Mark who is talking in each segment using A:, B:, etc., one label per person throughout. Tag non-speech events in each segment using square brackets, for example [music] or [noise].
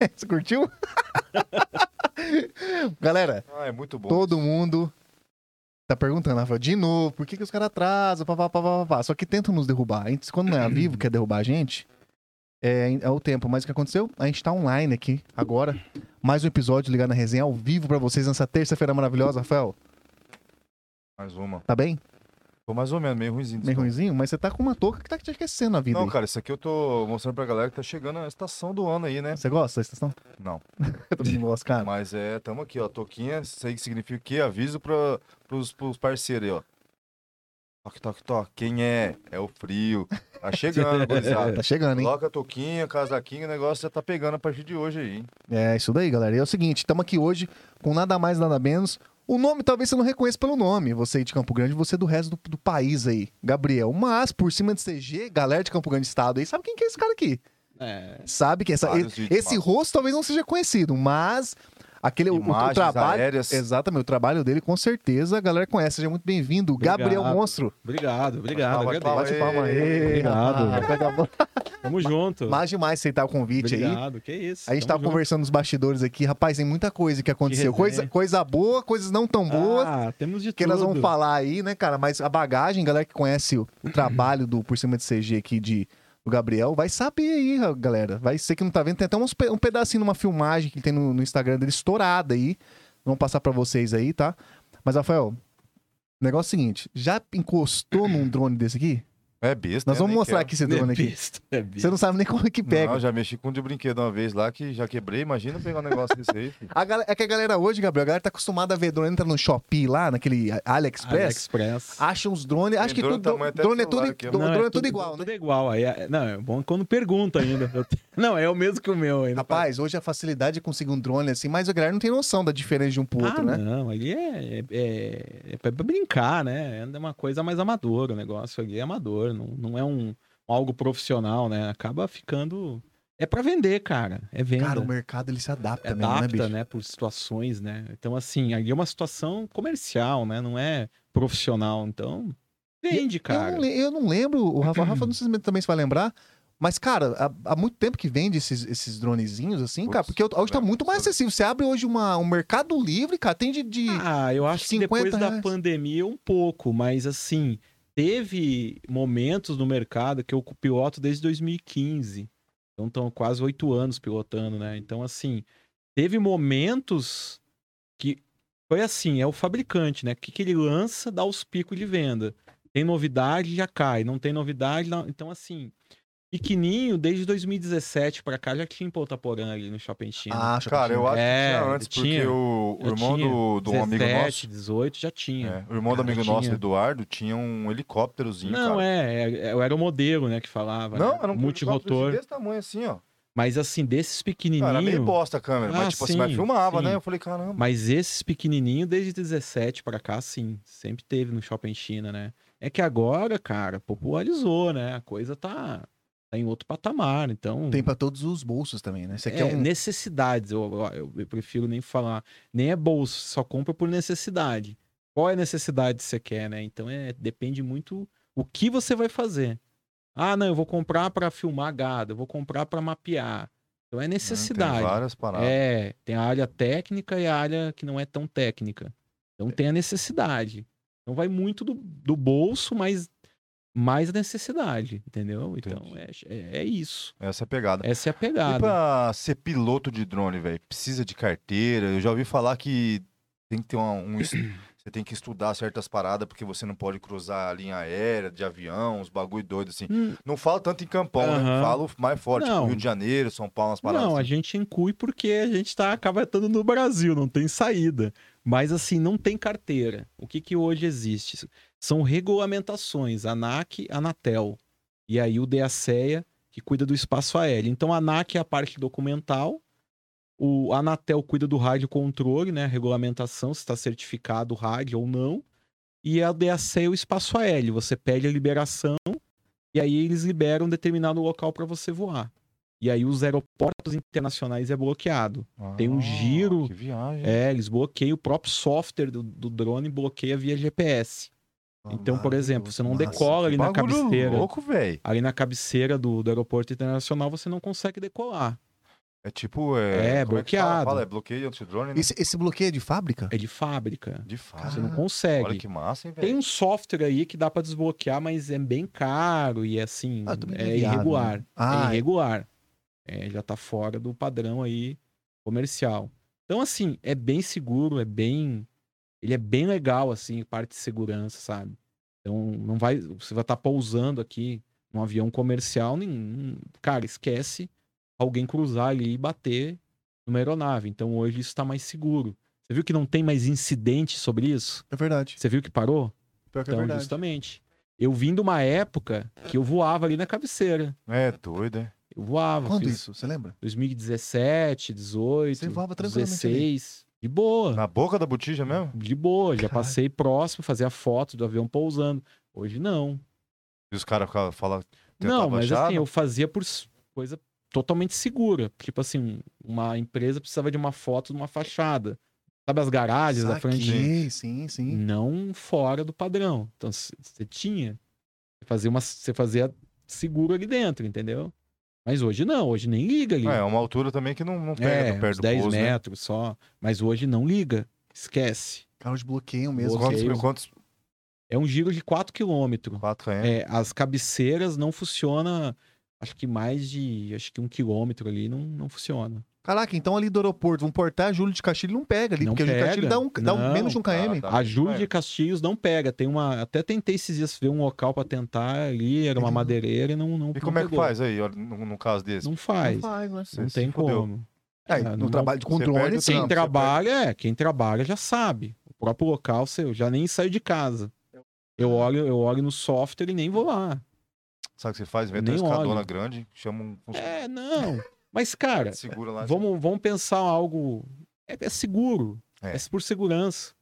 A: [laughs] Você curtiu? Galera,
B: Ah, é muito bom.
A: todo mundo tá perguntando, Rafael, de novo, por que, que os caras atrasam? Pá, pá, pá, pá, pá, pá. Só que tentam nos derrubar. A gente, quando não é a
B: [clears throat]
A: vivo, quer derrubar a gente, é, é o tempo. Mas o que aconteceu? A gente tá online aqui agora. Mais um episódio ligado na resenha ao vivo pra vocês nessa terça-feira maravilhosa, Rafael.
B: Mais uma.
A: Tá bem?
B: Tô mais ou menos, meio ruimzinho.
A: Meio ruimzinho, mas você tá com uma touca que tá te aquecendo a vida.
B: Não,
A: aí.
B: cara, isso aqui eu tô mostrando pra galera que tá chegando a estação do ano aí, né?
A: Você gosta da estação?
B: Não.
A: [laughs] Eu também não gosto, cara.
B: Mas é, tamo aqui, ó. Toquinha, sei que significa o quê? Aviso pra, pros, pros parceiros aí, ó. Toque, toque, toque. Quem é? É o frio.
A: [laughs]
B: Tá chegando, gurizada.
A: Tá chegando, hein?
B: Coloca a toquinha, casaquinho, o negócio já tá pegando a partir de hoje aí, hein?
A: É isso daí, galera. E é o seguinte, estamos aqui hoje com nada mais, nada menos. O nome talvez você não reconheça pelo nome, você aí de Campo Grande, você do resto do, do país aí, Gabriel. Mas, por cima de CG, galera de Campo Grande Estado aí, sabe quem que é esse cara aqui?
C: É.
A: Sabe que essa-
B: Vários
A: e-
B: vídeos,
A: esse
B: mano.
A: rosto talvez não seja conhecido, mas aquele o- o- o,
B: Imagens
A: trabalho.
B: aéreas.
A: Exatamente, o trabalho dele com certeza a galera conhece. Seja muito bem-vindo, Gabriel
C: Obrigado.
A: Monstro.
C: Obrigado, obrigado.
B: Vai, vai,
C: agradeço.
B: vai.
A: Bate palma aí.
C: Obrigado.
A: rapaz, coisa boa.
C: Tamo junto.
A: Mas demais aceitar o convite aí.
C: obrigado, que isso.
A: A gente tá
C: Tamo
A: tava conversando nos bastidores aqui, rapaz, tem muita coisa que aconteceu.
C: resenha.
A: coisa, coisa boa, coisas não tão
C: junto.
A: boas.
C: Ah, temos de
A: que
C: tudo.
A: nós vamos falar aí, né, cara? Mas a bagagem, galera que conhece o, o trabalho do Por Cima de CG aqui de do Gabriel, vai saber aí, ra- galera. Vai ser que não tá vendo. Tem até uns pe- um pedacinho numa filmagem que tem no, no Instagram dele estourada aí. Vamos passar pra vocês aí, tá? Mas, Rafael, o negócio é o seguinte: já encostou num drone desse aqui?
B: É besta.
A: Nós
B: né?
A: vamos
B: Nem
A: mostrar
B: quero.
A: aqui esse
C: É
A: drone aqui.
C: besta, é besta.
A: Você não sabe nem como é que pega.
B: Não, já mexi com um de brinquedo uma vez lá que já quebrei. Imagina pegar um negócio desse aí. filho.
A: A galera- é que a galera hoje, Gabriel, a galera tá acostumada a ver drone, entra no Shopee lá, naquele AliExpress,
C: AliExpress.
A: acha uns drones, acho que
B: drone
A: tudo,
B: tamanho
A: drone,
B: até
A: é
B: celular
A: tudo,
B: aqui, ó.
A: Ah, drone é tudo,
C: tudo-
A: igual, né?
C: Tudo igual. Aí, é- não, é bom quando pergunta ainda. Eu te- [laughs] não, é o mesmo que o meu ainda.
A: Rapaz, hoje a facilidade de conseguir um drone assim, mas a galera não tem noção da diferença de um pro outro,
C: ah,
A: né?
C: não, ali é, é, é, é pra brincar, né? Ainda É uma coisa mais amadora, o negócio ali é amador, não, não é um algo profissional, né? Acaba ficando... É pra vender, cara, é venda.
A: Cara, o mercado ele se adapta mesmo, né,
C: adapta,
A: bicho?
C: né, por situações, né? Então, assim, ali é uma situação comercial, né? Não é profissional. Então, vende,
A: Eu,
C: cara.
A: não, le- eu não lembro, o Rafa, o Rafa não sei se também se vai lembrar, mas, cara, há, há muito tempo que vende esses, esses dronezinhos assim,
B: Putz,
A: cara, porque hoje tá
B: lembro,
A: muito mais
B: sabe?
A: acessível. Você abre hoje uma, um mercado livre, cara, tem de... de-
C: Ah, eu acho que depois
A: 50 reais.
C: da pandemia um pouco, mas assim, teve momentos no mercado que eu piloto desde 2015. Então, estão quase oito anos pilotando, né? Então, assim, teve momentos que foi assim, é o fabricante, né? O que, que ele lança, dá os picos de venda. Tem novidade, já cai. Não tem novidade, não- então assim... Pequenininho, desde 2017 pra cá, já tinha em Ponta Porã ali no Shopping China.
A: Ah, acho que
B: Cara, eu acho
C: É,
B: que tinha antes, porque
C: tinha.
B: o, o
C: Já
B: irmão
C: tinha.
B: do, do um amigo nosso.
C: 17, 18, já tinha.
B: É, o irmão do
C: Cara,
B: amigo nosso,
C: tinha.
B: Eduardo, tinha um helicópterozinho.
C: Não,
B: cara.
C: é, é, é- era o modelo, né, que falava. né?
B: Não, era um helicópterozinho
C: multirotor.
B: desse tamanho assim, ó.
C: Mas assim, desses
B: Não, era meio
C: pequenininhos.
B: bosta a câmera,
C: Ah,
B: mas tipo assim,
C: sim,
B: mas filmava,
C: sim.
B: né? Eu falei, caramba.
C: Mas esses pequenininhos, desde 17 pra cá, sim. Sempre teve no Shopping China, né? É que agora, cara, popularizou, né? A coisa tá, tá em outro patamar. Então.
A: Tem pra todos os bolsos também, né? Você
C: é,
A: quer um...
C: necessidades. Eu, eu, eu prefiro nem falar. Nem é bolso, só compra por necessidade. Qual é a necessidade que você quer, né? Então é, depende muito o que você vai fazer. Ah, não, eu vou comprar pra filmar gado, eu vou comprar pra mapear. Então é
B: Ah, Tem
C: necessidade.
B: várias paradas.
C: é, tem a área técnica e a área que não é tão técnica.
B: É.
C: Então tem a necessidade. Então vai muito do, do bolso, mas mais a necessidade, entendeu? Então é, é, é isso.
B: Essa é a pegada.
C: Essa é
B: e
C: a pegada.
B: pra ser piloto de drone, velho? Precisa de carteira? Eu já ouvi falar que tem que ter uma- um. es- Você tem que estudar certas paradas porque você não pode cruzar a linha aérea de avião, uns bagulho doido assim.
C: Hum,
B: Não falo tanto em Campão, né?
C: Aham.
B: Falo mais forte, tipo,
C: Não.
B: Rio de Janeiro, São Paulo, umas paradas.
C: Não, a
B: assim.
C: gente incui porque a gente tá acaba estando no Brasil, não tem saída. Mas assim, não tem carteira. O que que hoje existe? São regulamentações, ANAC, Anatel. E aí o DACEA, que cuida do espaço aéreo. Então a ANAC é a parte documental, o Anatel cuida do rádio controle, né, a regulamentação se está certificado o rádio ou não. E a DACEA é o espaço aéreo, você pede a liberação e aí eles liberam um determinado local para você voar. E aí os aeroportos internacionais é bloqueado. tem um
B: Ah,
C: giro.
B: Que viagem.
C: É, eles bloqueiam o próprio software do, do drone bloqueia via GPS.
A: Ah,
C: Então, por exemplo, você não
A: Nossa,
C: decola ali na
B: Bagulho
C: cabeceira.
B: louco, velho.
C: Ali na cabeceira do, do aeroporto internacional você não consegue decolar.
B: É tipo. É,
C: É,
B: como que fala?
C: bloqueado.
B: Fala, é bloqueio antidrone né?
A: Esse, esse bloqueio é de fábrica?
C: É de fábrica.
B: de
C: Você
B: fato.
A: Ah,
C: não
B: Olha
C: consegue.
B: que massa, hein, velho.
C: Tem um software aí que dá pra desbloquear, mas é bem caro e assim,
A: Ah, também não
C: é
A: viável,
C: irregular.
A: né? Ah, é.
C: é irregular. É, já tá fora do padrão aí comercial. Então, assim, é bem seguro, é bem. Ele é bem legal, assim, em parte de segurança, sabe? Então, não vai. Você vai estar pousando aqui num avião comercial, nenhum. Cara, esquece alguém cruzar ali e bater numa aeronave. Então, hoje isso tá mais seguro. Você viu que não tem mais incidente sobre isso?
A: é verdade.
C: Você viu que parou?
A: Pior que é
C: Então,
A: verdade.
C: justamente. Eu vim de uma época que eu voava ali na cabeceira.
B: É doido, é.
C: Eu voava.
A: Quando
C: fiz-
A: isso? Você lembra?
C: 2017, 18,
A: Você voava tranquilamente Ah,
C: 16. De boa.
B: Na boca da botija mesmo?
C: De boa. Já
A: Caralho.
C: passei próximo, fazia foto do avião pousando. Hoje não.
B: E os caras ficavam- falam.
C: não, mas
B: achar,
C: assim,
B: né?
C: eu fazia por s- coisa totalmente segura. Tipo assim, uma empresa precisava de uma foto de uma fachada. Sabe as garagens, a franjinha?
A: Saquei, sim,
C: Hum.
A: sim.
C: Não fora do padrão. Então, você tinha. Você fazia, uma, você fazia seguro ali dentro, entendeu? Mas hoje não. Hoje nem liga ali.
B: É, uma altura também que não, não pega
C: É,
B: do perto
C: uns
B: do
C: 10
B: pouso, né?
C: metros só. Mas hoje não liga. Esquece.
A: Carro de bloqueio mesmo.
C: Bloqueio.
B: Quantos, mil- quantos?
C: É um giro de 4 km.
B: 4 km.
C: É, as cabeceiras não funciona. Acho que mais de. Acho que um quilômetro ali não, não funciona.
A: Caraca, então ali do aeroporto, vamos portar, Júlio de Castilho não pega ali,
C: Não
A: porque Júlio de
C: pega.
A: Castilho dá, um, dá um,
C: Não.
A: menos de um km.
B: Ah, tá.
C: a Júlio
B: é.
C: de Castilhos não pega. Tem uma. Até tentei esses dias ver um local pra tentar ali, era uma
A: Ele-
C: madeireira e não. não
B: Uhum. E
C: não
B: como é que
C: pegou.
B: faz aí, ó, num, num caso desse?
C: Não faz. Não,
A: faz, né?
B: Você se
C: tem
B: fudeu.
C: como.
A: Aí,
C: É,
A: no
C: não-
A: trabalho de
B: você perde
A: controle, assim,
B: o
A: sim.
B: trampo.
C: Quem
B: você
C: Assim, trabalha, é, quem trabalha já sabe. O próprio local, você- eu já nem saio de casa. Eu
B: Ah.
C: olho, eu olho no software e nem vou lá.
B: Sabe o que você faz? Inventa
C: Nem
B: uma escadona
C: olho.
B: grande, chama um. um-
C: É, não. Mas, cara,
B: Segura lá.
C: Vamos, vamos pensar algo. É, é seguro.
B: É.
C: É. por segurança.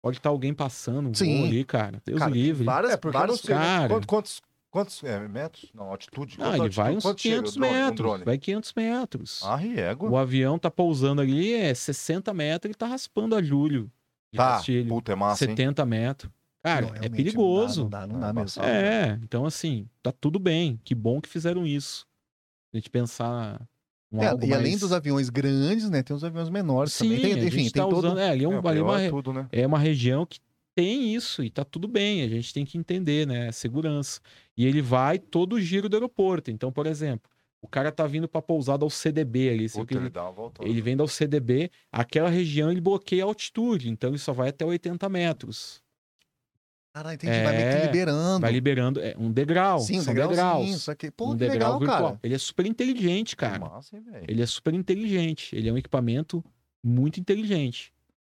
C: Pode estar alguém passando um
A: Sim.
C: voo ali, cara. Deus
A: Cara,
C: livre.
A: Várias,
B: É, porque eu não
A: várias
B: sei, né?
C: cara.
B: Quanto- Quantos, quantos é, metros? Não, altitude.
C: Não,
B: Quanto
C: Ah, ele
B: altitude?
C: vai uns
B: Quanto chega o
C: 500
B: drone- um
C: metros.
B: drone?
C: Vai 500 metros.
B: Ah, riego.
C: o avião tá pousando ali, é 60 metros, ele tá raspando a Júlio. de
B: Tá,
C: Castilho,
B: puta, é massa, hein?
C: 70 metros. Cara,
A: Não,
C: é
A: realmente,
C: perigoso.
A: Não dá, não dá, não dá
B: Não,
A: mesmo.
B: sabe,
C: É, então assim, tá tudo bem. Que bom que fizeram isso. A gente pensar. um
A: É,
C: algo
A: e além
C: mais-
A: dos aviões grandes, né? Tem os aviões menores
C: Sim,
A: também. Tem,
C: a
A: enfim,
C: gente
A: tem
C: tá
A: todo.
C: usando. É, ali é,
B: É,
C: um,
B: o
C: ali é
B: pior
C: uma,
B: é tudo, né?
C: é uma região que tem isso e tá tudo bem, a gente tem que entender, né? A segurança. E ele vai todo o giro do aeroporto. Então, por exemplo, o cara tá vindo pra pousada ao CDB ali, sei o
B: Puta,
C: que
B: ele
A: é
C: ele,
B: dá uma volta.
C: ele vem ao CDB, aquela região ele bloqueia a altitude, então ele só vai até 80 metros.
A: Caralho, entendi. Vai meio que
C: É,
A: liberando.
C: Vai liberando é, um degrau,
A: Sim, um
C: são
A: degrauzinho,
C: degraus.
A: Só que, pô,
C: um
A: que legal,
C: degrau virtual.
A: cara.
C: Ele é super inteligente,
B: Que
C: cara.
B: massa, hein, velho?
C: Ele é super inteligente, ele é um equipamento muito inteligente.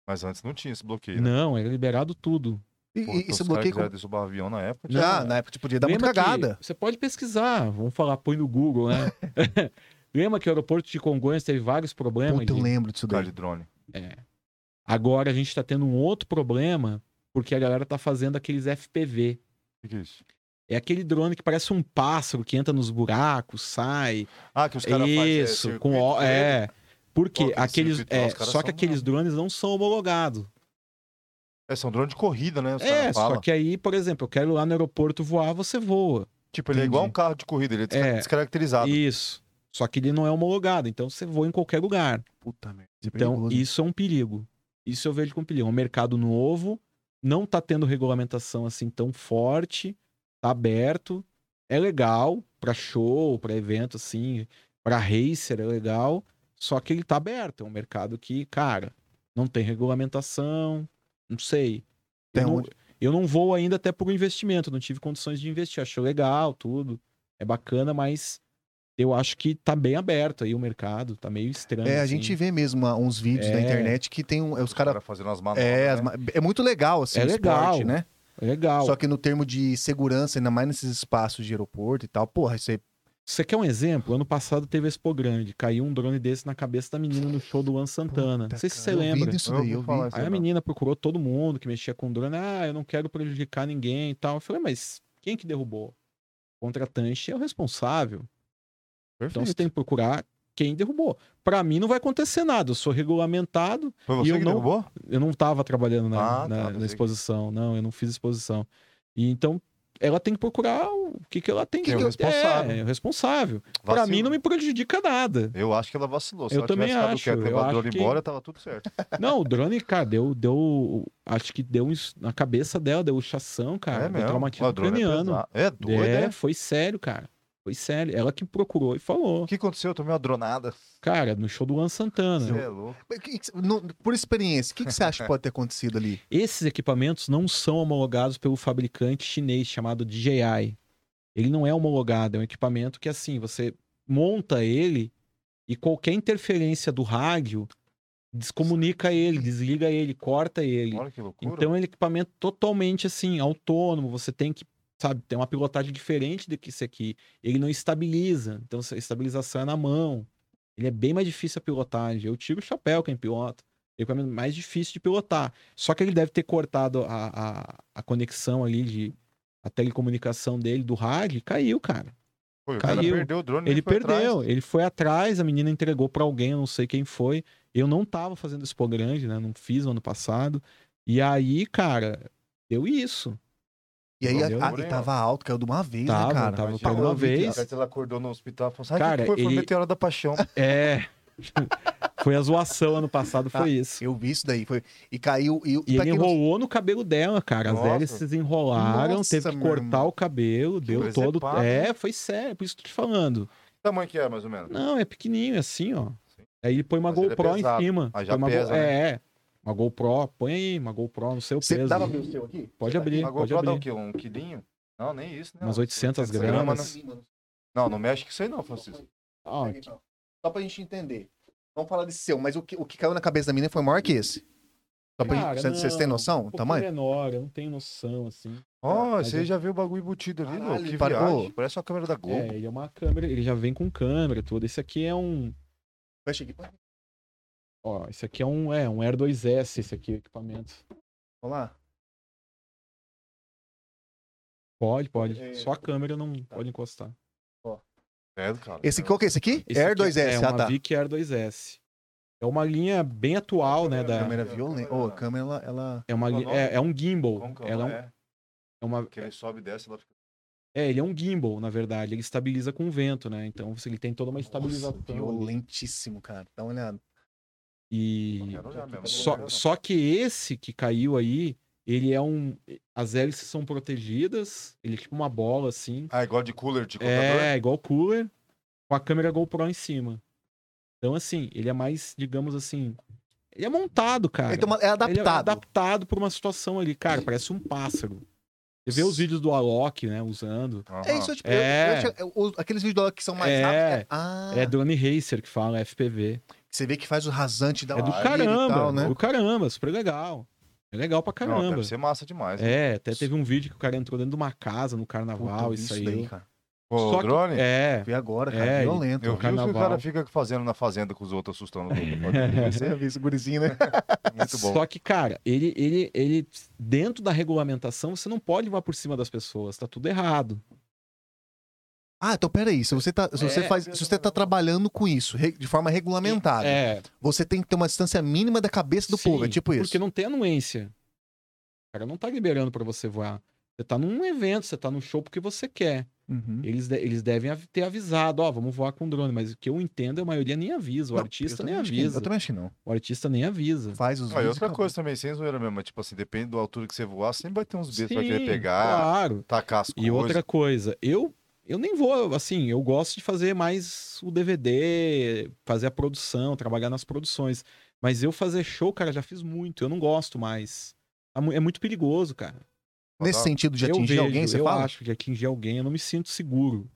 B: Mas antes não tinha esse bloqueio, né?
C: Não, era liberado tudo.
A: E,
B: Pô,
A: e-
B: então
A: e
B: os
A: você
B: caras
A: bloqueia
B: quiseram
A: com.
B: derrubar o avião na época. um
C: Não,
A: Já, na época, tipo, podia dar muita
C: Lembra que-
A: cagada.
C: Você pode pesquisar, vamos falar, põe no
A: [laughs]
C: Google, né? Lembra que o aeroporto de Congonhas teve vários problemas?
A: Puta, eu
C: de-
A: lembro disso
B: Cara
A: daí.
B: de drone.
C: Agora a gente tá tendo um outro problema, porque a galera tá fazendo aqueles FPV.
B: O que, que é isso?
C: É aquele drone que parece um pássaro que entra nos buracos, sai.
B: Ah, que os caras fazem.
C: Isso, com ó, é. Por quê?
B: Pô, aquele
C: aqueles,
B: circuito lá,
C: é,
B: os caras
C: só que
B: são
C: aqueles drones não são homologados.
B: É, são drone de corrida, né? Os
C: É,
B: caras
C: só
B: falam.
C: que aí, por exemplo, eu quero ir lá no aeroporto voar, você voa.
B: Tipo, ele é igual um
A: Entendi.
B: carro de corrida, ele é, desca-
C: É.
B: descaracterizado.
C: Isso. Só que ele não é homologado, então você voa em qualquer lugar.
A: Puta merda. isso é
C: Então,
A: perigoso.
C: isso é um perigo. Isso eu vejo como perigo. É um mercado novo, não tá tendo regulamentação assim tão forte, tá aberto, é legal pra show, pra evento assim, pra racer é legal, só que ele tá aberto, é um mercado que, cara, não tem regulamentação, não sei.
A: Tem
C: eu, não,
A: onde-
C: eu não vou ainda até por um investimento, não tive condições de investir, acho legal tudo, é bacana, mas eu acho que tá bem aberto aí o mercado, tá meio estranho.
A: É, a
C: assim.
A: gente vê mesmo ah, uns vídeos na
C: É.
A: internet que tem um, é, os caras.
B: fazendo as manobras.
A: É,
B: né?
A: as ma- é muito legal, assim,
C: É
A: o esporte,
C: legal.
A: né?
C: É Legal.
A: Só que no termo de segurança, ainda mais nesses espaços de aeroporto e tal, porra, isso aí.
C: Você quer um exemplo? Ano passado teve a Expo Grande. Caiu um drone desse na cabeça da menina no show do Luan Santana. Não sei se você
A: eu
C: lembra.
A: Vi isso
B: Eu
A: daí,
B: ouvi
A: eu vi.
B: falar isso.
C: Aí a menina procurou todo mundo que mexia com drone. Ah, eu não quero prejudicar ninguém e tal. Eu falei, mas quem que derrubou? O contratante é o responsável. Então você
B: Perfeito.
C: tem que procurar quem derrubou. Pra mim não vai acontecer nada. Eu sou regulamentado.
B: Foi
C: e
B: você
C: eu
B: que
C: não-
B: derrubou?
C: Eu não tava trabalhando na,
B: Ah, tá,
C: na- na
B: pensei que-
C: exposição. Não, eu não fiz exposição. E então ela tem que procurar o que, que ela tem
B: Quem é o
C: que-
B: responsável.
C: É, é o responsável. Pra
B: Vacilo.
C: mim não me prejudica nada.
B: Eu acho que ela vacilou. Se
C: Eu
B: ela
C: também
B: tivesse ficado
C: acho,
B: quieta,
C: eu
B: levado o
C: acho
B: drone
C: que- É,
B: embora, tava tudo certo.
C: Não, o drone, cara, deu, deu. Acho que deu isso na cabeça dela, deu chação, cara.
B: é
C: deu
B: mesmo.
C: traumatismo
B: O drone é
C: craniano.
B: pesado. É doido,
C: É,
B: é?
C: foi sério, cara. Foi sério. Ela que procurou e
B: O
C: falou.
B: que aconteceu? Eu tomei uma dronada.
C: Cara, no show do Luan Santana.
B: Você é louco.
A: Mas que- que- no- por experiência, o que, que você acha que pode ter acontecido ali?
C: Esses equipamentos não são homologados pelo fabricante chinês chamado DJI. Ele não é homologado, é um equipamento que assim, você monta ele e qualquer interferência do rádio descomunica ele, desliga ele, corta ele.
B: Olha que loucura.
C: Então é um equipamento totalmente assim, autônomo, você tem que, sabe, tem uma pilotagem diferente do que esse aqui. Ele não estabiliza, então a estabilização é na mão. Ele é bem mais difícil a pilotagem. Eu tiro o chapéu quem pilota. É o equipamento mais difícil de pilotar. Só que ele deve ter cortado a, a, a conexão ali de a telecomunicação dele do rádio e caiu, cara.
B: Pô, o cara
C: caiu.
B: perdeu o drone.
C: Ele
B: nem foi atrás.
C: perdeu, ele foi atrás, a menina entregou pra alguém, eu não sei quem foi. Eu não tava fazendo Expo Grande, né? Não fiz no ano passado. E aí, cara, deu isso.
A: E aí,
C: Entendeu?
A: a- a- e tava alto, caiu de uma vez,
C: Tava,
A: né, cara?
C: tava,
A: Imagina.
C: tava de uma
A: Eu vi que-
C: vez.
B: Aí Ela acordou no hospital e falou assim, "Ai,
C: Cara,
B: que foi? Foi
C: ele-
B: meteora da
C: [laughs]
B: paixão.
C: É. foi a zoação ano passado,
A: Ah,
C: foi isso.
A: Eu vi isso daí. Foi, e caiu. E, pra
C: E ele
A: quem não-
C: enrolou no cabelo dela, cara. As
B: Nossa.
C: hélices se enrolaram,
A: Nossa,
C: teve que
A: meu
C: cortar
A: irmão.
C: o cabelo, deu
B: coisa
C: todo.
B: zepada,
C: É, foi sério, por isso que eu tô te falando.
B: Que tamanho que é, mais ou menos?
C: Não, é pequenininho, é assim, ó.
B: Sim.
C: Aí ele põe uma
B: Mas ele é
C: GoPro em
B: pesado.
C: cima.
B: Ah, já
C: Põe uma
B: pesa,
C: Go- É, é. Uma GoPro, põe aí, uma GoPro no seu
A: Você
C: peso.
A: dava pra ver o seu aqui?
C: Pode abrir,
B: A
C: Tá pode
B: GoPro dá o
C: abrir.
B: quê? Um quilinho? Não, nem isso, né?
C: Umas 800 gramas.
B: né? Não, não mexe com isso aí não, Francisco.
C: Ó,
A: Só pra gente entender. Vamos falar desse seu, mas o que, o que caiu na cabeça da menina foi maior que esse. Só pra
C: Cara,
A: gente, vocês- vocês
C: não,
A: têm
C: um
A: noção do
C: pouco
A: tamanho?
C: menor, eu não tenho noção, assim.
B: Ó,
C: Mas
B: você
C: eu-
B: já viu o bagulho embutido ali,
A: Caralho,
B: louco. Que
A: parou.
B: viagem. Parece uma câmera da Globo.
C: É, ele é uma câmera, ele já vem com câmera, tudo. Esse aqui é um,
A: Fecha aqui. Vamos
C: ó, esse aqui é um, é, um Air 2S, esse aqui, o equipamento.
A: lá.
C: Pode, pode.
A: É.
C: Só a câmera não pode encostar.
B: É, cara.
A: Esse, qual que é esse aqui?
C: Esse
A: Air
C: aqui
A: 2S,
C: é
A: ah
C: uma
A: tá.
C: Vic Air 2S. É uma linha bem atual, né, da...
A: Câmera violenta. Ô, a câmera, ela... ela...
C: É, uma, li- é, é um gimbal.
B: Como que
C: Ela é, um-
B: é?
C: é uma,
B: Que ele sobe e desce, ela fica...
C: é, ele é um gimbal, na verdade. Ele estabiliza com o vento, né? Então, você- ele tem toda uma
A: Nossa,
C: estabilização. ali.
A: violentíssimo, cara. Dá uma olhada.
C: E
B: Quero olhar mesmo, quero
C: só,
B: olhar.
C: só que esse que caiu aí, ele é um. As hélices são protegidas, ele é tipo uma bola assim.
B: Ah, igual de cooler de computador?
C: É, igual cooler, com a câmera GoPro em cima. Então, assim, ele é mais, digamos assim. Ele é montado, cara.
A: Então, é
C: Ele é
A: adaptado.
C: adaptado pra uma situação ali, cara. Parece um pássaro. Você vê os vídeos do Alok, né, usando.
B: Aham.
A: É isso, tipo,
C: É.
A: eu- eu tinha- eu- os- aqueles vídeos do Alok que são mais
C: É.
A: rápidos. é- Ah,
C: É drone racer que fala, FPV.
A: você vê que faz o rasante da
C: é do
A: orelha
C: caramba,
A: e Então, tal, né?
C: do caramba, super legal. É legal pra
B: Não,
C: caramba.
B: deve ser massa demais. né?
C: É, até teve um vídeo que o cara entrou dentro de uma casa no carnaval
A: Puta,
C: e
A: isso
C: saiu.
A: daí, cara.
B: Pô,
C: Só
B: o
C: que-
B: drone...
C: É.
A: Fui agora, cara.
C: É,
A: violento.
B: Eu vi o que o
C: Carnaval.
B: cara fica fazendo na fazenda com os outros assustando o outro.
C: [laughs]
A: Você já viu esse gurizinho, né?
B: Muito bom.
C: Só que, cara, ele, ele, ele, dentro da regulamentação, você não pode voar por cima das pessoas, tá tudo errado.
A: Ah, então peraí. Se você tá, se você
C: É.
A: faz, se você tá trabalhando com isso re- de forma regulamentada,
C: É,
A: você tem que ter uma distância mínima da cabeça do
C: sim,
A: povo. É tipo isso.
C: Porque não tem anuência. O cara não tá liberando pra você voar. Você tá num evento, você tá num show porque você quer.
A: Uhum.
C: Eles, de- eles devem av- ter avisado, ó, vamos voar com drone, mas o que eu entendo, a maioria nem avisa, o
A: Não,
C: artista
A: eu
C: nem
A: também acho que-
C: avisa.
A: Eu também acho que não.
C: O artista nem avisa.
A: Faz os
B: Ah, e
A: vídeos
B: outra
A: e
B: coisa também, sem zoeira mesmo, mas, tipo assim, depende da altura que você voar, sempre vai ter uns bestas que vai querer
C: Sim,
B: pegar,
C: Claro.
B: tacar as coisas.
C: E outra coisa, eu eu nem vou, assim, eu gosto de fazer mais o DVD, fazer a produção, trabalhar nas produções. Mas eu fazer show, cara, já fiz muito, eu não gosto mais. Tá mu- É muito perigoso, cara.
A: acabou.
B: tá.
A: Nesse sentido de atingir
C: eu vejo,
A: alguém, você
C: eu
A: fala?
C: acho que atingir alguém, eu não me sinto seguro.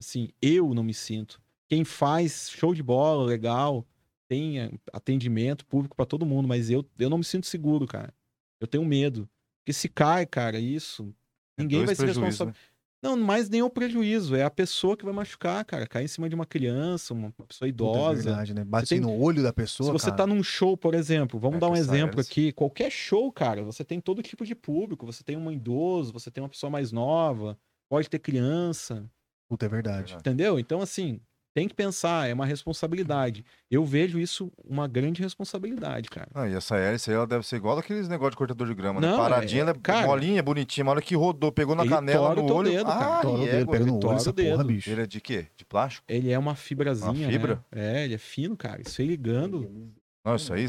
C: Assim, eu não me sinto. Quem faz show de bola, legal, tem eh, atendimento público pra todo mundo, mas eu, eu não me sinto seguro, cara. Eu tenho medo. Porque se cai, cara, isso,
A: É
C: ninguém
B: Dois
C: vai ser
B: prejuízos,
A: né?
B: né?
C: responsável. Não, mais nem o prejuízo, é a pessoa que vai machucar, cara. Cair em cima de uma criança, uma pessoa
A: Puta, é
C: idosa.
A: verdade, né? Bate
C: Você tem-
A: no olho da
C: Se
A: pessoa,
C: você
A: cara.
C: tá num show, por exemplo, vamos
B: É
C: dar
B: que
C: um
B: essa
C: exemplo
B: era-
C: aqui. Qualquer show, cara, você tem todo tipo de público. Você tem um idoso, você tem uma pessoa mais nova, pode ter criança,
A: Puta, é
B: né?
A: verdade.
C: entendeu? Então, assim, Tem que pensar, é uma responsabilidade. Eu vejo isso uma grande responsabilidade, cara.
B: Ah, e essa hélice aí, ela deve ser igual aqueles negócios de cortador de grama, né?
C: Não,
B: Paradinha,
C: é-
B: ela é
C: cara-
B: molinha, bonitinha. Mas a hora que rodou, pegou na
C: Ele
B: canela,
C: tora o
B: no
C: teu
B: olho.
C: dedo, cara.
B: ah,
A: Tora o
B: e
A: dedo,
B: égua.
A: pega no olho
C: tora
A: essa
C: é, o dedo.
A: porra, bicho.
B: Ele é de quê? De plástico?
C: Ele é uma fibrazinha,
B: Uma fibra?
C: né? É, ele é fino, cara. Isso aí
B: é
C: ligando,
B: Não, isso aí.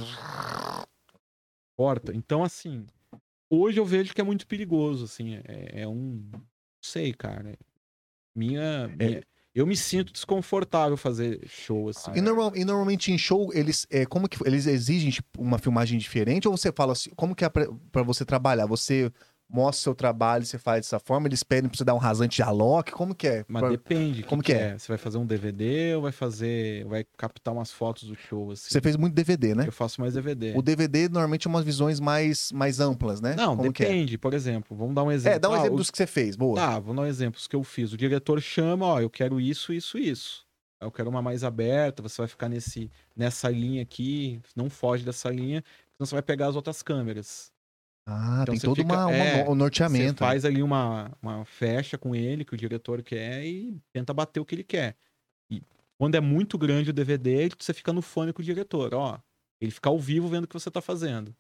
C: corta. Então, assim, hoje eu vejo que é muito perigoso, assim. É, é um... Não sei, cara. é,
A: É.
C: Minha... minha- Eu me sinto desconfortável fazer show, assim.
A: E, normal- e normalmente em show, eles, é, como que, eles exigem tipo, uma filmagem diferente? Ou você fala assim, como que é pra pra você trabalhar? Você mostra o seu trabalho, você faz dessa forma, eles pedem pra você dar um rasante de aloque? Como que é?
C: Mas
A: Pra-
C: depende. o
A: como que é?
C: Você vai fazer um DVD ou vai fazer... Vai captar umas fotos do show, assim.
A: Você fez muito DVD, né?
C: Eu faço mais DVD.
A: O DVD normalmente é umas visões mais, mais amplas, né?
C: Não,
A: como que é?
C: depende. Por exemplo, vamos dar um exemplo.
A: É, dá um
C: Ah,
A: exemplo
C: o-
A: dos que você fez, boa.
C: Tá, vou dar um exemplo que eu fiz. O diretor chama, ó, eu quero isso, isso, isso. Eu quero uma mais aberta, você vai ficar nesse, nessa linha aqui, não foge dessa linha, senão você vai pegar as outras câmeras.
A: Ah,
C: Então
A: tem
C: você
A: todo
C: fica-
A: uma, uma-
C: é,
A: um
C: Você
A: norteamento.
C: faz ali uma, uma fecha com ele, que o diretor quer, e tenta bater o que ele quer. E quando é muito grande o DVD, você fica no fone com o diretor, ó. Ele fica ao vivo vendo o que você tá fazendo.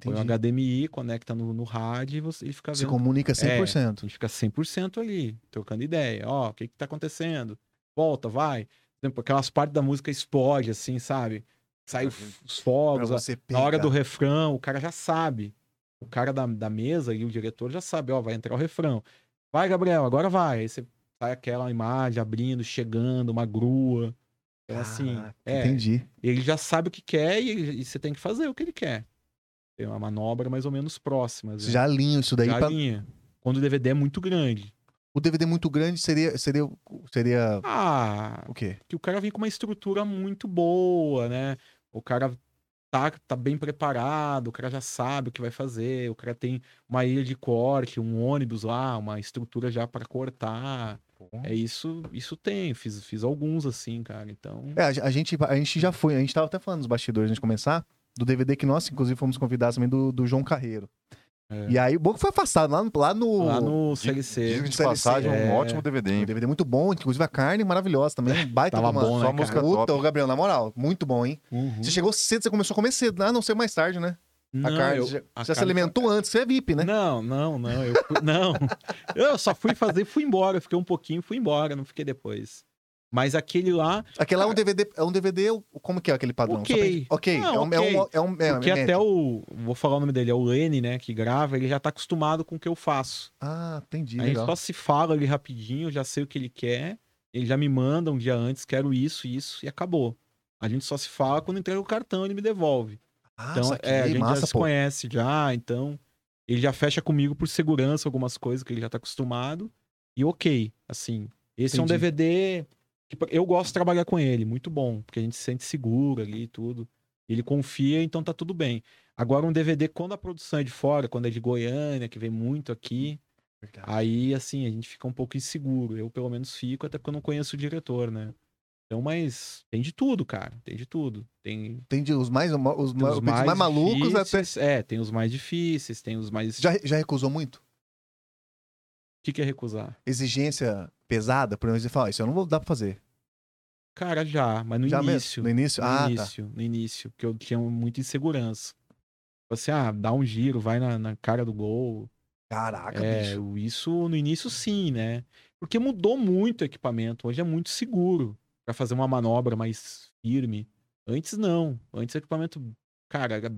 C: Põe
A: Entendi.
C: o HDMI, conecta no, no rádio e você, ele fica
A: Se
C: vendo.
A: comunica 100%.
C: A gente fica 100% ali, trocando ideia. Ó, o que que tá acontecendo? Volta, vai. Por exemplo, Aquelas partes da música explode, assim, sabe? Sai o f- os
A: Pra
C: fogos. a-
A: você
C: Na hora
A: pegar.
C: do refrão, o cara já sabe. O cara da, da mesa e o diretor já sabe, ó, vai entrar o refrão. Vai, Gabriel, agora vai. Aí você sai aquela imagem abrindo, chegando, uma grua. É assim,
A: Caraca,
C: é,
A: Entendi.
C: ele já sabe o que quer e, ele- e você tem que fazer o que ele quer. Tem uma manobra mais ou menos próxima.
A: Você já alinha isso daí.
C: Já
A: pra-
C: linha. Quando o DVD é muito grande.
A: O DVD muito grande seria, seria, seria
C: Ah,
A: o quê?
C: que o cara vem com uma estrutura muito boa, né? O cara tá, tá bem preparado, o cara já sabe o que vai fazer, o cara tem uma ilha de corte, um ônibus lá, uma estrutura já pra cortar. É isso, isso tem. Fiz, fiz alguns assim, cara. Então.
A: É, a, a gente, a gente já foi, a gente tava até falando nos bastidores antes de começar, do DVD que nós, inclusive, fomos convidados também do, do João Carreiro.
C: É.
A: E aí o Boca foi afastado lá, no- lá no.
C: Lá no
B: Diga-
C: CLC.
B: Diga de
A: CLC,
B: passagem,
C: é.
B: um ótimo DVD,
A: Um
B: hein?
A: DVD muito bom, inclusive a carne maravilhosa também. Um baita
C: Tava
A: de uma-
C: bom, né,
B: Só
C: cara?
B: música
A: Puta,
B: top.
A: ô Gabriel, na moral, muito bom, hein?
C: Uhum.
A: Você chegou cedo, você começou a comer cedo, a não ser mais tarde, né?
C: Não,
A: a carne.
C: eu-
A: já
C: a
A: já se
C: carne-
A: alimentou antes, você é VIP, né?
C: Não, não, não. Eu,
A: [laughs]
C: fui- não. eu só fui fazer, fui embora. Fiquei um pouquinho, fui embora, não fiquei depois. Mas aquele lá,
A: Aquele lá é um
C: Cara.
A: DVD. É um DVD. Como que é aquele padrão?
C: Ok.
A: Só pra gente- Ok.
C: Não,
A: é um. É um,
C: ok.
A: é um é,
C: porque
A: médio.
C: até o. Vou falar o nome dele, é o Lene, né? Que grava, ele já tá acostumado com o que eu faço.
A: Ah, entendi.
C: a gente
A: legal.
C: só se fala ali rapidinho, eu já sei o que ele quer. Ele já me manda um dia antes, quero isso, isso, e acabou. A gente só se fala quando entrega o cartão, ele me devolve.
A: Ah,
C: Então,
A: saquei,
C: é, a gente já
A: massa,
C: se
A: pô.
C: conhece já, então ele já fecha comigo por segurança algumas coisas que ele já tá acostumado. E ok, assim, esse é um
A: Entendi.
C: DVD que pra- eu gosto de trabalhar com ele, muito bom, porque a gente se sente seguro ali e tudo. Ele confia, então tá tudo bem. Agora um DVD quando a produção é de fora, quando é de Goiânia, que vem muito aqui,
A: Verdade.
C: aí assim, a gente fica um pouco inseguro. Eu pelo menos fico, até porque eu não conheço o diretor, né? Então, mas tem de tudo, cara, tem de tudo. Tem
A: Entendi. Os mais, os, ma- os
C: tem
A: mais, malucos até.
C: difíceis, É, tem os mais difíceis, tem os mais.
A: Já, já recusou muito?
C: O que, que é recusar?
A: Exigência pesada, por exemplo, você fala, "Ah, isso eu não vou dar pra fazer.
C: Cara, já, mas no
A: já mesmo?
C: início.
A: No início?
C: No
A: ah, tá.
C: início, no início, que eu tinha muita insegurança. Você, ah, dá um giro, vai na, na cara do gol.
A: Caraca,
C: é,
A: bicho.
C: isso no início sim, né? Porque mudou muito o equipamento. Hoje é muito seguro pra fazer uma manobra mais firme. Antes não. Antes o equipamento, cara, era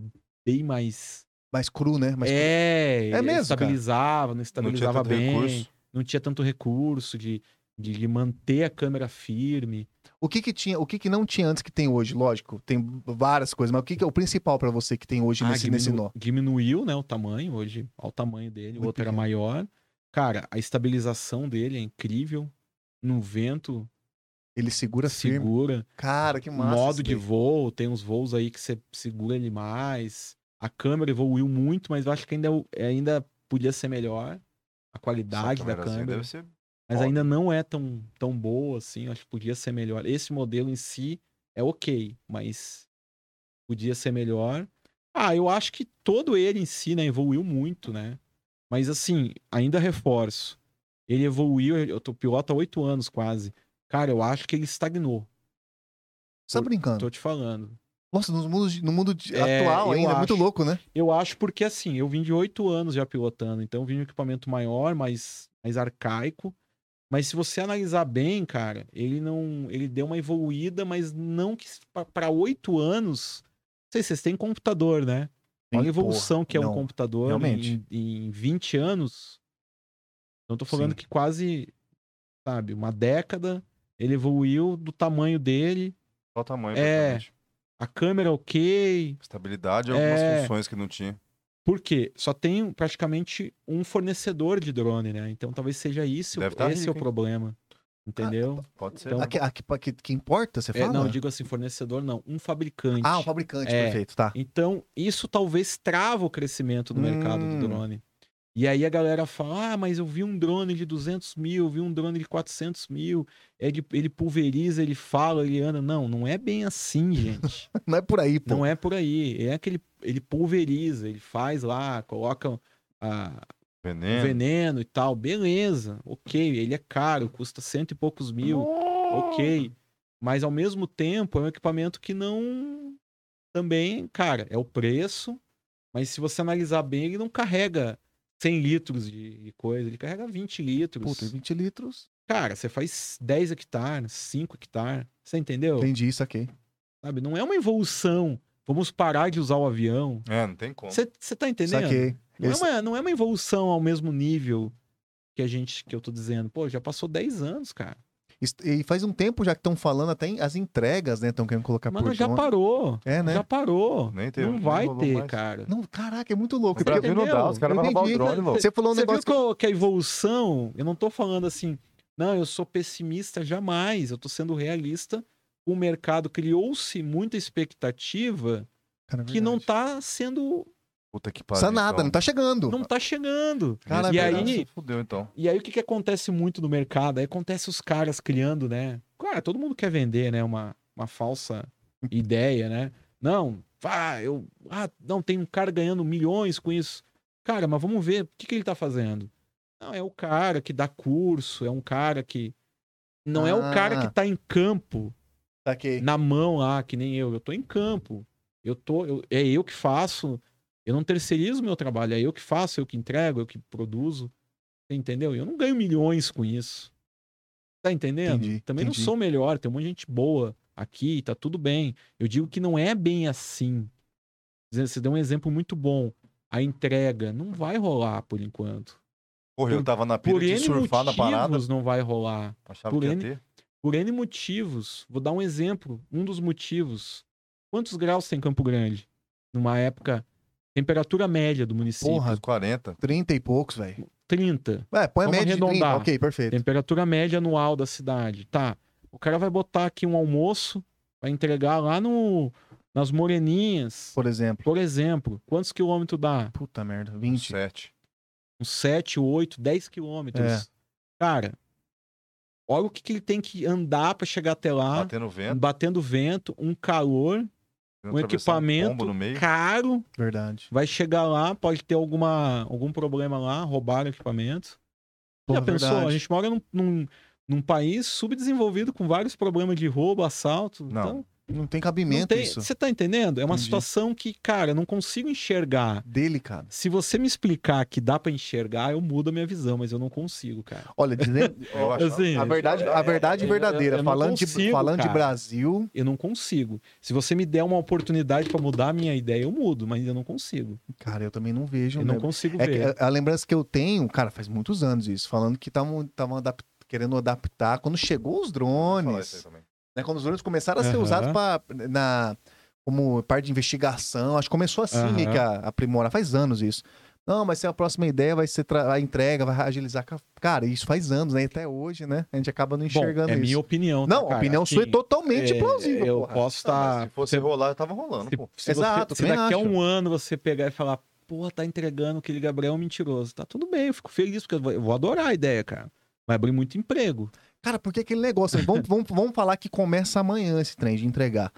C: bem mais.
A: Mais cru, né? Mais cru.
C: é,
A: É mesmo, cara.
C: estabilizava,
B: Não
C: não
B: tinha
C: estabilizava
B: tanto
C: bem.
B: recurso.
C: não tinha tanto recurso de, de, de manter a câmera firme.
A: O que que tinha, o que que não tinha antes que tem hoje? Lógico, tem várias coisas, mas o que que é o principal pra Tipo assim, você que tem hoje
C: Ah,
A: nesse,
C: diminu-
A: nesse nó?
C: Diminuiu né, o tamanho, hoje, olha o tamanho dele, o
A: Muito
C: outro era
A: pequeno.
C: maior. Cara, a estabilização dele é incrível. No vento,
A: Ele segura firme.
C: segura.
A: Cara, que
C: O
A: massa.
C: modo
A: isso
C: de
A: daí.
C: voo, tem uns voos aí que você segura ele mais. A câmera evoluiu muito, mas eu acho que ainda, é ainda podia ser melhor. A
B: Essa
C: qualidade da
B: câmerazinha
C: câmera.
B: Deve ser
C: Mas
B: Óbvio.
C: ainda não é tão, tão boa assim, eu acho que podia ser melhor. Esse modelo em si é ok, mas podia ser melhor. Ah, eu acho que todo ele em si, né, evoluiu muito, né? Mas assim, ainda reforço. Ele evoluiu, eu tô piloto há oito anos quase. Cara, eu acho que ele estagnou.
A: Você tá brincando.
C: Tô te falando.
A: Nossa, no mundo, de- no mundo de-
C: É,
A: atual
C: eu
A: ainda, é muito
C: acho.
A: louco, né?
C: Eu acho porque assim, eu vim de oito anos já pilotando, então eu vim de um equipamento maior, mais, mais arcaico. Mas se você analisar bem, cara, ele não. Ele deu uma evoluída, mas não que. para oito anos. Não sei, vocês têm computador, né? Olha a
A: Sim,
C: evolução
A: porra,
C: que é um
A: não.
C: computador
A: realmente.
C: Em, em 20 anos. Então tô falando
A: Sim.
C: que quase, sabe, uma década ele evoluiu do tamanho dele,
B: Só o tamanho,
C: É.
B: praticamente.
C: a câmera ok.
B: Estabilidade e algumas
C: É.
B: funções que não tinha.
C: Por quê? Só tem praticamente um fornecedor de drone, né? Então talvez seja isso,
B: Deve tá
C: esse
B: rico,
C: é o
B: hein?
C: problema. Entendeu?
B: Pode ser.
C: Então-
A: A que, a que- a que- que importa, Ah, você
C: É,
A: fala?
C: não, eu digo assim, fornecedor não, um fabricante.
A: Ah, o fabricante,
C: É.
A: perfeito, tá. [laughs]
C: Então, isso talvez trava o crescimento do mercado do
A: Hum.
C: drone. E aí a galera fala, ah, mas eu vi um drone de 200 mil, vi um drone de 400 mil, ele, ele pulveriza, ele fala, ele anda. Não, não é
A: [laughs]
C: bem assim, gente.
A: Não é por aí, pô.
C: não é por aí. É aquele, ele pulveriza, ele faz lá, coloca a, o
B: Veneno.
C: veneno e tal. Beleza, ok, ele é caro, custa cento e poucos mil ok. Mas ao mesmo tempo é um equipamento que não. Também, cara, é o preço. Mas se você analisar bem, ele não carrega 100 litros de de coisa, ele carrega 20 litros.
A: Puta, 20 litros.
C: Cara, você faz 10 hectares, 5 hectares. Você entendeu?
A: Entendi isso aqui.
C: Sabe? Não é uma evolução. Vamos parar de usar o avião.
B: É, não tem como.
C: Você você tá entendendo?
A: Saquei.
C: Não, é
A: Esse-
C: uma, não é uma evolução ao mesmo nível que a gente que eu tô dizendo. Pô, já passou 10 anos, cara.
A: Est- E faz um tempo já que estão falando até em- as entregas, né? Estão querendo colocar
C: Mano,
A: por
C: já
A: drone.
C: parou.
A: É, né?
C: Já parou.
B: Nem teve,
C: não
B: nem
C: vai
B: rolou
C: ter,
B: mais.
C: cara.
A: Não, caraca, é muito louco.
B: O
A: porque-
B: Brasil não
C: entendeu?
B: dá, os
A: Eu
B: caras vão roubar o
A: entendi,
B: drone, louco.
A: Você falou um
C: Você viu
A: negócio que...
C: que, que a evolução, eu não tô falando assim, não, eu sou pessimista jamais, eu tô sendo realista. O mercado criou-se muita expectativa
A: Cara, é
C: que não
A: verdade.
C: tá sendo,
B: Puta que pariu.
A: Precisa nada,
B: então.
A: não tá chegando.
C: não tá chegando.
A: Cara,
B: Nesse
A: é
B: pedaço,
A: verdade.
C: aí-
B: Fudeu, então.
C: E aí o que, que acontece muito no mercado? Aí acontece os caras criando, né? Cara, todo mundo quer vender, né? Uma, uma falsa ideia, né? Não, ah, eu. Ah, não, tem um cara ganhando milhões com isso. Cara, mas vamos ver o que, que ele tá fazendo. Não, é o cara que dá curso, é um cara que. Não é o cara
A: Ah.
C: que tá em campo,
A: Saquei.
C: na mão lá, que nem eu. Eu tô em campo. Eu tô. eu- é eu que faço. Eu não terceirizo meu trabalho, é eu que faço, eu que entrego, eu que produzo. Você entendeu? Eu não ganho milhões com isso. Tá entendendo?
A: Entendi,
C: Também
A: entendi.
C: não sou melhor, tem um monte de gente boa aqui, tá tudo bem. Eu digo que não é bem assim. Quer dizer, Você deu um exemplo muito bom. A entrega não vai rolar por enquanto.
B: Porra, eu
C: Por-
B: tava na pira
C: Por
B: de
C: N
B: surfar na parada.
C: motivos não vai rolar.
B: Achava
C: por
B: que ia
C: N-
B: ter.
C: Por N motivos. Vou dar um exemplo. Um dos motivos. Quantos graus tem Campo Grande? Numa época, temperatura média do município.
A: Porra.
B: Uns 40.
A: 30 e poucos, velho.
C: 30.
A: É, põe a
C: Vamos
A: média de 30.
C: arredondar.
A: Ok, perfeito.
C: Temperatura média anual da cidade. Tá. O cara vai botar aqui um almoço, vai entregar lá no nas Moreninhas,
A: Por exemplo.
C: por exemplo. Quantos quilômetros dá?
A: Puta merda,
B: uns
A: 20.
B: 7.
C: Uns 7, 8, 10 quilômetros.
A: É.
C: Cara, olha o que, que ele tem que andar pra chegar até lá.
B: Batendo vento.
C: batendo vento, um calor,
B: tentando
C: um
B: atravessar
C: equipamento
B: pombo no meio.
C: caro.
A: Verdade.
C: Vai chegar lá, pode ter alguma, algum problema lá, roubaram o equipamento.
A: Porra,
C: Já pensou? A
A: verdade.
C: gente mora num, num, num país subdesenvolvido com vários problemas de roubo, assalto.
B: Não,
C: então,
A: Não tem
C: não
A: cabimento
C: tem,
A: isso.
C: você tá entendendo? É uma
A: Entendi.
C: situação que, cara, eu não consigo enxergar.
A: Delicado.
C: Se você me explicar que dá pra enxergar, eu mudo a minha visão, mas eu não consigo, cara.
A: Olha,
C: [laughs]
A: dizendo,
B: Eu achava-
C: Assim,
A: a verdade, a verdade
C: é, eu- eu-
A: verdadeira.
C: eu não
A: falando de,
C: consigo,
A: falando de
C: cara.
A: Brasil,
C: Eu não consigo. Se você me der uma oportunidade pra mudar a minha ideia, eu mudo, mas eu não consigo.
A: cara, eu também não vejo.
C: Eu não
A: né?
C: consigo
A: É
C: ver.
A: que a, a lembrança que eu tenho, cara, faz muitos anos isso, falando que estavam adap querendo adaptar quando chegou os
B: Vou falar isso
A: drones.
B: aí também.
A: né? Quando os drones começaram a ser
C: Aham.
A: usados pra, na, como parte de investigação, acho que começou assim
C: Aham.
A: meio que a a aprimorar, faz anos isso. Não, mas se a próxima ideia vai ser tra- a entrega, vai agilizar. ca- Cara, isso faz anos, né? Até hoje, né? A gente acaba não enxergando
C: Bom, é
A: isso.
C: minha opinião. tá,
A: Não, a
C: cara?
A: opinião
C: Assim,
A: sua é totalmente
C: é,
A: plausível,
C: Eu
A: porra.
C: posso tá
B: Não, Ah, mas
C: estar.
B: Se fosse rolar, tava rolando, pô.
C: se,
A: Exato,
C: você, se
A: também
C: daqui a
A: acho.
C: um ano você pegar e falar, pô, tá entregando aquele Gabriel é um mentiroso. Tá tudo bem, eu fico feliz, porque eu vou, eu vou adorar a ideia, cara. Vai abrir muito emprego.
A: Cara, porque aquele negócio? Vamos, vamos, vamos falar que começa amanhã esse trem de entregar.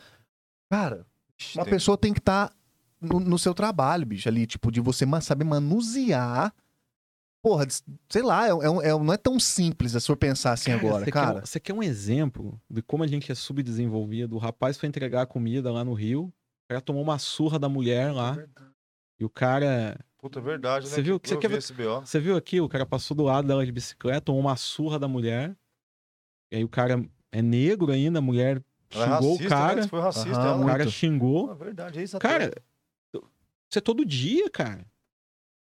A: Cara,
B: Ixi,
A: uma
B: tem-
A: pessoa tem que tá estar no, no seu trabalho, bicho, ali, tipo, de você ma- saber manusear Porra, des- sei lá, é, um- é um- é um- não é tão simples a senhor pensar assim agora,
C: É, você
A: cara.
C: Quer, você quer um exemplo de como a gente é subdesenvolvido? O rapaz foi entregar a comida lá no Rio, o cara tomou uma surra da mulher lá. E o cara.
B: Puta, é verdade, né?
C: Você viu que você
B: eu
C: quer
B: vi
C: ver-
B: esse BO.
C: Você viu aqui? O cara passou do lado dela de bicicleta, tomou uma surra da mulher. E aí o cara é negro ainda, a mulher
B: Ela é
C: xingou
B: racista,
C: o
B: né?
C: cara.
B: Isso Foi racista.
A: Aham,
B: ela.
C: O cara
A: Muito.
C: xingou.
B: Ah, verdade, é isso até.
C: Cara, isso é todo dia, cara.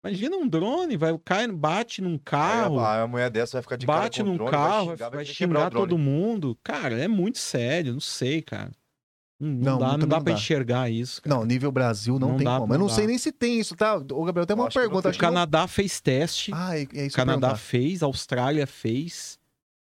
C: Imagina um drone, vai, cai, bate num
B: Aí
C: carro,
B: A, a mulher dessa vai ficar de cara
C: ah, bate
B: com o
C: num
B: drone,
C: carro, vai
B: vai
C: xingar,
B: quebrar o drone.
C: todo mundo. Cara, é muito sério, não sei, cara. Não, não
A: Não,
C: dá, não
A: também
C: dá
A: não
C: pra
A: dá.
C: enxergar isso. cara.
A: Não, nível Brasil não,
C: Não
A: tem
C: dá,
A: como. Eu
C: não
A: não sei
C: dá.
A: nem se tem isso, tá? Ô, Gabriel, tem
B: Eu
A: uma
B: acho que não
A: pergunta.
B: tem.
A: acho
C: o
A: que não-
C: Canadá fez teste,
A: Ah, é, é isso
C: o
A: que eu ia
C: Canadá
A: perguntar.
C: fez, a Austrália fez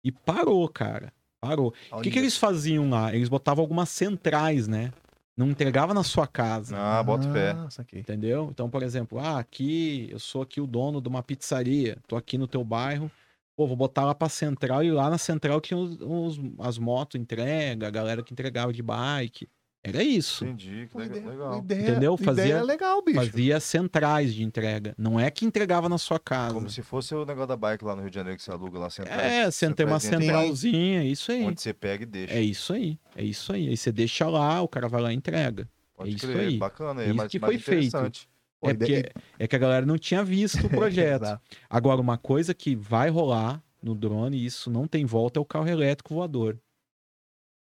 C: e parou, cara. Parou. O que, que eles faziam lá? Eles botavam algumas centrais, né? Não entregava na sua casa.
B: Ah, bota o pé.
A: Ah, saquei.
C: Entendeu? Então, por exemplo, ah, aqui eu sou aqui o dono de uma pizzaria, tô aqui no teu bairro, pô, vou botar lá pra central e lá na central tinha os, os- as motos entrega, a galera que entregava de bike. Era isso.
B: Entendi, que
A: Pô,
B: legal.
A: ideia-
B: legal.
A: Ideia,
C: Entendeu?
A: Ideia
C: Fazia-
A: é legal, bicho.
C: Fazia centrais de entrega. Não é que entregava na sua casa.
B: Como se né? fosse o negócio da bike lá no Rio de Janeiro que você aluga lá sentado.
C: É, você tem uma
B: Centrais de
C: centralzinha, é isso aí.
B: Onde você pega e deixa.
C: É isso aí. É isso aí. Aí você deixa lá, o cara vai lá e entrega.
B: Pode
C: isso
B: crer,
C: aí.
B: bacana.
C: Isso
B: mas,
C: que
B: mas
C: foi feito.
B: interessante.
A: Pô,
C: é,
A: ideia-
C: porque, é que a galera não
B: [laughs]
C: tinha visto o projeto.
A: Exato.
C: Agora, uma coisa que vai rolar no drone, e isso não tem volta, é o carro elétrico voador.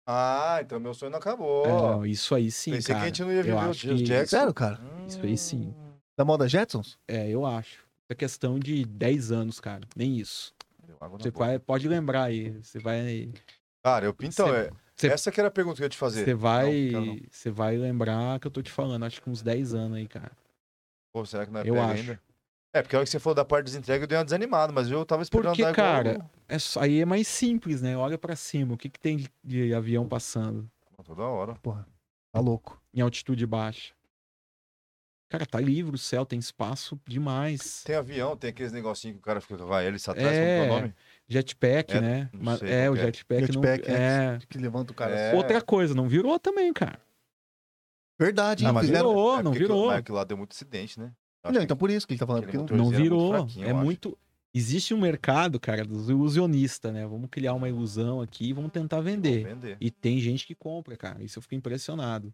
B: Ah, então meu sonho não acabou.
C: É, não, isso aí sim,
B: Pensei que a
C: cara.
B: gente não ia viver os
C: eu acho
B: dias
C: que-
B: Jackson.
A: É
B: Hum,
A: Sério, cara?
C: Isso aí sim.
A: Da moda Jetsons?
C: É, eu acho. É questão de 10 anos, cara. Nem isso.
B: Deu água Tá na
C: Você
B: boca.
C: vai, pode lembrar aí. Você vai.
B: Cara, eu, então,
C: Você-
B: é,
C: você-
B: essa que era a pergunta que eu ia te fazer.
C: Você vai.
B: Não, quero
C: Você vai lembrar que eu tô te falando. Acho que uns 10 anos aí, cara.
B: Pô, será que não é
C: eu
B: pega
C: acho.
B: ainda? É, porque a hora que você falou da parte das entregas, eu dei uma desanimada, mas eu tava esperando
C: Porque,
B: dar igual-
C: cara- É só- aí é mais simples, né? Olha pra cima. O que, que tem de, de avião passando
B: Pô, Toda hora.
A: Tá louco.
C: em altitude baixa? Cara, tá livre o céu, tem espaço demais.
B: Tem avião, tem aqueles negocinhos que o cara fica com a hélice atrás,
C: É.
B: como que é o nome?
C: Jetpack,
B: É,
C: né?
B: não
C: Mas,
B: sei
C: é,
B: qual
C: o
B: que é. né?
C: jetpack,
A: Jetpack, né?
C: não... é.
A: Que levanta o cara.
B: É.
C: Outra coisa, não virou também, cara.
A: Verdade,
B: Ah,
A: não,
B: mas
A: fizeram...
C: virou,
B: é
C: não
B: porque aquilo-
C: virou.
B: Mas aquilo lá deu muito acidente, né? Eu acho
A: Não, então por isso que ele tá falando.
B: Aquele
A: Porque não...
B: motor-
C: Não
B: Cruzeiro é muito
C: virou.
B: fraquinho,
C: é
B: eu acho.
C: muito. Existe um mercado, cara, dos ilusionistas, né? Vamos criar uma ilusão aqui e vamos tentar
B: que
C: vender.
B: vão vender.
C: E tem gente que compra, cara. Isso eu fico impressionado.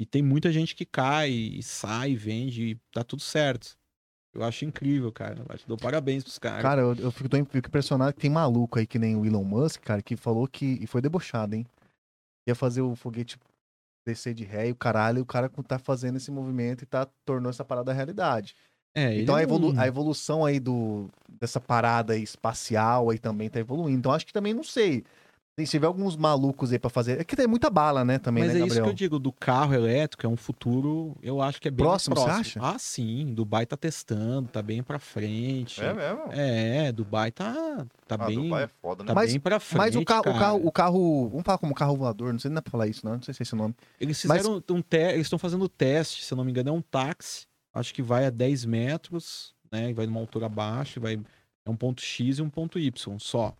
C: E tem muita gente que cai e sai, vende e tá tudo certo. Eu acho incrível, cara. Eu te dou parabéns pros caras.
A: Cara, eu, eu fico, tô imp- fico impressionado que tem maluco aí que nem o Elon Musk, cara, que falou que. E foi debochado, hein? Ia fazer o foguete descer de ré e o caralho, e o cara tá fazendo esse movimento e tá tornou essa parada realidade.
C: é, ele
A: Então a,
C: não-
A: evolu- a evolução aí do, dessa parada aí espacial aí também tá evoluindo. Então acho que também não sei. Se tiver alguns malucos aí pra fazer. É que tem muita bala, né, também,
C: Mas
A: né,
C: é isso
A: Gabriel?
C: que eu digo, do carro elétrico é um futuro, eu acho que é bem
A: Próximo,
C: mais
A: você
C: próximo. Ah, sim, Dubai tá testando, tá bem pra frente.
B: É mesmo?
C: É, Dubai tá, tá
B: ah,
C: bem,
B: Dubai é foda, né?
C: tá
A: Mas-
C: bem pra frente,
A: Mas o carro, o
C: cara.
A: carro, o carro. Vamos falar como carro voador, não sei nem dá pra falar isso, né? Não sei se é esse o nome.
C: Eles
A: mas-
C: fizeram um te... eles estão fazendo teste, se eu não me engano, é um táxi, acho que vai a 10 metros, né, e vai numa altura baixa, e vai é um ponto X e um ponto Y só.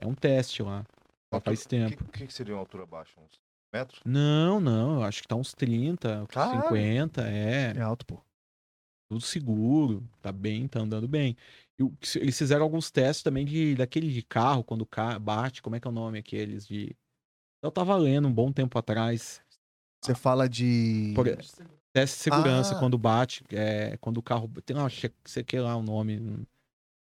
C: É um teste lá, só faz
B: O
C: tempo.
B: que, que, que seria uma altura baixa? Uns metros?
C: Não, não, eu acho que tá uns 30,
B: Caralho.
C: 50, é.
A: É alto, pô.
C: tudo seguro, tá bem, tá andando bem. E o que se- eles fizeram alguns testes também de daquele de carro, quando o carro bate, como é que é o nome aqueles de. Eu tava lendo um bom tempo atrás.
A: Você fala de.
C: Ah. Por- Teste de segurança,
A: Ah.
C: quando bate, é, quando o carro. Tem lá, che- sei que lá o nome. hum,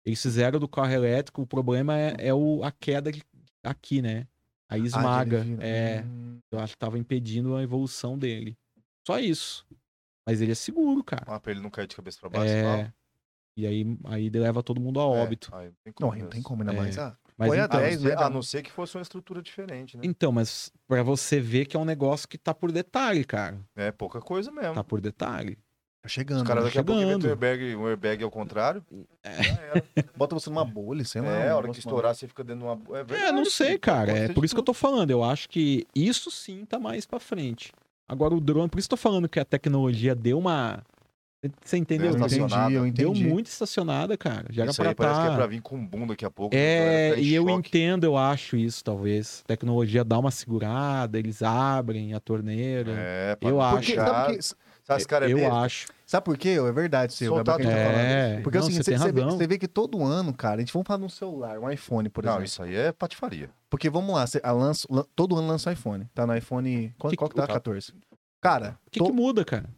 C: Eles fizeram do carro elétrico, o problema é, é o, a queda de- aqui, né? A
A: Ah, de
C: esmaga.
A: energia.
C: é,
A: Hum.
C: eu acho que tava impedindo a evolução dele. Só isso. Mas ele é seguro, cara.
B: Ah, pra ele não cair de cabeça pra baixo. lá.
C: É. E aí, aí leva todo mundo a
B: É,
C: óbito.
B: aí não
A: Não,
B: tem como.
A: aí não
B: né?
A: tem como, ainda
C: É.
A: mais. Ah,
C: Mas
A: Põe a
B: A não,
C: então,
A: 10,
B: ser,
A: né?
B: a não ser que fosse uma estrutura diferente, né?
C: então, mas pra você ver que é um negócio que tá por detalhe, cara.
B: É pouca coisa mesmo.
C: Tá por detalhe.
A: tá chegando.
B: Os caras
A: né?
B: daqui a pouco inventam um
C: chegando.
B: airbag, um airbag ao contrário. Já era.
A: Bota você numa bolha, sei lá.
B: É,
A: um
B: a hora que
A: negócio
B: estourar, você fica dentro de uma.
C: É, não sei, cara. É por isso que eu tô falando. Eu acho que isso sim tá mais pra frente. Agora o drone, por isso que eu tô falando que a tecnologia deu uma. Você entendeu?
A: maluco.
B: Deu
A: Eu
B: uma
C: Deu,
A: entendi, eu
C: deu
A: entendi.
C: muito estacionada, cara. Já
B: tá
C: era
B: Isso aí
C: pra
B: parece que é pra
C: tá...
B: vir com um boom daqui a pouco.
C: É,
B: a galera tá em
C: e eu
B: choque.
C: entendo, eu acho isso, talvez. Tecnologia dá uma segurada, eles abrem a torneira.
B: É, pra
C: Eu
B: não
C: acho.
A: Porque,
B: puxar.
A: sabe que-
B: Sabe, esse cara é
C: eu
B: besta?
C: acho.
A: Sabe por quê? É verdade, seu
B: Soltar
A: Gabriel, que a gente tá falando.
C: É,
A: Porque
C: não,
A: é o seguinte, você,
C: você tem
A: você vê,
C: razão.
A: você vê que todo ano, cara, a gente vamos falar de um celular, um iPhone, por
B: Não,
A: exemplo.
B: isso aí é patifaria.
A: Porque vamos lá, você- a lança- lan- todo ano lança iPhone. Tá no iPhone. Qual,
C: Que-
A: qual que tá?
C: o-
A: 14. Cara,
C: O que,
A: to-
C: que muda, cara?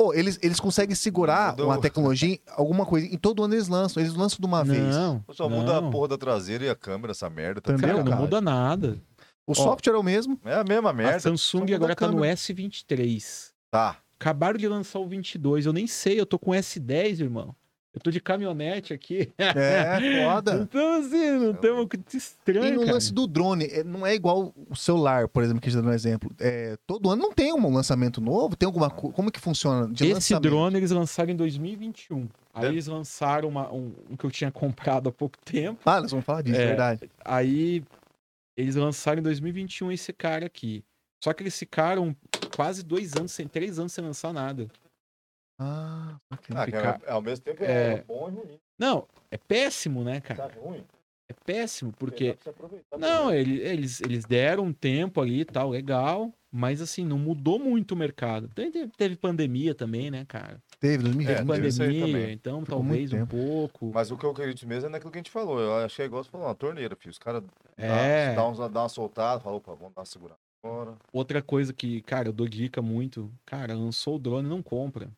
A: Ô, eles, eles conseguem segurar
B: Mudou.
A: uma tecnologia, alguma coisa. E todo ano eles lançam. Eles lançam de uma vez.
C: Não,
B: Só
C: não.
B: muda a porra da traseira e a câmera, essa merda. Tá
A: Também,
C: Cara,
B: ligado?
C: não
A: cara.
C: muda nada.
A: O software é o mesmo.
B: É a mesma
C: a
B: merda.
A: muda
C: Samsung
A: a
C: agora tá no
A: câmera.
C: S23.
B: Tá.
C: Acabaram de lançar o 22. Eu nem sei, eu tô com S10, irmão. Eu tô de
A: [laughs]
C: caminhonete aqui. [laughs]
A: É, foda.
C: Então, assim, não tem uma coisa
A: E
C: estranha,
A: no
C: cara.
A: um lance do drone, é, não é igual o celular, por exemplo, que a gente dá um exemplo. É, todo ano não tem um lançamento novo, tem alguma coisa. Como que funciona? De
C: Esse
A: lançamento.
C: drone eles lançaram em 2021. Aí
B: É.
C: eles lançaram uma- um, um que eu tinha comprado há pouco tempo.
A: Ah, nós vamos falar disso,
C: É.
A: verdade.
C: Aí eles lançaram em 2021 esse cara aqui. Só que eles ficaram quase dois anos, sem, três anos sem lançar nada.
A: Ah, ok.
B: Ah, cara, ao mesmo tempo é,
C: É.
B: bom e ruim.
C: Não, é péssimo, né, cara?
B: Tá ruim.
C: É péssimo,
B: dá
C: porque.
B: pra se aproveitar
C: Não, ele- eles, eles deram um tempo ali e tal, legal. Mas assim, não mudou muito o mercado. Te- te- Teve pandemia também, né, cara?
A: teve, 2020.
B: É, teve isso aí
C: pandemia,
B: também.
C: então
A: Ficou muito
C: talvez um
A: tempo.
C: pouco.
B: Mas o que eu acredito mesmo é naquilo que a gente falou. Eu achei igual você falou, uma torneira, filho. Os caras
C: é.
B: Tá? dá, um- uns- dá uma soltada, falam, opa, vamos dar uma segurada agora.
C: Outra coisa que, cara, eu dou dica muito. Cara, lançou o drone, não compra.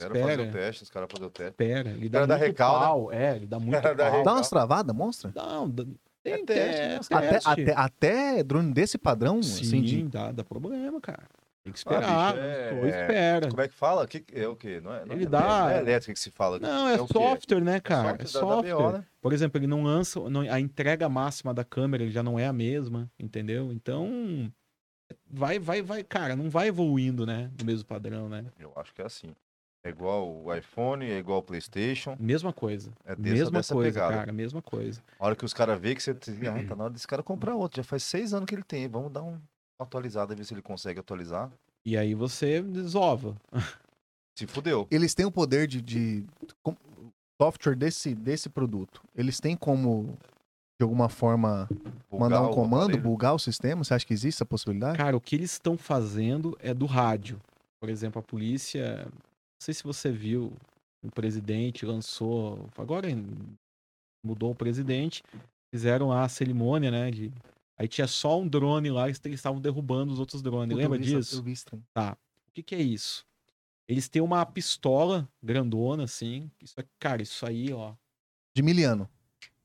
B: Era fazer
C: Espera.
B: o teste, os caras fazer o teste.
C: Pera, ele
B: Cara
C: dá
B: dá
C: muito
B: recalda.
C: pau.
B: [laughs]
C: É, ele dá muito
B: Cara dá
C: pau.
A: Dá umas travadas, mostra?
C: Não, dá- tem
B: É teste, né?
C: teste.
A: Até,
C: teste.
A: até, até drone desse padrão,
C: Sim,
A: assim, de-
C: dá, dá problema, cara. Tem que
B: Ah, bicho,
C: esperar.
B: é-
C: ou espera.
B: Como é que fala? Que, é o quê? Não é, não
C: Ele
B: é,
C: dá-
B: não é elétrica que se fala.
C: Não, é,
B: o quê?
C: software, né, cara?
B: da- da
C: É
B: BO,
C: software.
B: né?
C: Por exemplo, ele não lança. não- a entrega máxima da câmera ele já não é a mesma, entendeu? Então. Vai, vai, vai, cara, não vai evoluindo, né? Do mesmo padrão, né?
B: Eu acho que é assim. É igual o iPhone, é igual o Playstation.
C: Mesma coisa.
B: É dessa,
C: mesma
B: dessa
C: coisa,
B: pegada.
C: cara, mesma coisa.
B: A hora que os caras veem que você. tem- Ah, tá na hora desse cara comprar outro. Já faz seis anos que ele tem. Vamos dar um atualizado, ver se ele consegue atualizar.
C: E aí você desova.
B: Se fudeu.
A: eles têm o poder de, de- com- software desse, desse produto. Eles têm como, de alguma forma, mandar
B: Bugar
A: um
B: o
A: comando,
B: aparelho.
A: bugar o sistema? Você acha que existe essa possibilidade?
C: Cara, o que eles estão fazendo é do rádio. Por exemplo, a polícia. Não sei se você viu, o presidente lançou. Agora em- mudou o presidente. Fizeram lá a cerimônia, né? de- Aí tinha só um drone lá e eles estavam derrubando os outros drones.
A: Puta,
C: Lembra
A: eu vi essa-
C: disso?
A: eu vi isso também.
C: O que, que é isso? Eles têm uma pistola grandona, assim. Isso é- cara, isso aí, ó.
A: De miliano.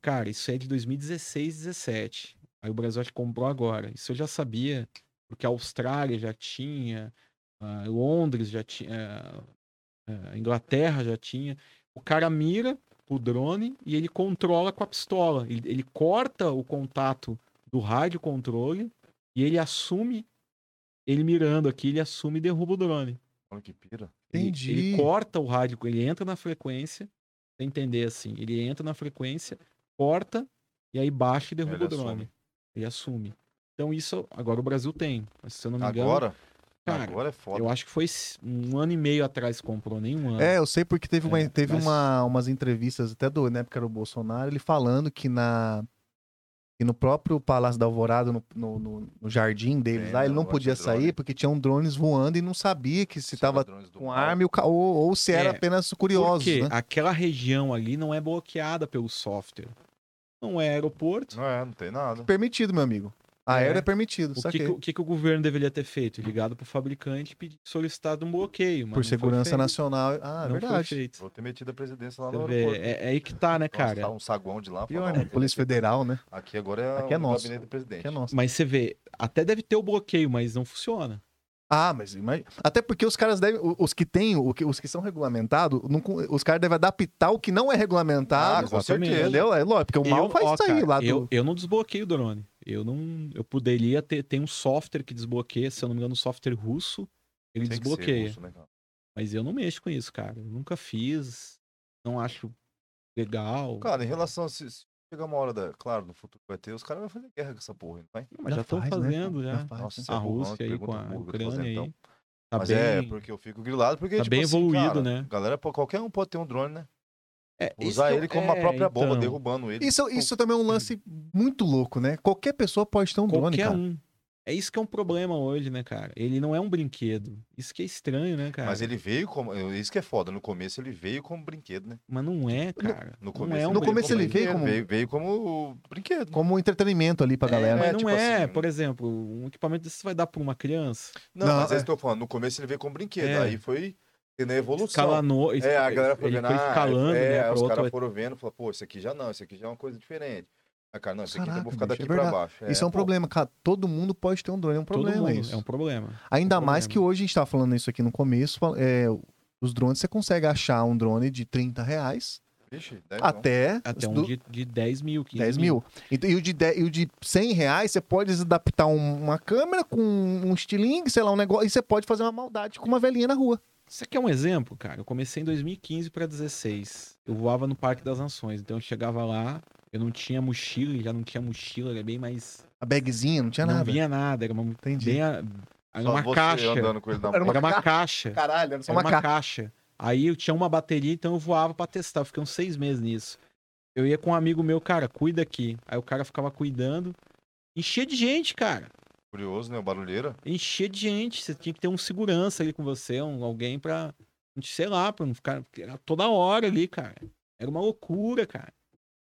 C: Cara, isso é de 2016, 17. Aí o Brasil acho que comprou agora. Isso eu já sabia, porque a Austrália já tinha, ah, Londres já tinha, ah, ah, Inglaterra já tinha. O cara mira o drone e ele controla com a pistola. Ele, ele corta o contato do rádio controle e ele assume, ele mirando aqui, ele assume e derruba o drone.
B: Olha que pira.
C: Ele-
A: Entendi.
C: Ele, corta o rádio, ele entra na frequência, pra entender assim, ele entra na frequência, corta e aí baixa e derruba
B: Ele
C: o drone.
B: assume.
C: Ele assume. Então isso agora o Brasil tem, mas se eu não me engano,
B: Agora?
C: Cara,
B: agora é foda.
C: eu acho que foi s- um ano e meio atrás que comprou, nem um ano.
A: É, eu sei porque teve, uma,
C: É,
A: teve
C: mas-
A: uma- umas entrevistas, até do, na época era o Bolsonaro, ele falando que na. que no próprio Palácio da Alvorada, no, no- no- no jardim deles
B: É,
A: lá, ele não
B: não,
A: podia
B: anti-drone.
A: sair porque tinham drones voando e não sabia que se tava
B: Ladrões do
A: com
B: mal.
A: arma e o ca- ou, ou se era
C: É,
A: apenas curioso,
C: Porque
A: né?
C: aquela região ali não é bloqueada pelo software. Não é aeroporto.
B: Não é, não tem nada.
A: Permitido, meu amigo. Aéreo é,
C: É.
A: permitido,
C: O que,
A: saquei.
C: que, o que que o governo deveria ter feito? Ligado pro fabricante e pedi- solicitado um bloqueio. mas não
A: Por
C: foi
A: segurança
C: feito.
A: nacional. Ah, é
C: Não foi
A: verdade.
C: feito.
B: Vou ter metido a presidência lá
C: Você
B: no
C: vê,
B: aeroporto.
C: é, é aí que tá, né,
B: Nossa,
C: cara?
B: tá um saguão de lá.
A: Pior,
B: falar,
A: né?
B: "Não,
C: é
A: Polícia Federal, né?
B: Aqui agora é,
A: Aqui é
B: o
A: nosso.
B: gabinete do presidente.
A: Que é nossa.
C: Mas você vê, até deve ter o bloqueio, mas não funciona.
A: Ah, mas imagina. Até porque os caras devem. o- Os que têm, o que- os que são regulamentados, não con- os caras devem adaptar o que não é
B: Ah,
A: regulamentado.
B: com
C: exatamente.
B: certeza.
A: entendeu? É lógico, porque o mal faz
C: ó,
A: sair
C: cara,
A: lá do.
C: eu, eu não desbloqueio o drone. Eu não. Eu poderia ter. Tem um software que desbloqueia, se eu não me engano, um software russo. Ele
B: Tem que ser
C: desbloqueia.
B: russo, né, cara?
C: Mas eu não mexo com isso, cara. Eu nunca fiz. Não acho legal.
B: Cara, em relação a se, se chegar uma hora da. Claro, no futuro vai ter, os caras vão fazer guerra com essa porra, não é? vai?
C: Não, mas já estão
A: faz, né?
C: fazendo, já.
A: faz,
B: Nossa,
A: né?
B: isso
C: A
B: é burro,
C: Rússia
B: uma
C: aí
B: pergunta
C: com a
B: burra que eu tô
C: Ucrânia
B: fazendo,
C: aí.
B: então.
C: Tá
B: Mas
C: bem.
B: é, porque eu fico grilado, porque
C: tá
B: tipo
C: bem
B: assim,
C: evoluído,
B: cara,
C: né?
B: Galera, pô, qualquer um pode ter um drone, né?
C: É,
B: Usar
C: isso
B: ele como uma
C: é,
B: própria bomba,
C: então,
B: derrubando ele.
A: Isso, isso também é um lance muito louco, né? Qualquer pessoa pode ter um drone,
C: Qualquer
A: cara.
C: um. É isso que é um problema hoje, né, cara? Ele não é um brinquedo. Isso que é estranho, né, cara?
B: Mas ele veio como. Isso que é foda. No começo ele veio como brinquedo, né?
C: Mas não é, cara.
B: No
C: não
B: começo,
C: é um
A: No começo ele
C: brinquedo.
A: veio como-
B: Veio, veio como brinquedo.
A: Como um entretenimento ali pra galera.
C: Mas
B: É,
C: não
B: tipo
C: é,
B: assim,
C: por exemplo, um equipamento desse você vai dar pra uma criança.
B: Não,
A: Não,
B: mas é
A: é.
B: isso que eu tô falando. No começo ele veio como brinquedo.
C: É.
B: Aí foi tendo a evolução.
C: Escalanou.
B: É, a galera foi
C: ele
B: vendo.
C: foi
B: ah,
C: escalando,
B: é,
C: né?
B: aí
C: Pra
B: os
C: outra...
B: caras foram vendo, falou, pô, esse aqui já não, esse aqui já é uma coisa diferente. Ah, cara, não, esse aqui eu
A: Caraca,
B: vou ficar
A: bicho,
B: daqui
A: é
B: pra
A: verdade.
B: baixo.
A: isso é um
B: pô,
A: problema, cara. Todo mundo pode ter um drone, é um
C: Todo
A: problema
C: mundo.
A: isso.
C: É um problema.
A: Ainda
C: é um
A: mais que
C: problema.
A: hoje a gente tava falando isso aqui no começo. fal- é, os drones, você consegue achar um drone de 30 reais
B: Vixe, deve não.
A: até,
C: Até um
A: do-
C: de, de 10 mil, 15
A: 10 mil. Então, E, e o de 10 e o de 100 reais, você pode adaptar um- uma câmera com um estilingue, sei lá, um negócio, e você pode fazer uma maldade com uma velhinha na rua.
C: Você quer um exemplo, cara? Eu comecei em 2015 pra 16. Eu voava no Parque das Nações, então eu chegava lá, eu não tinha mochila, e já não tinha mochila, era bem mais.
A: A bagzinha, não tinha
C: não
A: nada.
C: vinha nada, era uma,
A: Entendi.
C: bem a- era
B: Só
C: uma
B: você
C: caixa.
B: andando com ele na
A: Era
B: mão.
C: Era uma caixa.
A: Caralho, era só
C: Era
A: uma,
C: uma
A: caixa.
C: caixa. Aí eu tinha uma bateria, então eu voava pra testar. Eu fiquei uns seis meses nisso. Eu ia com um amigo meu, cara, cuida aqui. Aí o cara ficava cuidando. Enchia de gente, cara.
B: Curioso, né? O barulheira.
C: Enchia de gente. Você tinha que ter um segurança ali com você, um, alguém pra. Sei lá, pra não ficar. Era toda hora ali, cara. Era uma loucura, cara.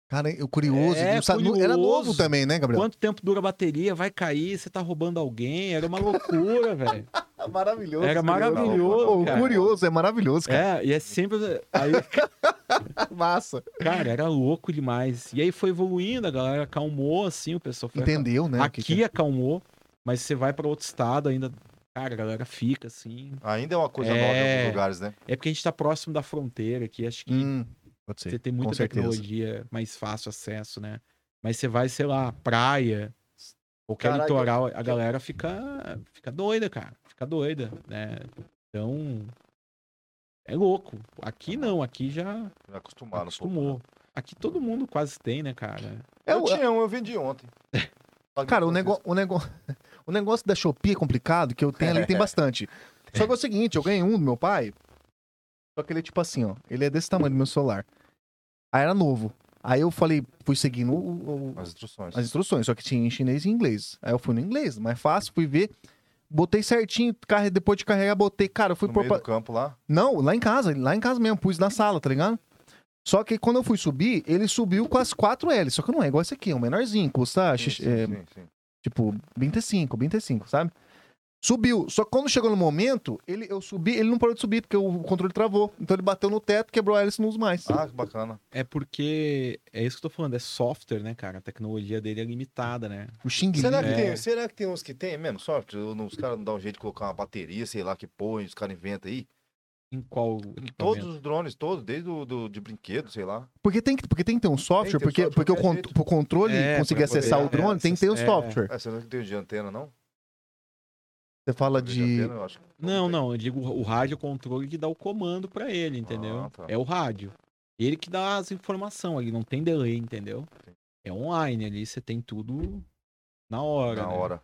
A: Cara, eu curioso,
C: É,
A: não sabe- não- era
C: curioso.
A: novo também, né, Gabriel?
C: Quanto tempo dura a bateria? Vai cair? Você tá roubando alguém? Era uma loucura, [laughs] velho.
A: Maravilhoso.
C: Era
A: curioso.
C: maravilhoso.
A: Pô,
C: Cara.
A: curioso, é maravilhoso, cara.
C: É, e é sempre. Aí,
A: [laughs] Massa.
C: [laughs] Cara, era louco demais. E aí foi evoluindo, a galera acalmou, assim, o pessoal foi.
A: Entendeu, né? o
C: Aqui
A: que que é.
C: acalmou, mas você vai pra outro estado ainda. Cara, a galera fica assim.
B: Ainda é uma coisa
C: É.
B: nova em alguns lugares, né?
C: É porque a gente tá próximo da fronteira aqui, acho que
A: Hum, pode
C: você
A: ser.
C: tem muita
A: com certeza.
C: tecnologia, mais fácil acesso, né? Mas você vai, sei lá, praia, qualquer
B: Caralho,
C: litoral, a galera fica, fica doida, cara. Fica doida, né? Então. É louco. Aqui não, aqui já
B: Já acostumaram. um pouco.
C: acostumou. Aqui todo mundo quase tem, né, cara?
A: É,
B: Eu
A: o-
B: tinha um, eu vendi ontem.
A: [laughs] Cara, o, nego... o, nego... [laughs] o negócio da Shopee é complicado, que eu tenho
B: [laughs]
A: ali tem
B: É.
A: bastante. Só que é o seguinte, eu ganhei um do meu pai, só que ele é tipo assim, ó. Ele é desse tamanho do meu celular. Aí era novo. Aí eu falei, fui seguindo o- o-
B: As instruções.
A: as instruções, só que tinha em chinês e em inglês. Aí eu fui no inglês, mais fácil, fui ver. Botei certinho, carre- depois de carregar, botei. Cara, eu fui
B: no
A: pôr
B: meio
A: pra-
B: do campo lá.
A: Não, lá em casa, lá em casa mesmo, pus na sala, tá ligado? Só que quando eu fui subir, ele subiu com as 4L, só que não é igual esse aqui, é um menorzinho, custa
B: Sim,
A: xix-
B: sim,
A: é,
B: sim, sim.
A: tipo 25, 25, sabe? Subiu, só que quando chegou no momento, ele, eu subi, ele não parou de subir, porque o controle travou. Então ele bateu no teto, quebrou a hélice e não usa mais.
B: Ah, que bacana.
C: É porque é isso que eu tô falando, é software, né, cara? A tecnologia dele é limitada, né?
A: o Xing Ling,
B: Será que,
A: né?
C: É.
B: tem, será que tem uns que tem mesmo sorte? Ou não- Os caras não dão um jeito de colocar uma bateria, sei lá, que põe, os caras inventam aí.
C: Em qual
B: Em
C: equipamento?
B: todos os drones, todos, desde o do, de brinquedo, sei lá.
A: Porque tem que, porque tem que ter um software,
B: Tem que ter
A: porque,
B: um software,
A: porque o
B: é
A: con-
B: jeito.
A: pro controle
C: É,
A: conseguir
C: pra poder-
A: acessar o
C: é,
A: drone, tem que ter o
C: acessar-
A: software.
B: É, você não tem o de antena, não?
A: Você fala
B: De
A: de.
B: antena, eu acho que
C: Não,
B: tem.
C: não, eu digo o rádio é o controle que dá o comando pra ele, entendeu?
B: Ah, tá.
C: É o rádio. Ele que dá as informações, ele não tem delay, entendeu? É online ali, você tem tudo na hora.
B: Na
C: né?
B: hora.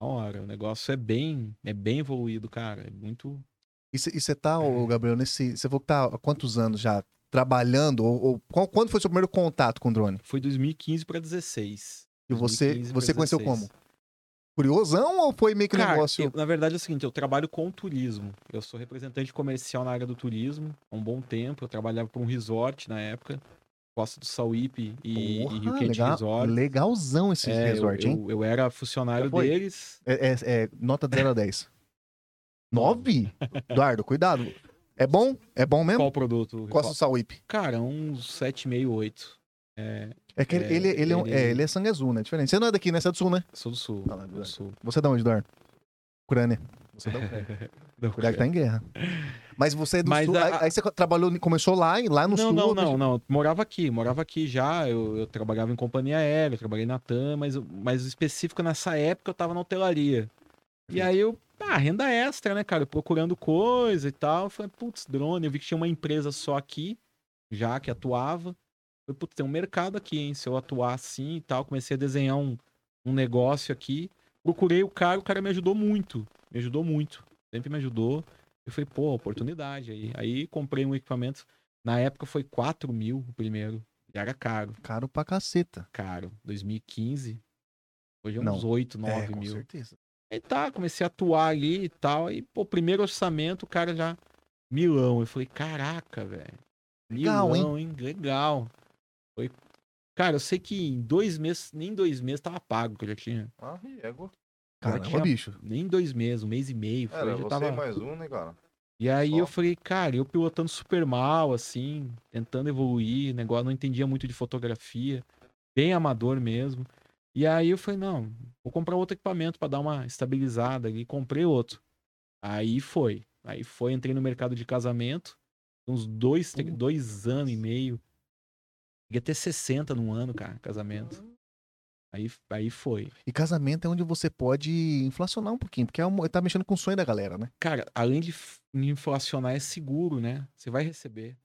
C: Na hora. O negócio é bem, é bem evoluído, cara. É muito.
A: E você tá, ô, Gabriel, nesse. Você falou que tá há quantos anos já trabalhando? Ou, ou qual- quando foi seu primeiro contato com drone?
C: Foi 2015 pra 16.
A: E você,
C: 2015 pra
A: você conheceu
C: 16.
A: como? Curiosão ou foi meio que um
C: Cara,
A: negócio?
C: eu- na verdade é o seguinte, eu trabalho com turismo. Eu sou representante comercial na área do turismo há um bom tempo. Eu trabalhava para um resort na época, Costa do Sauípe e,
A: Porra,
C: e Rio Quente
A: legal-
C: Resort.
A: Legalzão esse
C: É, eu-
A: resort, hein?
C: eu, eu era funcionário
A: Já foi?
C: deles.
A: É, é- é nota de 0 a 10. 9? Eduardo, cuidado. É bom? É bom mesmo?
C: Qual o produto?
A: Costa do Sauípe.
C: Cara, uns 7,5, 8.
A: É que ele,
C: É,
A: ele, ele é, um-
C: ele-
A: é, ele é sangue azul, né? Diferente. Você não é daqui, né? Você é do sul, né?
C: Sou do sul.
A: Ah, lá,
C: do sul.
A: Você é de onde, Eduardo? Ucrânia. Você é da Ucrânia.
C: Não,
A: Cuidado que tá em guerra. Mas você é do
C: Mas
A: sul.
C: a-
A: aí- Aí você trabalhou, começou lá, e lá no
C: não,
A: sul.
C: não, não, não. Morava aqui, morava aqui já. Eu, eu trabalhava em companhia aérea, eu trabalhei na TAM, mas, eu- mas específico nessa época eu tava na hotelaria. E aí eu, ah, renda extra, né, cara? Eu Procurando coisa e tal. Eu falei, putz, drone. Eu vi que tinha uma empresa só aqui, já que atuava. Eu falei, putz, tem um mercado aqui, hein? Se eu atuar assim e tal. Comecei a desenhar um, um negócio aqui. Procurei o cara, o cara me ajudou muito. Me ajudou muito. Sempre me ajudou. Eu falei, pô, oportunidade aí. Aí comprei um equipamento. Na época foi 4 mil o primeiro. E era caro,
A: Caro pra caceta.
C: caro. 2015. Hoje é
A: Não.
C: uns 8, 9
A: é, com
C: mil.
A: certeza.
C: Aí tá, comecei a atuar ali e tal. E, pô, primeiro orçamento, o cara já. Milão. Eu falei, caraca, velho.
A: Legal,
C: Milão, hein? Legal. Foi. Cara, eu sei que em dois meses, nem dois meses tava pago que eu já tinha.
B: Ah, Riego.
A: Caramba,
C: tinha-
A: bicho.
C: Nem dois meses, um mês e meio. Foi,
B: Era
C: já
B: você
C: tava...
B: e mais um, né, cara?
C: E aí
B: Só.
C: eu falei, cara, eu pilotando super mal, assim, tentando evoluir, negócio, não entendia muito de fotografia, bem amador mesmo. E aí eu falei, não, vou comprar outro equipamento pra dar uma estabilizada ali, comprei outro. Aí foi. Aí foi, entrei no mercado de casamento, uns dois, tre-
A: Putz.
C: dois anos e meio. Ia ter 60 num ano, cara, casamento. Aí, aí foi.
A: E casamento é onde você pode inflacionar um pouquinho, porque é um- tá mexendo com o sonho da galera, né?
C: Cara, além de f- inflacionar, é seguro, né? Você vai receber.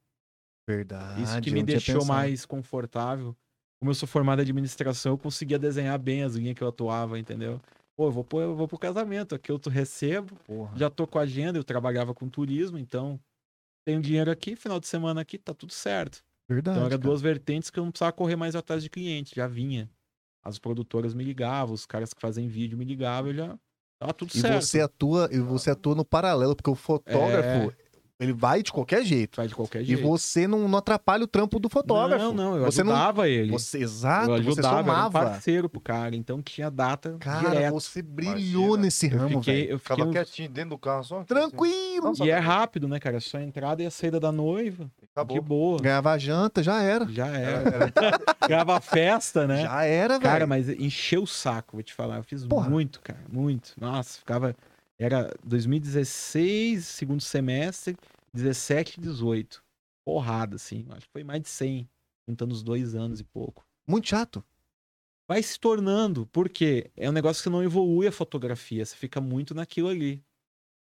A: Verdade.
C: Isso que
A: eu
C: me
A: não tinha
C: deixou
A: pensado.
C: mais confortável. Como eu sou formado em administração, eu conseguia desenhar bem as linhas que eu atuava, entendeu? Pô, eu vou, pôr, eu vou pro casamento, aqui eu tu recebo,
A: Porra.
C: já tô com a agenda, eu trabalhava com turismo, então tenho dinheiro aqui, final de semana aqui, tá tudo certo.
A: Verdade.
C: Então era
A: cara.
C: duas vertentes que eu não precisava correr mais atrás de cliente, já vinha. As produtoras me ligavam, os caras que fazem vídeo me ligavam, eu já tava tudo
A: E
C: certo.
A: você atua, e você atua no paralelo, porque o fotógrafo, ele vai de qualquer jeito.
C: Faz É. de qualquer
A: E
C: jeito.
A: você não, não atrapalha o trampo do fotógrafo.
C: Não, não, eu
A: Você não-
C: ajudava ele.
A: Você, exato,
C: eu
A: você
C: ajudava, era um
A: somava.
C: parceiro pro cara, então tinha data
A: Cara,
C: direta.
A: você brilhou
B: Imagina.
A: nesse
C: Eu
A: ramo,
C: fiquei,
A: velho.
C: eu fiquei
B: Ficava
C: um-
B: quietinho dentro do carro só. aqui, assim,
A: Tranquilo.
B: Nossa,
C: E é rápido, né, cara? Só a entrada e a saída da noiva.
B: assim, Acabou.
C: Que boa.
A: Ganhava a janta, já É, era.
C: Já
B: Era,
C: era.
B: era
C: [laughs] Grava a festa, né?
A: Já era, velho.
C: Cara, mas encheu o saco, vou te falar. Eu fiz
A: Porra.
C: muito, cara. Muito. Nossa, ficava. Era 2016, segundo semestre, 17 e 18. Porrada, assim. Acho que foi mais de 100, juntando os dois anos e pouco.
A: Muito chato.
C: vai se tornando, porque é um negócio que não evolui a fotografia, você fica muito naquilo ali.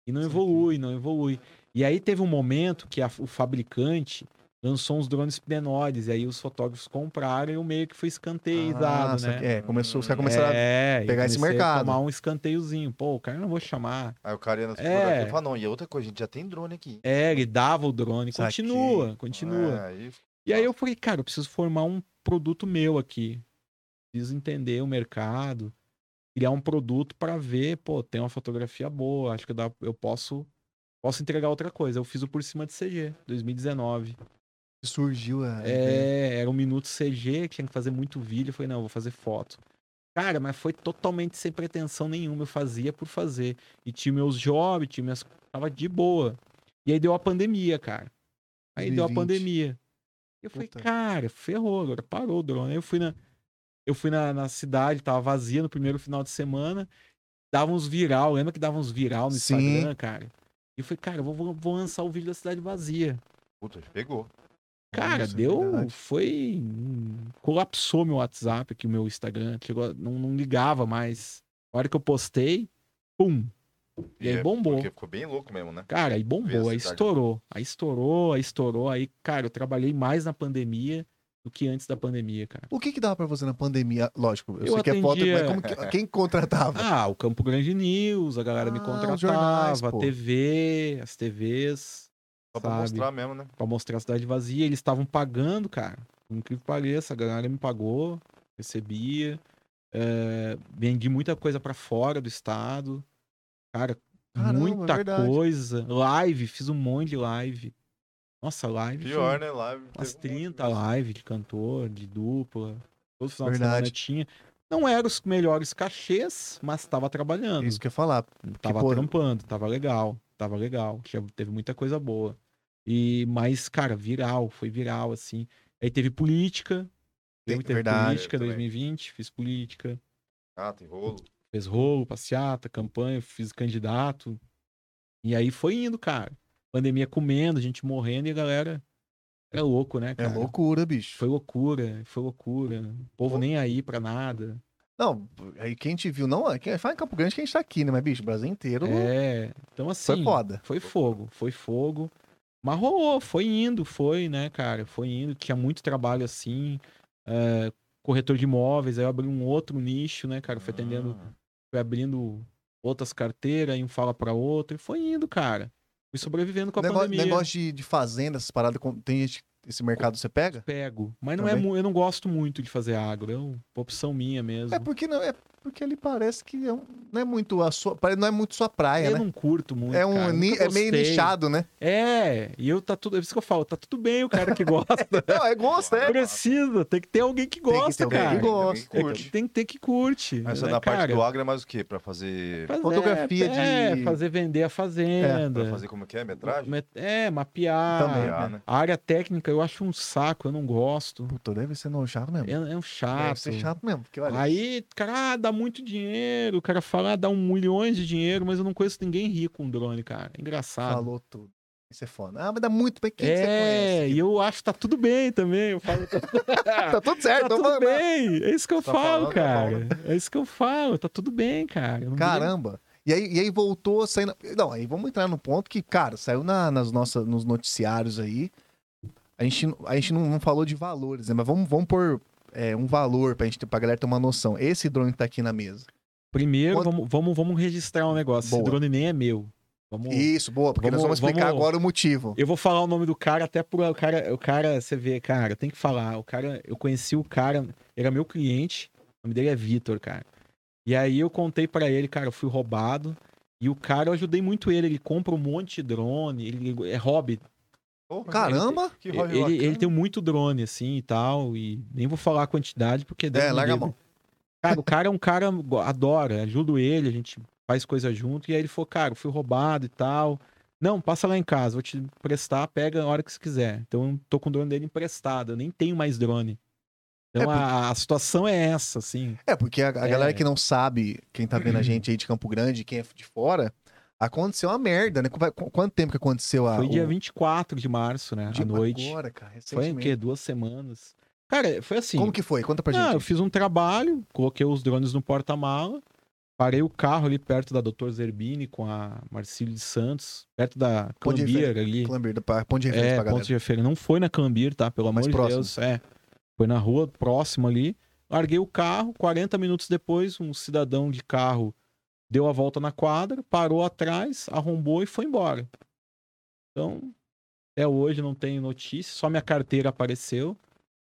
C: E não evolui, não evolui. E aí teve um momento que a- o fabricante lançou uns drones menores, e aí os fotógrafos compraram e eu meio que foi
A: Ah,
C: escanteizado,
A: só
C: né?
A: que- É, começou, os caras
B: Hum.
A: começaram a...
C: é, e
A: pegar esse
C: comecei a
A: mercado.
C: tomar um escanteiozinho. Pô, o cara não vou chamar.
B: Aí o cara ia na
C: É.
B: fotografia e falava, não, e outra coisa, a gente já tem drone aqui.
C: É, ele dava o drone.
A: Saquei.
C: Continua, continua.
B: É, aí
C: E aí eu falei, cara, eu preciso formar um produto meu aqui. Preciso entender o mercado, criar um produto para ver, pô, tem uma fotografia boa, acho que dá, eu posso posso entregar outra coisa. Eu fiz o por cima de CG, 2019.
A: Surgiu a...
C: É, era um minuto CG, tinha que fazer muito vídeo, eu falei, não, eu vou fazer foto. Cara, mas foi totalmente sem pretensão nenhuma, eu fazia por fazer. E tinha meus jobs, tinha minhas... tava de boa. E aí deu a pandemia, cara. Aí deu a
A: 2020.
C: pandemia. Eu falei,
A: Puta.
C: cara, ferrou, agora parou o drone. Aí eu fui na, eu fui na, na cidade, tava vazia no primeiro final de semana, dava uns viral, lembra que dava uns viral no
A: Sim.
C: Instagram, cara? E eu falei, cara, eu vou, vou lançar o vídeo da cidade vazia.
B: Puta, pegou.
C: Cara,
A: Nossa,
C: deu.
A: verdade.
C: Foi. hum, Colapsou meu WhatsApp aqui, meu Instagram. Chegou, a- não, não ligava mais. A hora que eu postei, pum. E aí
B: é
C: bombou.
B: Porque ficou bem louco mesmo, né?
C: Cara, aí bombou,
B: Vê a
C: aí
B: cidade.
C: estourou. Aí estourou, aí estourou. Aí, cara, eu trabalhei mais na pandemia do que antes da pandemia, cara.
A: O que que dava pra você na pandemia? Lógico, eu,
C: Eu
A: sei que é foto,
C: atendia-
A: mas como
C: [laughs]
A: que... quem contratava?
C: Ah, o Campo Grande News, a galera me
A: Ah, os
C: contratava,
A: jornais, pô.
C: a TV, as TVs,
B: Só pra
C: sabe?
B: mostrar mesmo, né?
C: pra mostrar a cidade vazia. Eles estavam pagando, cara. Por incrível que pareça, a galera me pagou, recebia. eh, vendi muita coisa pra fora do estado. Cara,
A: Caramba,
C: muita
A: é verdade.
C: coisa. Live, fiz um monte de live. Nossa, live. foi
B: Pior, né? Lá
C: Umas
B: teve um monte
C: 30 live de cantor, de dupla. Todo final
A: Verdade.
C: de semana tinha. Não eram os melhores cachês, mas tava trabalhando.
A: Isso que eu ia falar.
C: Tava
A: pô-
C: trampando, tava legal, tava legal. Tinha, teve muita coisa boa. E, mas, cara, viral, foi viral, assim. Aí teve política.
A: Tem-
C: Eu teve
A: verdade,
C: política
B: também.
C: 2020, fiz política,
B: Ah, tem rolo.
C: fez rolo, passeata, campanha, fiz candidato. E aí foi indo, cara. Pandemia comendo, gente morrendo e a galera. É louco, né,
A: É
C: cara?
A: loucura, bicho.
C: Foi loucura, foi loucura. O povo
A: Pô.
C: nem aí pra nada.
A: Não, aí quem te viu, não, quem- fala em Campo Grande que a gente tá aqui, né? Mas, bicho, o Brasil inteiro
C: É. Então, assim.
A: foi foda.
C: Foi fogo, foi fogo. Mas rolou, foi indo, foi, né, cara? Foi indo, tinha muito trabalho assim. é, corretor de imóveis, aí eu abri um outro nicho, né, cara? Fui atendendo,
B: Ah,
C: fui abrindo outras carteiras, e um fala pra outro, e foi indo, cara. Fui sobrevivendo com a
A: negócio
C: pandemia.
A: negócio de, de fazenda, essas paradas, com- tem gente que esse mercado você pega?
C: Pego. Mas não é,
A: Também.
C: mu- eu não gosto muito de fazer agro. É uma opção minha mesmo.
A: É porque não é porque ele parece que é um- não é muito a sua, pare- não é muito sua praia,
C: eu
A: né?
C: não curto muito.
A: É um
C: cara.
A: ni-
C: Nunca
A: é meio
C: gostei.
A: nichado,
C: [laughs]
A: né?
C: É, e eu tá tudo. É isso que eu falo, tá tudo bem o cara que
A: [laughs]
C: gosta.
A: Não, é gosto, é.
C: Precisa, tem que ter alguém que
A: que
C: gosta,
A: ter alguém
C: cara.
A: que gosta.
B: Tem alguém que curte.
C: Tem que ter que curte.
B: Essa
C: né,
B: da parte
C: cara?
B: do agro é mais o quê? Pra fazer.
C: Fazer-
A: Fotografia
C: é,
A: de-
C: fazer vender a fazenda.
B: Pra fazer como é que é? Metragem?
C: Met- É, mapear.
A: Também,
B: Ah, né?
C: A área técnica eu acho um saco, eu não gosto.
A: Puta, deve ser não chato mesmo.
C: É, é um
A: Deve
C: chato.
A: ser chato mesmo, porque olha,
C: Aí, cara, ah, dá muito dinheiro. O cara fala, ah, dá um milhões de dinheiro, mas eu não conheço ninguém rico com drone, cara. É Engraçado.
A: falou tudo. Isso é foda. Ah, mas dá muito bem quem que você
C: é,
A: conhece.
C: e eu acho que tá tudo bem também.
A: [laughs]
C: Eu falo, tá,
A: Tá tudo certo,
C: tá
A: tô
C: tudo
A: falando.
C: bem. É isso que eu
B: Tá
C: falo,
B: falando, tá
C: cara. É isso que eu falo. Tá tudo bem, cara. Eu não
A: Caramba. E aí, e aí voltou saindo. Não, aí vamos entrar no ponto que, cara, saiu na, nas nossas, nos noticiários aí. A gente, a gente não, não falou de valores, né? Mas vamos, vamos pôr é, um valor pra, gente, ter- pra galera ter uma noção. Esse drone que tá aqui na mesa.
C: Primeiro,
A: Quando-
C: vamos, vamos, vamos registrar um negócio.
A: Boa.
C: Esse drone nem é meu. Vamos...
A: Isso, boa, porque nós
C: vamos-
A: vamos explicar
C: vamos-
A: agora o motivo.
C: Eu vou falar o nome do cara até por o cara, o cara, você vê, cara, tem que falar. O cara, eu conheci o cara, era meu cliente. O nome dele é Vitor, cara. E aí eu contei pra ele, cara, eu fui roubado. E o cara, eu ajudei muito ele. Ele compra um monte de drone, ele é hobby.
B: Pô,
A: Caramba!
B: Que
C: Ele,
B: rolê
C: ele,
B: bacana.
C: tem é muito drone, assim, e tal. E nem vou falar a quantidade, porque... Deus
A: É,
C: me
A: larga a
C: livre.
A: mão.
C: Cara, o cara é um cara, go- adora, ajudo ele, a gente faz coisa junto. E aí ele falou, cara, eu fui roubado e tal. Não, passa lá em casa, vou te emprestar, pega a hora que você quiser. Então eu tô com o drone dele emprestado, eu nem tenho mais drone. Então
A: É,
C: a- a, situação é essa, assim.
A: É, porque a, a
C: É.
A: galera que não sabe, quem tá vendo a gente aí de Campo Grande, quem é de fora, aconteceu uma merda, né? Qu- qu- Quanto tempo que aconteceu a.
C: Foi dia
A: Ah, o-
C: 24 de março, né?
A: de-
C: à noite.
A: Agora, cara,
C: foi o
A: recentemente.
C: quê? Duas semanas. Cara, foi assim.
A: Como que foi? Conta pra gente.
C: Ah, eu fiz um trabalho, coloquei os drones no porta-mala, parei o carro ali perto da Doutor Zerbini com a Marcílio de Santos, perto da
A: Onde é que é?
C: Cambira ali.
A: Clamber, pra- ponto de referência
C: É,
A: pra galera.
C: ponto de referência. Não foi na Cambir, tá? Pelo amor
A: Mais
C: de
A: próximo.
C: Deus. É. Foi na rua próxima ali. Larguei o carro. 40 minutos depois, um cidadão de carro deu a volta na quadra, parou atrás, arrombou e foi embora. Então, até hoje não tenho notícia. Só minha carteira apareceu.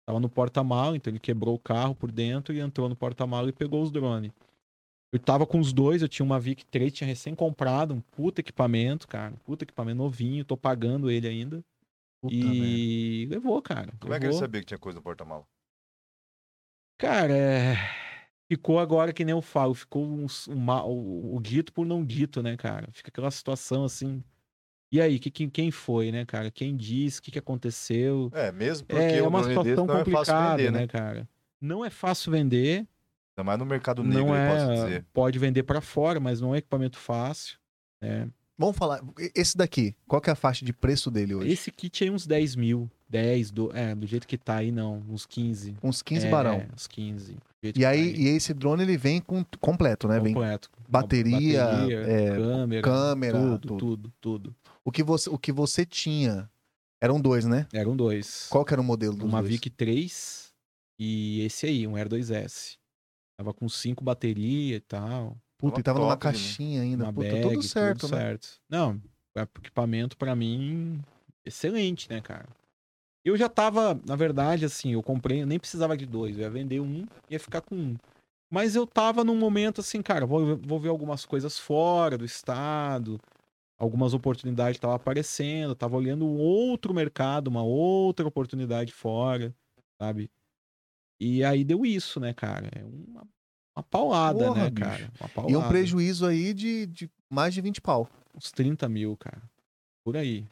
C: Tava no porta-mala, então ele quebrou o carro por dentro e entrou no porta-mala e pegou os drones. Eu tava com os dois, eu tinha uma Vic 3, tinha recém comprado, um puta equipamento, cara. um Puta equipamento novinho, tô pagando ele ainda
A: Puta merda.
C: e levou, cara.
B: Como é que ele
C: levou.
B: sabia que tinha coisa no porta-mala?
C: Cara, é... ficou agora que nem eu falo, ficou um, um ma- o, o dito por não dito, né, cara? Fica aquela situação assim. E aí, que, que- quem foi, né, cara? Quem disse? O que, que aconteceu?
B: É, mesmo porque
C: É, é
B: o
C: uma
B: drone desse
C: situação
B: não é fácil
C: complicada,
B: vender, né?
C: né, cara? Não é fácil vender,
B: Ainda mais no mercado negro,
C: não
B: eu posso
C: é.
B: dizer.
C: Pode vender pra fora, mas não é equipamento fácil. né?
A: Vamos falar, e- esse daqui, qual que é a faixa de preço dele hoje?
C: Esse kit aí, uns 10 mil. 10, do... é, do jeito que tá aí, não. Uns 15.
A: Uns 15
C: É,
A: barão.
C: Uns 15. do jeito que
A: E
C: tá
A: aí, e esse drone ele vem com completo, né? Vem
C: completo.
A: bateria, é,
C: câmera,
A: câmera,
C: tudo,
A: tudo.
C: tudo, tudo.
A: o que você, o que você tinha. Eram dois, né?
C: Eram dois.
A: Qual que era o modelo dos
C: Uma
A: dois?
C: Vic 3 e esse aí, um Air 2S. Tava com cinco bateria e tal,
A: Puta, e tava
B: Tava
A: numa
B: top, né?
A: caixinha ainda.
C: uma
A: Puta,
C: bag,
A: tudo certo, né?
C: certo. Não, o equipamento pra mim excelente, né, cara? Eu já tava, na verdade, assim, eu comprei, eu nem precisava de dois, eu ia vender um ia ficar com um. Mas eu tava num momento assim, cara, vou, vou ver algumas coisas fora do estado, algumas oportunidades estavam aparecendo, tava olhando um outro mercado, uma outra oportunidade fora, sabe? E aí deu isso, né, cara? É uma, uma paulada,
A: Porra,
C: né,
A: bicho.
C: cara? Uma
A: E
C: paulada.
A: um prejuízo aí de, de mais de 20 pau.
C: Uns 30 mil, cara. Por aí.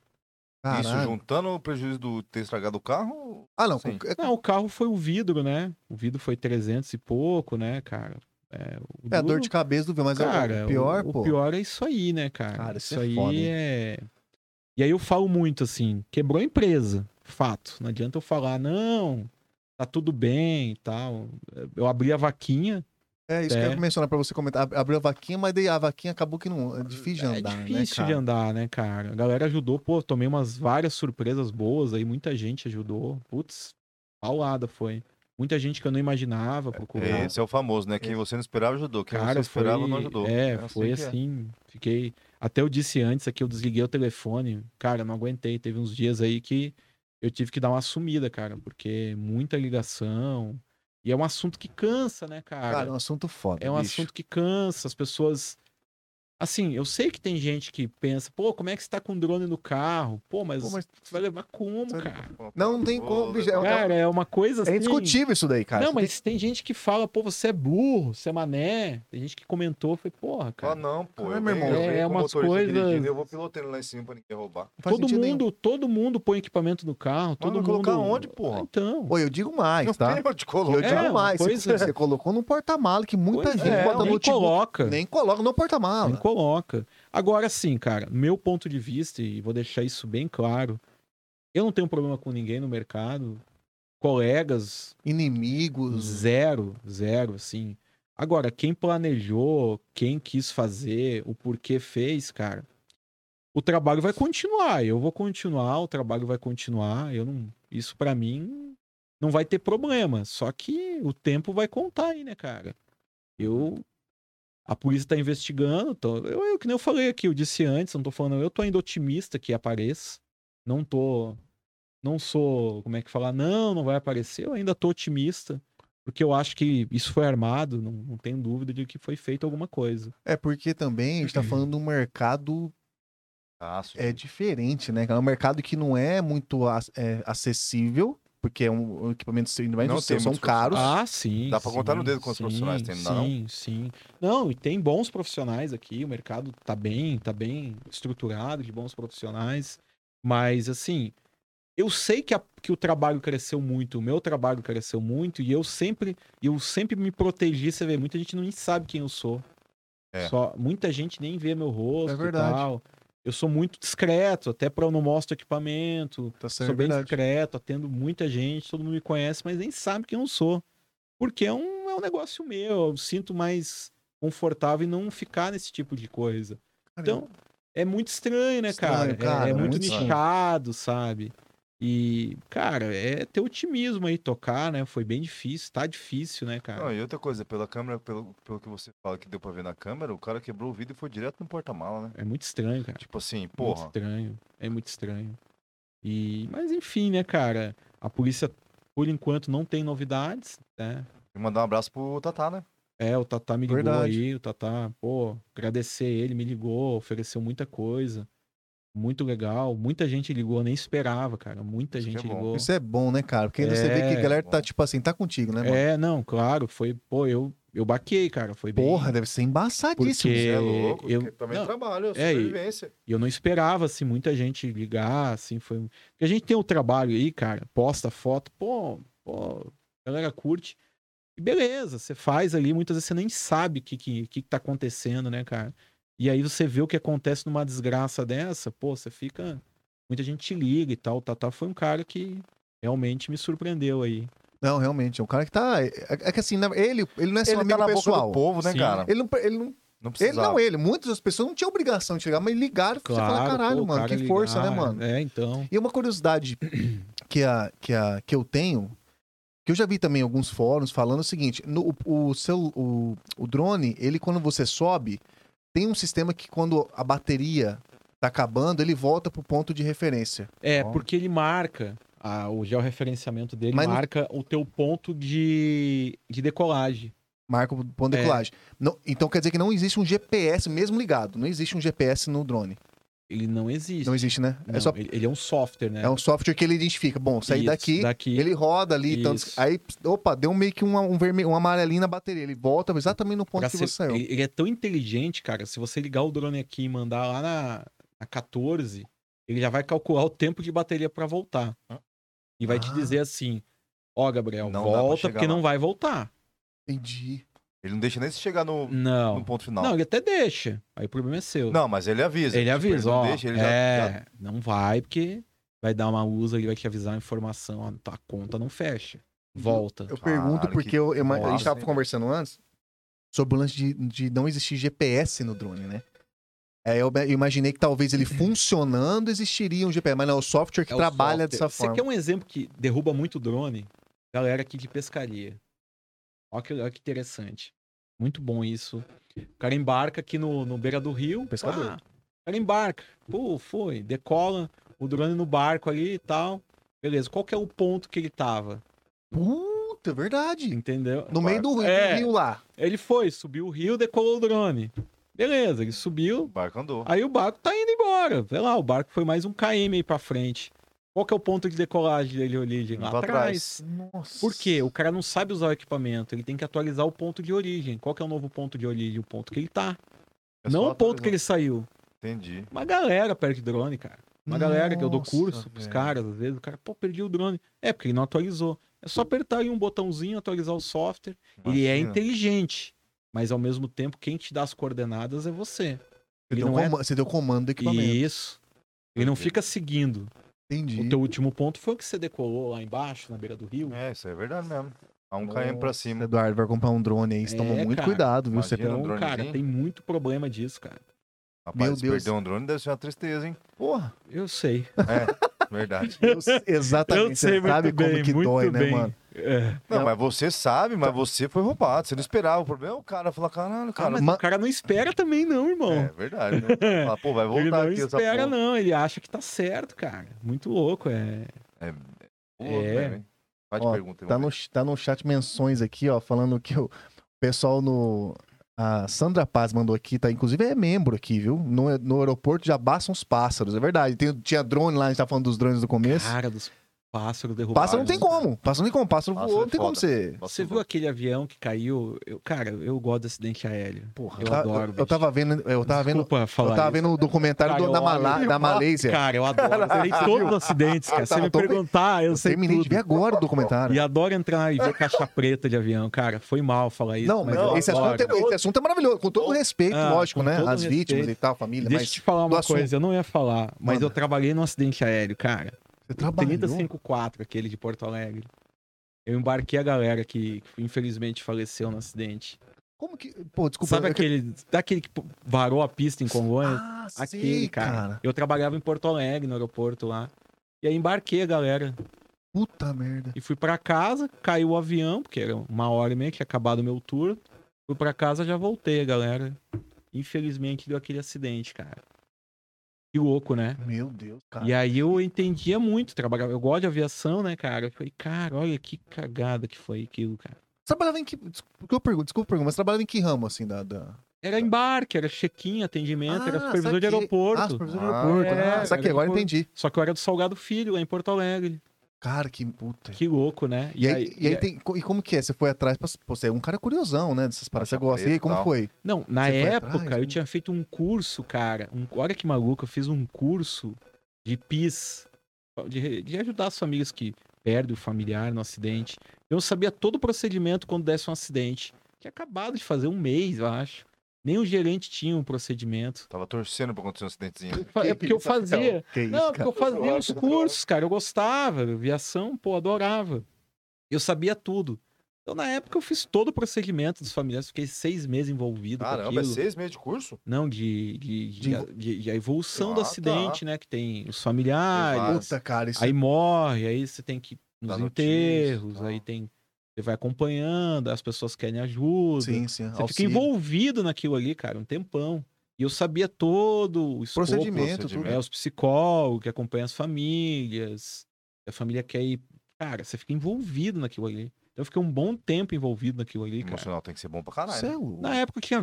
B: Isso,
A: Caralho.
B: juntando o prejuízo do ter estragado o carro,
A: Ah, não.
B: Sim.
A: com- é-
C: Não, o carro foi o vidro, né? O vidro foi 300 e pouco, né, cara? É, o
A: É a dor
C: duro-
A: de cabeça do Viu, mas é o-
C: Cara,
A: o pior,
C: o,
A: pô.
C: pior é isso aí, né, cara?
A: Cara, isso
C: isso
A: é
C: aí
A: foda, hein?
C: é. E aí eu falo muito assim, quebrou a empresa, fato. Não adianta eu falar, não, tá tudo bem e tal. Eu abri a vaquinha,
A: É isso que eu
C: é.
A: ia mencionar pra você comentar. Ab- Abriu a vaquinha, mas daí a vaquinha acabou que não. É difícil de andar,
C: é
A: né?
C: difícil
A: cara?
C: de andar, né, cara? A galera ajudou, pô, tomei umas várias surpresas boas aí, muita gente ajudou. Putz, paulada foi. Muita gente que eu não imaginava procurou.
B: é, esse é o famoso, né? Quem você não esperava ajudou. Quem
C: Cara,
B: você esperava
C: foi...
B: não ajudou.
C: É,
B: assim
C: foi
B: que é.
C: assim. Fiquei. Até eu disse antes aqui, eu desliguei o telefone. Cara, não aguentei. Teve uns dias aí que eu tive que dar uma sumida, cara, porque muita ligação. E é um assunto que cansa, né, cara?
A: Cara, é um assunto foda.
C: é um
A: bicho.
C: assunto que cansa, as pessoas. Assim, eu sei que tem gente que pensa, pô, como é que você tá com drone no carro? Pô, mas,
A: Pô, mas-
C: você vai levar como,
A: Você-
C: cara?
A: Não, não tem como, bicho, é uma-
C: Cara, é uma coisa assim.
A: É indiscutível isso daí, cara.
C: Não,
A: Você tem-
C: mas tem gente que fala, pô, você é burro, você é mané. Tem gente que comentou, foi, porra,
B: Fala,
C: cara.
B: não, pô.
A: Não é,
B: eu
A: meu
B: venho-
A: irmão,
B: eu
C: é
B: venho como
C: umas
B: motorista
C: coisas-
B: dirigindo, Eu vou pilotando lá em cima pra ninguém roubar.
A: não faz
C: Todo
A: sentido nenhum.
C: mundo, todo mundo põe equipamento no carro, todo
B: não
C: mundo.
B: colocar onde, porra?
C: Ah, Então.
A: Pô, eu digo mais, tá?
B: [laughs] tem onde
A: Eu
B: colocar.
C: É,
A: digo
C: uma
A: mais. tipo,
C: coisa-
A: Você colocou no porta-mala, que muita
C: Pois
A: gente
B: é,
A: bota
C: nem
A: no
C: coloca.
A: Nem coloca no
C: Nem
A: porta-mala.
C: coloca. Agora sim, cara, meu ponto de vista, e vou deixar isso bem claro, eu não tenho problema com ninguém no mercado, colegas,
A: Inimigos.
C: zero, zero, assim. Agora, quem planejou, quem quis fazer, o porquê fez, cara, o trabalho vai continuar, eu vou continuar, o trabalho vai continuar, eu não, isso pra mim não vai ter problema, só que o tempo vai contar aí, né, cara? Eu a polícia tá investigando, então, eu, eu que nem eu falei aqui, eu disse antes, eu não tô falando, eu tô ainda otimista que apareça. Não tô não sou, como é que falar, não, não vai aparecer, eu ainda tô otimista, porque eu acho que isso foi armado, não, não tenho dúvida de que foi feito alguma coisa.
A: É porque também a gente tá falando de um mercado
B: Ah, sim.
A: é diferente, né? É um mercado que não é muito ac- é, acessível, porque é um um equipamento ainda mais
B: Não
A: industrial,
B: tem
A: são
B: muitos
A: caros.
C: Ah, sim.
B: Dá pra
C: sim,
B: contar no dedo quantos
C: sim,
B: profissionais tem, não dá, não?
C: Sim, sim. Não, e tem bons profissionais aqui, o mercado tá bem, tá bem estruturado de bons profissionais, mas assim, eu sei que, a- que o trabalho cresceu muito, o meu trabalho cresceu muito, e eu sempre, eu sempre me protegi, você vê, muita gente não sabe quem eu sou.
B: É.
C: Só, muita gente nem vê meu rosto
A: É
C: e
A: verdade.
C: tal. Eu sou muito discreto, até pra eu não mostrar equipamento,
A: Tá
C: sou bem discreto, atendo muita gente, todo mundo me conhece, mas nem sabe quem eu sou. Porque é um, é um negócio meu, eu sinto mais confortável em não ficar nesse tipo de coisa. Então, é muito estranho, né,
A: Estranho,
C: cara? É-
A: cara,
C: é,
A: é
C: muito,
A: muito
B: estranho.
C: nichado, sabe? E, cara, é ter otimismo aí, tocar, né? Foi bem difícil, tá difícil, né, cara?
B: Não, e outra coisa, pela câmera, pelo, pelo que você fala que deu pra ver na câmera, o cara quebrou o vidro e foi direto no porta-mala, né?
C: É muito estranho, cara.
B: Tipo assim,
C: Muito
B: porra.
C: estranho. É muito estranho. E, mas enfim, né, cara? A polícia, por enquanto, não tem novidades, né?
B: E mandar um abraço pro Tatá, né?
C: É, o Tatá me ligou
A: Verdade.
C: aí, o Tatá, pô, agradecer ele, me ligou, ofereceu muita coisa. Muito legal, muita gente ligou, eu nem esperava, cara, muita
B: Isso que
C: gente
B: é bom.
C: ligou.
A: Isso é bom, né, cara? Porque ainda você vê que a
C: É,
A: galera tá,
B: bom.
A: tipo assim, tá contigo, né, mano?
C: É, não, claro, foi, pô, eu, eu baquei, cara, foi bem...
A: Porra, deve ser embaçadíssimo.
C: Porque-
B: Você é louco,
C: eu-
B: porque também
C: não,
B: trabalho,
C: é, e-
B: sobrevivência.
C: E eu não esperava, assim, muita gente ligar, assim, foi... Porque a gente tem o trabalho aí, cara, posta foto, pô, pô, a galera curte. E beleza, você faz ali, muitas vezes você nem sabe o que, que, que que tá acontecendo, né, cara? E aí você vê o que acontece numa desgraça dessa, pô, você fica... Muita gente te liga e tal, o Tata foi um cara que realmente me surpreendeu aí.
A: Não, realmente, é um cara que tá. É, é que assim, na- ele, ele não é seu
B: Ele tá
A: amigo
B: na boca
A: pessoal.
B: do povo, né,
C: Sim.
B: cara?
A: Ele não. Ele não,
B: Não
A: ele,
B: precisa.
A: não, é. ele. Muitas das pessoas não tinham obrigação de chegar, mas ligaram pra você falar,
C: pô,
A: caralho,
C: o
A: mano,
C: cara
A: que força, né,
C: ligar,
A: mano?
C: É, então,
A: E uma curiosidade [clears throat] que, a, que, a, que eu tenho, que eu já vi também em alguns fóruns falando o seguinte: no, o, o seu, o, o drone, ele quando você sobe, tem um sistema que quando a bateria tá acabando, ele volta pro ponto de referência.
C: é
B: Ó.
C: porque ele marca... ah, o georreferenciamento dele
A: Mas não-
C: marca o teu ponto de, de decolagem.
A: Marca o ponto de
C: É.
A: decolagem. Não- então quer dizer que não existe um GPS mesmo ligado. Não existe um GPS no drone.
C: Ele não existe.
A: Não existe, né? é,
C: Não,
A: só,
C: ele, ele é um software, né?
A: é um software que ele identifica. Bom, sair
C: Isso,
A: daqui, ele roda ali. Tanto,
C: Isso.
A: aí, opa, deu meio que uma- um, vermelho, um amarelinho na bateria. Ele volta exatamente no ponto
C: pra
A: que
C: ser-
A: você um. saiu.
C: ele, ele é tão inteligente, cara. Se você ligar o drone aqui e mandar lá na, na 14, ele já vai calcular o tempo de bateria pra voltar. E vai te
A: Ah.
C: dizer assim: Ó, Gabriel,
B: Não dá pra
C: volta
B: chegar
C: porque
B: lá."
C: não vai voltar.
A: Entendi.
B: Ele não deixa nem se chegar no,
C: Não.
B: no ponto final.
C: Não, ele até deixa. Aí o problema é seu.
B: Não, mas ele avisa.
C: ele
B: Tipo,
C: avisa,
B: ele não
C: ó.
B: deixa, ele já-
C: é,
B: já-
C: não vai porque vai dar uma usa, ele vai te avisar a informação, ó, tua conta não fecha. Volta.
A: Eu pergunto
B: Caralho,
A: porque
B: que
A: eu, eu- a gente
B: bosta,
A: tava
B: hein?
A: conversando antes sobre o lance de, de não existir GPS no drone, né? É, eu eu imaginei que talvez
C: [laughs]
A: ele funcionando existiria um GPS, mas não, é o software que
C: É o
A: trabalha
C: software.
A: dessa forma.
C: Você quer um exemplo que derruba muito drone? Galera aqui de pescaria. Olha que, olha que interessante. Muito bom isso. O cara embarca aqui no, no beira do rio.
A: Pescador.
C: pá. o cara embarca. Pô, foi. Decola o drone no barco ali e tal. Beleza, qual que é o ponto que ele tava? um
A: Puta, é verdade.
C: Entendeu?
A: No meio do rio,
C: É.
A: do rio lá.
C: Ele foi, subiu o rio, decolou o drone. Beleza, ele subiu,
B: O barco andou.
C: aí o barco tá indo embora. Sei lá, o barco foi mais um KM aí pra frente. Qual que é o ponto de decolagem dele origem? Lá
B: Pra
C: atrás.
A: Nossa.
C: Por quê? O cara não sabe usar o equipamento, ele tem que atualizar o ponto de origem. Qual que é o novo ponto de origem? O ponto que ele tá.
B: É
C: não
B: só
C: o ponto que ele saiu.
B: Entendi.
C: Uma galera perde drone, cara. Uma galera que eu dou
A: Nossa,
C: curso pros
A: velho.
C: caras, às vezes, o cara, pô, perdi o drone. É, porque ele não atualizou. É só apertar aí um botãozinho, atualizar o software. Ele é
B: Imagina.
C: inteligente, mas ao mesmo tempo, quem te dá as coordenadas é
A: Você
C: você. Ele
A: deu,
C: não é-
A: comando, um você deu comando do equipamento.
C: Isso. Ele não
B: Entendi.
C: fica seguindo.
A: Entendi.
C: O teu último ponto foi o que você decolou lá embaixo, na beira do rio.
B: É, isso é verdade mesmo. A um KM pra cima.
A: Eduardo, vai comprar um drone aí. Você
C: É,
A: toma muito
C: cara.
A: cuidado, viu? Você
B: Imagina.
A: pega...
B: um
C: Então, cara,
B: dronezinho?
C: tem muito problema disso, cara.
B: Rapaz,
A: Meu
B: se
A: Deus.
B: perder um drone deve ser uma tristeza, hein? É,
A: Porra.
C: Eu sei.
A: [laughs]
B: Verdade.
A: eu sei- exatamente. Tá você sabe como que dói, né, mano?
C: É.
B: Não,
A: Não.
B: mas você sabe, mas você foi roubado. Você não esperava. O problema é o cara falar, caralho,
C: Ah,
B: cara.
C: mas
A: ma-
C: o cara não espera também, não, irmão.
B: É verdade. Né? Fala, pô, vai
C: [laughs] ele
B: voltar
C: não
B: aqui essa
C: espera,
B: porra.
C: não. Ele acha que tá certo, cara. Muito louco, é.
B: Ô, louco,
C: É.
B: velho, hein? Faz
A: Ó,
B: pergunta. aí,
A: Tá no,
B: vamos
A: tá no chat menções aqui, ó, falando que o pessoal no. A Sandra Paz mandou aqui, tá? Inclusive é membro aqui, viu? No, no aeroporto já bastam os pássaros, é verdade. Tem, tinha drone lá, a gente tá falando dos drones do começo.
C: Cara dos pássaros derrubados.
A: pássaro não tem como, pássaro não tem como, pássaro,
B: Pássaro
A: voou,
B: é
A: não tem como
B: foda.
A: você.
B: ver.
C: Você
B: Nossa,
C: viu aquele avião que caiu? Eu- cara, eu gosto de acidente aéreo.
A: Porra,
C: Eu
A: tá-
C: adoro,
A: eu
C: bicho.
A: tava vendo, eu tava vendo,
C: Desculpa falar
A: eu tava
C: isso.
A: vendo o documentário do-
C: Cara,
A: da,
C: eu
A: Mala-
C: olho-
A: da Malásia.
C: Cara, eu adoro. Eu sei todos os acidentes, cara.
A: Ah,
C: Se
A: tá,
C: você me
A: tô bem.
C: perguntar, eu,
A: eu
C: sei
A: terminei de
C: tudo.
A: ver agora o documentário.
C: E adoro entrar e ver caixa preta de avião, cara. Foi mal falar isso.
A: Não,
C: mas
A: mas
C: eu
A: esse
C: adoro.
A: assunto, é, esse assunto é maravilhoso, com todo o respeito,
C: Ah,
A: lógico,
C: com
A: né?
C: todo
A: As
C: o
A: vítimas
C: respeito.
A: e tal, família,
C: Deixa eu te falar
A: do
C: uma
A: assunto.
C: coisa, eu não ia falar, mas
A: Manda.
C: eu trabalhei num acidente aéreo, cara.
A: mas você trabalhou.
C: 354, aquele de Porto Alegre. Eu embarquei a galera que que infelizmente faleceu no acidente.
A: Como é que... Pô, desculpa.
C: Sabe
A: eu-
C: aquele, daquele que pô, varou a pista em Congonhas?
A: Ah,
C: aquele,
A: sei,
C: cara. Eu trabalhava em Porto Alegre, no aeroporto lá. E aí embarquei a galera
A: Puta merda.
C: e fui pra casa, caiu o avião, porque era uma hora e meia que tinha acabado o meu turno. Fui pra casa, já voltei a galera. Infelizmente deu aquele acidente, cara. Que louco, né?
A: Meu Deus, cara.
C: E aí eu entendia muito, trabalhava, eu gosto de aviação, né, cara? Eu falei, cara, olha que cagada que foi aquilo, cara.
A: Você trabalhava em que... Desculpa, eu pergunto, desculpa, eu pergunto, mas você trabalhava em que ramo, assim, da... da...
C: Era embarque, era check-in, atendimento,
A: Ah,
C: era supervisor de
A: saquei.
C: aeroporto.
A: Ah, supervisor de
B: Ah,
A: aeroporto.
C: é,
A: né? Sabe que
C: era
A: agora eu
C: aeroporto.
A: entendi.
C: Só que eu era do Salgado Filho, lá em Porto Alegre.
A: Cara, que puta.
C: Que louco, né?
A: É. E aí, e aí tem... co- E como que é? Você foi atrás... Pra... Pô, você é um cara curiosão, né? Dessas paradas. Você
B: Caixa
A: gosta. E aí,
B: preta,
A: como
B: tal.
A: foi?
C: Não, na
A: Você foi
C: época
A: atrás,
C: eu
A: né?
C: tinha feito um curso, cara. um- Olha que maluco, eu fiz um curso de PIS, de, re- de ajudar as famílias que perdem o familiar no acidente. Eu sabia todo o procedimento quando desse um acidente. Tinha acabado de fazer um mês, eu acho. Nem o gerente tinha um
A: [laughs]
C: procedimento.
B: Tava torcendo pra acontecer um acidentezinho.
C: Fa- É porque eu
A: Que isso,
C: fazia.
A: Que né? isso,
C: Não, é porque
A: cara.
C: eu fazia os cursos, cara. Eu gostava. Aviação, pô, adorava. Eu sabia tudo. Então, na época, eu fiz todo o procedimento dos familiares. Fiquei seis meses envolvido com
B: Caramba, é
C: aquilo.
B: seis meses de curso?
C: Não, de, de,
A: De
C: de, de- de a evolução do
B: Ah, tá.
C: acidente, né? Que tem os familiares,
B: Exato.
A: Puta, cara. Isso... é
C: aí morre, aí você tem que ir nos
B: é Dá notícia,
C: enterros,
B: tá.
C: aí tem. Você vai acompanhando, as pessoas querem ajuda.
A: Sim, sim.
C: você fica
A: auxílio.
C: envolvido naquilo ali, cara, um tempão. E eu sabia todo o escopo,
A: Procedimento, tudo.
B: procedimento.
C: é, os psicólogos que acompanham as famílias, a família quer ir. Cara, você fica envolvido naquilo ali. Então eu fiquei um bom tempo envolvido naquilo ali, cara.
B: Emocional tem que ser bom pra caralho.
A: Isso
B: né?
A: é louco.
C: Na época eu tinha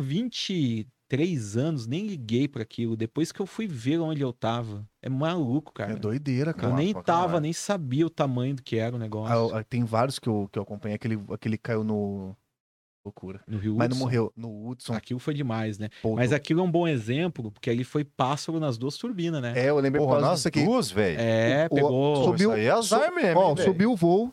C: 23 anos, nem liguei pra aquilo. Depois que eu fui ver onde eu tava. É maluco, cara.
A: É doideira,
C: eu
A: cara.
B: Não,
C: nem
B: pra
C: tava,
B: caralho.
C: nem sabia o tamanho do que era o negócio
A: Ah, ah, tem vários que eu, que eu acompanhei. Aquele, aquele caiu no... Loucura.
C: no Rio
A: Mas não
C: Hudson. Ah,
A: morreu. No Hudson.
C: Aquilo foi demais, né?
A: pô,
C: Mas aquilo é um bom exemplo, porque ali foi pássaro nas duas turbinas, né?
A: É, eu lembrei por
B: Porra,
A: causa
B: nas
A: disso aqui.
B: duas, velho.
C: É,
A: o-
C: pegou.
B: Pô,
A: subiu-
B: isso aí é azar
A: su-
B: mesmo,
A: Ó,
B: hein, velho?
A: subiu o voo.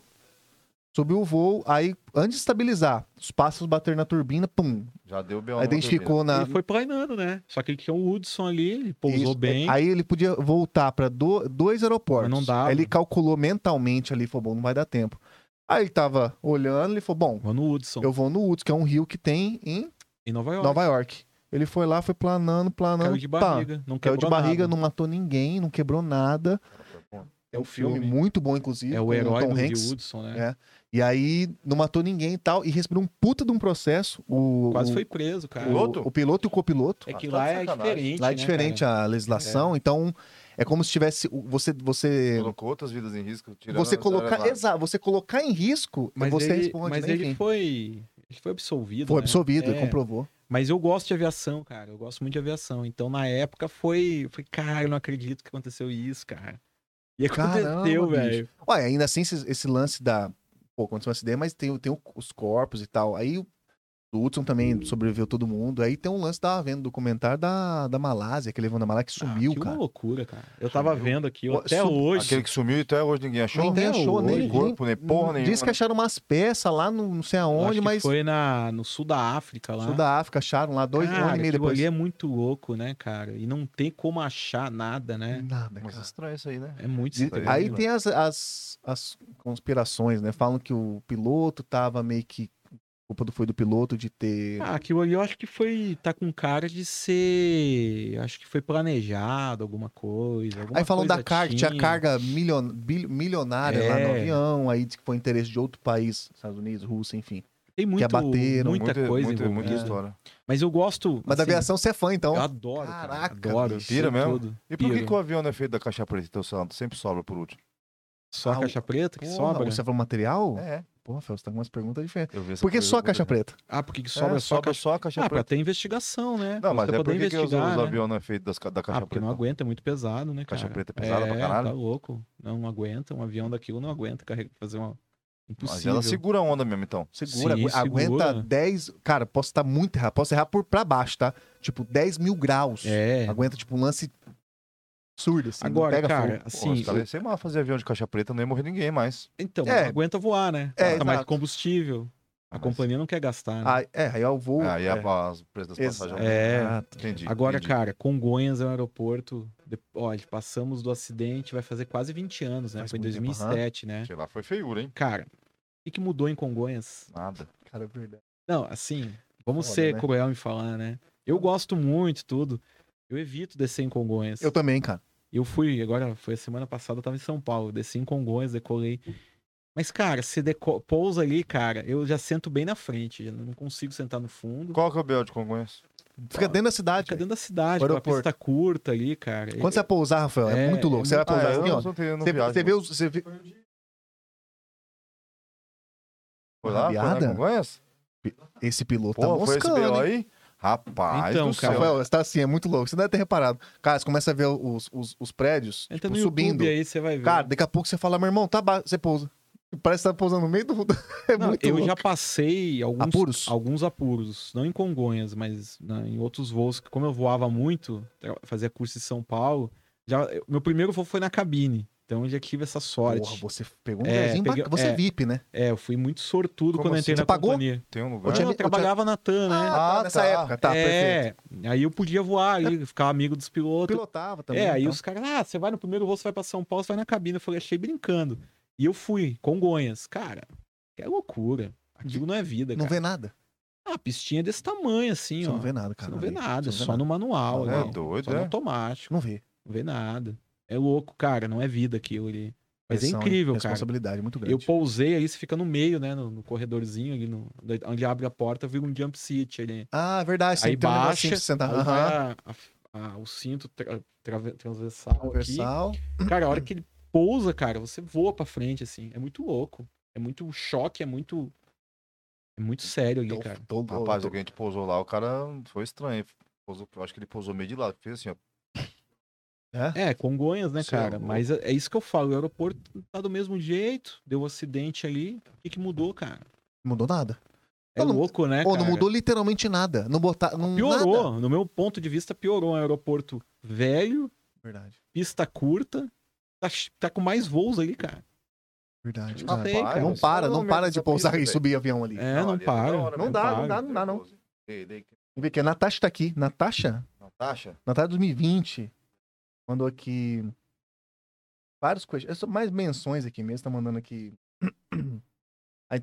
A: Subiu o voo, aí antes de estabilizar, os passos bateram na turbina, pum.
B: Já deu B.O.
A: Aí
B: na turbina.
A: identificou na.
C: Então, Ele foi planando, né? Só que ele tinha o Hudson ali, ele pousou
A: Isso. é,
C: bem.
A: Aí ele podia voltar pra do- dois aeroportos.
C: Mas não dava.
A: Aí ele calculou mentalmente ali, falou, bom, não vai dar tempo. Aí ele tava olhando, ele falou, bom,
C: Vou no Hudson,
A: eu vou no Hudson, que é um rio que tem em
C: em Nova York.
A: Nova York. Ele foi lá, foi planando, planando.
C: Caiu de
A: pá.
C: barriga. Não
A: Caiu de
C: quebrou
A: barriga,
C: nada.
A: não matou ninguém, não quebrou nada.
B: tá
C: É o filme.
A: muito bom, inclusive.
C: É
A: com
C: o herói
A: Tom
C: do
A: Hanks.
C: Rio Hudson, né?
A: É. E aí não matou ninguém e tal. E recebeu um puta de um processo. O,
C: Quase
A: o-
C: foi preso, cara.
B: Piloto?
A: O, o piloto e o copiloto.
C: É que
B: Ah, tá
C: lá
B: de
C: é
B: sacanagem.
C: diferente.
A: Lá é
C: né,
A: diferente
C: cara?
A: a legislação, então É como se tivesse. o- Você. Você,
B: Colocou outras vidas em risco. tirando
A: você
B: a-
A: colocar.
B: a-
A: Exato, você colocar em risco,
C: Mas
A: você
C: ele,
A: responde,
C: mas
A: né?
C: ele
A: Enfim.
C: foi. Ele foi absolvido.
A: Foi
C: né?
A: absorvido,
C: É.
A: ele comprovou.
C: Mas eu gosto de aviação, cara. Eu gosto muito de aviação. Então, na época, foi. Foi, caralho, não acredito que aconteceu isso, cara. E aconteceu,
A: Caramba,
C: velho.
A: Olha, ainda assim, esse, esse lance da. Pô, aconteceu um acidente, mas tem, o- tem o- os corpos e tal. Aí o o Hudson também
C: Hum.
A: sobreviveu todo mundo. Aí tem um lance, tava vendo o documentário da, da Malásia, que levou na Malásia, que sumiu,
C: Ah, que
A: cara.
C: uma loucura, cara. Eu tava
B: Sumiu.
C: vendo aqui,
A: Ó,
C: até
A: sub-
C: hoje.
B: Aquele que sumiu e até hoje ninguém achou.
A: Ninguém
C: até
A: achou,
C: hoje.
A: nem,
B: corpo, nem porra
A: nem-
B: nenhuma. né?
A: Diz que acharam umas peças lá, no, não sei
C: eu acho
A: aonde,
C: que
A: mas.
C: Foi na, no sul da África lá.
A: Sul da África acharam lá, dois, um
C: Cara,
A: ano e meio
C: aquilo
A: depois.
C: ali é muito louco, né, cara? E não tem como achar nada, né?
A: Nada,
B: Mas é
A: cara.
B: estranho isso aí, né?
C: É muito
A: Diz-
C: estranho.
A: Hum. Aí
C: né?
A: tem as, as, as conspirações, né? Falam que o piloto tava meio que. Culpa do foi do piloto de ter.
C: Ah, aquilo ali eu acho que foi. Tá com cara de ser. Acho que foi planejado alguma coisa. alguma
A: Aí falam
C: coisa
A: da carga, que tinha
C: tinha.
A: carga milion- bil- milionária lá
C: É.
A: no avião, aí diz que foi interesse de outro país, Estados Unidos, Rússia, enfim.
C: Tem muito,
A: abateram.
C: muita coisa
B: muito,
C: envolvida.
B: muita história.
C: Mas eu gosto.
A: Mas da
C: assim,
A: aviação você é fã, então.
C: Eu adoro.
A: Caraca,
C: cara, adoro.
A: bicho.
C: sei
B: Pira mesmo?
C: tudo.
B: E por que,
C: Piro.
B: que o avião não é feito da caixa preta? Então, sei lá, sempre sobra por último.
C: Só
A: Ah,
C: a caixa preta que
A: Porra,
C: sobra?
A: Você falou material?
B: É,
A: Porra, Fel, você tá com umas perguntas diferentes.
B: eu vi essa
A: Por que
B: coisa
A: só a
B: outra
A: caixa
B: vez.
A: preta?
C: Ah, porque que
B: É,
C: sobra só a caixa
B: só a caixa
C: Ah, pra
B: preta.
C: ter investigação, né?
B: Não, mas
C: pra
B: é
C: poder
B: por que que os, os
C: investigar, né?
B: aviões não é feito das, ca- da
C: Ah,
B: caixa
C: porque
B: preta?
C: não aguenta, é muito pesado, né, cara?
B: Caixa preta é pesada pra caralho?
C: Tá louco. Não, não aguenta. Um avião daquilo não aguenta carregar, fazer uma.
B: Mas
C: Impossível.
B: ela segura a onda mesmo, então.
A: Segura,
C: Sim,
A: agu- aguenta
C: segura.
A: 10. Cara, posso estar muito errado. Posso errar por pra baixo, tá? Tipo, 10 mil graus.
C: É.
A: Aguenta, tipo, um lance surdo, assim. não
C: Agora,
A: pega
C: cara,
A: fogo.
B: Sim. Pô,
C: assim.
B: os caras, sei lá, fazer avião de caixa preta, não ia morrer ninguém mais.
C: Então,
A: É.
C: não aguenta voar, né?
A: É,
C: Gasta mais
A: exato.
C: combustível. A
B: Mas-
C: companhia não quer gastar, né?
A: Ah, é, aí eu vou.
B: Aí
A: é. Ah,
B: a- as presas das
A: Exato.
B: passagens.
C: É.
B: Entendi.
C: Agora,
B: entendi.
C: cara, Congonhas é um aeroporto. de- Olha, passamos do acidente, vai fazer quase 20 anos, né?
A: Faz
C: Foi em
A: muito tempo,
C: 2007, né?
B: Sei lá, foi feiura, hein?
C: Cara, o que, que mudou em Congonhas?
B: Nada.
A: Cara, é verdade.
C: Não, assim, vamos
A: Foda,
C: ser
A: né?
C: cruel em falar, né? Eu gosto muito tudo. Eu evito descer em Congonhas.
A: Eu também, cara.
C: Eu fui, agora foi a semana passada, eu tava em São Paulo, desci em Congonhas, decolei. Mas, cara, se deco... pousa ali, cara, eu já sento bem na frente, eu não consigo sentar no fundo.
B: Qual que é o Biel de Congonhas?
A: Fica dentro da cidade.
C: Fica
A: velho.
C: dentro da cidade, com a
A: Aeroporto.
C: pista curta ali, cara.
A: Quando você vai pousar, Rafael, é,
C: É,
A: muito louco.
C: é
A: Você vai
C: muito-
A: pousar
B: eu
A: assim,
B: não,
A: ó.
B: sou- eu não
A: Você,
B: viajo.
A: você vê os. Você vê...
B: Foi lá? Foi lá em
A: Rabiada?
B: Congonhas?
A: Esse piloto tá
B: Pô, foi esse
A: moscando,
B: BO
A: hein?
B: aí? Rapaz
C: Então,
B: do
C: cara,
B: céu.
A: Rafael, você tá assim, é muito louco. Você deve ter reparado. Cara, você começa a ver os, os, os prédios
C: Entra
A: tipo,
C: tá no YouTube
A: subindo.
C: aí, você vai ver.
A: Cara, daqui a pouco você fala, meu irmão, tá baixo. Você pousa. Parece que tá pousando no meio do. [laughs] é
C: Não,
A: muito
C: eu
A: louco.
C: já passei alguns
A: Apuros?
C: alguns apuros, não em Congonhas, mas né, em outros voos, que como eu voava muito, tra- fazia curso em São Paulo, já eu- meu primeiro voo foi na cabine, então eu já tive essa sorte.
A: Porra, você pegou um
C: É,
A: lugarzinho
C: peguei-
A: bacana. Você é
C: é.
A: VIP, né?
C: É, eu fui muito sortudo
B: Como
C: quando eu
B: assim?
C: entrei
A: Você
C: na
A: pagou?
C: companhia.
B: Tem um
C: Eu,
B: lugar.
A: Ô, Tinha-
C: eu trabalhava na TAM, né?
B: Ah,
A: nessa
B: tá.
A: época. Tá, perfeito.
C: é, aí eu podia voar ali, ficar amigo dos pilotos.
A: Pilotava também.
C: é, aí
A: então.
C: os caras, ah, você vai no primeiro voo, você vai pra São Paulo, você vai na cabine. Eu falei, achei brincando. E eu fui, Congonhas. Cara, que é loucura. Aquilo não é vida,
A: Não
C: cara.
A: vê nada.
C: Ah, a pistinha é desse tamanho, assim,
A: Você
C: ó.
A: não vê nada,
C: Você
A: cara.
C: não vê
A: ali.
C: nada,
A: Você não vê
C: só no
A: Não,
C: manual. né?
B: É doido,
C: só no
B: é?
C: automático,
A: Não vê.
C: não vê nada. É louco, cara, não é vida aquilo ali. Mas
A: Pressão,
C: é
A: hein?
C: incrível, cara.
A: Responsabilidade muito grande.
C: Eu pousei aí, você fica no meio, né? No, no corredorzinho ali, no, da- onde abre a porta, vira um jump seat ali.
A: Ah, é verdade.
C: aí
A: sempre tem um negocinho
C: baixa,
A: pra você sentar.
C: aí
A: Aham.
C: vai tá a- a- a- o cinto tra- trave- transversal,
A: Universal.
C: aqui. Cara, a hora que ele pousa, cara, você voa pra frente, assim. É muito louco. É muito choque, é muito... É muito sério ali, cara.
A: Tô- tô-
B: Rapaz,
A: tô-
B: alguém que pousou lá, o cara foi estranho. Pousou, eu acho que ele pousou meio de lado. Fez assim, ó.
C: É, Congonhas, né,
B: Cê é
C: cara?
B: louco.
C: Mas é é isso que eu falo. O aeroporto tá do mesmo jeito, deu um acidente ali. O que, que mudou, cara?
A: Não mudou nada.
C: É
A: Não, não-
C: louco, né,
A: Pô,
C: cara?
A: não mudou literalmente nada. Não botar. Não,
C: Piorou.
A: Nada.
C: No meu ponto de vista, piorou. É um aeroporto velho,
A: Verdade.
C: pista curta. Tá, ch- tá com mais voos ali, cara.
A: Verdade,
C: Não
A: cara.
C: tem, cara.
A: Não para, não
B: Só
A: para de
B: essa
A: pousar
B: pista,
A: e subir avião ali.
C: É, não
B: ali da
C: para.
B: hora,
A: Não
B: né?
A: dá,
C: para.
A: não dá, não dá, não.
B: Dei- dei-
A: Vê que a Natasha tá aqui. Natasha?
B: Natasha?
A: Natasha 2020. Mandou aqui. Vários coisas. É Mais menções aqui mesmo. Tá mandando aqui. [clears throat]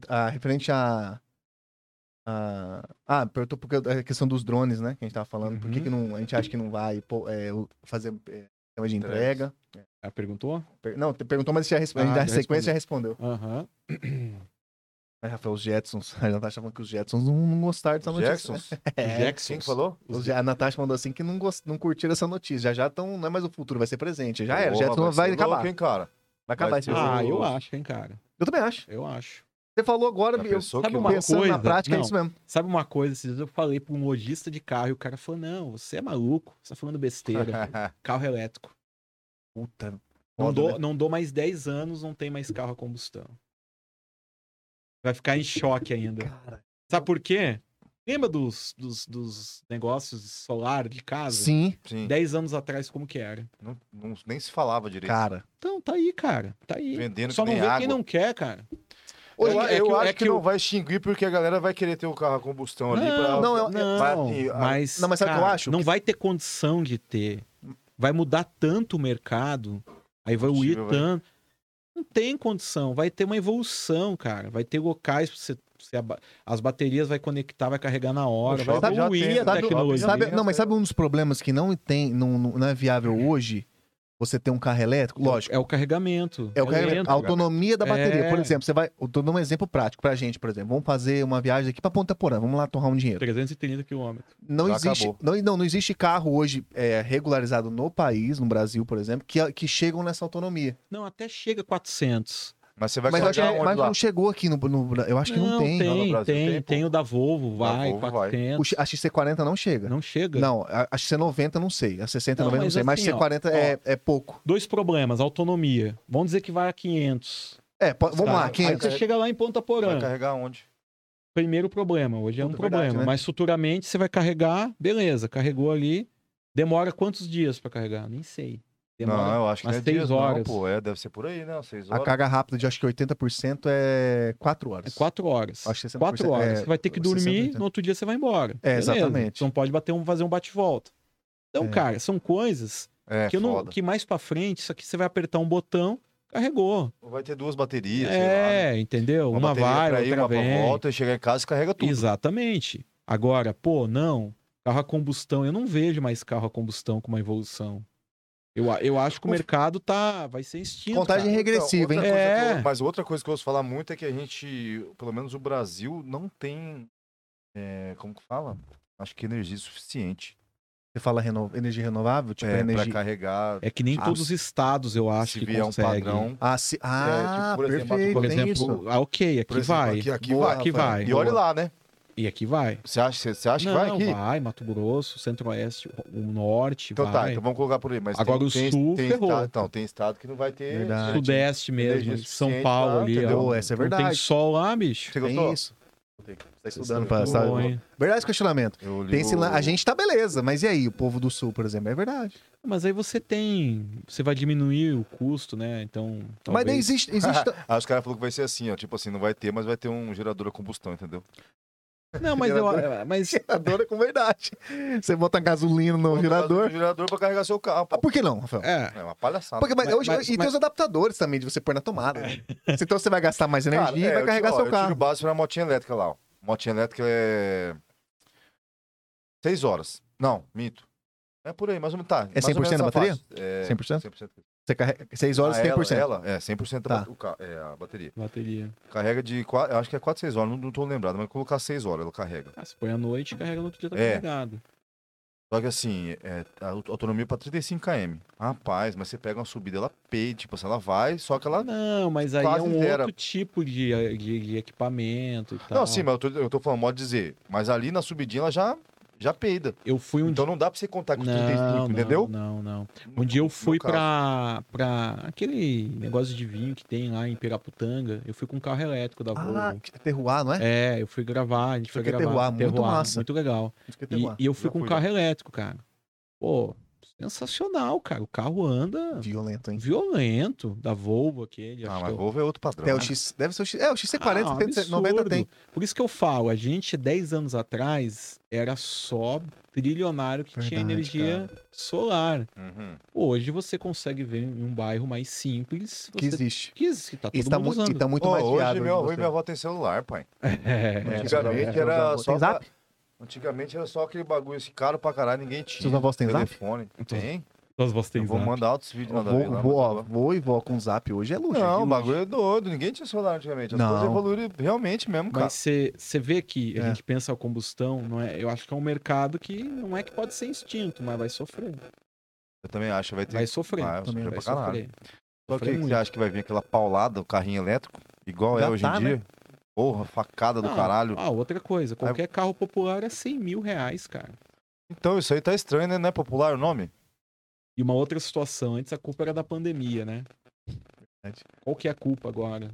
A: A, a- referente a. a- ah, perguntou porque a questão dos drones, né? Que a gente tava falando. Por que,
C: Uhum.
A: que não, a gente acha que não vai pô, é, o- fazer é, sistema de
B: Entregas.
A: entrega?
C: Ah, perguntou?
A: Per- Não, te perguntou, mas já resp...
C: Ah,
A: a gente dá
C: já
A: sequência já respondeu.
C: Aham.
A: É, Rafael, os Jetsons. [laughs] A Natasha falando que os Jetsons não, não gostaram dessa notícia. né?
B: Jacksons?
C: É,
B: [laughs] Quem que falou?
A: Os- A Natasha mandou assim que não, gost... não curtiram essa notícia. Já já estão. Não é mais o futuro, vai ser presente. Já era.
B: Porra,
A: Jetson
B: ser
A: vai
B: louco,
A: acabar.
B: hein, cara?
A: Vai acabar
B: vai
A: esse
B: ser
A: jogo.
C: Ah,
B: Eu-
C: eu acho, hein, cara.
A: Eu também acho.
C: Eu acho.
A: Você falou agora,
B: Já
A: eu
B: pensou
C: sabe
B: que
C: uma
B: maluco?
A: pensando
C: coisa?
A: na prática, é
C: Não.
A: isso mesmo.
C: Sabe uma coisa? Esses dias eu falei pra um lojista de carro e o cara falou: Não, você é maluco, você tá falando besteira.
B: [laughs]
C: carro elétrico.
A: Puta.
C: Não
A: foda,
C: dou,
A: né?
C: não dou mais 10 anos, não tem mais carro a combustão. Vai ficar em choque ainda.
A: Cara.
C: Sabe por quê? Lembra dos, dos, dos negócios solar de casa?
A: Sim,
B: Sim,
C: 10 anos atrás, como que era?
B: não- não- nem se falava direito.
A: cara.
C: Então, tá aí, cara. Tá aí.
B: Vendendo
C: Só
B: que
C: não
B: nem
C: vê
B: água.
C: quem não quer, cara.
B: Eu,
C: É que- é
B: eu
C: que o-
B: acho
C: é
B: que,
C: que
B: não
C: o-
B: vai extinguir porque a galera vai querer ter o carro a combustão ali. pra...
A: não, eu-
B: vai- assim, a-
C: mas,
A: não, mas sabe o que eu
C: cara,
A: acho?
C: Não
A: Que-
C: vai ter condição de ter. Vai mudar tanto o mercado, aí vai o ir
B: Combustível, vai.
C: tanto. Não tem condição, vai ter uma evolução, cara. Vai ter locais pra você, você aba- as baterias vai conectar, vai carregar na hora,
B: No
C: vai
B: shopping já
C: evoluir
B: tem,
C: a
B: sabe-
C: tecnologia.
A: Sabe-
B: Sim,
A: não, mas
B: até-
A: sabe um dos problemas que não tem, não, não não é viável hoje? Você ter um carro elétrico? Lógico.
C: É o carregamento.
A: É o carregamento,
C: lento,
A: a autonomia da bateria.
C: É.
A: Por exemplo, você vai. Eu tô dando um exemplo prático pra gente, por exemplo. Vamos fazer uma viagem aqui pra Ponta Porã. Vamos lá torrar um dinheiro.
C: 330 km.
A: Não
B: Já
A: existe,
B: acabou.
A: não, não, não existe carro hoje é, regularizado no país, no Brasil, por exemplo, que, que chegam nessa autonomia.
C: Não, até chega 400.
B: Mas você vai
A: Mas, eu acho
B: carregar
A: que- é um
B: onde
A: mas
B: lá?
A: não chegou aqui no, no- Eu acho que não tem.
B: Não, no
C: Tem,
B: Brasil
C: tem,
B: tem,
C: tem,
B: pô.
C: o da Volvo,
B: Da
C: vai,
B: Volvo vai.
C: 400.
A: O X- a XC40 não chega.
C: Não chega.
A: Não, a, a XC90 não sei. A 60
C: Não,
A: 90 não
C: mas
A: sei. Mas
C: assim, ó,
A: XC40 é, é pouco.
C: Dois problemas, autonomia. Vamos dizer que vai a 500.
A: É, po- vamos
C: Tá.
A: lá,
C: Aí
A: 500.
C: você chega lá em Ponta
B: Vai
C: Porã.
B: carregar onde?
C: Primeiro problema, hoje é um
A: Puta,
C: problema.
A: verdade, né?
C: Mas futuramente você vai carregar, beleza, carregou ali. Demora quantos dias pra carregar? Nem sei.
B: Não,
C: Demora.
B: eu acho que
C: umas
B: não é
C: seis
B: dias,
C: horas.
B: não, pô. É, deve ser por aí, né? Seis
A: A
B: horas.
A: carga rápida de acho que 80% é 4
C: É
A: horas.
C: quatro horas.
A: Acho que 60%,
C: Quatro horas.
A: é,
C: você vai ter que
A: 60%,
C: dormir,
A: né?
C: no outro dia você vai embora.
A: É,
C: Beleza.
A: exatamente.
C: Você não pode bater um, fazer um bate-volta. Então,
A: É.
C: cara, são coisas
B: É,
C: que, eu não-
B: foda.
C: que mais pra frente, isso aqui você vai apertar um botão, carregou.
B: Vai ter duas baterias, sei lá, né?
C: é, entendeu? Uma,
B: bateria
C: vai,
B: pra ir,
C: outra
B: uma pra
C: vem.
B: volta, e chegar em casa e carrega tudo.
C: Exatamente. Agora, pô, não, carro a combustão, eu não vejo mais carro a combustão como uma evolução. Eu, a- eu acho que o
B: Conf-
C: mercado tá, vai ser instinto.
A: Contagem
C: cara.
A: regressiva,
B: Então, outra
A: hein?
C: É.
B: coisa que eu- mas outra coisa que eu ouço falar muito é que a gente, pelo menos o Brasil, não tem. é, como que fala? Acho que energia suficiente
A: Você fala reno- energia renovável? Tipo,
B: é, pra
A: energia.
B: carregar.
C: É que nem
B: Ah,
C: todos os estados, eu acho,
B: se
C: que
B: vier um
C: conseguem.
B: padrão.
A: Ah, se... ah
B: tipo, por exemplo,
A: perfeito.
C: Por
A: tem
C: exemplo,
A: isso.
C: ah, ok, aqui
B: Por exemplo,
C: vai.
B: aqui- é aqui
C: boa,
B: vai,
C: aqui
A: Rafael.
C: vai.
B: E olha
C: boa.
B: lá, né?
C: E aqui vai.
B: Você acha, você- você acha que
C: não,
B: vai aqui?
C: Mato Grosso, Centro-Oeste, o Norte,
B: Então tá,
C: vai.
B: então vamos colocar por aí. Mas
C: Agora
B: tem,
C: o
B: tem-
C: Sul
B: tem
C: ferrou.
B: estado, então, tem estado que não vai ter. né?
A: Verdade.
C: Sudeste mesmo,
B: Energia
C: São
B: suficiente
C: Paulo
B: lá,
C: ali,
B: entendeu?
C: ó.
A: Essa é
C: Não Tem
A: verdade.
C: sol lá, bicho.
B: Você
A: Tem
B: gostou?
A: isso. Tá
B: estudando
A: estudando
B: pra-
A: pra.
B: sabe?
C: Bom, hein?
A: Verdade esse questionamento.
B: Eu li
A: Tem esse
B: o-
A: lan- A
B: [laughs]
A: gente tá beleza, mas e aí? O povo do sul, por exemplo, é verdade.
C: Mas aí você tem. Você vai diminuir o custo, né? Então.
A: Mas daí
C: talvez-
A: existe. existe...
B: [laughs] Aí Ah, os caras falaram que vai ser assim, ó. Tipo assim, não vai ter, mas vai ter um gerador a combustão, entendeu?
C: Não, mas eu. Mas,
B: Então.
A: gerador é com verdade. Você bota gasolina no
B: Um
A: gerador.
B: gerador pra carregar seu carro.
A: Ah,
B: pô.
A: por que não, Rafael?
C: é.
B: É uma palhaçada.
A: Porque, mas,
C: Mas-
A: hoje,
C: mas-
A: e tem
C: mas-
A: os adaptadores também de você pôr na tomada. né? Então você vai gastar mais
B: É. Cara,
A: energia
B: é,
A: e vai
B: eu
A: carregar
B: tiro- ó,
A: seu
B: Eu tiro
A: carro.
B: base na motinha elétrica lá, ó. Motinha elétrica é. seis horas. Não, minto. É por aí, mais ou menos. Tá,
A: É
B: mais ou menos
A: 100% da
B: essa
A: bateria?
B: faixa. É,
A: 100%?
B: 100%.
A: Você carrega 6 horas,
B: Ah,
A: 100%.
B: Ela, ela, é, 100% da
A: Tá.
B: ba- o ca- é, a bateria.
C: Bateria.
B: Carrega de. qua- eu Acho que é 4, 6 horas, não, não tô lembrado, mas colocar 6 horas ela carrega.
C: Ah, se põe à noite, carrega no outro dia, tá
B: É.
C: carregado.
B: Só que assim, é, a aut- autonomia pra 35 km. Rapaz, mas você pega uma subida, ela peide, tipo assim, ela vai, só que ela.
C: Não, mas aí é
B: Quase
C: um
B: zero.
C: outro tipo de, de, de equipamento e
A: Tá.
C: tal.
B: Não, sim, mas eu tô, eu tô falando, modo de dizer. Mas ali na subidinha ela já, já peida.
C: Eu fui um
B: Então não dá pra você contar com
C: dia.
B: os
C: Não,
B: 35,
C: não,
B: entendeu?
C: não, não. Um dia eu fui pra, pra aquele negócio de vinho que tem lá em Piraputanga. Eu fui com um carro elétrico da Volvo.
A: Ah, que- terroir, não é?
C: É, eu fui gravar, a gente foi
A: que é
C: gravar.
A: terroir, muito massa.
C: Muito legal.
A: Acho que é
C: E,
A: terroir.
C: e eu
B: Já
C: fui com um
B: fui,
C: carro elétrico, cara. Pô, sensacional, cara. O carro anda
A: Violento, hein?
C: violento da Volvo aquele.
B: Ah,
C: acho
B: mas
C: que é o-
B: Volvo é outro padrão.
A: É o X, deve ser o X. É, o XC40,
B: um
C: Ah,
A: 70,
C: absurdo.
A: 90 tem.
C: Por isso que eu falo, a gente 10 anos atrás era só trilionário que tinha
A: Verdade,
C: energia solar.
B: Uhum.
C: Hoje você consegue ver em um bairro mais simples
A: Que
C: você...
A: existe.
C: que existe, que tá
A: E
C: todo
A: tá,
C: mundo
A: muito,
C: usando.
A: e tá muito
B: Ô,
A: mais
B: hoje
A: viável.
B: meu
A: de
B: avô e
A: você.
B: minha avó tem celular, pai.
C: [laughs] É.
B: Antigamente
A: é,
B: era
A: é.
B: só.
A: Tem
B: pra-
A: zap?
B: Antigamente era só aquele bagulho assim, caro pra caralho, ninguém tinha.
A: Seus avós têm zap?
B: telefone. Tem?
C: Suas vozes têm
B: Eu vou
C: Então, zap.
B: mandar outros vídeos
A: Vou,
B: nada a ver lá,
A: vou,
B: mas tá
A: ó,
B: bom.
A: vou e vou com o zap hoje é luxo.
B: Não,
A: é
B: o
A: de
B: bagulho é doido. Ninguém tinha celular antigamente. As
A: Não.
B: coisas evoluíram realmente mesmo, cara.
C: Mas você vê que a
A: É.
C: gente pensa a combustão, não é? Eu acho que é um mercado que não é que pode ser instinto, mas vai sofrer.
B: Eu também acho. Vai ter.
C: Vai sofrer.
B: Ah, eu
A: também
B: sofri
C: vai
B: pra caralho.
C: sofrer.
B: Só que
C: Sofrer
B: você
C: muito.
B: acha que vai vir aquela paulada, o carrinho elétrico? Igual é
A: Já
B: hoje
A: tá,
B: em dia?
A: né?
B: Porra, facada do
C: Ah,
B: caralho.
C: Ah, outra coisa. Qualquer carro popular é 100 mil reais, cara.
B: Então, isso aí tá estranho, né? Não é popular o nome?
C: E uma outra situação, antes a culpa era da pandemia, né?
A: Verdade.
C: Qual que é a culpa agora?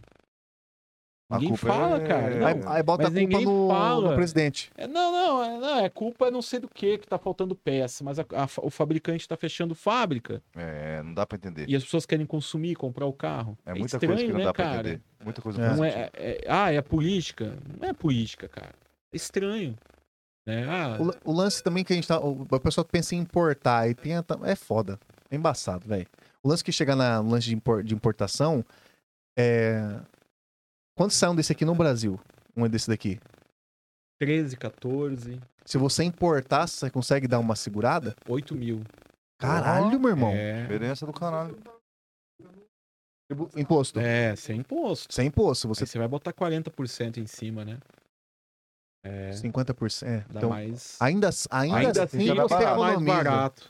B: A
C: Ninguém
B: culpa
C: fala,
B: é-
C: cara.
A: Aí,
C: Não.
A: aí bota a
C: mas
A: culpa
C: ninguém
A: no,
C: fala.
A: no presidente.
C: É, não, não, é, não, é culpa não sei do que, que tá faltando peça, mas a- a fa- o fabricante tá fechando fábrica
B: É, não dá pra entender.
C: e as pessoas querem consumir, comprar o carro.
B: É muita
C: estranho,
B: coisa que não
C: né,
B: dá pra
C: cara?
B: entender. Muita coisa
A: É.
B: pra
C: Não
B: entender.
C: é, é- ah, é política? Não é política, cara. É estranho. Né? Ah,
A: O, lan- o lance também que a gente tá. O, a pessoa pensa em importar e tenta. É foda. É embaçado, velho. O lance que chega na, no lance de, impor- de importação é. Quantos saiu desse aqui no Brasil? Um desse daqui.
C: 13, 14,
A: Se você importar, você consegue dar uma segurada?
C: 8 mil.
A: Caralho, meu irmão.
C: É,
B: Diferença do caralho.
A: Tribu- Imposto.
C: é, sem imposto.
A: Sem imposto. Você
C: Aí Você vai botar 40% em cima, né? É,
A: 50%. É.
C: dá
A: Então,
C: mais.
A: ainda, ainda,
C: Ainda assim,
A: já vai
C: você é
A: parar.
C: mais
A: Economiza.
C: barato.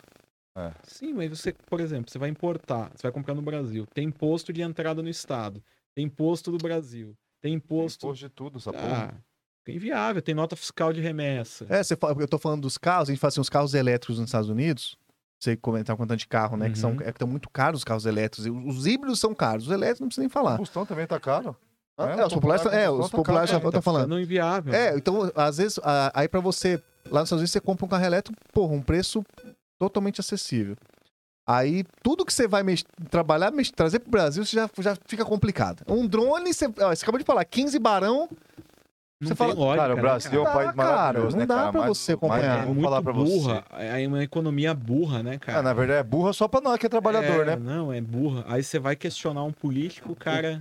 B: É.
C: Sim, mas você, por exemplo, você vai importar, você vai comprar no Brasil, tem imposto de entrada no estado, tem imposto do Brasil, tem imposto.
B: Imposto de tudo, essa porra.
C: Ah, é inviável, tem nota fiscal de remessa.
A: É, você fala, eu tô falando dos carros, a gente fala assim, os carros elétricos nos Estados Unidos, você comentar contando de carro, né? Que são
C: Uhum.
A: é, que tão muito caros os carros elétricos. e Os, os híbridos são caros, os elétricos não precisa nem
B: O
C: Ah.
A: falar.
B: combustão também tá caro.
A: É, os populares,
B: popular-
A: é,
B: combustão
A: os
B: tá
A: populares
B: caro,
A: já estão falando.
C: Não inviável.
A: É, então, às vezes, a- aí pra você, lá nos Estados Unidos, você compra um carro elétrico, porra, um preço totalmente acessível. Aí, tudo que você vai mex- trabalhar, mex- trazer pro Brasil, você já, já fica complicado. Um drone, você, ó, você acabou de falar, 15 barão, você
C: Não tem
A: fala-
C: lógica,
B: Cara, o
C: né,
B: Brasil é
A: cara?
B: um país
A: Não dá, cara,
B: maravilhoso,
A: não
B: né,
A: dá
B: cara?
A: pra
B: Mas-
A: você
B: mas
A: acompanhar.
C: É
B: eu Vou
C: muito
B: falar pra
C: burra.
B: você.
C: É uma economia burra, né, cara?
B: Ah, na verdade, é burra só pra nós que é trabalhador, né?
C: É, Não, é burra. Aí você vai questionar um político, o cara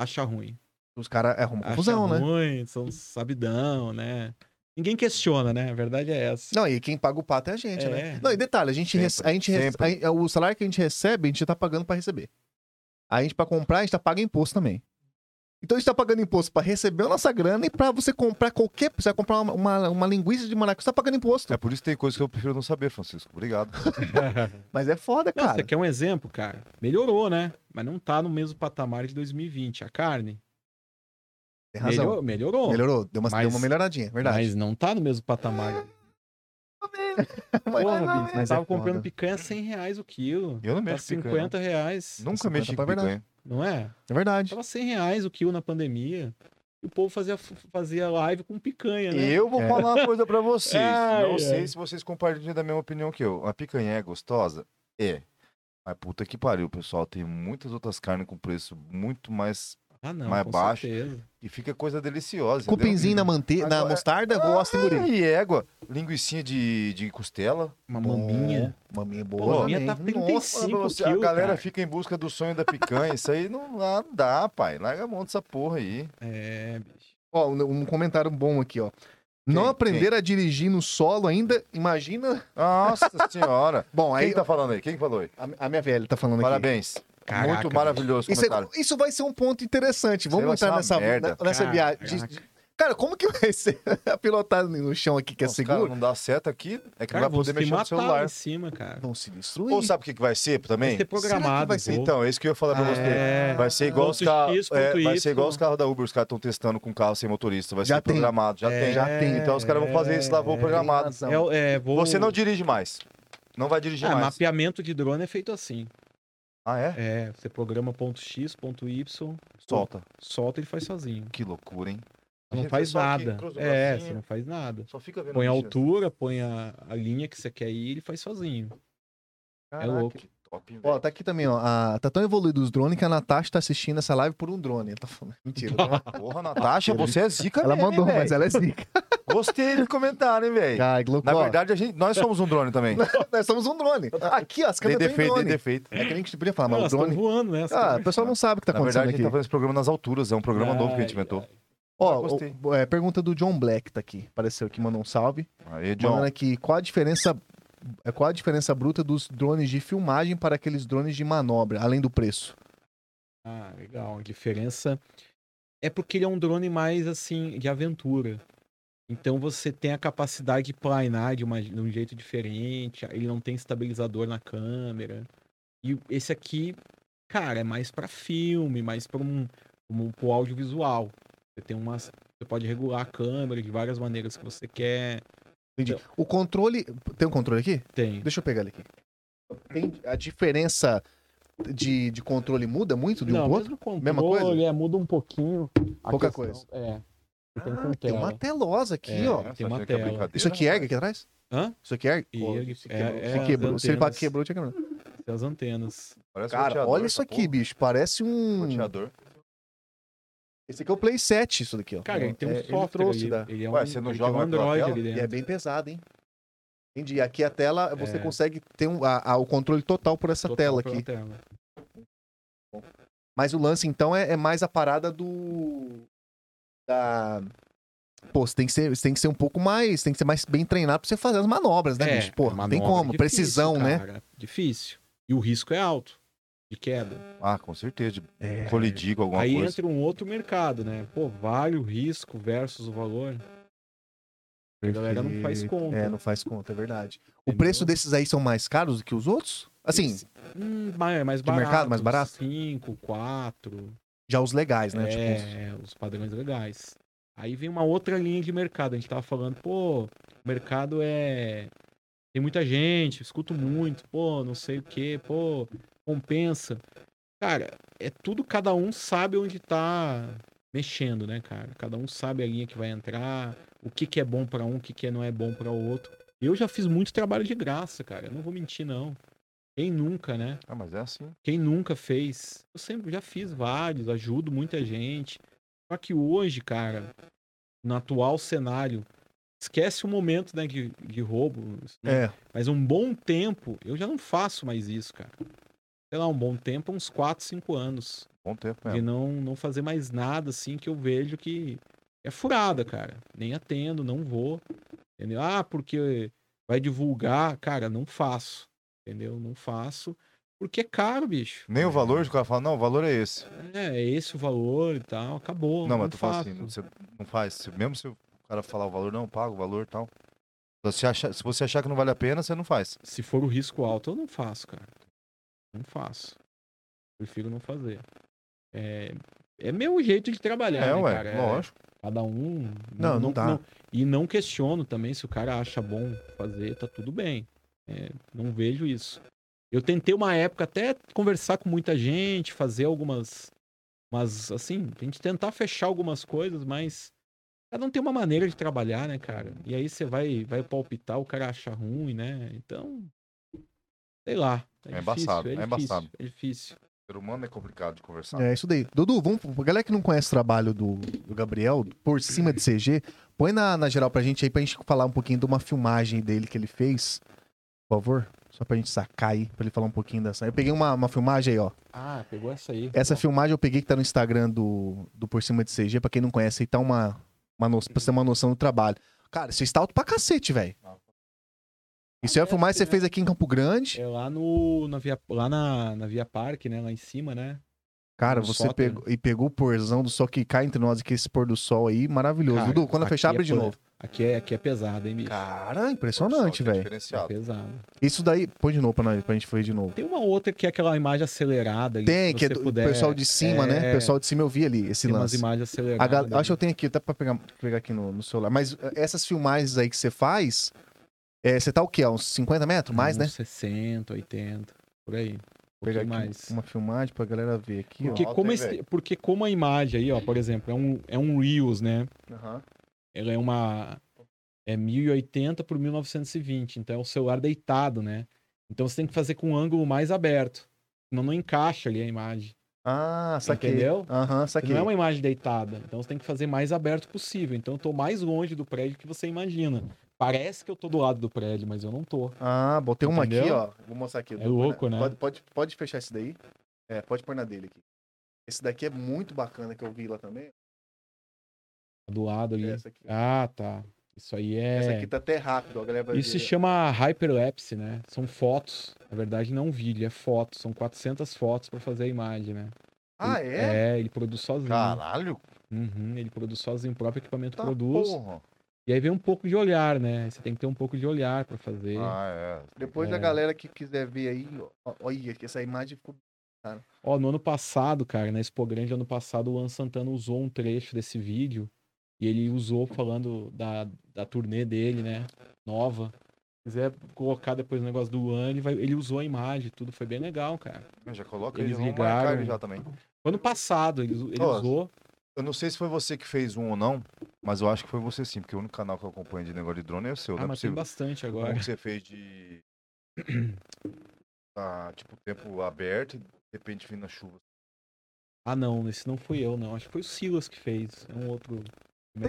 C: acha ruim.
A: os caras é uma
C: Acha
A: confusão, né?
C: ruim, são sabidão, né? Ninguém questiona, né? A verdade é essa.
A: Não, e quem paga o pato é a gente,
C: É.
A: né? Não, e detalhe, a gente,
B: Sempre,
A: rece- a gente rece- a- o salário que a gente recebe, a gente tá pagando pra receber. A gente pra comprar, a gente tá paga imposto também. Então a gente tá pagando imposto pra receber a nossa grana e pra você comprar qualquer, você vai comprar uma, uma, uma linguiça de maracujá, você tá pagando imposto.
B: É por isso que tem coisas que eu prefiro não saber, Francisco. Obrigado.
A: Mas é foda,
C: [laughs] Não, você
A: cara.
C: quer um exemplo, cara? Melhorou, né? Mas não tá no mesmo patamar de 2020. A carne
A: Tem razão.
C: melhor, melhorou,
A: Melhorou, deu uma,
C: Mas-
A: deu uma melhoradinha, é verdade. Ah,
C: mas não tá no mesmo patamar.
A: [laughs] Mas,
C: Porra, bicho,
A: mas é foda.
C: tava comprando picanha 100 reais o quilo.
B: Eu não
C: Tá
B: mexo com picanha,
C: 50 reais,
B: não. Nunca
A: 50 pra
B: mexi com
A: tá verdade.
B: picanha.
C: não é?
A: É verdade.
C: Tava 100 reais o quilo na pandemia. E o povo fazia, fazia live com picanha, [laughs] né?
B: Eu vou
A: É.
B: falar uma coisa pra vocês.
C: Ai,
B: não sei
C: ai.
B: se vocês compartilham da mesma opinião que eu. A picanha é gostosa? É. Mas puta que pariu, pessoal. Tem muitas outras carnes com preço muito mais.
C: Ah, não,
B: mais
C: com
B: baixo.
C: certeza.
B: E fica coisa deliciosa. entendeu?
A: Cupinzinho na, mante... na
B: Agora-
A: mostarda, gosta de guri.
B: E égua. Linguicinha de, de costela.
C: Uma maminha.
A: Bom, Maminha
C: Pô,
A: boa.
C: a minha
A: também.
C: tá
A: Nossa,
C: 35
B: Pra você, a
C: quilos,
B: galera
C: cara.
B: fica em busca do sonho da picanha. Isso aí não, lá não dá, pai. Larga a mão dessa porra aí.
C: É, bicho.
A: Ó, um um comentário bom aqui, ó. Não
B: Quem?
A: aprender a dirigir no solo ainda, imagina.
B: [laughs] Nossa senhora.
A: Bom, aí
B: Quem tá falando aí? é Quem que falou aí?
A: a, a minha velha tá falando aqui.
B: Parabéns.
C: Caraca,
B: Muito maravilhoso o
A: Isso, é-
B: comentário.
A: isso vai ser um ponto interessante. Vamos
B: vai ser
A: entrar
B: uma
A: nessa,
B: merda.
A: na- nessa viagem.
C: Caraca.
A: de- de- Cara, como que vai [laughs] ser a pilotada no chão aqui que é
B: Os caras
A: seguro?
B: não dá seta aqui, é que
C: Cara,
B: não vai
C: vou
B: poder
C: se
B: mexer no
C: matar lá
B: celular.
C: em cima, cara.
A: Vão se destruir.
B: Ou sabe o que, que vai ser também?
C: Vai ser programado.
A: vai ser,
C: vou.
B: Então, é isso que eu ia falar pra você.
C: É.
B: Vai ser igual os
C: Ponto
B: carros.
C: X, ponto
B: é, vai
C: Y.
B: ser igual os carros da Uber, os caras estão testando com carro sem motorista. Vai
A: Já
B: ser
A: tem.
B: programado, já
C: É,
B: tem.
A: já tem.
B: Então os caras vão fazer esse lavou
C: é,
B: programado.
A: razão.
C: É, o- é, vou...
B: Você não dirige mais. Não vai dirigir
C: Ah,
B: mais.
C: mapeamento de drone é feito assim.
B: Ah, é?
C: É, você programa ponto X, ponto Y,
B: Solta.
C: solta e ele faz sozinho.
B: Que loucura, hein? A
C: Não
B: gente
C: faz
B: só aqui,
C: nada.
B: cruza o
C: É,
B: bracinho,
C: você não faz nada.
B: Só fica vendo
C: Põe a
B: bicho.
C: altura, põe a, a linha que você quer ir, ele faz sozinho.
B: Caraca,
C: é louco.
B: que top,
A: Ó,
B: velho.
A: tá aqui também, ó. a- tá tão evoluído os drones que a Natasha tá assistindo essa live por um drone. Ela tá falando. Mentira.
B: Porra, Natasha, você é zica
A: ela
B: mesmo,
A: mandou,
B: hein,
A: mas
B: velho?
A: ela é zica.
B: Gostei do comentário, hein, velho?
A: Cara, que louco.
B: Na
A: ó.
B: verdade, a gente, nós somos um drone também.
A: nós somos um drone. Aqui, ó, as
B: Dei
A: câmeras tão em
B: defeito, dei
A: drone.
B: defeito.
A: É que nem que a gente
B: Ah,
A: podia falar, mas
C: não,
A: o
C: elas tão
A: drone...
C: voando, né? Elas
A: Ah, o
C: tão-
A: pessoal não sabe o que tá
B: Na verdade,
A: acontecendo
B: a gente
A: aqui.
B: tá fazendo esse programa nas alturas. É um programa novo que a gente
C: Ai,
B: inventou.
C: ai.
B: Ah,
A: Ó,
B: gostei.
A: o- é, pergunta do John Black tá aqui. Apareceu aqui, mandou um salve.
B: Aí, John. né?
A: Mandando aqui, qual a diferença é qual a diferença bruta dos drones de filmagem para aqueles drones de manobra, além do preço?
C: Ah, legal. A diferença é porque ele é um drone mais assim de aventura. Então você tem a capacidade de planar de, uma- de um jeito diferente. Ele não tem estabilizador na câmera. E esse aqui, cara, é mais pra filme, mais para um, um pro audiovisual. Você tem umas, você pode regular a câmera de várias maneiras que você quer.
A: Entendi. O controle. Tem um controle aqui?
C: Tem.
A: Deixa eu pegar ele aqui. Tem a diferença de, de controle muda muito de um
C: não,
A: pro outro?
C: mesmo controle,
A: Mesma coisa?
C: é, muda um pouquinho. a
A: Pouca
C: questão- É. Você tem
A: Ah,
C: com
A: tem
C: tela.
A: uma telosa aqui,
C: então, É.
A: ó.
C: tem uma
B: achei que é
C: tela.
B: brincadeira,
A: Isso aqui
B: rapaz.
A: ergue aqui atrás?
C: Hã?
A: Isso aqui ergue?
C: E ele-
A: se
C: é-
A: quebrou.
C: é
A: se
C: as
A: quebrou. Se ele pá-
C: antenas.
A: quebrou, tinha quebrado. tá
C: Tem as antenas.
B: Parece um
A: Cara,
B: roteador,
A: olha isso
B: essa
A: aqui,
B: porra.
A: bicho. Parece um.
B: Roteador.
A: Esse aqui é o Play 7, isso daqui, ó.
C: Cara, ele tem um
A: É,
C: software.
A: trouxe
C: ele,
A: da-
C: ele é um,
B: Ué, você não
C: ele tem
B: joga
C: um
B: na tua
C: Android
B: tela?
C: ali
A: E
C: dentro.
A: é bem pesado, hein? Entendi. Aqui a tela, você
C: É.
A: consegue ter um- a- a- o controle total por essa
C: Total
A: tela
C: pela
A: aqui.
C: tela.
A: Mas o lance, então, é, é mais a parada do. Da. Pô, você tem, que ser, você tem que ser um pouco mais. Tem que ser mais bem treinado pra você fazer as manobras, né, bicho? Pô, não tem
C: É, manobra
A: como.
C: difícil,
A: Precisão, né?
C: cara, Difícil. E o risco é alto de queda.
B: Ah, com certeza. De
A: É.
B: colidir com alguma
C: Aí
B: coisa.
C: entra um outro mercado, né? Pô, vale o risco versus o valor. A galera não faz conta. né?
A: É, não faz conta, é verdade. O
C: Entendeu?
A: preço desses aí são mais caros do que os outros? Assim,
C: Esse- Hum, ma- é mais
A: De
C: barato.
A: mercado, mais barato?
C: 5, 4.
A: já os legais, né? Tipo, uns-
C: É, os padrões legais. Aí vem uma outra linha de mercado. A gente tava falando, pô, o mercado é. Tem muita gente, eu escuto muito, pô, não sei o quê, pô, compensa. Cara, é tudo, cada um sabe onde tá mexendo, né, cara? Cada um sabe a linha que vai entrar, o que que é bom pra um, o que que não é bom pra outro. Eu já fiz muito trabalho de graça, cara, eu não vou mentir, não. Quem nunca, né?
B: Ah, mas é assim.
C: Quem nunca fez? Eu sempre já fiz vários, ajudo muita gente. Só que hoje, cara, no atual cenário, esquece o momento né, de, de roubo. isso não-
A: é.
C: Mas um bom tempo, eu já não faço mais isso, cara. Sei lá, um bom tempo, uns 4, 5 anos.
B: Bom tempo
C: De
B: mesmo.
C: não, não fazer mais nada assim que eu vejo que é furada, cara. Nem atendo, não vou. Entendeu? Ah, porque vai divulgar, cara, não faço. Entendeu? Não faço. Porque é caro, bicho.
B: Nem o valor, o cara fala, não, o valor é esse.
C: É, é esse o valor e tal. Acabou.
B: não, mas tu fala
C: faço.
B: assim, você não faz. Se- Mesmo se o cara falar o valor, não, eu pago o valor e tal. Se você, achar, se você achar que não vale a pena, você não faz.
C: Se for o risco alto, eu não faço, cara. Não faço. Prefiro não fazer. É, é meu jeito de trabalhar,
B: é,
C: né,
B: ué,
C: cara? É-
B: lógico.
C: Cada um.
A: Não, não dá.
C: e não questiono também se o cara acha bom fazer, tá tudo bem. É, não vejo isso. Eu tentei uma época até conversar com muita gente, fazer algumas. Mas, assim, a gente tentar fechar algumas coisas, mas. Cada um tem uma maneira de trabalhar, né, cara? E aí você vai, vai palpitar, o cara acha ruim, né? Então. Sei lá.
B: É embaçado, é
C: difícil,
B: embaçado.
C: É difícil.
B: O ser humano é complicado de conversar.
A: É isso daí. Dudu, vamos, pra galera que não conhece o trabalho do, do Gabriel, por cima de CG, põe na, na geral pra gente aí, pra gente falar um pouquinho de uma filmagem dele que ele fez. Por favor, só pra gente sacar aí, pra ele falar um pouquinho dessa. Eu peguei uma, uma filmagem aí, ó.
C: Ah, pegou essa aí.
A: Essa
C: Ó,
A: filmagem eu peguei que tá no Instagram do, do Por Cima de CG, pra quem não conhece aí, tá uma, uma no... pra você ter uma noção do trabalho. Cara, você está alto pra cacete, velho. Isso é a filmagem que você fez aqui em Campo Grande.
C: É lá no. Na via, lá na, na Via Parque, né? Lá em cima, né?
A: Cara,
C: no
A: você
C: sótão.
A: pegou, e pegou o porzão do sol que cai entre nós aqui, esse pôr do sol aí, maravilhoso.
C: Cara,
A: Dudu, quando
C: aqui
A: fechar,
C: é
A: abre de
C: pan-
A: novo.
C: Aqui é, aqui é pesado, hein, bicho?
A: Cara,
B: Pessoal,
A: impressionante,
B: que é
A: velho.
C: É
B: diferenciado.
C: pesado.
A: Isso daí, põe de novo pra, nós, pra gente ver de novo.
C: Tem uma outra que é aquela imagem acelerada. ali,
A: Tem,
C: se
A: que é
C: você
A: do
C: puder,
A: pessoal de cima, né?
C: é,
A: O pessoal de cima eu vi ali esse
C: Tem umas
A: lance.
C: imagens
A: A
C: aceleradas.
A: gal- Acho que eu tenho aqui, até pra pegar, pegar aqui no, no celular. Mas eh, essas filmagens aí que você faz, eh, você tá o quê? A Uns 50 metros? Mais, né?
C: Uns 60, 80, por aí. Um
A: Vou pegar
C: pouquinho
A: aqui
C: mais.
A: uma filmagem pra galera ver aqui, ó.
C: Porque,
B: Nota,
C: como
B: hein,
C: esse-
B: velho?
C: porque como a imagem aí, ó, por exemplo, é um, é um Reels, né? Ela é uma. É 1080 por 1920. Então é o celular deitado, né? Então você tem que fazer com um ângulo mais aberto. Senão não encaixa ali a imagem.
A: Ah, saquei.
C: Entendeu?
A: Aham,
C: Porque
A: saquei.
C: Não é uma imagem deitada. Então você tem que fazer mais aberto possível. Então eu tô mais longe do prédio que você imagina. Parece que eu tô do lado do prédio, mas eu não tô. Tá
A: Ah, botei uma aqui,
C: Entendeu?
A: ó. Vou mostrar aqui. Vou pôr
C: louco,
A: na-
C: né?
A: Pode, pode, pode fechar esse daí. É, pode pôr na dele aqui. Esse daqui é muito bacana que eu vi lá também.
C: Do lado ali.
A: Essa aqui.
C: Ah, tá. Isso aí
A: É. Essa aqui
C: é.
A: tá até rápido, a galera vai
C: Isso se
A: ver.
C: chama hyperlapse, né? São fotos. Na verdade, não um vídeo, é fotos. São 400 fotos pra fazer a imagem, né?
A: Ah,
C: Ele-
A: é?
C: É, ele produz sozinho.
B: Caralho,
C: Uhum, ele produz sozinho, o próprio equipamento
B: tá
C: produz.
B: porra.
C: E aí vem um pouco de olhar, né? Você tem que ter um pouco de olhar pra fazer.
B: Ah, é.
A: Depois da
C: É.
A: galera que quiser ver aí, ó, olha, que essa imagem ficou.
C: Ó, no ano passado, cara, na Expo Grande, ano passado, o Luan Santana usou um trecho desse vídeo e ele usou falando da, da turnê dele, né? Nova. Se quiser colocar depois o negócio do Luan, ele, vai, ele usou a imagem, tudo foi bem legal, cara.
B: Eu Já coloca
C: Eles
B: ele, vamos marcar
C: ligaram.
B: ele já também.
C: Ano passado, ele, ele
B: Ó,
C: usou.
B: Eu não sei se foi você que fez um ou não, mas eu acho que foi você sim, porque o único canal que eu acompanho de negócio de drone é o seu,
C: Ah,
B: não é
C: mas tem
B: possível.
C: bastante
B: Um
C: agora.
B: que você fez
C: [clears throat]
B: de. tá, tipo, tempo aberto e de repente vindo a chuva.
C: Ah, não, esse não fui eu, não. Acho que foi o Silas que fez. É um outro.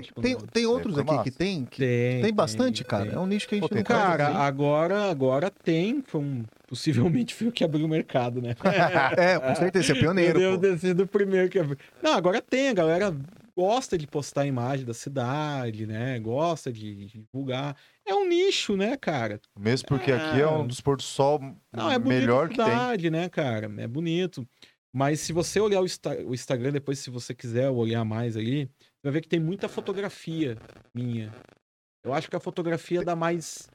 C: Tipo,
A: Tem, tem, tem outros
B: Ficou
A: aqui
B: massa.
A: que tem? Que...
C: Tem,
A: Tem, bastante, cara.
C: tem.
A: É um nicho que a gente
B: Pô,
A: não
B: tem
A: faz,
C: Cara,
A: assim.
C: agora, agora tem. Foi um- possivelmente foi o que abriu o mercado, né? [laughs]
A: É, com certeza, você é
C: Eu
A: pioneiro.
C: devo
A: pô.
C: ter sido o primeiro que abriu. Não, agora tem. A galera gosta de postar a imagem da cidade, né? Gosta de divulgar. É um nicho, né, cara?
B: Mesmo porque aqui é um dos pôr do sol
C: Ah. Não, é bonito
B: melhor
C: a
B: que tem.
C: cidade, né, cara? É bonito. Mas se você olhar o, Insta- o Instagram depois, se você quiser olhar mais ali, você vai ver que tem muita fotografia minha. Eu acho que a fografia dá mais...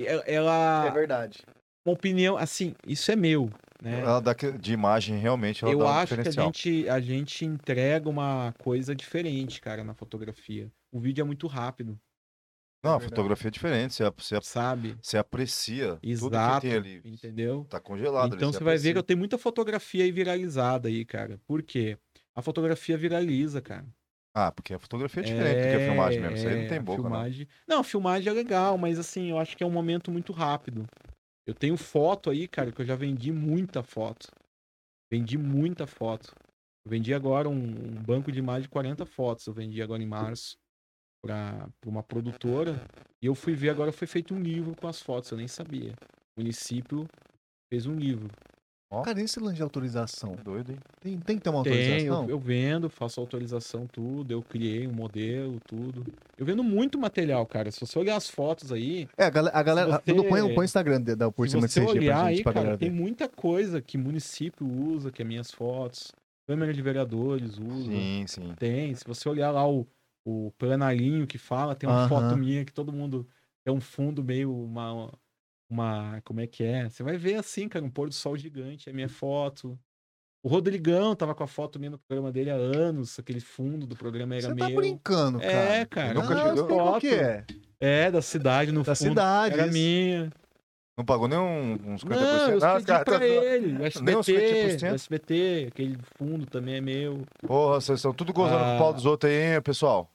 C: Ela...
A: É
C: ela-
A: verdade.
C: uma opinião, assim, isso é meu, né?
B: Ela dá que- de imagem realmente ela
C: Eu
B: dá um
C: acho que a
B: diferencial.
C: gente, a gente entrega uma coisa diferente, cara, na fotografia. O vídeo é muito rápido,
B: Não, a
A: verdade.
B: fotografia é diferente. Você, você,
C: sabe?
B: você aprecia tudo que
C: Exato,
B: tem ali.
C: entendeu?
B: Tá congelado
C: então
B: ali.
C: você vai ver que eu
B: aprecia.
C: tenho muita fotografia aí viralizada aí, cara. Por quê? A fotografia viraliza, cara.
B: Ah, porque a fotografia é diferente do que a filmagem mesmo. Isso aí
C: é,
B: não tem boca,
C: a
B: não.
C: filmagem... não. a filmagem é legal, mas assim, eu acho que é um momento muito rápido. Eu tenho foto aí, cara, que eu já vendi muita foto. Vendi muita foto. Eu vendi agora um, um banco de mais de 40 fotos. Eu vendi agora em março pra, pra uma produtora. E eu fui ver agora, foi feito um livro com as fotos, eu nem sabia. O município fez um livro.
A: Cara, e esse lance de autorização?
B: Tá Doido, hein?
A: Tem, tem que ter uma
C: Tem,
A: autorização?
C: eu, eu vendo, faço autorização, tudo, eu criei um modelo, tudo. Eu vendo muito material, cara. Se você olhar as fotos aí,
A: É, a galera. A galera
C: você-
A: Dudu, põe, um, põe o Instagram de- da Por
C: se
A: Cima de
C: você
A: CG pra gente,
C: olhar aí,
A: pra
C: cara,
A: galera
C: tem
A: ver.
C: muita coisa que município usa, que é minhas fotos, câmera de vereadores usa.
B: Sim, sim.
C: Tem, se você olhar lá o, o planarinho que fala, tem uma
A: Aham.
C: foto minha que todo mundo é um fundo meio uma uma como é que é? Você vai ver assim, cara, um pôr do sol gigante, é minha foto. O Rodrigão tava com a foto minha no programa dele há anos, aquele fundo do programa era
A: Você tá
C: meu.
A: brincando, cara.
C: É,
B: Eu
C: cara.
B: nunca tive-
C: não,
A: Ah, eu sei qual que é.
C: É, da cidade no
A: Da
C: fundo.
A: cidade.
C: Era
A: isso.
C: minha.
B: Não pagou nem um- uns 50%.
C: Não, eu
B: Ah,
C: pedi
B: cara,
C: pra
B: tá-
C: ele, do
B: Nem uns
C: SBT,
B: 50%?
C: do SBT, aquele fundo também é meu.
B: Porra, vocês estão tudo gozando com o
C: Ah.
B: pau dos outros aí, hein, pessoal?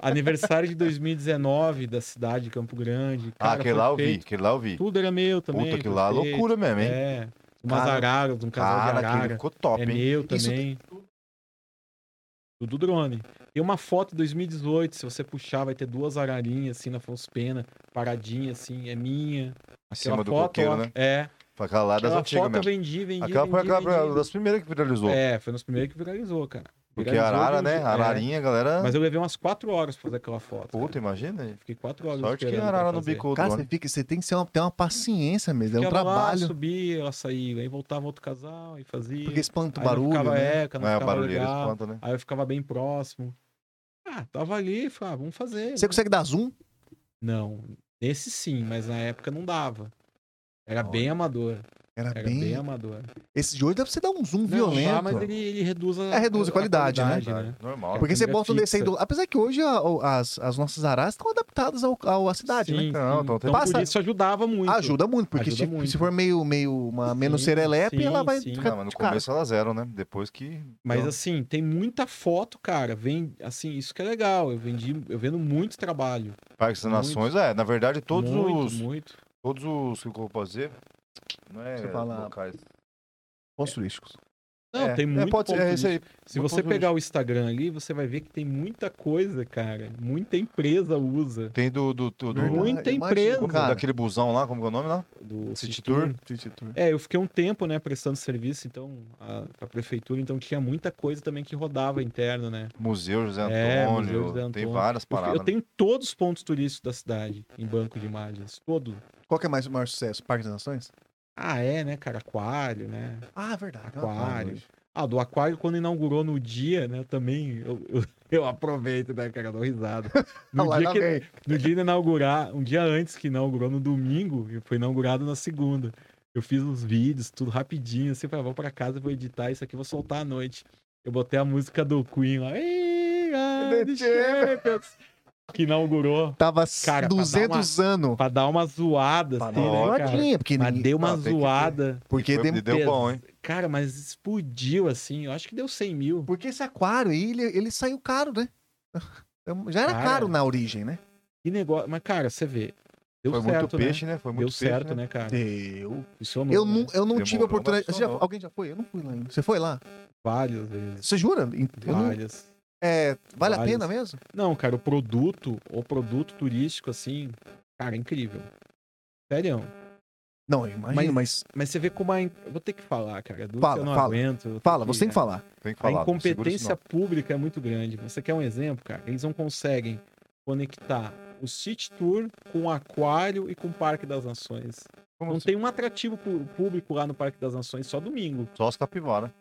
C: Aniversário de 2019 da cidade de Campo Grande.
B: Ah,
C: Cara,
B: aquele
C: foi
B: lá eu vi,
C: feito.
B: aquele lá eu vi.
C: Tudo era meu também.
B: Puta, aquilo
C: foi
B: lá é
C: feito.
B: loucura mesmo, hein?
C: É. Umas
A: Cara,
C: araras, um casal
B: Cara,
C: de
B: aquele
C: arara.
B: ficou top,
C: É
B: hein?
C: meu
A: Isso-
C: também. Tudo drone. Tem uma foto de 2018, se você puxar, vai ter duas ararinhas assim na Fonspena, paradinha assim, é minha.
B: Em cima
C: Aquela
B: do
C: foto,
B: coqueiro,
C: ó,
B: né?
C: É.
B: Foi aquela lá das
C: Aquela
B: antigas
C: foto eu
B: mesmo.
C: vendi, vendi,
B: Aquela foi
C: vendi,
B: aquela
C: vendi.
B: das primeiras que viralizou.
C: É, foi nos primeiros que viralizou, cara.
B: porque
C: Viralizou,
B: arara, né?
C: viralizou. É.
B: Ararinha, galera.
C: Mas eu levei umas quatro horas pra fazer aquela foto.
B: Puta,
C: cara.
B: imagina. aí.
C: Fiquei quatro horas
B: Sorte que
C: esperando pra
B: arara né? no
C: fazer.
B: bico do
A: Cara,
B: drone.
A: você, fica, você tem que ser uma, ter uma paciência mesmo. É um
C: Ficava lá,
A: trabalho.
C: subia, ela saía, aí voltava outro casal, e fazia.
A: porque espanta o
C: Aí não
A: barulho.
C: ficava
A: né?
C: eca, não
B: É, o
C: ficava
B: barulheiro
C: tá legal.
B: espanta, né?
C: Aí eu ficava bem próximo. Ah, tava ali, falei, ah, vamos fazer.
A: Você consegue dar zoom?
C: Não, nesse sim, mas na época não dava. Era
B: Olha.
C: bem amador.
A: Era,
C: Era
A: bem...
C: bem, amador.
A: Esse de hoje dá pra você dar um zoom
C: Não,
A: violento.
C: dá, mas ele, ele reduz a,
A: É, reduz a qualidade, né?
B: Normal.
A: Porque você
C: câmera
A: bota um desse aí
C: fixa.
A: do. Apesar que hoje a- o- as, as nossas araras estão adaptadas ao, ao- à cidade, né?
C: Sim,
B: Não,
C: sim.
B: então
C: Então,
B: tem-
A: Passa-
C: por isso ajudava muito.
A: Ajuda muito, porque
C: Ajuda
A: se,
C: muito.
A: se for meio, meio uma menos
C: Sim,
A: serelepe,
C: sim,
A: ela vai
C: sim.
A: ficar.
B: Não, mas no
A: de cara.
B: começo elas eram, né? Depois que.
C: Mas
B: então,
C: assim, tem muita foto, cara. Vem, assim, isso que é legal. Eu vendi, eu vendo muito trabalho.
B: Parques das
C: muito.
B: Nações, é. Na verdade, todos
C: muito,
B: os.
C: muito.
B: Todos os. que eu vou fazer. Não é.
A: Você fala-
B: locais.
A: Pontos turísticos.
C: Não,
B: É,
C: tem
B: é,
C: muito
B: pode ser-
C: ponto
B: é isso aí.
C: nisso. Se
B: Bom
C: você
B: ponto
C: pegar o Instagram ali, você vai ver que tem muita coisa, cara. Muita empresa usa.
B: Tem do. do, do, do-
A: Verdade.
C: Muita
A: imagina,
C: empresa.
B: como- daquele busão lá, como que é o nome lá?
C: do
B: City
C: City
B: Tour.
C: Tour. É, eu fiquei um tempo, né, prestando serviço, então, a, pra prefeitura, então tinha muita coisa também que rodava interno, né?
B: Museu José Antônio.
C: É, Museu José
B: Tem
C: Antônio.
B: várias
C: Eu,
B: paradas.
C: eu tenho todos os pontos turísticos da cidade em banco de imagens. Todo.
A: Qual que é mais o maior sucesso? Parque das Nações?
C: Ah, é, né, cara? Aquário, né?
A: Ah, verdade.
C: Aquário. Ah, do aquário, quando inaugurou no dia, né? Também eu, eu, [laughs] eu aproveito, né, cara? Dou
B: [laughs]
C: risada. No,
A: Lá
C: dia
A: lá
C: que,
A: vem.
C: no dia de inaugurar, um dia antes que inaugurou no domingo, e foi inaugurado na segunda. Eu fiz os vídeos, tudo rapidinho, assim, falei, "Ah, vou pra casa, vou editar isso aqui, vou soltar à noite. Eu botei a música do Queen lá. ah, "We are the
B: né?"
C: champions", Que inaugurou.
A: Tava
C: Cara, pra dar
A: 200 anos.
C: Pra dar uma zoada,
A: Pra
C: assim,
A: dar uma
C: né, cara?
A: zoadinha, porque
C: Mas
A: ninguém-
C: deu uma
B: Ah, tem que ter.
C: zoada.
A: Porque
B: Foi-
A: tem-
B: deu bom, hein?
C: Cara, mas explodiu, assim. Eu acho que deu 100 mil.
A: Porque esse aquário aí, ele, ele saiu caro, né? [laughs] Já era
C: Cara.
A: caro na origem, né?
C: Que negócio. Mas, cara, você vê. Deu
B: Foi
C: certo,
B: muito peixe, né? Foi
C: né?
B: muito
C: Deu
B: peixe.
C: certo, né, cara?
A: Deu.
C: Funcionou.
A: Eu
C: né?
A: não, eu não
B: Demorou,
A: tive a oportunidade.
B: mas
A: Você já-
B: funcionou.
A: alguém já foi? Eu não fui lá ainda. Você foi lá?
C: Várias vezes.
A: Você jura? Eu não-
C: Várias.
A: é, vale a
C: Vários.
A: pena mesmo?
C: Não, cara, o produto, o produto turístico, assim, cara, é incrível. Sério.
A: Não, eu imagino, mas,
C: Mas você vê como a. in- eu Vou ter que falar, cara. Dudu,
A: Fala,
C: eu não
A: fala.
C: aguento. eu vou ter
A: fala, você tem que falar.
B: Tem que
C: A
B: falar. não segura isso
C: incompetência pública é muito grande. Você quer um exemplo, cara? Eles não conseguem conectar o City Tour com o Aquário e com o Parque das Nações.
B: não. Como
C: Não
B: se-
C: tem um atrativo pu- público lá no Parque das Nações, só domingo.
B: Só as capivara.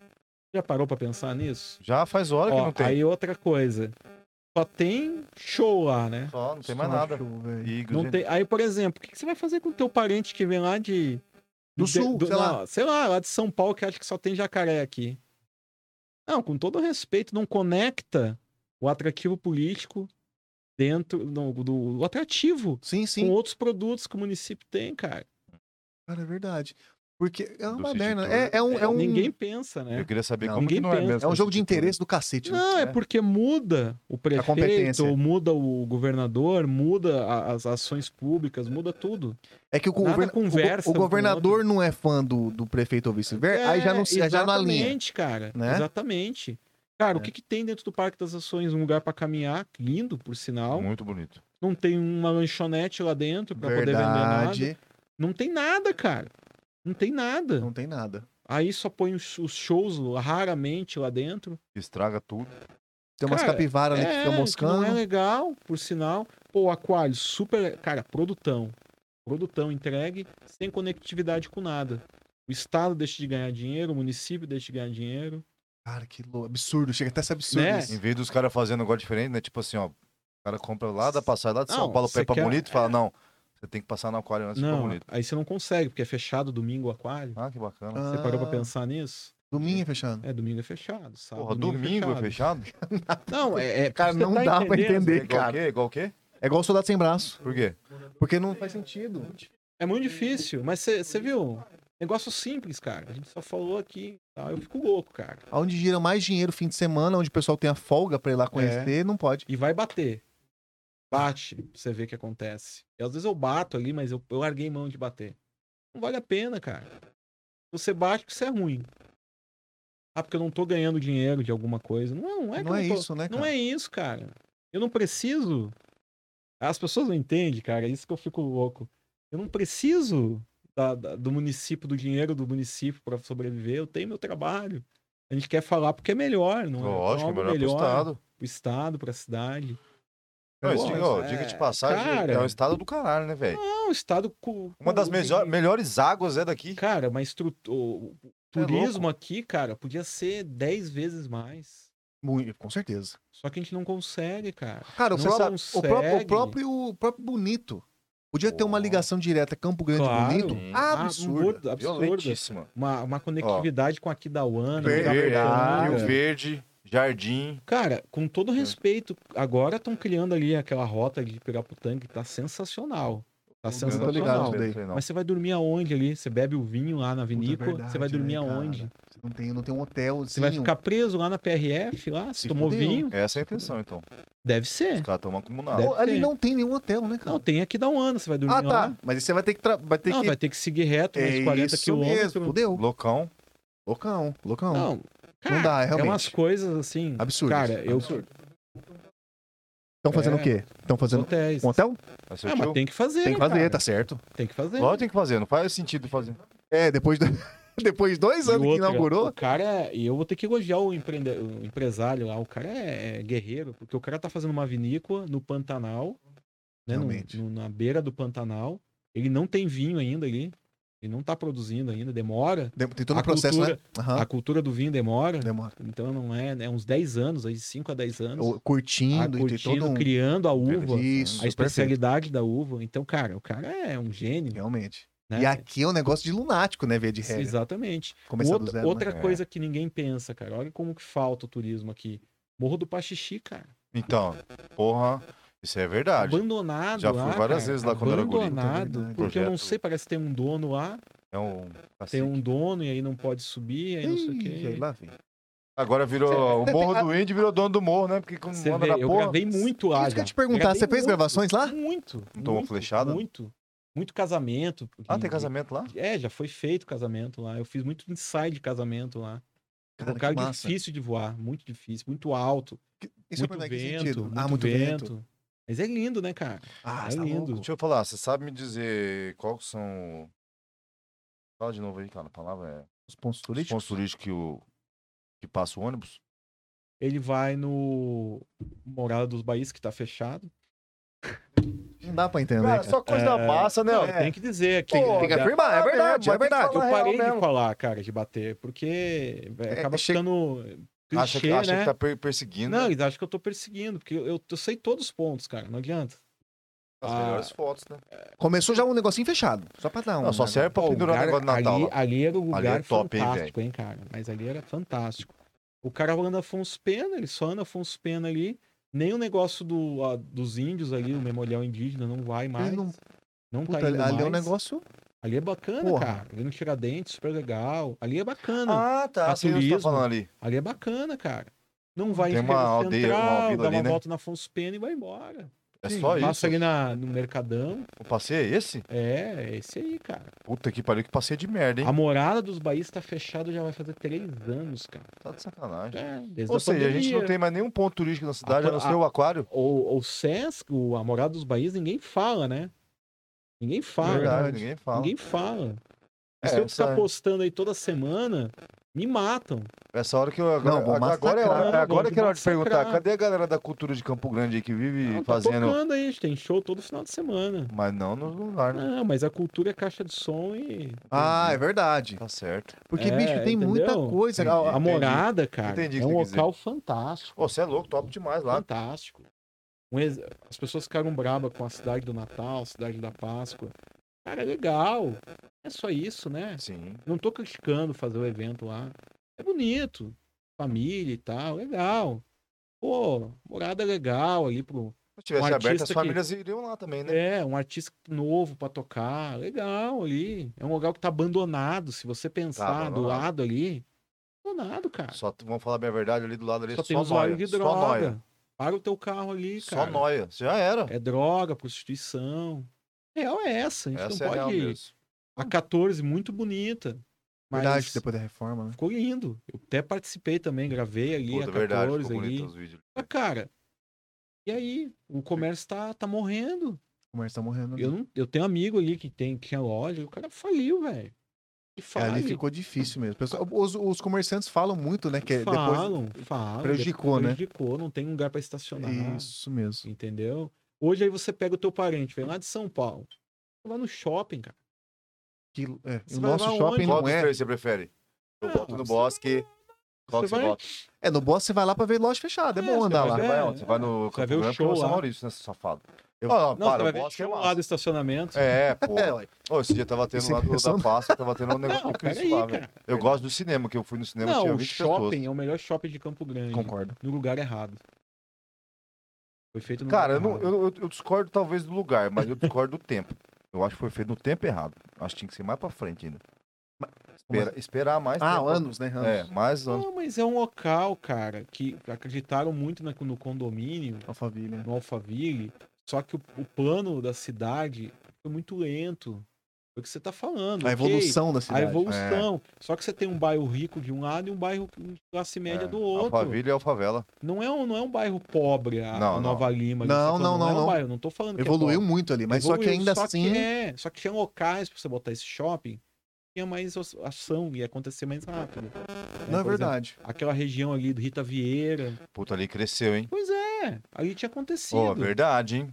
C: Já parou pra pensar nisso?
B: Já faz hora que
C: Ó,
B: não tem.
C: Aí outra coisa. Só tem show lá, né?
B: Só, não tem mais nada. E,
C: Não tem... Aí, por exemplo, o que que você vai fazer com o teu parente que vem lá de.
A: Do
C: de-
A: sul, sei lá.
C: não, Sei lá, lá de São Paulo, que acha que só tem jacaré aqui. Não, com todo respeito, não conecta o atrativo político dentro do, do- do atrativo
A: Sim,
C: com
A: sim.
C: outros produtos que o município tem, cara.
A: Cara, é verdade. Porque é
B: Do
A: uma moderna.
B: City Tour.
A: É, é um, é um-
C: Ninguém pensa, né?
B: Eu queria saber
A: Não,
B: como que
C: ninguém
B: não é
C: pensa.
B: mesmo.
A: é um jogo de interesse do cacete. né?
C: Não, é
B: É.
C: porque muda o prefeito,
A: competência.
C: ou muda o governador, muda a- as ações públicas, muda tudo.
A: É que o,
C: Nada
A: governa- o go-
C: conversa
A: o
C: um com o É,
A: governador não é fã do, do prefeito ou vice-versa, aí já não, se- já não alinha.
C: Exatamente, cara.
A: né?
C: Exatamente. Cara, o
A: É.
C: que, que tem dentro do Parque das Ações? Um lugar pra caminhar, lindo, por sinal.
B: Muito bonito.
C: Não tem uma lanchonete lá dentro pra poder vender nada.
A: Verdade,
C: Não tem nada, cara. Não tem nada.
A: não tem nada.
C: Aí só põe os os shows raramente lá dentro.
B: Estraga tudo.
A: Tem umas
C: Cara,
A: capivaras Tá ali que
C: É,
A: ficam moscando.
C: não é legal, por sinal. Pô, Aquário, super. Cara, produtão. Produtão entregue, sem conectividade com nada. O Estado deixa de ganhar dinheiro, o município deixa de ganhar dinheiro.
A: Cara, que lou- absurdo. Chega até a ser absurdo
C: Né?
A: isso.
B: Em vez dos caras fazendo um negócio diferente, né? Tipo assim, ó. O cara compra lá da passada lá de São
C: Não,
B: Paulo pra
C: você
B: ir pra
C: quer- é.
B: bonito e fala, não, você tem que passar no aquário antes de ir pra
C: Não,
B: Tá bonito.
C: aí você não consegue, porque é fechado domingo o Aquário.
B: Ah, que bacana.
C: Você parou pra
A: Ah,
C: pensar nisso?
A: Domingo é fechado.
C: É, domingo é fechado. Sábado,
B: Porra, domingo é fechado?
C: Não, é. é
A: Cara,
C: você
A: não dá pra
C: entendendo?
A: entender.
B: É igual o
A: Cara.
B: quê? Igual o quê?
A: É igual soldado sem braço.
B: Por quê?
A: Porque não faz sentido.
C: É muito difícil, mas você você viu? Negócio simples, cara. A gente só falou aqui. Tá? Eu fico louco, cara.
A: Onde gira mais dinheiro fim de semana, onde o pessoal tem a folga pra ir lá
C: É.
A: conhecer, não pode.
C: E vai bater. Bate, pra você ver o que acontece. E às vezes eu bato ali, mas eu, eu larguei mão de bater. Não vale a pena, cara. Você bate porque você é ruim. Ah, porque eu não tô ganhando dinheiro de alguma coisa. Não, não é que
A: não
C: eu
A: é
C: tô-
A: isso, né, cara?
C: Não é isso, cara. Eu não preciso. As pessoas não entendem, cara. É isso que eu fico louco. Eu não preciso da- da- do município, do dinheiro do município para sobreviver. Eu tenho meu trabalho. A gente quer falar porque é melhor, não é?
B: Lógico, é
C: Algo
B: melhor pro estado.
C: pro estado, pra cidade.
B: Não,
C: Pô,
B: isso, ó,
C: é,
B: diga de passagem,
C: cara.
B: é o estado do caralho, né, velho?
C: Não, o É um estado. cu-
B: Uma das
C: cu-
B: melhor- melhores águas é daqui.
C: Cara, mas tru- o o
B: É
C: turismo aqui, cara, podia ser 10 vezes mais.
A: Muito, com certeza.
C: Só que a gente não consegue, cara.
A: Cara, o,
C: Não
A: próprio, o,
C: consegue.
A: próprio, o, próprio, o próprio Bonito. Podia ter uma
B: Pô.
A: ligação direta Campo Grande e
C: Claro.
A: Bonito.
B: É
C: Ah,
A: Absurdo.
C: Absurda, absurda.
B: Violentíssima.
C: Uma, uma conectividade com né, aqui da UANA.
A: Ver-
B: Verde,
A: Verdade.
B: Rio Verde, Jardim.
C: Cara, com
A: É.
C: todo respeito, agora estão criando ali aquela rota de Piraputanga que tá sensacional. Tá
A: tô
C: sensacional.
A: ligado,
B: Não,
A: né? daí.
B: falei, não.
C: Mas você vai dormir aonde ali? Você bebe o vinho lá na
A: Puta, é
C: vinícola,
A: verdade,
C: você vai dormir
A: né, cara?
C: aonde?
A: Você não tem, não tem um hotel.
C: Você vai ficar preso lá na PRF, lá, se
A: Se
C: tomou
A: fudeu.
C: vinho?
B: Essa é a intenção, então.
C: Deve
B: Os
C: ser.
B: caras estão acumulados.
C: É. Deve
A: Ali
C: ter.
A: não tem nenhum hotel, né, cara?
C: Não, tem aqui da UANA, você vai dormir
A: ah, tá.
C: lá.
A: Mas aí você vai ter que. tra- Vai ter
C: Não,
A: que...
C: vai ter que seguir reto uns 40
A: isso mesmo.
C: quilômetros.
A: Fudeu.
B: Loucão.
A: Loucão, loucão.
C: Não,
A: Não dá,
C: É
A: realmente.
C: umas coisas assim.
A: Absurdo.
C: Cara, eu.
A: Estão fazendo
C: É.
A: o quê? Estão fazendo
C: Hotéis.
A: um hotel?
C: Ah,
B: Acertou?
C: mas tem que fazer.
A: Tem que fazer,
C: cara.
A: tá certo.
C: Tem que fazer.
B: Lógico que tem que fazer, não faz sentido fazer.
A: É, depois de, [laughs] depois de dois
C: E
A: anos que
C: outra,
A: inaugurou.
C: O cara, é, e eu vou ter que elogiar o, empreende- o empresário lá, o cara é guerreiro, porque o cara tá fazendo uma vinícola no Pantanal, né? no-
A: Realmente.
C: no- na beira do Pantanal. Ele não tem vinho ainda ali. Ele não tá produzindo ainda, demora.
A: de- Tem todo o
C: a
A: processo, né? Aham.
C: A cultura do vinho demora.
A: Demora.
C: Então não é, é uns 10 anos, aí de 5 a 10 anos.
A: O- Curtindo,
C: Ah,
A: e tem
C: curtindo,
A: todo um.
C: criando a uva,
A: Isso,
C: a especialidade da uva. Então, cara, o cara é um
A: perfeito.
C: gênio,
A: Realmente.
C: né?
A: E aqui é um negócio de lunático, né? Via de regra.
C: Exatamente.
A: Começar
C: outra
A: do zero.
C: outra
B: né?
C: coisa que ninguém pensa, cara. Olha como que falta o turismo aqui. Morro do Pachixi, cara.
B: Então, porra, isso é verdade.
C: Abandonado
B: Já
C: lá,
B: fui várias
C: cara.
B: vezes lá quando eu era guri.
C: Abandonado,
A: Puta, é
C: porque eu não
B: Projeto.
C: sei, parece que tem um dono lá,
B: É um.
C: tem
B: assim,
C: um dono e aí não pode subir, aí não sei o
A: Ih,
C: quê.
A: lá vem.
B: Agora virou. O Morro do Índio virou dono do morro, né? Porque quando
C: Você
B: manda
C: vê,
B: na
C: eu
B: porra.
C: gravei muito
A: Isso
C: lá
A: que eu
C: já.
A: ia te perguntar,
C: Gravei
A: você fez
C: muito,
A: gravações lá?
C: Muito.
B: Não tomou
C: muito,
B: flechada?
C: Muito. Muito casamento.
B: Ah, tem
C: de-
B: casamento lá?
C: É, já foi feito casamento lá. Eu fiz muito ensaio de casamento lá.
A: Cara,
C: um lugar
A: que massa.
C: difícil de voar, muito difícil, muito alto,
A: Isso
C: muito,
A: é
C: vento,
A: que sentido.
C: muito
A: ah, muito vento.
C: Mas é lindo, né, cara?
A: Ah,
C: É
A: você tá
C: lindo.
A: louco.
B: Deixa eu falar, você sabe me dizer qual são. Fala de novo aí, cara. A palavra
A: Os pontos
B: é. Os
A: turísticos.
B: pontos turísticos que, o... que passa o ônibus?
C: Ele vai no Morada dos Baís, que tá fechado.
A: Não dá pra entender.
B: Cara,
A: Cara,
B: só coisa massa, né?
C: Não,
B: É.
C: Tem que dizer aqui.
B: Tem-
C: né,
B: tem
A: Tem que
C: cara?
A: afirmar, é
B: Ah,
A: verdade,
B: mesmo,
A: é
B: tem que
A: verdade.
B: falar.
C: Eu
B: real
C: parei de
B: mesmo.
C: falar, cara, de bater, porque é, acaba
A: chega-
C: ficando
B: Acha,
C: clichê,
B: acha
C: né?
B: que tá per- perseguindo.
C: Não,
B: né?
C: eles acham que eu tô perseguindo, porque eu, eu sei todos os pontos, cara, não adianta.
B: As
C: Ah.
B: melhores fotos, né?
A: Começou já um negocinho fechado. Só pra dar um.
B: Não, só serve pra
C: Pô, o
B: pendurar o
C: cara-
B: negócio do Natal.
C: Ali,
B: lá.
C: ali era um
B: é
C: lugar
B: top, hein,
C: fantástico, hein, cara? Mas ali era fantástico. O cara anda Afonso Pena, ele só anda Afonso Pena ali. Nem o negócio do, a- dos índios ali, o memorial indígena, não vai mais.
A: Ele
C: Não,
A: não-
C: tá
A: Puta, ali
C: indo
A: ali é um
C: mais.
A: negócio.
C: Ali é bacana,
A: Porra.
C: cara. Ali no Tiradentes, super legal. Ali é bacana.
B: Ah, tá.
C: Pra
B: Assim eu
C: turismo.
B: tô falando ali.
C: Ali é bacana, cara. Não vai
B: Tem
C: em
B: uma
C: Feira
B: aldeia, uma
C: Central,
B: vila
C: dá
B: ali,
C: uma
B: né?
C: volta na Afonso Pena e vai embora.
B: É
A: Sim,
B: só isso.
C: Passa ali na, no Mercadão.
B: O passeio é esse?
C: É, é esse aí, cara.
B: Puta que pariu, que passeio de merda, hein?
C: A morada dos Baís tá fechada já vai fazer três anos, cara.
B: Tá de sacanagem.
C: Ah, É, Ah, desde
B: Ou
C: a
B: seja, a gente não
C: pandemia.
B: tem mais nenhum ponto turístico na cidade, a,
C: pan-
B: não ser o aquário.
C: O, o Sesc, o A Morada dos Baís, ninguém fala, né? Ninguém fala.
B: É
C: né?
B: Verdade,
A: verdade.
B: ninguém fala.
C: Ninguém fala. E
B: É,
C: se eu
B: essa-
C: ficar postando aí toda semana, me matam.
B: Essa hora que eu agora.
A: Não, vou
B: agora agora, é
A: massacrar.
B: hora- agora
C: Vou
B: que é hora de
C: massacrar.
B: perguntar, cadê a galera da cultura de Campo Grande aí que vive
C: Não, tá
B: fazendo.
C: tocando aí, gente, tem show todo final de semana.
B: Mas não no lugar, né?
C: Não, mas a cultura é caixa de som e
A: Ah, é verdade.
B: Tá certo.
A: Porque,
C: É,
A: bicho, tem muita
C: entendeu?
A: coisa.
B: Ah, Entendi.
A: A-
C: a
A: a-
C: morada, cara,
B: Entendi o que
C: é um
B: você quis
C: local fantástico.
B: Pô, você é louco, top demais lá.
C: Fantástico. Um ex- As pessoas ficaram brabas com a cidade do Natal, a cidade da Páscoa. Cara, é legal. É só isso, né?
B: Sim.
C: Não tô criticando fazer o evento lá. É bonito. Família e tal, legal. Pô, morada legal ali pro.
B: Se tivesse
C: Um
B: aberto,
C: artista
B: as
C: que-
B: famílias iriam lá também, né?
C: É, um artista novo pra tocar, legal ali. É um lugar que tá abandonado, se você pensar do
B: Tá abandonado.
C: lado ali. Abandonado, cara.
B: Só vamos falar bem a verdade ali do lado ali.
C: É. Só
B: Só,
C: tem usuário
B: nóia.
C: de
B: Só nóia.
C: droga. Para o teu carro ali,
B: Só
C: cara.
B: nóia. Já era.
C: É droga, prostituição. Real é essa, a gente
B: Essa é
C: não
B: a real
C: pode ir.
B: mesmo.
C: A 14, muito bonita. Mas
A: Verdade, depois da reforma, né?
C: ficou lindo. Eu até participei também, gravei ali
B: Puta,
C: a
B: verdade,
C: 14
B: ficou bonito
C: ali.
B: os vídeos.
C: Mas, cara, e aí? O comércio tá, tá morrendo.
A: O comércio tá morrendo. né?
C: Eu, não, eu tenho amigo ali que tem que tinha loja, o cara faliu, velho. E
A: É,
C: fale,
A: ali ficou difícil mesmo. Pessoal, os, os comerciantes falam muito, né? Que depois.
C: falam, falam.
A: prejudicou,
C: depois
A: né?
C: Prejudicou, não tem lugar pra estacionar.
A: Isso mesmo.
C: Entendeu? Hoje aí você pega o teu parente, vem lá de São Paulo. Vai no shopping, cara.
A: Que, é,
C: Você
A: o
C: vai
A: nosso
C: lá
A: shopping
C: onde?
B: Qual
A: não
B: dos
A: é.
B: três você prefere? Eu
C: Não,
B: boto no
C: você-
B: bosque. Qual que você
C: você vai-
B: bota?
A: É, no boss você vai lá pra ver loja fechada. É
C: É,
A: bom
C: você
A: andar
C: vai
A: lá.
B: Você
C: É,
B: vai onde? Você vai no
C: você vai ver o
B: Campo Grande
C: show
B: ou São
C: lá.
B: Maurício, né, seu safado?
A: Eu-
B: Não, não,
C: Não,
B: para,
C: você vai
B: o
C: ver
B: bosque é
C: show lá [laughs] do
B: massa.
C: estacionamento.
B: É, pô.
A: É, ué.
B: Ô, esse dia tava tendo
A: Isso é
B: lá do, da
A: impressão.
B: Páscoa, tava tendo um negócio
C: [laughs] Não,
B: do Cristo
C: peraí,
B: lá,
C: cara.
B: velho. Eu gosto do cinema, que eu fui no cinema,
C: Não,
B: tinha
C: o
B: 20 pessoas.
C: shopping é o melhor shopping de Campo Grande.
A: Concordo.
C: No lugar errado. Foi feito no
B: Cara, eu,
C: lugar
B: não-
C: é errado.
B: eu- eu- eu discordo talvez do lugar, mas eu discordo do tempo. Eu acho que foi feito no tempo errado. Acho que tinha que ser mais pra frente ainda. Espera-
C: assim?
B: esperar mais
A: Ah,
B: tempo.
A: anos, né? Anos.
B: É, mais anos.
C: Não, mas é um local, cara, que acreditaram muito na- no condomínio,
A: Alphaville. né?
C: no Alphaville, só que o, o plano da cidade foi muito lento. o que você tá falando.
A: A
C: ok,
A: evolução da
C: A
A: cidade. é.
C: evolução. Só que você tem um bairro rico de um lado e um bairro de classe média do outro.
B: Alphaville é Alfavela.
C: Não é um, não é um bairro pobre a,
B: Não,
C: a
B: não.
C: Nova Lima. que
A: Não,
C: você tá falando,
A: não, não,
C: É um
A: não.
C: bairro, não tô falando que é
A: Evoluiu
C: pobre.
A: muito ali, mas só que
C: Evoluiu,
A: ainda
C: só
A: assim.
C: Que é, só que tinha locais pra você botar esse shopping, tinha mais as- ação, ia acontecer mais rápido. Né,
A: Não é
C: por exemplo,
A: verdade.
C: aquela região ali do Rita Vieira.
B: Puta, ali cresceu, hein?
C: Pois é, ali tinha acontecido.
B: Ó, verdade, hein?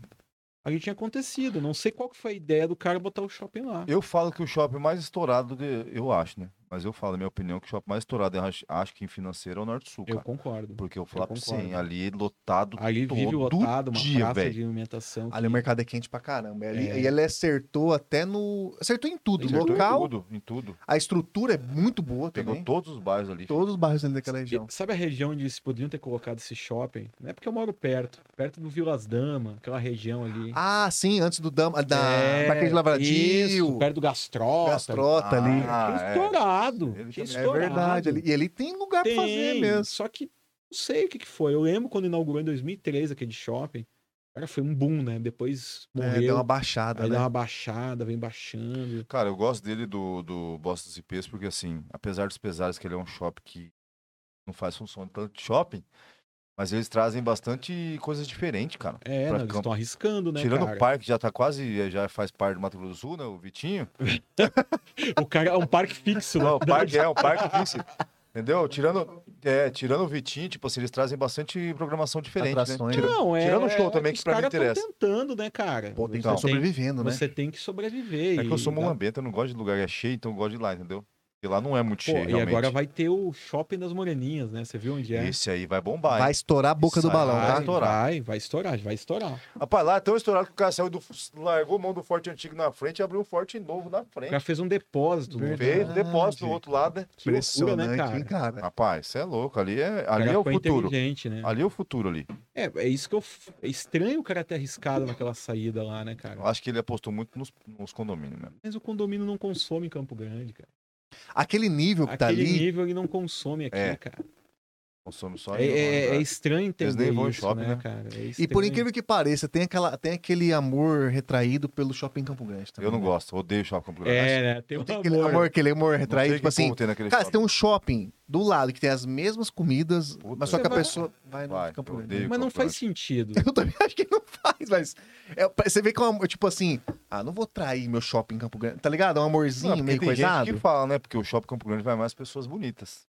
C: ali tinha acontecido. Não sei qual que foi a ideia do cara botar o shopping lá.
B: Eu falo que o shopping mais estourado, de- eu acho, né? Mas eu falo, na minha opinião, que o shopping mais estourado, eu acho, acho que em financeiro é o Norte Sul,
C: Eu,
B: cara.
C: concordo.
B: Porque eu falo pra você,
C: concordo.
B: hein, ali lotado
C: Ali
B: todo
C: vive lotado, uma
B: dia,
C: praça
B: velho.
C: de alimentação.
A: Ali o mercado é quente pra caramba. E, ali-
C: É.
A: e ele acertou até no. Acertou em
C: Ah,
A: tudo.
B: Acertou
A: Local,
B: Em tudo, em tudo.
A: a estrutura é muito
C: tá
A: boa
B: Pegou
A: também.
B: todos os bairros ali.
A: Todos os bairros ali daquela
C: E
A: região.
C: Sabe a região onde eles poderiam ter colocado esse shopping? Não é porque eu moro perto, perto do Vilas Dama, aquela região ali.
A: Ah, sim, antes do Dama. Da,
C: É,
A: daquele
C: isso,
A: Lavradio,
C: perto do Gastrota.
A: Gastrota ali.
B: Ah,
C: Tinha
B: é.
C: estourado.
B: Ele
C: tinha
B: também-
A: É
C: estourado.
A: verdade. ali- E ele tem lugar
C: Tem,
A: pra fazer mesmo.
C: Só que não sei o que, que foi. Eu lembro quando inaugurou em 2003 aquele shopping. Cara, foi um boom, né? Depois morreu.
A: É, deu uma baixada,
C: aí
A: né?
C: dá uma baixada, vem baixando.
B: Cara, eu gosto dele do, do Boston IPs, porque assim, apesar dos pesares que ele é um shopping que não faz função de tanto de shopping, mas eles trazem bastante coisas diferentes, cara.
C: É,
B: Pra
C: não, eles
B: campo.
C: estão arriscando, né,
B: Tirando
C: cara?
B: o parque, já tá quase, já faz parte do Mato Grosso do Sul, né? O Vitinho.
C: O cara é um parque fixo, né?
B: Não, o parque é, o parque fixo. Entendeu? Tirando, é, tirando o Vitinho, tipo assim, eles trazem bastante programação diferente,
A: Atrações.
B: né? Tira-
C: Não, é,
B: tirando o show também,
C: os
B: que pra mim
C: caras tão
B: interessa.
C: tentando, né, cara?
A: Pô, tem que
B: Então,
A: estar sobrevivendo, né?
C: Você tem que sobreviver.
B: É que eu
C: e
B: sou
C: dá-
B: mulambento, eu não gosto de lugar que é cheio, então eu gosto de ir lá, entendeu? Porque lá não é muito
C: Pô,
B: cheio,
C: e
B: realmente.
C: agora vai ter o shopping das Moreninhas, né? Você viu onde é?
B: Esse aí vai bombar,
A: né? Vai
B: hein?
A: estourar a boca do
B: Sai.
A: balão,
C: vai,
A: tá?
B: estourar.
C: Vai, vai estourar, vai estourar.
B: Rapaz, lá é tão estourado que o cara saiu do... Largou mão do forte antigo na frente e abriu um forte novo na
C: O
B: frente.
C: cara fez um depósito. né?
B: Fez o depósito do outro lado, né?
C: Que loucura, né, cara?
A: hein, cara?
B: Rapaz, você é louco. Ali é,
C: O
B: ali
C: cara
B: é o
C: foi
B: futuro.
C: inteligente, né?
B: Ali é o futuro ali.
C: É, é isso que eu. f- É estranho o cara ter arriscado naquela saída lá, né, cara?
B: Eu acho que ele apostou muito nos, nos condomínios mesmo.
C: Mas o condomínio não consome Campo Grande, cara.
A: Aquele nível que tá
C: Aquele
A: ali.
C: nível ele não consome aqui,
B: É.
C: cara.
B: Consome só
C: É,
B: em um
C: é- é
B: lugar.
C: estranho entender
B: Eles nem vão em
C: isso,
B: shopping,
C: né,
B: né?
C: cara? É
A: E por
C: estranho.
A: incrível que pareça, tem, aquela, tem aquele amor retraído pelo shopping Campo Grande também. né?
B: Eu não gosto, odeio shopping Campo Grande.
C: É, né? Tem um
A: Tem aquele
C: amor.
A: amor, aquele amor
B: Não sei
A: retraído,
B: que
A: tipo assim.
B: povo tem naquele
A: Cara, você
B: shopping.
A: tem um shopping do lado que tem as mesmas comidas,
B: Puta,
A: mas só que a
C: Mas-
A: pessoa vai no
B: Vai,
A: Campo
B: eu
A: Grande.
B: odeio.
C: Mas não faz sentido.
A: [laughs] Eu também acho que não faz, mas. é, você vê que é um amor, tipo assim, ah, não vou trair meu shopping em Campo Grande, tá ligado? É um amorzinho
B: Não, porque
A: meio
B: tem
A: coisado.
B: gente
A: [laughs]
B: que fala, né? Porque o shopping Campo Grande vai mais pessoas bonitas.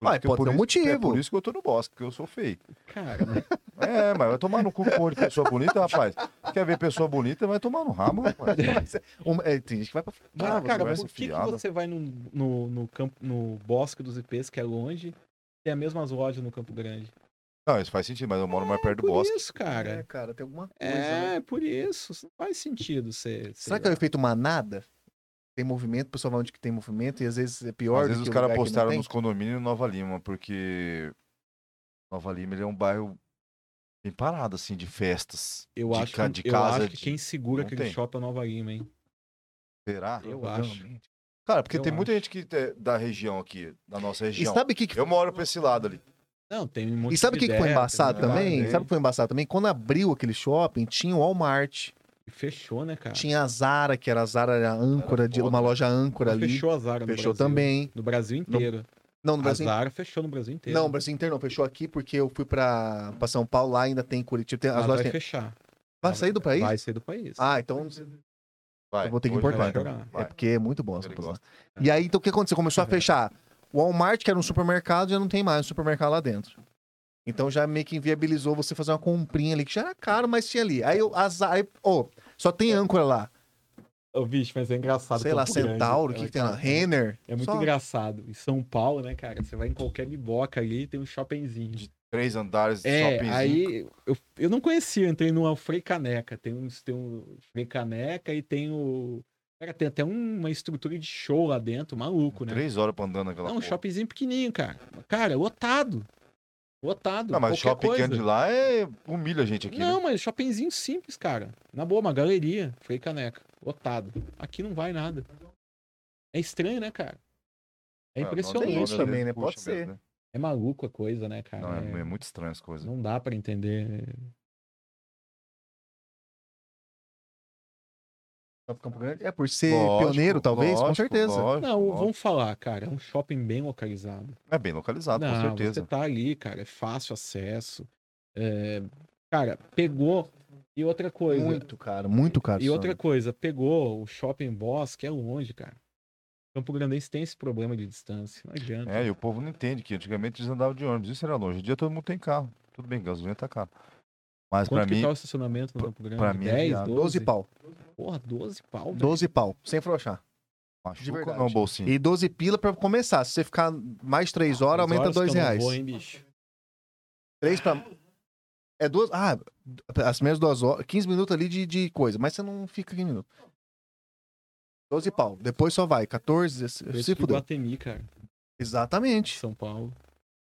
B: Por
A: Ué,
B: isso que-
A: pode
B: por
A: ter um
B: isso- É
A: motivo.
B: por isso que eu tô no bosque, porque eu sou feio.
C: Cara, né?
B: É, mas vai tomar no cu com olho de pessoa bonita, rapaz. Quer ver pessoa bonita, vai tomar no rabo, rapaz.
A: Um- é, tem gente que vai pra.
C: Mas,
B: Ah, você
C: cara,
B: vai
C: por
B: ser
C: que, que
B: fiado.
C: você vai no, no, no campo, no bosque dos IPs, que é longe, tem as mesmas lojas no Campo Grande?
B: Não, isso faz sentido, mas eu moro
A: É
B: mais perto do
C: Por
B: bosque.
C: isso, cara.
A: cara, tem alguma coisa. né?
C: É, por isso. Não faz sentido ser.
A: Será que é o efeito manada? Tem movimento, o pessoal vai onde que tem movimento e às vezes é pior.
B: Às
A: do
B: vezes
A: que
B: os
A: o
B: caras
A: lugar que não
B: postaram
A: tem?
B: nos condomínios em Nova Lima, porque Nova Lima ele é um bairro bem parado, assim, de festas.
C: Eu
B: de
C: acho,
B: ca- de
C: que- eu
B: casa,
C: acho que
B: de-
C: quem segura
B: não
C: aquele
B: tem.
C: shopping é o Nova Lima, hein?
B: Será?
C: Eu acho.
B: Cara, porque
C: eu
B: tem muita gente que é da região aqui, da nossa
A: E
B: região.
A: sabe o que, que
B: Eu moro pra esse lado ali.
C: Não, tem um monte
A: E sabe o que,
C: de
A: que
C: ideia,
A: foi embaçado
C: tem um monte de
A: também?
C: ideia.
A: Sabe o que foi embaçado também? Quando abriu aquele shopping, tinha o Walmart,
C: E Fechou, né, cara?
A: tinha a Zara, que era a Zara era âncora, de,
B: foda.
A: uma loja âncora ali. Fechou,
C: Fechou a Zara no Brasil.
A: também.
C: No Brasil inteiro.
A: Não, no
C: A
A: Brasil
C: Zara fechou no Brasil inteiro.
A: Não, o Brasil inteiro não. Fechou aqui porque eu fui pra, pra São Paulo, lá ainda tem Curitiba. Tem, as
C: Mas
A: lojas
C: Ah, vai
A: tem...
C: fechar.
A: Vai sair do país?
C: Vai sair do país.
A: Ah, então
B: Vai,
A: Eu vou ter que
B: hoje
A: importar,
B: vai.
A: então.
C: Vai.
A: É porque é muito bom essa
B: Ele
A: posição. E aí, então o que aconteceu? Começou a
C: [laughs]
A: fechar. O Walmart, que era um supermercado, já não tem mais um supermercado lá dentro. Então já meio que inviabilizou você fazer uma comprinha ali, que já era caro, mas tinha ali. Aí, eu, azar, aí ô, só tem âncora lá.
C: Ô, bicho, mas é engraçado.
A: Sei lá,
C: É. Campo Grande,
A: Centauro, o que,
C: cara,
A: que tem lá?
C: cara,
A: Renner.
C: É muito
A: Só-
C: engraçado. Em São Paulo, né, cara? Você vai em qualquer biboca ali tem um shoppingzinho.
B: Três andares,
C: É,
B: shoppingzinho.
C: aí eu, eu não conhecia, eu entrei numa Frei Caneca. Tem um, tem um Frei Caneca e tem o. Cara, tem até um- uma estrutura de show lá dentro, maluco, né?
B: Três horas pra andar naquela
C: Não, um
B: porra.
C: shoppingzinho pequenininho, cara. Cara, lotado. Lotado.
B: Não, mas
C: qualquer
B: shopping
C: coisa.
B: grande lá é... humilha a gente aqui, né?
A: é
C: Não, mas shoppingzinho simples, cara. Na boa, uma galeria, Frei Caneca, lotado. Aqui não vai nada. É estranho, né, cara? É
B: Ah,
C: impressionante.
B: nossa,
A: isso
B: às vezes
A: também, né?
B: puxa
A: Pode ser.
B: mesmo, né?
C: É maluco a coisa, né, cara?
B: Não, é, é muito estranho as coisas.
C: não dá pra entender.
A: Shopping Campo Grande? É por ser
B: Lógico,
A: pioneiro, talvez? com
B: lógico,
A: certeza.
B: lógico,
C: Não,
B: lógico.
C: vamos falar, cara, é um shopping bem localizado.
B: É bem localizado,
C: Não,
B: com certeza.
C: Você tá ali, cara, é fácil acesso. É, Cara, pegou. E outra coisa.
A: Muito caro, muito caro.
C: E outra
A: Sandro.
C: coisa, pegou o shopping Bosque, é longe, cara. Campo Grandense tem esse problema de distância, não adianta.
B: É, e o povo não entende que antigamente eles andavam de ônibus. Isso era longe. Hoje em dia todo mundo tem carro. Tudo bem, gasolina tá caro. Mas pra
C: Quanto que
B: mim,
C: tá o estacionamento no Campo Grande?
B: pra mim é
C: 10,
B: viável.
C: 12?
A: 12 pau.
C: Porra, 12 pau, velho.
A: 12 pau, sem frouxar. de
B: machuca
A: verdade.
B: não o bolsinho.
A: E 12 pila pra começar. Se você ficar mais 3 horas,
C: Duas
A: aumenta
C: Ah, horas
A: 2
C: que eu não
A: reais.
C: vou, hein, bicho?
A: 3 pra. É duas. Ah, as mesmas duas horas. 15 minutos ali de, de coisa, mas você não fica 15 minutos. 12 pau. Depois só vai. 14, 16.
C: Preço
A: Se
C: de
A: fudeu.
C: Iguatemi, cara, de
A: Exatamente.
C: São Paulo.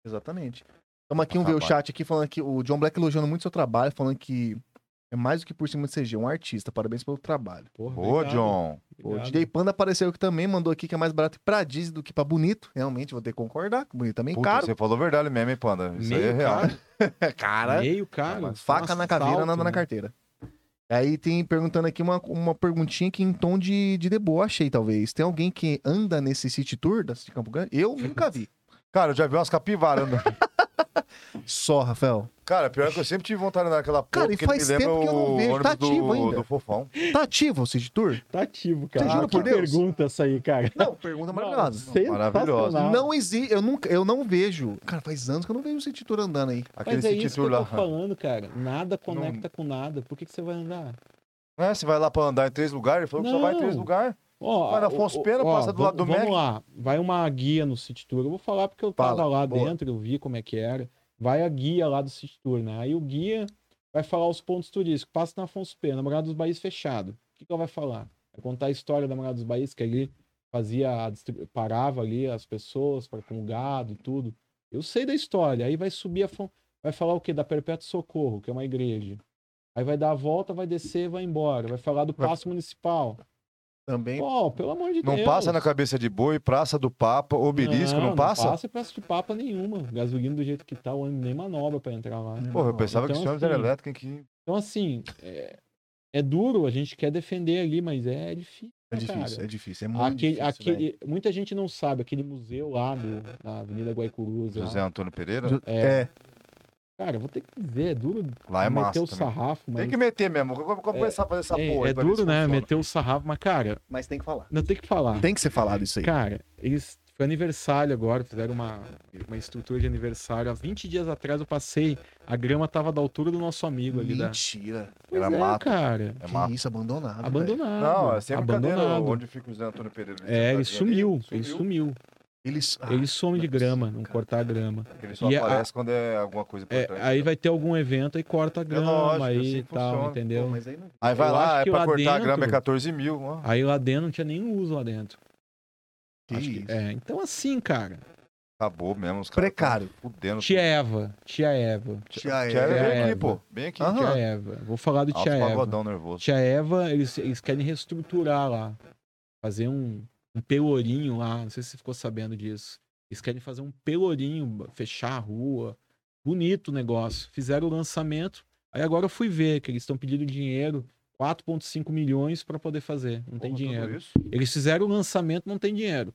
A: Exatamente. Estamos aqui, vamos ver o
B: Acabar.
A: chat aqui falando que o John Black elogiando muito seu trabalho, falando que é mais do que por cima de CG, um artista. Parabéns pelo trabalho.
C: Porra,
B: Boa,
C: obrigado,
B: John.
A: O
C: obrigado.
A: DJ Panda apareceu aqui também, mandou aqui que é mais barato pra Disney do que pra Bonito. Realmente, vou ter que concordar. que Bonito também é
B: Puta,
A: caro.
B: você falou a verdade mesmo, hein, Panda? Isso aí é
C: Meio
B: real.
C: caro,
B: [laughs]
A: Cara,
C: meio caro.
A: faca na caveira,
C: assalto,
A: nada na
C: né?
A: carteira. Aí tem perguntando aqui uma, uma perguntinha que em tom de, de deboche aí, talvez. Tem alguém que anda nesse City Tour da- de Campo Grande? Eu nunca vi.
B: Cara, eu já vi umas capivaras andando.
A: Só, Rafael.
B: Cara, pior é que eu sempre tive vontade de andar naquela porra,
A: Cara, e
B: porque me
A: faz tempo
B: lembra
A: que eu não
B: o
A: vejo,
B: ônibus
A: tá ativo
B: do,
A: ainda.
B: do Fofão.
A: Tá ativo o City Tour?
C: Tá ativo,
A: Você
C: cara.
A: jura
C: Ah,
A: por
C: que
A: Deus?
C: pergunta essa aí, cara.
A: Não, pergunta maravilhosa.
B: Maravilhosa.
C: sensacional.
A: Não existe, eu nunca, eu não vejo. Cara, faz anos que eu não vejo o City Tour andando aí.
B: Aquele
C: Mas é
B: City
C: isso que eu
B: Tour
C: tô
B: lá.
C: falando, cara. Nada conecta com nada. Por que, que você vai andar?
B: É, você vai lá pra andar em três lugares? Ele falou que só vai em três
C: Não.
B: lugares.
C: Ó,
B: Vai na
C: ó,
B: Afonso
C: ó,
B: Pena,
C: ó,
B: passa do lado do
C: vamos
B: Mac.
C: Vamos lá, vai uma guia no City Tour. Eu vou falar porque eu tava
A: Fala,
C: lá
A: boa.
C: dentro, eu vi como é que era. Vai a guia lá do City Tour, né? Aí o guia vai falar os pontos turísticos. Passa na Afonso Pena, Morada dos Baís fechado. O que, que ela vai falar? Vai contar a história da Morada dos Baís, que ali fazia, a distri- parava ali as pessoas pra, com gado e tudo. Eu sei da história. Aí vai subir a Fon... Vai falar o quê? Da Perpétuo Socorro, que é uma igreja. Aí vai dar a volta, vai descer, vai embora. Vai falar do
A: Vai-
C: Passo Municipal.
A: Também.
C: Pô, pelo amor de
B: Não
C: Deus.
B: passa na cabeça de boi, praça do Papa, obelisco, não, passa?
C: Não passa praça de papa nenhuma. Gasolina do jeito que tá, o ônibus nem manobra pra entrar lá.
B: Porra, eu pensava
C: Então,
B: que esse ônibus
C: assim,
B: era elétrico, hein, que
C: Então, assim, é, é duro, a gente quer defender ali, mas é difícil.
A: É
C: né, cara?
A: difícil, é difícil. É muito
C: Aquele-
A: difícil.
C: aquele-
A: velho.
C: muita gente não sabe, aquele museu lá do- na Avenida Guaicuruz. lá.
B: José Antônio Pereira,
A: Ju-
C: É.
A: É.
C: Cara, vou ter que dizer, é duro
B: lá é
C: meter
B: massa
C: o
B: também.
C: sarrafo, mas.
B: Tem que meter mesmo, eu vou vou começar a fazer essa
C: é,
B: porra. aí
C: é
B: pra ver
C: duro,
B: se
C: né?
B: funciona.
C: Meter o sarrafo, mas, cara,
A: Mas tem que falar.
C: não tem que falar.
A: Tem que ser falado isso aí.
C: Cara, eles foi aniversário agora, fizeram uma, uma estrutura de aniversário. Há 20 dias atrás eu passei, a grama tava da altura do nosso amigo ali da.
A: Mentira.
C: Pois
B: Era
C: é,
B: mato.
C: cara.
B: É
A: que
B: massa.
A: isso, abandonado. velho.
C: Abandonado.
B: Não, é sem brincadeira
C: abandonado.
B: onde fica o José Antônio Pereira.
C: É, ele
B: sentadinho ali,
C: sumiu, ele sumiu.
A: Eles, ah,
C: Ele some de
A: não é
C: grama,
A: possível,
C: não
A: cara.
C: cortar a grama.
B: Ele só
C: E a-
B: aparece quando é alguma coisa
C: É,
B: importante. né?
C: aí vai ter algum evento e corta a grama
B: lógico, assim
C: aí e
B: que
C: tal,
B: funciona.
A: Pô,
C: entendeu?
A: mas aí não...
B: Aí vai
C: eu acho
B: lá, é
C: que
B: pra
C: lá
B: cortar a grama é
C: dentro-
B: 14 mil. ó.
C: Aí lá dentro não tinha nenhum uso lá dentro.
A: Que
C: Acho que-
A: isso.
C: é, então assim, cara.
B: Acabou mesmo, os caras.
A: Precário.
B: tão Fudendo.
C: Tia Eva, tia Eva,
A: Tia
B: Tia Eva,
A: Eva.
B: vem aqui,
C: Eva.
B: pô. Vem aqui.
A: Aham.
C: tia Eva. Vou falar do
B: Ah. Alto
C: tia Eva.
B: pagodão nervoso.
C: Tia Eva, eles, eles querem reestruturar lá. Fazer um, um pelourinho lá. Não sei se você ficou sabendo disso. Eles querem fazer um pelourinho, fechar a rua. Bonito o negócio. Fizeram o lançamento. Aí agora eu fui ver que eles estão pedindo dinheiro. 4,5 milhões para poder fazer. Não
B: Porra, tá
C: tem
B: tudo
C: dinheiro.
B: isso?
C: Eles fizeram o lançamento, não tem dinheiro.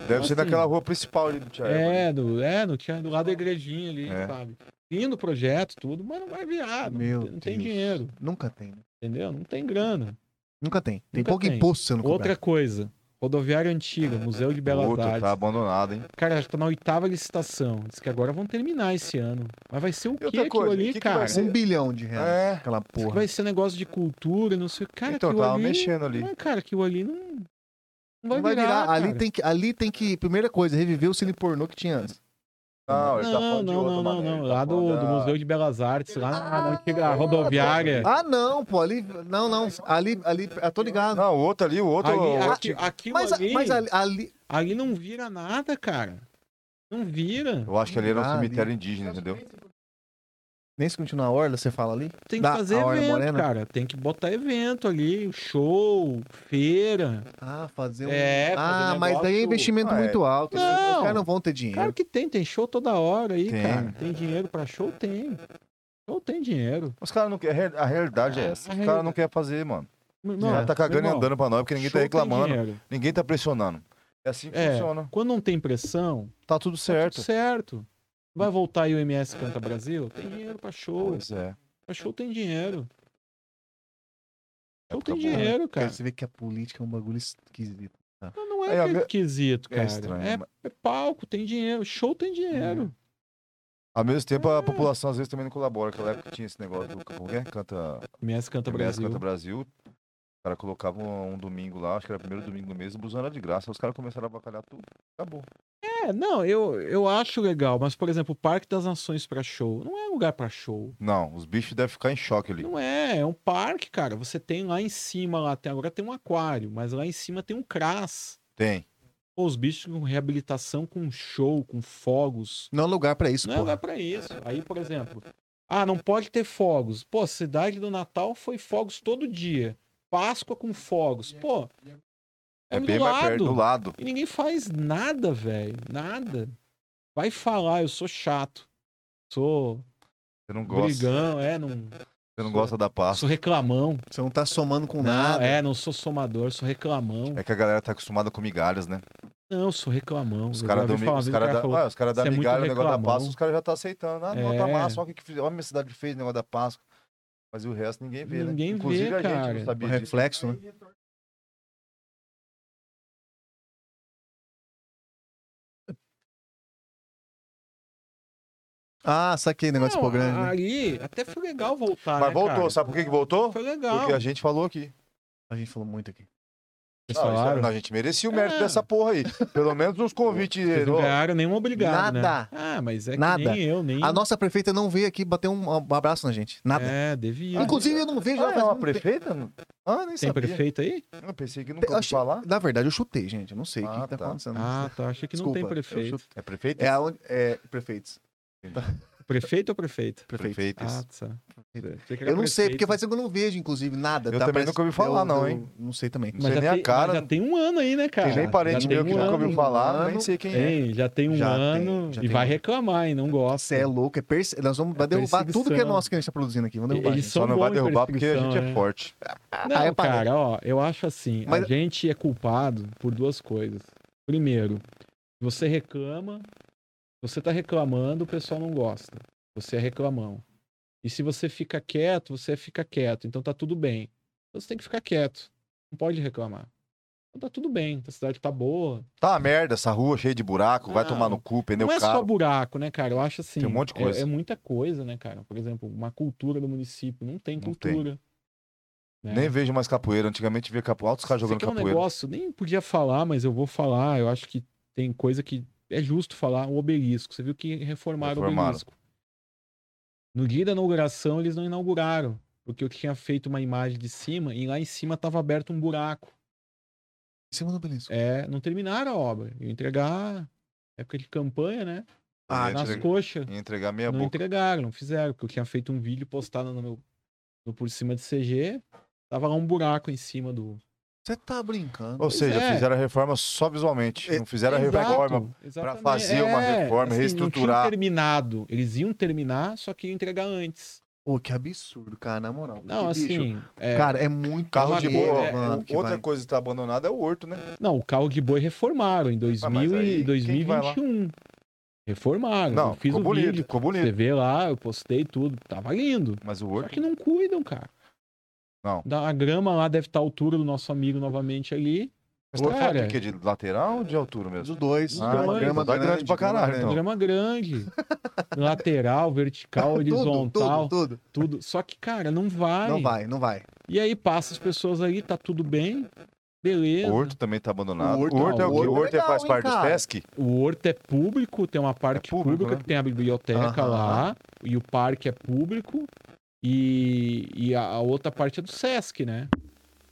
B: Deve ser
C: Assim.
B: naquela rua principal ali do Tia Eva. né?
C: É, do, é no, tinha- do lado da igrejinha ali,
B: É.
C: sabe? Lindo projeto, tudo, mas não vai virar. Ah, Não,
A: Meu
C: não tem
A: Deus.
C: dinheiro,
A: Nunca tem. né?
C: entendeu? Não tem grana.
A: Nunca tem. Tem
C: Nunca
A: pouco
C: tem.
A: imposto sendo
C: Outra
A: cobrado.
C: coisa, rodoviária antiga, Museu de Belas
B: Puta,
C: Artes.
B: tá abandonado, hein?
C: Cara, já tá na oitava licitação. Diz que agora vão terminar esse ano. Mas vai ser
B: E
C: o
B: outra
C: quê aquilo
B: coisa,
C: ali,
B: que que vai
C: cara? Diz
B: ser?
A: Um bilhão de reais.
B: É.
A: Aquela
C: que
A: porra.
C: vai ser negócio de cultura, não sei o Cara,
B: então,
C: aquilo
B: tava
C: ali...
B: mexendo ali.
C: Não, é, cara, aquilo ali não... Não vai,
A: Não vai virar. Ali,
C: cara.
A: tem que, ali tem que. Primeira coisa, reviver o cine pornô que tinha antes.
B: Não, ele tá
C: Não,
B: falando de
C: não,
B: outra
C: não, não,
B: maneira,
C: não.
B: ele tá
C: Lá do,
B: falando
C: do
B: da- Ah, tá.
C: Museu de Belas Artes, lá na, na antiga rodoviária.
A: Ah, não, pô. Ali. Não, não. Ali. ali ah, tô ligado.
B: Não, o outro ali, o outro. o
C: ali, ah,
B: outro-
C: aqui, aquilo
A: Mas, a-
C: ali,
A: mas ali, ali-
C: ali não vira nada, cara. Não vira.
B: Eu acho que ali era um
A: Ah, ali.
B: cemitério indígena, entendeu?
A: Nem se continuar a orla, você fala ali?
C: Tem que
A: Da
C: fazer
A: Aurora
C: evento,
A: Morena?
C: cara. Tem que botar evento ali, show, feira.
A: Ah, fazer um.
C: É, fazer
A: ah, mas daí é
C: negócio-
A: investimento
B: Ah, é.
A: muito alto. né? Os
C: Não.
A: caras não vão ter dinheiro.
C: Claro que tem, tem show toda hora aí,
B: Tem.
C: cara. Tem dinheiro pra show? Tem. Show tem dinheiro.
B: Os caras não querem. A realidade é
C: É,
B: essa.
C: a
B: Os caras não querem fazer, mano.
C: Não, é.
B: Ela tá cagando
C: irmão,
B: e andando pra nós, porque ninguém
C: show
B: tá
C: tem
B: reclamando,
C: dinheiro.
B: ninguém tá pressionando. É assim que
C: É.
B: funciona.
C: Quando não tem pressão,
B: Tá tudo
C: certo.
B: certo.
C: certo. Vai voltar aí o MS Canta Brasil? Tem dinheiro pra show.
B: Pois é.
C: Pra show tem dinheiro. Show
B: Época
C: tem
B: boa. né?
C: dinheiro, cara.
A: Cara, você vê que a política é um bagulho esquisito.
C: Não, não é,
B: Aí, ó,
C: que é
B: meu-
C: esquisito,
B: É
C: cara. É,
B: estranho, mas-
C: é palco, tem dinheiro. Show tem dinheiro.
B: Ao mesmo tempo,
C: É.
B: a população às vezes também não colabora. Naquela época tinha esse negócio do como é? canta,
C: MS É, Canta
B: MS
C: Brasil.
B: canta Brasil. Os caras colocavam um domingo lá, acho que era o primeiro domingo do mês, o busão era de graça. Os caras começaram a bacalhar tudo. Acabou.
C: É, não, eu, eu acho legal, mas, por exemplo, o Parque das Nações pra show não é lugar pra show.
B: Não, os bichos devem ficar em choque ali.
C: Não é, é um parque, cara. Você tem lá em cima, lá até agora tem um aquário, mas lá em cima tem um CRAS.
B: Tem.
C: Pô, os bichos com reabilitação, com show, com fogos.
A: Não é lugar pra isso,
C: Não é
A: pô.
C: lugar pra isso. Aí, por exemplo, ah, não pode ter fogos. Pô, cidade do Natal foi fogos todo dia. Páscoa com fogos. Pô,
B: É,
C: é do
B: bem mais perto do
C: lado.
B: lado.
C: E ninguém faz nada, velho. Nada. Vai falar, eu sou chato. Sou
B: Você não gosta.
C: brigão, é, não.
B: Você não gosta da pasta.
C: Sou reclamão.
A: Você não tá somando com
C: Não,
A: nada.
C: é, não sou somador, sou reclamão.
B: É que a galera tá acostumada com migalhas, né?
C: Não, sou reclamão.
B: Os
C: Eu
B: caras
C: já ouvi
B: dão mi-
C: falar,
B: os
C: um
B: cara
C: cara
B: dá,
C: falou,
B: ah, os cara dá
C: "Você é muito
B: migalha, o negócio da
C: reclamão."
B: Páscoa, os caras já tá aceitando. Ah, não, tá
C: É.
B: massa, olha o que, que fiz- olha a minha cidade fez, o negócio da Páscoa. Mas o resto ninguém vê, né?
C: Ninguém vê,
B: Inclusive a gente
C: cara.
B: não
A: O
B: sabia disso.
A: reflexo, né? Ah, saquei o negócio
C: "Não,
A: de grande, né?
C: Aí, até foi legal voltar.
B: Mas
C: né,
B: voltou,
C: cara?
B: sabe por que que voltou?
C: Foi legal.
B: Porque a gente falou aqui.
A: A gente falou muito aqui.
C: Vocês
B: Ah, isso-
C: falaram.
B: não, a gente merecia o mérito
C: É.
B: dessa porra aí. Pelo menos uns convites.
C: Vocês não
B: ó,
C: ganharam nenhum obrigado, né?
A: Nada.
C: Ah, mas é que
A: Nada.
C: nem eu, nem...
A: A nossa prefeita não veio aqui bater um um abraço na gente. Nada.
C: É, devia.
A: Inclusive, eu não vejo
B: Ah,
A: ela
B: é
A: faz
B: uma
A: muito tempo.
B: prefeita? Ah, nem
C: Tem
B: sabia.
C: prefeito aí?
B: Eu pensei que
A: Eu
B: nunca ouvi
A: achei-
B: falar.
A: Na verdade, eu chutei, gente. Eu não sei o que,
B: Ah,
A: que tá,
B: tá.
A: acontecendo.
C: Ah, tá. Achei que não tem
A: Desculpa, eu
C: prefeito.
B: É prefeito?
A: É aonde. É, prefeitos.
C: Prefeito ou prefeita?
A: Prefeito.
C: Ah,
B: Prefeitas.
C: tá.
A: Eu não sei, porque faz tempo que eu não vejo, inclusive, nada. tá?
B: Eu também nunca ouvi falar, não, hein?
A: é Não sei também.
B: Não sei nem a
C: tem,
B: cara.
C: mas é já tem um ano aí, né, cara?
B: Tem nem parente
C: já tem
B: meu que
C: um
B: nunca
C: ano,
B: ouviu falar,
A: mano.
B: nem sei quem é.
C: Tem, já tem um
A: Já
C: ano
A: tem, já
C: e
A: tem
C: vai
A: um-
C: reclamar, hein? Não
A: Você
C: gosta.
A: é louco, é perse... Nós vamos vai derrubar
C: perseguição. É
A: tudo que é nosso que a gente tá produzindo aqui. Vamos derrubar.
C: Eles
A: gente.
B: Só
C: São
B: não vai
C: bom em
B: derrubar porque a gente é
C: perseguição,
B: forte.
C: Não,
A: Aí eu parei.
C: cara, ó, eu acho assim,
A: Mas-
C: a gente é culpado por duas coisas. Primeiro, você reclama, você tá reclamando, o pessoal não gosta. Você é reclamão. E se você fica quieto, você fica quieto, então tá tudo bem. Então você tem que ficar quieto. Não pode reclamar. Então tá tudo bem, a cidade tá boa.
B: Tá uma merda essa rua cheia de buraco, vai
C: Ah,
B: tomar no cu, pneu
C: não é só
B: caro.
C: buraco, né, cara? Eu acho assim.
B: Tem um monte de
C: é-
B: coisa.
C: É, muita coisa, né, cara? Por exemplo, uma cultura do município. Não tem
B: Não
C: cultura. né?
B: Nem vejo mais capoeira. Antigamente via capoeira. Altos caras
C: Isso
B: jogando
C: aqui é um
B: capoeira.
C: negócio, nem podia falar, mas eu vou falar. Eu acho que tem coisa que é justo falar. O obelisco. Você viu que reformaram, o
B: Reformaram.
C: obelisco. No dia da inauguração, eles não inauguraram. Porque eu tinha feito uma imagem de cima e lá em cima estava aberto um buraco.
A: Em cima do obelisco.
C: É, não terminaram a obra. Eu entregar, época de campanha, né?
A: Ah,
B: Ia
C: nas
B: entregar-
C: coxas.
B: ia entregar meia
C: não
B: boca.
C: entregaram, não fizeram, porque eu tinha feito um vídeo postado no meu no por cima de CG, tava lá um buraco em cima do.
A: Você tá brincando.
B: Ou seja,
C: é.
B: fizeram a reforma só visualmente.
A: É,
B: Não fizeram a
C: Exato,
B: reforma.
C: exatamente. É, assim,
B: fazer uma reforma,
C: Não
B: reestruturar.
C: tinham terminado, eles iam terminar, só que iam entregar antes.
A: Pô, que absurdo, cara, na moral.
C: Não,
A: Que bicho.
C: assim, é,
A: Cara, é muito é
B: Carro de
A: dinheiro,
B: boa.
A: mano, que
B: É, Outra
A: vai.
B: coisa que tá abandonada é o horto, né?
C: não, o carro de boi reformaram em 2000
B: Ah, aí,
C: e
B: quem que vai lá?
C: 2021. Reformaram,
B: Não,
C: Ah, eu fiz
B: ficou
C: o
B: bonito,
C: vídeo,
B: ficou
C: você
B: bonito.
C: vê lá, eu postei tudo, tava lindo.
B: Mas o
C: Só
B: horto. é
C: que não cuidam, cara.
B: Não.
C: Da- A grama lá deve estar à altura do nosso amigo novamente ali.
B: Mas tá falando
C: Cara.
B: de quê? De lateral ou de altura mesmo?
A: Os dois.
C: Ah,
A: grama,
C: mas
A: grama
B: tá grande
A: grama
B: pra caralho,
A: grande.
B: então.
C: É
B: [laughs]
C: Grama grande. lateral, vertical,
A: Tudo,
C: horizontal,
A: tudo,
C: tudo,
A: tudo.
C: Só que, cara, não vai.
A: Não vai, não vai.
C: E aí passa as pessoas ali, tá tudo bem.
B: O
C: Beleza.
B: horto também tá abandonado.
A: O
B: O
A: horto-
B: horto, é o
A: o
B: quê?
A: horto
B: O
A: é
B: horto é
A: legal,
B: faz
A: hein,
B: parte do
A: cara?
B: Sesc?
C: O horto é público, tem uma parte
B: É público,
C: pública
B: né?
C: que tem a biblioteca
A: Aham.
C: lá, e o parque é público, e, e a, a outra parte é do Sesc, né?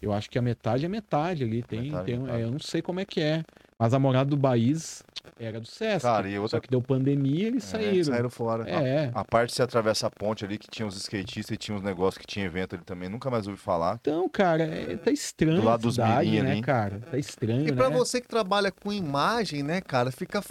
C: Eu acho que a metade é metade ali. Tem,
B: Metade,
C: tem,
B: metade.
C: é, eu não sei como é que é. Mas a morada do Baís era do Sesc.
B: Cara, e
C: Só
B: outra
C: que deu pandemia eles
B: É,
C: saíram.
A: Saíram fora.
C: É.
B: A parte que você atravessa a ponte ali, que tinha os skatistas e tinha uns negócios que tinha evento ali também, nunca mais ouvi falar.
C: Então, cara, é- tá estranho
B: Do
C: a
B: lado dos
C: cidade,
B: mirim
C: né,
B: ali.
C: cara? Tá estranho,
A: E pra
C: né?
A: você que trabalha com imagem, né, cara, fica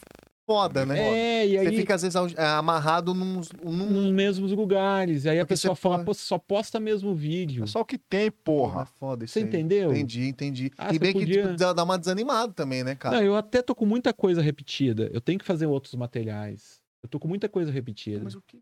A: foda, né?
C: É, e
A: Você
C: aí
A: fica, às vezes, ao- amarrado num, num...
C: nos mesmos lugares. E aí a
A: Porque
C: pessoa
A: você
C: fala,
A: pode-
C: pô, você só posta mesmo vídeo.
B: É só o que tem,
A: Porra,
B: porra.
A: É foda isso
C: Você
A: aí.
C: entendeu?
A: Entendi, entendi.
C: Ah,
A: e
C: você
A: bem
C: podia-
A: que tipo, dá uma desanimada também, né, cara?
C: Não, eu até tô com muita coisa repetida. Eu tenho que fazer outros materiais. Eu tô com muita coisa repetida.
A: Mas o que...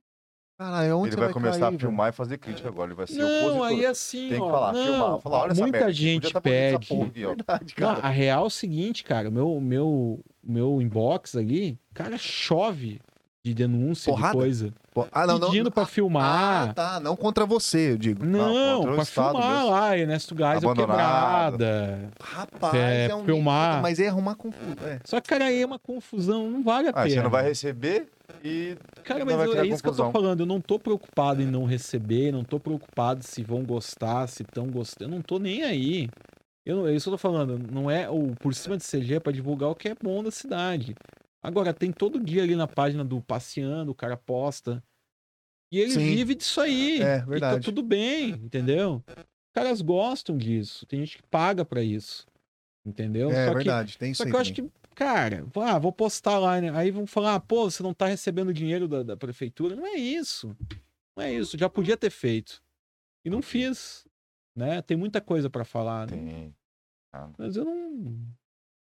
A: Caralho, é onde
B: Ele
A: você
B: vai começar
A: cair,
B: a filmar e fazer crítica agora. Ele vai ser
C: Não,
B: opositor.
C: aí assim,
B: é Tem que
C: ó,
B: falar,
C: não,
B: filmar. Falar, olha essa
C: muita
B: merda.
C: gente
B: Podia tá bonito essa
C: pede.
B: porra aqui, ó.
A: velho? Verdade,
C: Não,
A: cara.
C: a real é o seguinte, cara, o meu, meu, meu inbox ali, cara, chove de denúncia,
A: Porrada?
C: de coisa.
A: Pô, Ah, não, não.
C: pedindo pra filmar.
A: Ah, tá. Não contra você, eu
C: Hum.
A: digo.
B: Não,
C: Não,
B: contra o
C: pra
B: Estado
C: filmar
B: mesmo.
C: lá, Ernesto Gás é
B: Abandonado.
C: quebrada.
A: Rapaz,
C: É,
A: é, um...
C: filmar.
A: Mas é arrumar confuso. É.
C: Só que, cara, aí é uma confusão, não vale a
B: Ah,
C: pena.
B: você não vai receber e
C: Cara,
B: não
C: mas
B: vai
C: eu-
B: criar
C: é isso que eu tô
B: confusão.
C: falando. Eu não tô preocupado em não receber, não tô preocupado se vão gostar, se tão gostando. Eu não tô nem aí. Eu, é isso que eu tô falando. Não é o por cima de CG pra divulgar o que é bom da cidade. Agora, tem todo dia ali na página do Passeando, o cara posta. E ele
A: Sim.
C: vive disso aí.
A: É,
C: E tá
A: verdade.
C: tudo bem, entendeu? Os caras gostam disso. Tem gente que paga pra isso. Entendeu?
A: é
C: então Só que
A: verdade, tem isso
C: só
A: aí.
C: que eu acho
A: também.
C: que, cara, vou- ah, vou postar lá, né? Aí vão falar, ah, pô, você não tá recebendo dinheiro da, da prefeitura. Não é isso. Não é isso. Já podia ter feito. E não fiz. Né? Tem muita coisa pra falar. né?
B: tem.
C: Mas eu não.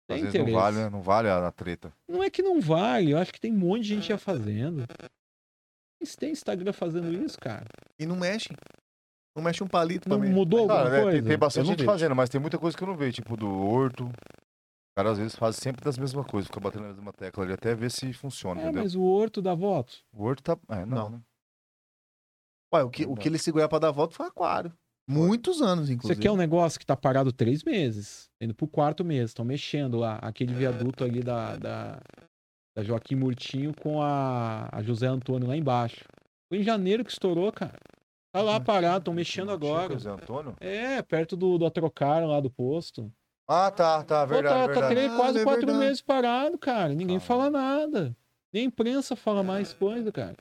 B: Às
C: Tem
B: vezes
C: interesse.
B: não vale, né? não vale a a treta.
C: Não é que não vale. Eu acho que tem um monte de gente já fazendo. Mas Tem Instagram fazendo isso, cara.
A: E não mexe. Não mexe um palito
C: Não
A: também.
C: mudou alguma
B: Cara, né,
C: coisa?
B: tem, tem bastante
A: Eu não
B: gente
A: vejo.
B: fazendo, mas tem muita coisa que eu não vejo, tipo do horto. O cara às vezes faz sempre das mesmas coisas, fica batendo na mesma tecla ali até ver se funciona,
C: É,
B: entendeu?
C: mas o horto dá voto.
B: O horto tá. É, não.
A: Não.
B: né?
A: Ué, o que, o que ele segurou pra dar a volta foi aquário. Muitos anos,
C: Você
A: inclusive.
C: quer um negócio que tá parado três meses, tá indo pro quarto mês, estão mexendo lá,
A: É,
C: aquele
A: tá
C: viaduto ali da, da, da Joaquim Murtinho com a, a José Antônio lá embaixo. Foi em janeiro que estourou, cara. Tá lá parado, estão mexendo agora.
B: José né, Antônio?
C: É, perto do, do Atrocar lá do posto.
B: Ah, tá, tá,
C: Pô,
B: verdade,
C: tá, tá
B: verdade.
C: três, quase
A: Ah, é
C: quatro
A: verdade.
C: meses parado, cara. Ninguém
B: Caramba.
C: fala nada. Nem a imprensa fala
A: É.
C: mais coisa, cara.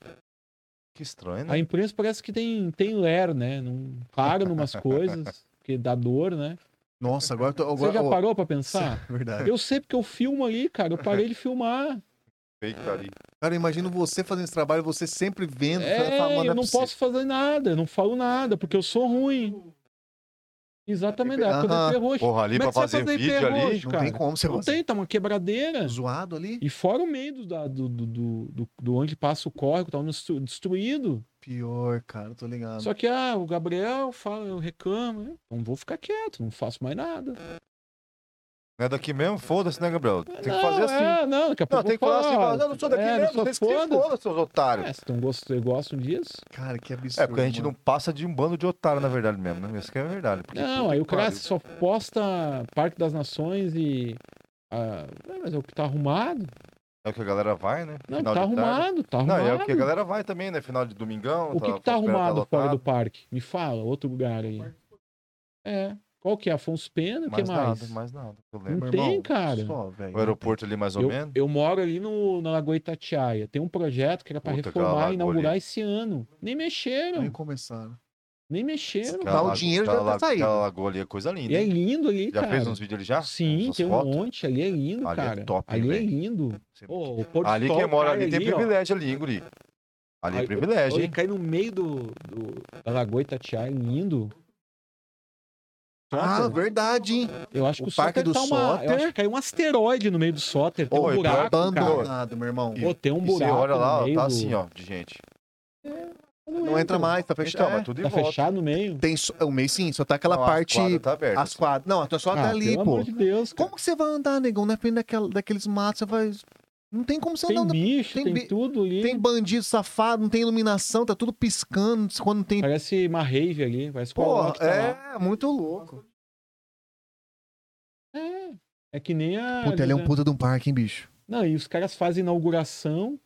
B: Que estranho, né?
C: A imprensa parece que tem, tem ler, né? Não para numas
A: [laughs]
C: coisas, porque dá dor, né?
A: Nossa, agora eu tô. Agora,
C: Você já
A: ó,
C: parou pra pensar?
A: Verdade.
C: Eu sei porque eu filmo ali, cara. Eu parei de filmar.
B: [laughs] Fake tá ali.
A: Cara, eu imagino você fazendo esse trabalho, você sempre vendo,
C: É,
A: falando,
C: eu
A: é
C: não
A: possível.
C: posso fazer nada, eu não falo nada, porque eu sou ruim. Exatamente, é a época do
A: Aham.
C: IP roxo.
B: Porra, ali
C: Como é
B: pra
C: que você
B: fazer
C: vai fazer
B: vídeo
C: hiper
B: ali.
C: hoje?
A: Não
C: cara.
A: tem como você
C: Não
A: fazer.
C: tem, tá uma quebradeira.
A: Zoado ali?
C: E fora o meio do, da- do, do, do, do- do onde passa o córrego, tá destru- destruído.
A: Pior, cara, tô ligado.
C: Só que, ah, o Gabriel fala, eu reclamo. né? Não vou ficar quieto, não faço mais nada.
B: Não é daqui mesmo? Foda-se, né, Gabriel? Tem que
C: não,
B: fazer assim.
C: É, não, daqui
B: Não,
C: a pouco
B: tem que
C: eu
B: falar
C: falo,
B: assim,
C: ah,
B: falar, não, não sou daqui
C: é,
B: mesmo,
C: só
B: vocês que se
C: foda-se.
B: foda, seus otários.
C: É, se não gostam, gostam disso.
A: Cara, que absurdo.
B: É, porque a gente não
A: mano.
B: passa de um bando de otário, na verdade mesmo, né? Isso que é verdade. porque
C: Não,
B: puta
C: aí
B: que
C: o cara
B: pariu.
C: só posta Parque das Nações e. ah, é, mas é o que tá arrumado.
B: É o que a galera vai, né?
C: Não,
B: Final
C: tá
B: de tarde.
C: arrumado, tá
B: Não,
C: arrumado.
B: e é o que a galera vai também, né? Final de domingão.
C: O que, que tá arrumado fora do parque? Me fala, outro lugar aí. É. Qual que é? Afonso Pena? O que
B: Mais,
C: mais?
B: nada, mais nada. que Eu
C: Não
B: lembro.
A: Meu
C: tem,
A: irmão,
C: cara.
A: Só, velho.
B: O aeroporto ali, mais ou
C: Eu,
B: menos.
C: eu moro ali no, na Lagoa Itatiaia. Tem um projeto que era pra
B: Puta, aquela
C: reformar
B: lagoa
C: e inaugurar esse ano. Nem
A: Nem
C: mexeram.
A: começaram.
C: Nem mexeram.
A: Tá, o
B: lago-
A: dinheiro
B: aquela
A: já tá
B: lago-
A: saído.
B: Aquela lagoa ali é coisa linda.
C: E é
B: hein?
C: lindo ali,
B: já
C: cara.
B: fez uns vídeos ali já?
C: Sim,
B: Essas
C: tem um
B: fotos?
C: monte. Ali é lindo,
B: Ali é
C: cara.
B: top, hein,
C: ali é
B: velho?
C: lindo.
B: Você-
C: Pô, o pôr do
B: ali
C: sol
B: quem mora
C: cai
B: ali tem
C: ó.
B: privilégio ali, hein, Guri? Ali é
C: Aí-
B: privilégio,
C: Ele
B: hein?
C: cai no meio do, do- da Lagoa Itatiaia, é lindo.
A: Ah,
C: Soter.
A: verdade, hein?
C: eu acho
A: o
C: que o
A: Parque
C: Soter
A: do
C: tá uma... Eu
A: Soter.
C: acho que caiu um asteroide no meio do Soter. Tem
B: Ô,
C: um
B: e pior
C: buraco,
A: tá
C: cara.
A: Abandonado, meu irmão.
B: E-
C: Pô, tem um
B: E
C: buraco
B: você olha lá,
C: no
B: ó,
C: meio
B: tá
C: do-
B: assim, ó, de gente.
A: Não entra mais, tá fechado.
B: Então,
A: É.
B: mas tudo em
C: Tá
B: volta.
C: fechado no meio.
A: Tem só- o mês sim, só tá aquela
B: Não, as
A: parte.
B: quadras tá aberta.
A: As quadras. Não, tá só até
C: Ah,
A: ali,
C: pelo
A: pô.
C: amor de Deus, cara.
A: Como que você vai andar, negão? Na frente daquela- daqueles matos, você vai. Não tem como você
C: Tem
A: andar. na-
C: bicho,
A: tem
C: tem,
A: bi-
C: tudo ali.
A: Tem bandido safado, não tem iluminação, tá tudo piscando quando não tem.
C: Parece uma rave ali, parece
A: Porra,
C: que tá lá.
A: é muito louco.
C: É. É que nem a...
A: Puta, ele é um
C: José-
A: puta de um parque, hein, bicho?
C: Não, e os caras fazem inauguração,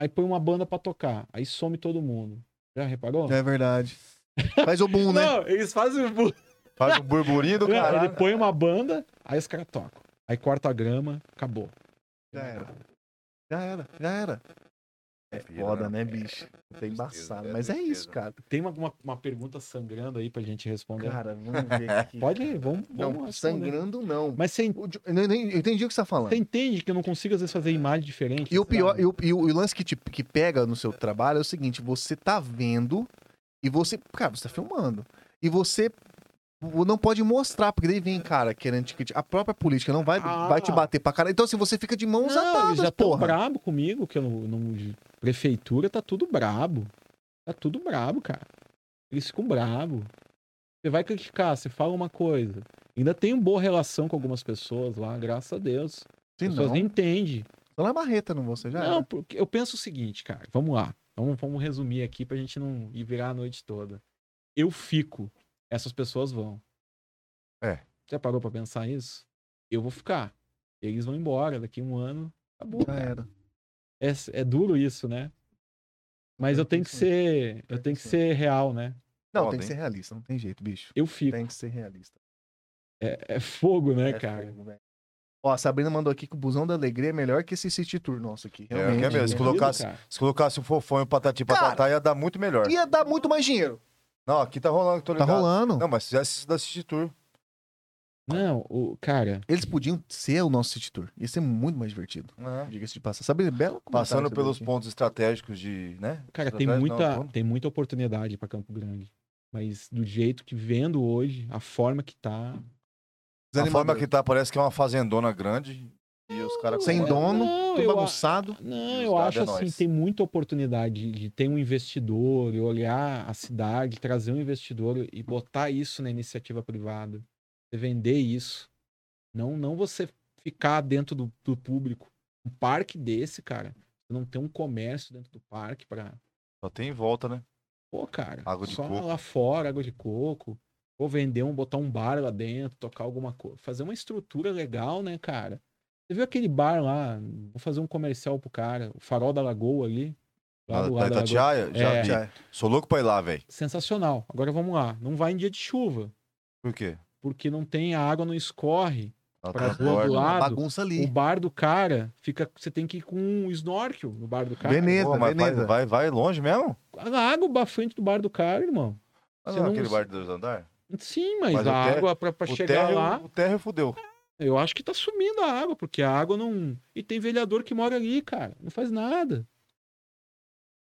C: aí põe uma banda pra tocar, aí some todo mundo. Já reparou?
A: É verdade. Faz o boom, né?
C: Não, eles fazem o bu-
B: Faz um burburinho do
C: [laughs] Não, Ele
B: caralho.
C: põe uma banda, aí os caras tocam. Aí corta a grama, acabou.
A: Já era. Já era, já era. É
B: Vira,
A: foda, né, bicho? Tá embaçado.
B: é
A: Mas é
B: tristeza.
A: isso, cara.
C: Tem uma, uma, uma pergunta sangrando aí pra gente responder?
A: Cara, vamos
C: [laughs]
A: ver aqui.
C: Pode ir, vamos, vamos
A: Não,
C: responder.
A: sangrando não.
C: Mas você, en-
A: O Jo- nem- nem- Eu entendi o que você tá falando.
C: você entende que eu não consigo, às vezes, fazer imagem diferente?
A: E o pior,
C: sabe?
A: e o, e o- e o lance que, te, que pega no seu trabalho é o seguinte: você tá vendo e você. Cara, você tá filmando. E você o- não pode mostrar, porque daí vem, cara, querendo te criticar. A própria política não vai,
C: Ah.
A: vai te bater pra cara. Então, assim, você fica de mãos
C: Não, eles
A: atadas,
C: já tão
A: porra.
C: brabo comigo, que eu não, não- Prefeitura tá tudo brabo. Tá tudo brabo, cara. Eles ficam brabo. Você vai criticar, você fala uma coisa. Ainda tenho boa relação com algumas pessoas lá, graças a Deus.
A: Se
C: As pessoas
A: não,
C: nem entendem.
A: lá é marreta, não você já.
C: Não,
A: era.
C: porque eu penso o seguinte, cara. Vamos lá. Vamos, vamos resumir aqui pra gente não ir virar a noite toda. Eu fico, essas pessoas vão.
B: É.
C: Já parou pra pensar isso? Eu vou ficar. Eles vão embora daqui um ano. Acabou.
A: Já
C: cara.
A: era.
C: É, é duro isso, né?
A: É,
C: Mas eu tenho que ser, eu tenho que ser real, né?
A: Não,
B: Foda,
A: tem que
B: hein?
A: ser realista, não tem jeito, bicho.
C: Eu fico.
A: Tem que ser realista.
C: É fogo, né, cara?
A: fogo, velho. Ó, a Sabrina mandou aqui que o Busão da Alegria é melhor que esse City Tour nosso aqui.
B: É,
A: Realmente.
B: que é mesmo, se
A: né?
B: colocasse-
C: Cara.
B: Se colocasse o fofão e o patati e patatá, ia dar muito melhor.
A: Ia dar muito mais dinheiro.
B: Não, aqui tá rolando, tô
A: Tá
B: ligado.
A: rolando.
B: Não, mas se fizesse da City Tour.
C: Não, o cara.
A: Eles podiam ser o nosso City Tour. Ia ser muito mais divertido.
B: né?
A: Diga-se de passar. Sabe, belo comentário
B: Passando
A: sobre
B: pelos
A: aqui.
B: pontos estratégicos de, né?
C: Cara,
A: é
C: tem
B: Não,
C: muita,
B: como?
C: tem muita oportunidade pra Campo Grande. Mas do jeito que vendo hoje, a forma que tá.
B: A
A: Desanimador.
B: forma que tá, parece que é uma fazendona grande. E os caras...
A: Sem
C: É,
A: dono,
C: não,
A: tudo
C: eu a-
A: bagunçado.
C: Não,
B: Os
C: eu
B: dados
C: acho
B: é
C: assim,
B: nós.
C: tem muita oportunidade de ter um investidor, e olhar a cidade, trazer um investidor e botar isso na iniciativa privada. Você vender isso. Não, não você ficar dentro do, do público. Um parque desse, cara, você não tem um comércio dentro do parque pra.
B: Só tem em volta, né?
C: Pô, cara,
B: Água de
C: só
B: coco.
C: lá fora, água de coco. Ou vender um, botar um bar lá dentro, tocar alguma coisa. Fazer uma estrutura legal, né, cara? Você viu aquele bar lá? Vou fazer um comercial pro cara. O Farol da Lagoa ali. Lá
B: Da,
C: do
B: da
C: lado da Lagoa.
B: Itatiaia? tá Já
C: É.
B: vi.
A: Já.
B: Sou louco pra ir lá, velho.
C: Sensacional. Agora vamos lá. Não vai em dia de chuva,
B: Por quê?
C: porque não tem, a água não escorre.
B: Ela
C: Pra
B: tá
C: rua do
B: gorda, né?
C: lado,
A: Bagunça
C: O
A: ali.
C: bar do cara fica. Você tem que ir com um snorkel no bar do cara.
A: Veneza,
B: Pô, mas vai,
A: Veneza.
B: vai, vai longe mesmo?
C: A água bafante do bar do cara, irmão.
B: Olha
C: Você
B: lá
C: não-
B: aquele bar de dois andar?
C: Sim, mas,
B: Mas o
C: a
B: térreo-
C: água pra, pra
B: o
C: chegar
B: térreo-
C: lá.
B: O térreo fudeu.
C: Eu acho que tá sumindo a água, porque a água não. E tem vereador que mora ali, cara. Não faz nada.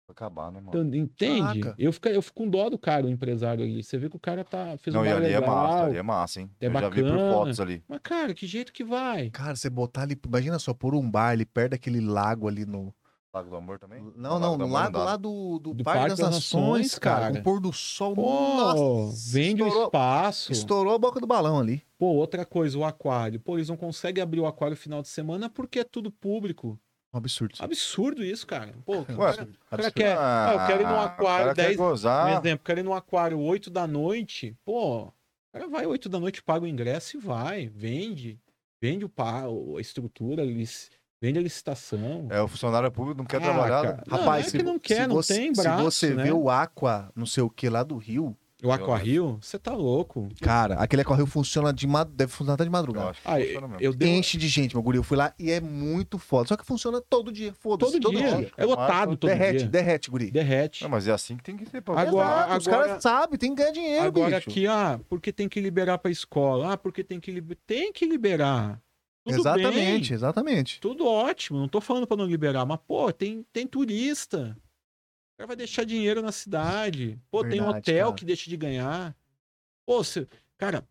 B: Vai acabar, né, mano?
C: Então, entende?
A: Caraca.
C: Eu fico, eu fico com dó do cara, o empresário ali. Você vê que o cara tá, fez
B: Não,
C: um
B: e
C: bar
B: ali é
C: legal.
B: massa, ali é massa, hein?
C: É
B: Eu já vi por
C: bacana.
B: fotos ali.
C: Mas, cara, que jeito que vai?
A: Cara, você botar ali. Imagina só, por um bar ali perto daquele lago ali no.
B: Lago do Amor também?
A: Não, não,
B: Lago do
A: no
B: Amor não
A: lago
B: dá,
A: lá
B: né?
A: do, do,
C: Do
A: Parque das, Nações, cara.
C: cara.
A: O pôr do sol.
C: Pô,
A: nossa.
C: vende o
A: estourou,
C: espaço.
A: estourou a boca do balão ali.
C: Pô, outra coisa, o aquário. Pô, eles não conseguem abrir o aquário final de semana porque é tudo público.
A: Um absurdo.
C: Absurdo isso, cara. Pô,
A: Ué,
C: o cara,
A: absurdo.
C: o cara quer. Ah, eu quero ir num
B: é Ah,
C: aquário
B: o cara quer
C: 10
B: gozar.
A: Ah.
C: Por Um exemplo, quero ir num aquário 8 da noite, pô, o cara vai 8 da noite, paga o ingresso e vai, vende, vende o par, a estrutura, lic- vende a licitação.
B: É, o funcionário público não quer
C: Ah,
B: trabalhar.
C: cara.
B: né?
C: Não,
A: Rapaz,
C: não é
A: se,
C: que não quer,
A: se
C: não
A: você,
C: tem
A: se
C: braço,
A: você
C: né?
A: vê o Aqua, não sei o que, lá do Rio,
C: O Aquarrio, você tá louco.
A: cara, aquele Aqua Rio funciona de madrugada. Deve funcionar até de
B: Eu
A: madrugada.
B: acho que
C: Ah,
B: funciona mesmo.
C: eu dei
A: Enche de gente, meu guri. Eu fui lá e é muito foda. Só que funciona todo dia. Foda-se.
C: todo, dia, é lotado todo
A: derrete,
C: dia.
A: derrete, guri.
C: Derrete.
B: Não, mas é assim que tem que ser. Pra
C: Agora-
A: Exato, Os
C: agora-
A: caras sabem, tem que ganhar dinheiro,
C: Agora
A: bicho.
C: aqui, ah, porque tem que liberar pra escola, ah, porque tem que, liber- tem que liberar. Tudo
A: exatamente,
C: bem,
A: exatamente.
C: tudo ótimo, não tô falando pra não liberar, mas, pô, tem, tem turista. O cara vai deixar dinheiro na cidade. Pô, tem
A: Verdade,
C: hotel
A: cara.
C: que deixa de ganhar. Pô, se, cara,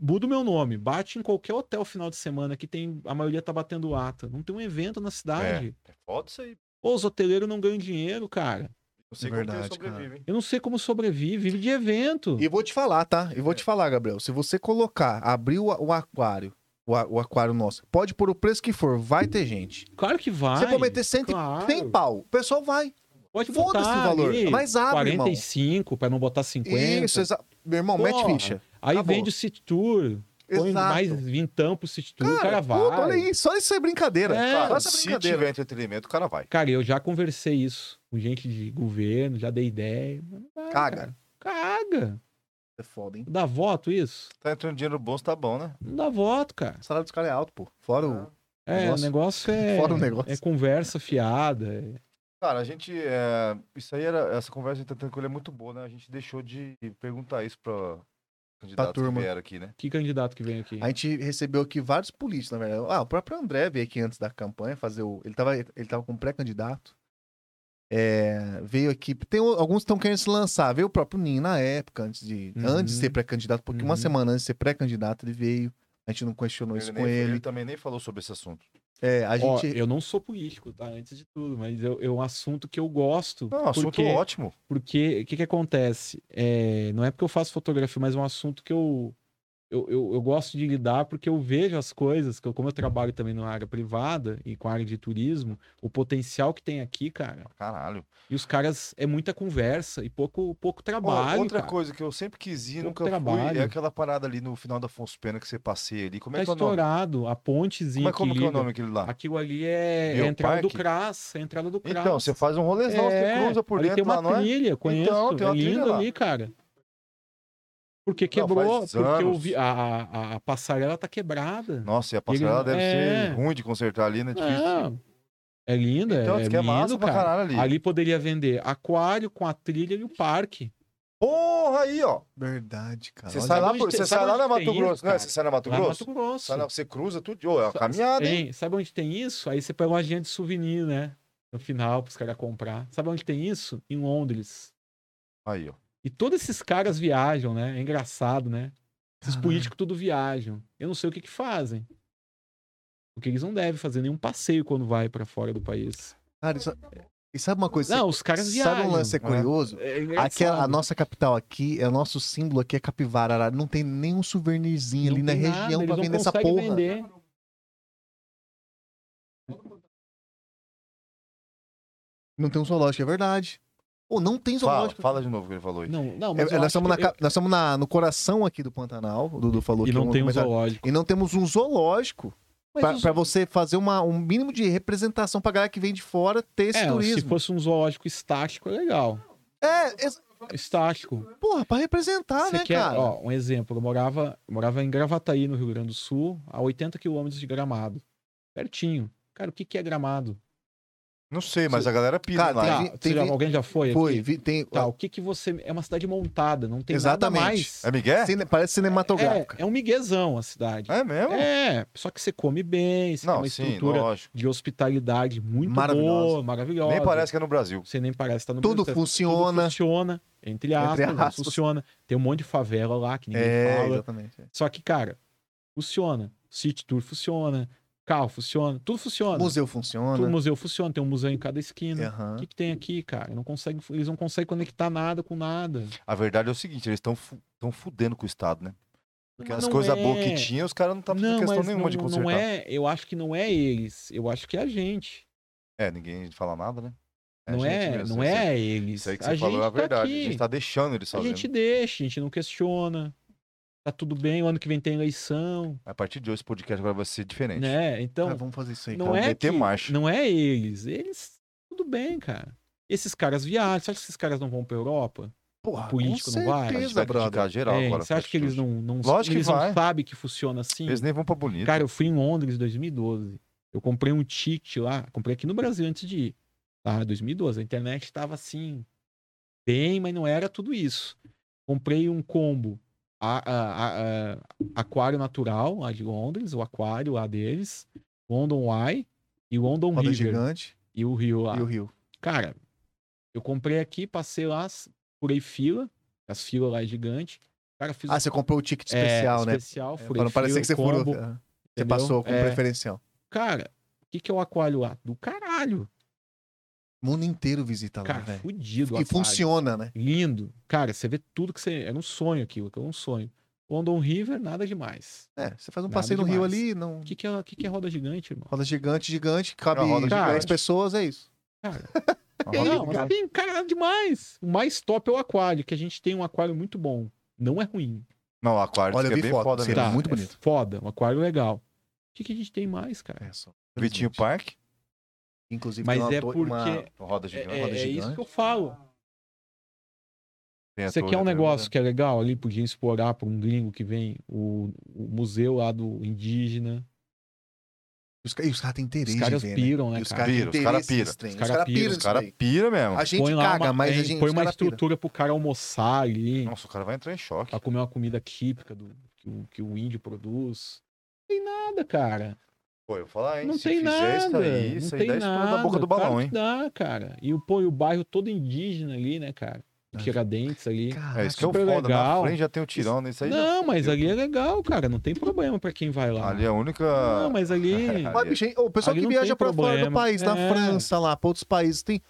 C: muda o meu nome. Bate em qualquer hotel final de semana que tem. A maioria tá batendo ata. Não tem um evento na cidade.
B: É foda isso aí.
C: Pô, os hoteleiros não ganham dinheiro, cara.
B: Não sei
A: É
B: como
A: verdade,
B: que eles sobrevivem.
C: Eu não sei como sobrevive. Vive de evento.
A: E eu vou te falar, tá? Eu vou
C: É.
A: te falar, Gabriel. Se você colocar, abrir o, o aquário, o, a- o aquário nosso, pode pôr o preço que for, vai ter gente.
C: Claro que vai.
A: você for meter 100,
C: claro.
A: 100 pau, o pessoal vai.
C: Pode botar
A: Foda-se o valor.
C: ali
A: Mas abre, irmão.
C: 45 para não botar 50.
A: Isso, exa... meu irmão,
C: Porra.
A: mete ficha.
C: Aí
A: acabou.
C: vende o City Tour. Põe
A: Exato.
C: mais vintão pro City Tour,
A: Cara,
C: o cara vai.
A: puta, olha aí, só isso é brincadeira.
C: É.
A: Só
B: Cara,
A: essa
B: se
A: brincadeira.
B: tiver entretenimento, o cara vai.
C: Cara, eu já conversei isso com gente de governo, já dei ideia. mas não vai,
A: Caga.
C: cara. Caga.
A: É foda, hein?
C: Dá voto isso?
B: Tá entrando dinheiro bom, tá bom, né?
C: Não dá voto, cara.
A: O salário dos caras é alto, pô. Fora o.
C: É,
A: Negócio- [laughs]
C: o negócio é.
A: Fora o negócio.
C: É conversa fiada. é-
B: Cara, a gente. é, isso aí era. Essa conversa entre tranquila é muito boa, né? A gente deixou de perguntar isso pra candidatos
A: turma.
B: que vieram aqui, né?
C: Que candidato que vem aqui?
A: A gente recebeu aqui vários políticos, na verdade. Ah, o próprio André veio aqui antes da campanha fazer o. Ele tava, ele tava como pré-candidato. É, veio aqui. Tem o- alguns que estão querendo se lançar. Veio o próprio Ninho na época, antes de,
C: Uhum.
A: antes de ser pré-candidato, porque uma
C: Uhum.
A: semana antes de ser pré-candidato, ele veio. A gente não questionou isso
B: nem-
A: com ele.
B: também nem falou sobre esse assunto.
A: É, a
C: Ó,
A: gente.
C: eu não sou político, tá? Antes de tudo, mas eu- é um assunto que eu gosto.
A: é um
B: Não, assunto
C: porque-
B: ótimo.
C: Porque o que, que acontece? É, não é porque eu faço fotografia, mas é um assunto que eu, eu, eu, eu gosto de lidar, porque eu vejo as coisas, que eu- como eu trabalho também na área privada e com a área de turismo, o potencial que tem aqui, cara.
B: Caralho.
C: E os caras é muita conversa e pouco, pouco
B: Ó,
C: trabalho.
B: outra
C: cara.
B: coisa que eu sempre quis ir, e
C: Pouco
B: nunca fui,
C: trabalho.
B: é aquela parada ali no final da Afonso Pena que você passeia ali. Como é
C: Tá
B: que é o nome?
C: estourado, a
B: Como
C: pontezinha
B: é, como
C: que
B: que é o
C: liga.
B: nome aquele lá?
C: Aquilo ali é, é a entrada
B: Bioparque?
C: do Cras, é a entrada do Cras.
B: Então, você faz um rolezão,
C: É,
B: você cruza por
C: ali
B: dentro
C: tem uma
B: lá, não é?
C: trilha, conheço,
B: Então, tem uma
C: é
B: trilha
C: lindo
B: lá.
C: ali, cara. Porque quebrou,
B: faz
C: porque eu
B: anos.
C: vi, a, a, a passarela tá quebrada.
B: Nossa, e a passarela
C: Ele-
B: deve
C: é.
B: ser ruim de consertar ali, né? Difícil.
C: Não, é linda,
B: Então,
C: é,
B: diz
C: lindo,
B: que é massa pra
C: cara.
B: caralho ali.
C: ali. poderia vender aquário com a trilha e o parque.
B: Porra, aí, ó.
A: Verdade, cara.
B: Você
A: Olha-
B: sai lá,
C: onde
B: por-
C: tem-
B: você
C: sabe
B: sai lá
C: onde
B: na
C: tem
B: Mato
C: isso,
B: Grosso, né?
C: cara?
B: Você sai na Mato
C: Lá em
B: Grosso?
C: Mato Grosso.
B: Sai na- Você cruza tudo. Ô, é uma
C: Sa-
B: caminhada, hein?
C: Tem- sabe onde tem isso? Aí você pega uma agenda de souvenir, né? No final, pros caras comprar. Sabe onde tem isso? Em Londres.
B: Aí, ó.
C: E todos esses caras viajam, né? É engraçado, né? Esses políticos tudo viajam. Eu não sei o que que fazem. Porque eles não devem fazer nenhum passeio quando vai pra fora do país.
A: Cara, isso- é, e sabe uma coisa?
C: Não, os caras
A: sabe
C: viajam.
A: um lance que é
B: né?
A: curioso?
C: É engraçado.
A: Aquela, a nossa capital aqui, é o nosso símbolo aqui é capivara. Arara. Não tem nenhum souvenirzinho ali
C: Não
A: na
C: tem nada,
A: região
C: eles
A: pra
C: não
A: vender essa
C: conseguem
A: porra.
C: vender.
A: Não tem um zoológico, é verdade. Ou não tem
B: Fala,
A: zoológico.
B: fala de novo o que ele falou aí.
C: Não, não,
A: É,
C: mas eu
A: nós
C: acho
A: estamos,
C: que
A: na,
C: eu-
A: cap- nós estamos na- no coração aqui do Pantanal. O Dudu falou
C: E
A: que
C: não
A: um
C: tem um
A: comentário-
C: zoológico.
A: E não temos um zoológico
C: Mas
A: pra,
C: os-
A: pra você fazer uma, um mínimo de representação pra galera que vem de fora ter esse
C: é,
A: turismo.
C: se fosse um zoológico estático, é legal.
A: É, es-
C: Estático.
A: porra, pra representar,
C: Você
A: né,
C: quer,
A: cara?
C: ó, um exemplo, eu morava, eu morava em Gravataí, no Rio Grande do Sul, a 80 quilômetros de Gramado. Pertinho. Cara, o que, que é Gramado?
B: Não sei, mas a galera pisa
A: Cara,
B: lá.
A: tem
B: hein?
C: Tá,
A: vi-
C: você já-
A: vi-
C: alguém já foi?
A: Foi,
C: aqui?
A: vi- tem.
C: Tá, o que que você... É uma cidade montada, não tem
A: Exatamente.
C: nada mais.
B: É Miguel?
A: cine- parece cinematográfica.
C: É, é um miguezão a cidade.
B: É mesmo?
C: É, só que você come bem, você tem
B: Não,
C: uma
B: sim,
C: estrutura
B: lógico.
C: de hospitalidade muito
A: Maravilhosa.
C: boa, maravilhosa.
B: Nem parece que é no Brasil.
C: Você nem parece estar no
A: Tudo
C: Brasil, tá
A: funciona.
C: É. Tudo funciona, entre aspas,
A: Entre
C: mas
A: aspas.
C: funciona. Tem um monte de favela lá que ninguém
A: É,
C: fala.
A: exatamente. é.
C: Só que, cara, funciona. City Tour funciona, carro funciona, tudo funciona.
A: Museu
C: Tudo,
B: né?
A: funciona. É,
C: museu funciona, tem um museu em cada
B: É,
C: esquina.
A: Aham.
C: O que, que tem aqui, cara? Não consegue, eles não conseguem conectar nada com nada.
B: A verdade é o seguinte, eles estão tão fudendo com o Estado, né? Porque
C: Mas
B: as
C: não
B: coisas
C: é.
B: boas que tinha, os caras não tá fazendo
C: não,
B: questão
C: mas
B: nenhuma
C: não,
B: de
C: não
B: consertar. É...
C: é, eu acho que não é eles, eu acho que é a gente.
B: É, ninguém fala nada, né?
C: é. não
B: a gente
C: é,
B: mesmo,
C: não
B: isso aí.
C: é eles.
B: Isso aí que
C: a
B: você
C: gente
B: falou é a
C: tá
B: verdade.
C: aqui.
B: A gente tá deixando eles
C: A
B: fazendo.
C: gente deixa, a gente não questiona. Tá tudo bem, o ano que vem tem eleição,
B: A partir de hoje, esse podcast agora vai ser diferente.
C: né? Então,
A: Cara, Ah, vamos fazer isso aí.
C: não
A: cara.
B: então,
C: é
B: meter
C: que,
B: marcha.
C: não é eles, eles tudo bem, cara. Esses caras viajam, você acha que esses caras não vão pra Europa?
A: Porra,
C: político
A: com
C: não vai?
B: A gente
A: certeza,
B: vai
A: brother.
B: criticar geral
C: Tem,
B: agora.
C: É, você acha que eles não, não,
B: Lógico que
C: eles
B: vai.
C: não sabem que funciona assim?
B: Eles nem vão pra bonito.
C: Cara, eu fui em Londres em 2012. Eu comprei um ticket lá. Comprei aqui no Brasil antes de ir. Tá? 2012. A internet tava assim. Bem, mas não era tudo isso. Comprei um combo. a- a- a- a- aquário natural lá de Londres, o aquário lá deles. London Eye e London
A: Roda
C: River.
A: gigante
C: E o Rio lá.
A: e o rio.
C: Cara, eu comprei aqui, passei lá, furei fila. As filas lá é gigante. Cara, fiz
A: Ah, você comprou o ticket
C: é,
A: especial, né?
C: Especial,
A: É,
C: furei
A: Pra não parecer
C: fila,
A: que você
C: combo,
A: furou. é. Você
C: entendeu?
A: passou com
C: É.
A: preferencial.
C: Cara, o que, que é o aquário lá? Do caralho.
A: O mundo inteiro visita lá,
C: Cara,
A: Ah, velho.
C: fudido. o
A: E
C: aquário.
A: funciona, né?
C: Lindo. Cara, você vê tudo que você. Era um sonho aquilo, aquilo é um sonho. London River, nada demais.
A: É, você faz um
C: Nada
A: passeio no rio
C: demais.
A: ali, não...
C: O que, que, é, o que, que é roda gigante, irmão?
A: roda gigante, gigante, cabe
B: Uma roda
A: 10
C: gigante.
A: pessoas, é isso.
C: Cara,
B: Uma roda
C: não, mas
B: gigante.
C: tem, cara, nada demais. O mais top é o aquário, que a gente tem um aquário muito bom. Não é ruim.
B: Não, o aquário
A: Olha,
B: diz
A: eu
B: que é
A: vi
B: bem
A: foto,
B: foda
A: sim.
B: mesmo.
A: Tá. muito bonito.
C: É foda, um aquário legal. O que, que a gente tem mais, cara?
A: É só.
B: Vitinho
A: Park.
B: Park,
A: Inclusive,
C: Mas
A: tem uma
C: é
A: to-
C: porque.
A: uma-
C: é-
B: roda
C: É,
B: gigante.
C: é
B: roda gigante.
C: isso que eu falo.
B: Tem tá a
C: Você
B: torre
C: quer um
B: tremenda.
C: negócio que é legal ali, podia explorar para um gringo que vem o, o museu lá do indígena.
A: Os, ca- e os caras têm interesse
C: Os
A: de
C: caras
A: ver, né?
C: piram, né,
A: E os
C: cara?
A: caras têm
B: Pira, os caras
A: interesse
B: pira.
A: nesse trem.
C: Os
A: Os
C: caras
A: caras
C: pira,
A: piram
B: Os
A: nisso
B: caras
A: daí.
B: piram mesmo.
A: A gente
C: lá
A: caga,
C: uma-
A: mas
C: é,
A: a gente
C: põe
A: os
C: uma
A: caras pira.
C: estrutura pro cara almoçar ali,
B: Nossa, o cara vai entrar em choque.
C: pra comer uma comida típica do, que, o, que o índio produz. Não tem nada, cara.
B: Pô, eu vou falar, hein?
C: Não
B: se
C: tem
B: fizer
C: nada.
B: isso aí, isso aí
C: não tem
B: dá estouro
C: nada.
B: na boca do
C: claro
B: balão, hein?
C: que Dá, cara. E o, pô, e o bairro todo indígena ali, né, cara? O
A: Ah.
C: Tiradentes ali.
B: É, isso que é o
C: Ah, super
B: foda.
C: legal.
B: Na frente já tem o tirão, né? Isso aí já-
C: não, mas
B: eu-
C: ali é legal, cara. Não tem problema pra quem vai lá.
B: Ali é Então, a única.
C: Não,
B: [laughs]
C: mas ali.
A: Mas, bicho, hein, o pessoal
C: Ali
A: que
C: não
A: viaja
C: tem
A: pra fora do
C: problema.
A: país, na
C: É.
A: França, lá, pra outros países, tem,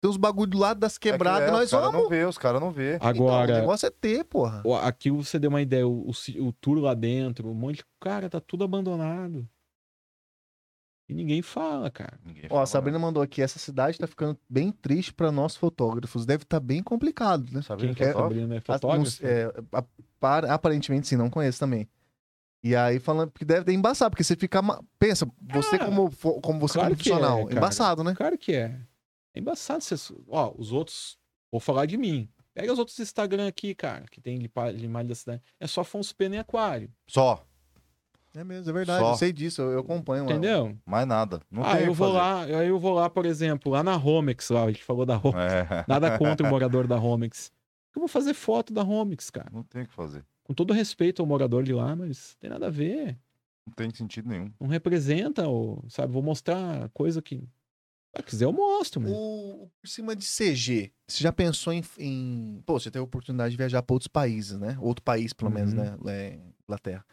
A: tem uns bagulho do lado das
B: É que
A: quebradas,
B: é,
A: nós
B: os caras
A: vamos.
B: não vê, os caras não vê.
A: Então, o
C: Agora,
A: negócio é ter, porra.
C: o- aqui você deu uma ideia, o, o ci- o tour lá dentro, um monte de. Cara, tá tudo abandonado. E ninguém fala, cara.
B: Ninguém
A: Ó,
B: fala né?
A: a Sabrina mandou aqui, essa cidade tá ficando bem triste pra nós fotógrafos. Deve tá bem complicado, né?
B: nada. Sabrina
C: Quem que
B: quer
C: é
B: falar?
C: Sabrina? É
A: Ah, não
C: fotógrafo?
A: sei, é, a- para- aparentemente sim, não conheço também. E aí falando que deve embaçar, porque você fica. ma- Pensa, você
C: Ah,
A: como, fo- como você
C: claro
A: como
C: que é,
A: profissional,
C: cara.
A: embaçado, né?
C: Claro que é. É embaçado você. Ó, os outros. Vou falar de mim. Pega os outros Instagram aqui, cara, que tem de pa- de imagem da cidade. É só Afonso Pena e Aquário.
B: Só,
A: É mesmo, é verdade.
B: Só.
A: Eu sei disso, eu, eu acompanho. lá.
C: Entendeu?
B: mais nada. Não
C: ah,
B: tem
C: eu
B: o que
C: vou
B: fazer.
C: lá, aí eu vou lá, por exemplo, lá na Romex, lá, a gente falou
B: [laughs]
C: da Romex.
B: É.
C: Nada contra o morador da Romex. Eu vou fazer foto da Romex, cara.
B: Não tem o que fazer.
C: Com todo respeito ao morador de lá, mas tem nada a ver.
B: Não tem sentido nenhum.
C: Não representa, o, sabe? Vou mostrar coisa que. Ah, quiser, eu mostro, mano.
A: O, o por cima de CG, você já pensou em, em- Pô, você teve a oportunidade de viajar pra outros países, né? Outro país, pelo
C: Uhum.
A: menos, né? É, Inglaterra.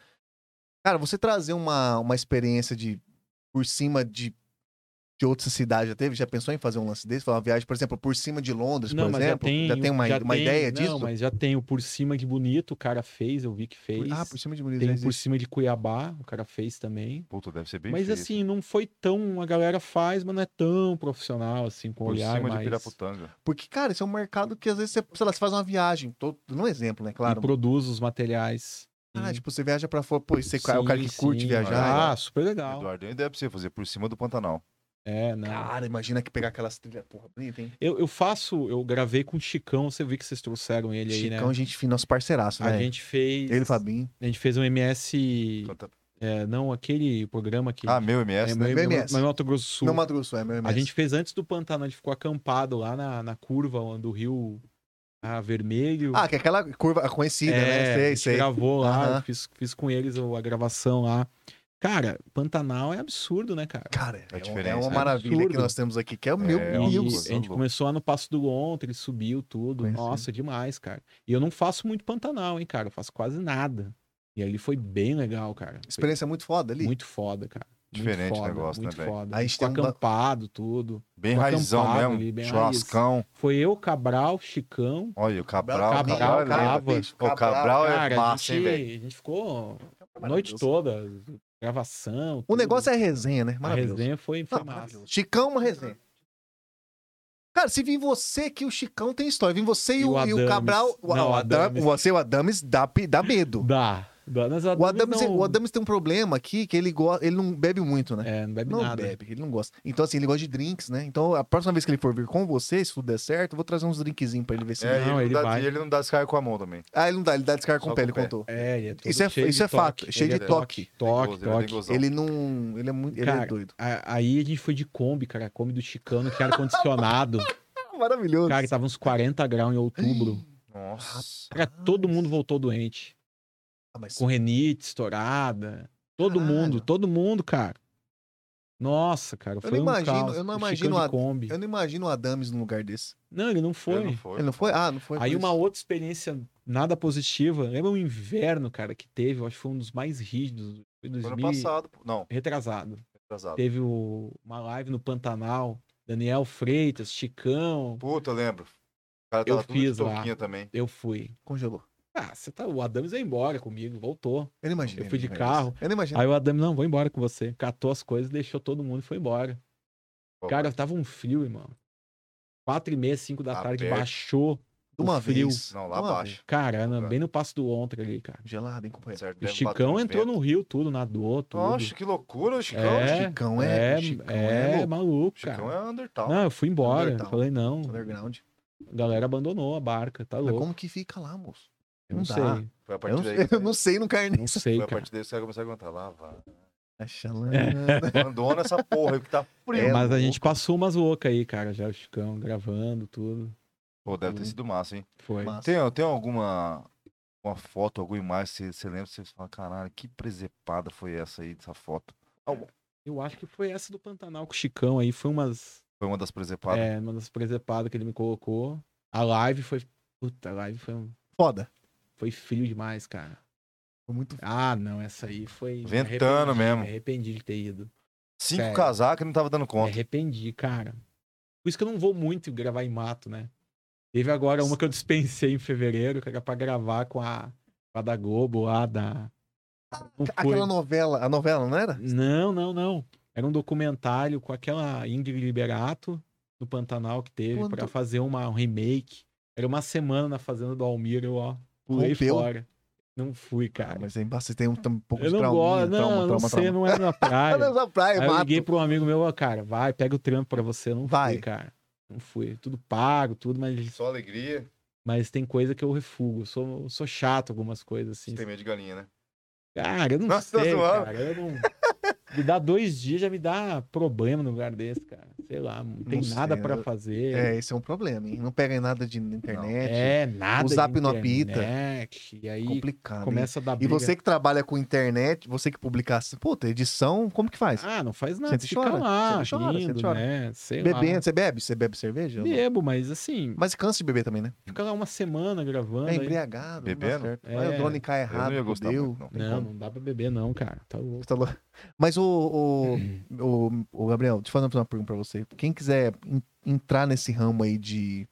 A: Cara, você trazer uma, uma experiência de por cima de, de outra cidade já teve? Já pensou em fazer um lance desse? Fazer uma viagem, por exemplo, por cima de Londres,
C: Não,
A: por
C: mas
A: exemplo?
C: já tem,
A: uma,
C: já
A: uma
C: tem-
A: ideia
C: não,
A: disso?
C: mas já tem o Por Cima de Bonito, o cara fez, eu vi que fez.
A: Ah, por cima de Bonito.
C: tem
A: já
C: o Por
A: existe.
C: Cima de Cuiabá, o cara fez também.
B: Puta, deve ser bem
C: mas
B: feio.
C: assim, não foi tão. A galera faz, mas não é tão profissional, assim, com
B: por
C: olhar
B: cima de
C: mais.
B: Piraputanga.
A: Porque, cara, esse é um mercado que às vezes você, sei lá, você faz uma viagem. Tô dando um exemplo, né?
C: E
A: Claro.
C: produz os materiais.
A: Ah, tipo, você viaja pra fora, pô, e você é o
C: Sim,
A: cara que curte
C: sim,
A: viajar. né?
C: Ah, super legal.
B: Eduardo, ainda é pra você fazer por cima do Pantanal.
C: É, não.
A: Cara, imagina que pegar aquelas trilhas, porra, bonita, hein?
C: Eu, eu faço, eu gravei com o Chicão, você viu que vocês trouxeram ele aí,
A: Chicão,
C: né?
A: gente fina, nosso parceiraço,
C: A
A: né?
C: gente fez.
A: Ele e o Fabinho.
C: A gente fez um MS.
B: Canta-
C: é, não, aquele programa que.
B: Ah, meu
C: é,
B: MS, né?
C: meu,
A: Meu
C: meu,
A: MS.
C: meu Mato Grosso do Sul.
A: Não Mato Grosso, é meu irmão.
C: A gente fez antes do Pantano, a gente ficou acampado lá na, na curva do Rio ah, Vermelho.
A: Ah, que é aquela curva conhecida, né?
C: É, a
A: Sei,
C: gente
A: sei.
C: gravou lá,
A: Aham.
C: eu fiz, fiz com eles a gravação lá. Cara, Pantanal é absurdo, né, cara?
A: Cara, é, um-
B: diferença,
A: é uma
B: é
A: maravilha
C: né? absurdo. um
A: que nós temos aqui, que é o meu
B: É,
C: E
B: uma
A: Deus.
B: loucura.
C: a gente começou lá no Passo do Lontra, ele subiu tudo.
A: Conheci.
C: Nossa, demais, cara. E eu não faço muito Pantanal, hein, cara. Eu faço quase nada. E ali foi bem legal, cara. Foi
A: Experiência muito foda ali.
C: muito foda, cara. Muito
B: Diferente o
C: foda,
B: negócio,
C: muito
B: né, velho?
C: foda.
A: A gente
C: Ficou
A: tem um ba-
C: acampado, tudo.
B: Bem
C: Ficou
B: raizão
C: acampado
B: mesmo.
C: tá ali, bem
B: Churrascão.
C: Foi eu, Cabral, Chicão.
B: Olha, o Cabral. é
A: Cabral,
B: Cabral,
C: Cabral,
B: Cabral, Cabral,
C: Cabral,
B: Cabral é
C: Cara, a
B: massa, hein,
C: gente,
B: velho?
C: a gente ficou a noite toda, gravação.
A: O negócio é resenha, né?
C: A
A: Maravilhoso.
C: resenha foi, foi
A: Não,
C: massa.
A: maravilhoso. Chicão, é uma resenha. Cara, se vir você que o Chicão tem história, vir você e,
C: E
A: o,
C: o
A: e o
C: Adames.
A: Cabral, o,
C: Não,
A: o Adam-
C: Adames.
A: você e o Adames dá, pe- dá medo.
C: Dá. Dá. Mas
A: O Adames,
C: não-
A: o Adames tem um problema aqui que ele, go... ele não bebe muito, né?
C: É, não bebe
A: Não
C: nada.
A: bebe, ele não gosta. Então, assim, ele gosta de drinks, né? Então, a próxima vez que ele for vir com você, se tudo der certo, eu vou trazer uns drinkzinhos pra ele ver se.
B: É,
A: ele-
C: Não,
B: ele,
C: ele
B: não dá,
C: vai.
B: e ele não dá descarga com a mão também.
A: Ah, ele não dá, ele dá descarga com
B: Só
A: o pé,
B: com
A: ele
B: o pé.
A: contou.
C: É, ele é todo
A: Isso é-
C: cheio
A: isso
C: de
A: é fato,
C: toque.
A: cheio
C: Ele
A: de
C: é
A: toque.
C: Toque,
B: Ele é
C: toque.
B: gozão.
A: Ele não. Ele é muito. Ele é
C: Cara,
A: doido. [laughs]
C: A- Aí a gente foi de Kombi, cara, Kombi do Chicano, que
A: [laughs]
C: era ar-condicionado.
A: Maravilhoso.
C: cara, tava uns 40 graus em outubro.
B: Nossa.
C: Cara, todo mundo voltou doente.
A: Ah, mas-
C: Com renite, estourada. Todo
A: Caralho.
C: mundo, todo mundo, cara. Nossa, cara, foi
A: não
C: um
A: imagino-
C: caos.
A: eu não
C: O
A: imagino
C: Chicano
A: a-
C: de Kombi.
A: Eu não imagino o Adames num lugar desse.
C: Não, ele não foi.
B: Ele não foi.
A: Ele não foi? Ah, não foi.
C: Aí
A: por
C: uma
A: isso.
C: outra experiência nada positiva. Lembra o inverno, cara, que teve? Eu acho que foi um dos mais rígidos.
B: Foi
C: Foi 2000,
B: ano passado. pô. Não,
C: retrasado.
B: atrasado.
C: Teve o- uma live no Pantanal, Daniel Freitas, Chicão.
B: Puta, eu lembro. O cara
C: Eu
B: tava tudo de
C: fiz lá.
B: touquinha também.
C: Eu fui.
A: Congelou.
C: Ah, você tá. O Adams ia embora comigo, voltou.
A: Eu não imagino.
C: Eu fui
A: ele
C: de
A: num lugar
C: carro.
A: desse. Eu não imagino.
C: Aí o Adams, não, vou embora com você. Catou as coisas, deixou todo mundo e foi embora.
B: Pô,
C: Cara, tava um frio, irmão. Quatro e meia, cinco da
B: Tá
C: tarde,
B: aberto.
C: baixou.
A: De uma
C: o frio.
A: vez. Tá.
B: Não,
A: de
B: lá
A: uma
B: abaixo.
C: Cara, na-
B: Cara.
C: bem no passo do Ontra ali, cara.
A: vez. Gelado, hein, companheiro?
B: Certo,
C: O
B: deve
C: Chicão
B: bater
C: entrou
B: vento.
C: no rio, tudo, nadou, tudo.
B: Nossa, que loucura o Chicão.
C: É,
A: Chicão é.
C: é,
A: Chicão é
C: é,
A: louco.
C: maluco,
B: Chicão
C: cara.
B: é Undertale.
C: Não, eu fui embora.
A: Undertale.
C: Falei, não.
A: Underground.
C: A galera abandonou a barca, tá
A: é Mas
C: é. louco.
A: como que fica lá, moço?
C: Eu
A: não
C: não
A: dá.
C: sei.
B: Foi a
A: Eu
B: partir
A: não,
B: daí.
A: eu não sei no carnê. [laughs]
C: Não sei,
B: Foi a
C: cara.
B: partir daí que os caras começaram a aguentar. Lá, vá.
A: A
C: É.
A: xalana.
B: [laughs] Abandona essa porra aí que tá frio.
A: É,
C: Mas a
A: louco.
C: gente passou umas loucas aí, cara. Já o Chicão gravando tudo.
B: Pô, deve ter sido massa, hein?
C: Foi.
A: Massa.
B: Tem, tem alguma uma foto, alguma imagem que você- você lembra? Você fala, caralho, que presepada foi essa aí, dessa foto?
C: Eu acho que foi essa do Pantanal com o Chicão aí. Foi umas.
B: Foi uma das presepadas.
C: É, uma das presepadas que ele me colocou. A live foi. Puta, a live foi, um-
A: Foda.
C: foi frio demais, cara.
A: Foi muito
C: Ah, não, essa aí foi. me
B: Ventando
C: arrependi,
B: mesmo.
C: Me arrependi de ter ido.
B: Cinco
C: sério.
B: casacos e não tava dando
C: Me
B: conta.
C: arrependi, cara. Por isso que eu não vou muito gravar em mato, né? Teve agora uma que eu dispensei em fevereiro, que era pra gravar com a, com a da Globo lá da. Não foi.
A: Aquela novela, a novela, não era?
C: Não, não, não. Era um documentário com aquela Ingrid Liberato do Pantanal que teve
A: Quando-
C: pra fazer uma, um remake. Era uma semana na fazenda do Almir, eu ó, pulei
A: Rompeu.
C: fora. Não fui, cara.
A: Mas aí você tem um, tam- pouco
C: eu
A: de
C: não
A: trauminha,
C: gosto, não,
A: trauma,
C: não
A: trauma,
C: sei,
A: trauma.
C: não é
A: [laughs]
C: na praia.
A: Não, praia,
C: Aí eu
A: mato.
C: liguei pra um amigo meu, ó, cara, vai, pega o trampo pra você. Eu Não
A: Vai.
C: fui, cara. Não fui. Tudo pago, tudo, mas,
B: Só alegria.
C: mas tem coisa que eu refugo. Eu sou, eu sou chato algumas coisas, assim.
B: Você tem medo de galinha, né?
C: Cara, eu não
B: Nossa, tá
C: sei,
B: zoando.
C: cara. Eu não... [laughs] Me dá dois dias, já me dá problema no lugar desse, cara. Sei lá, não tem
A: Não
C: nada
A: sei,
C: pra
A: eu-
C: fazer.
A: É, esse é um problema, hein? Não pega em nada de internet. É
C: É, nada.
A: O
C: de
A: zap não apita.
C: internet, E aí
A: complicado. hein?
C: começa a dar
A: E
C: briga.
A: você que trabalha com internet, você que publica, puta, edição, como que faz?
C: Ah, não faz nada.
A: Senta e
C: Fica
A: chora,
C: lá,
A: senta e chora,
C: rindo,
A: senta e chora.
C: né? Sei
A: Bebendo, você bebe? Você bebe cerveja?
C: lá. Bebo, mas assim,
A: Mas cansa de beber também, né?
C: fica lá uma semana gravando.
A: É
C: aí-
A: embriagado. não dá
B: Bebendo?
A: certo.
C: É.
A: Vai o drone cai
B: Eu não
A: errado,
B: ia gostar
A: fudeu.
B: muito, não.
A: Tem
C: Não,
A: como.
C: não dá pra beber não, cara. Tá louco.
A: Você tá louco. Mas o,
C: [laughs]
A: o, o, o Gabriel, deixa eu fazer uma pergunta pra você. Quem quiser en- entrar nesse ramo aí de.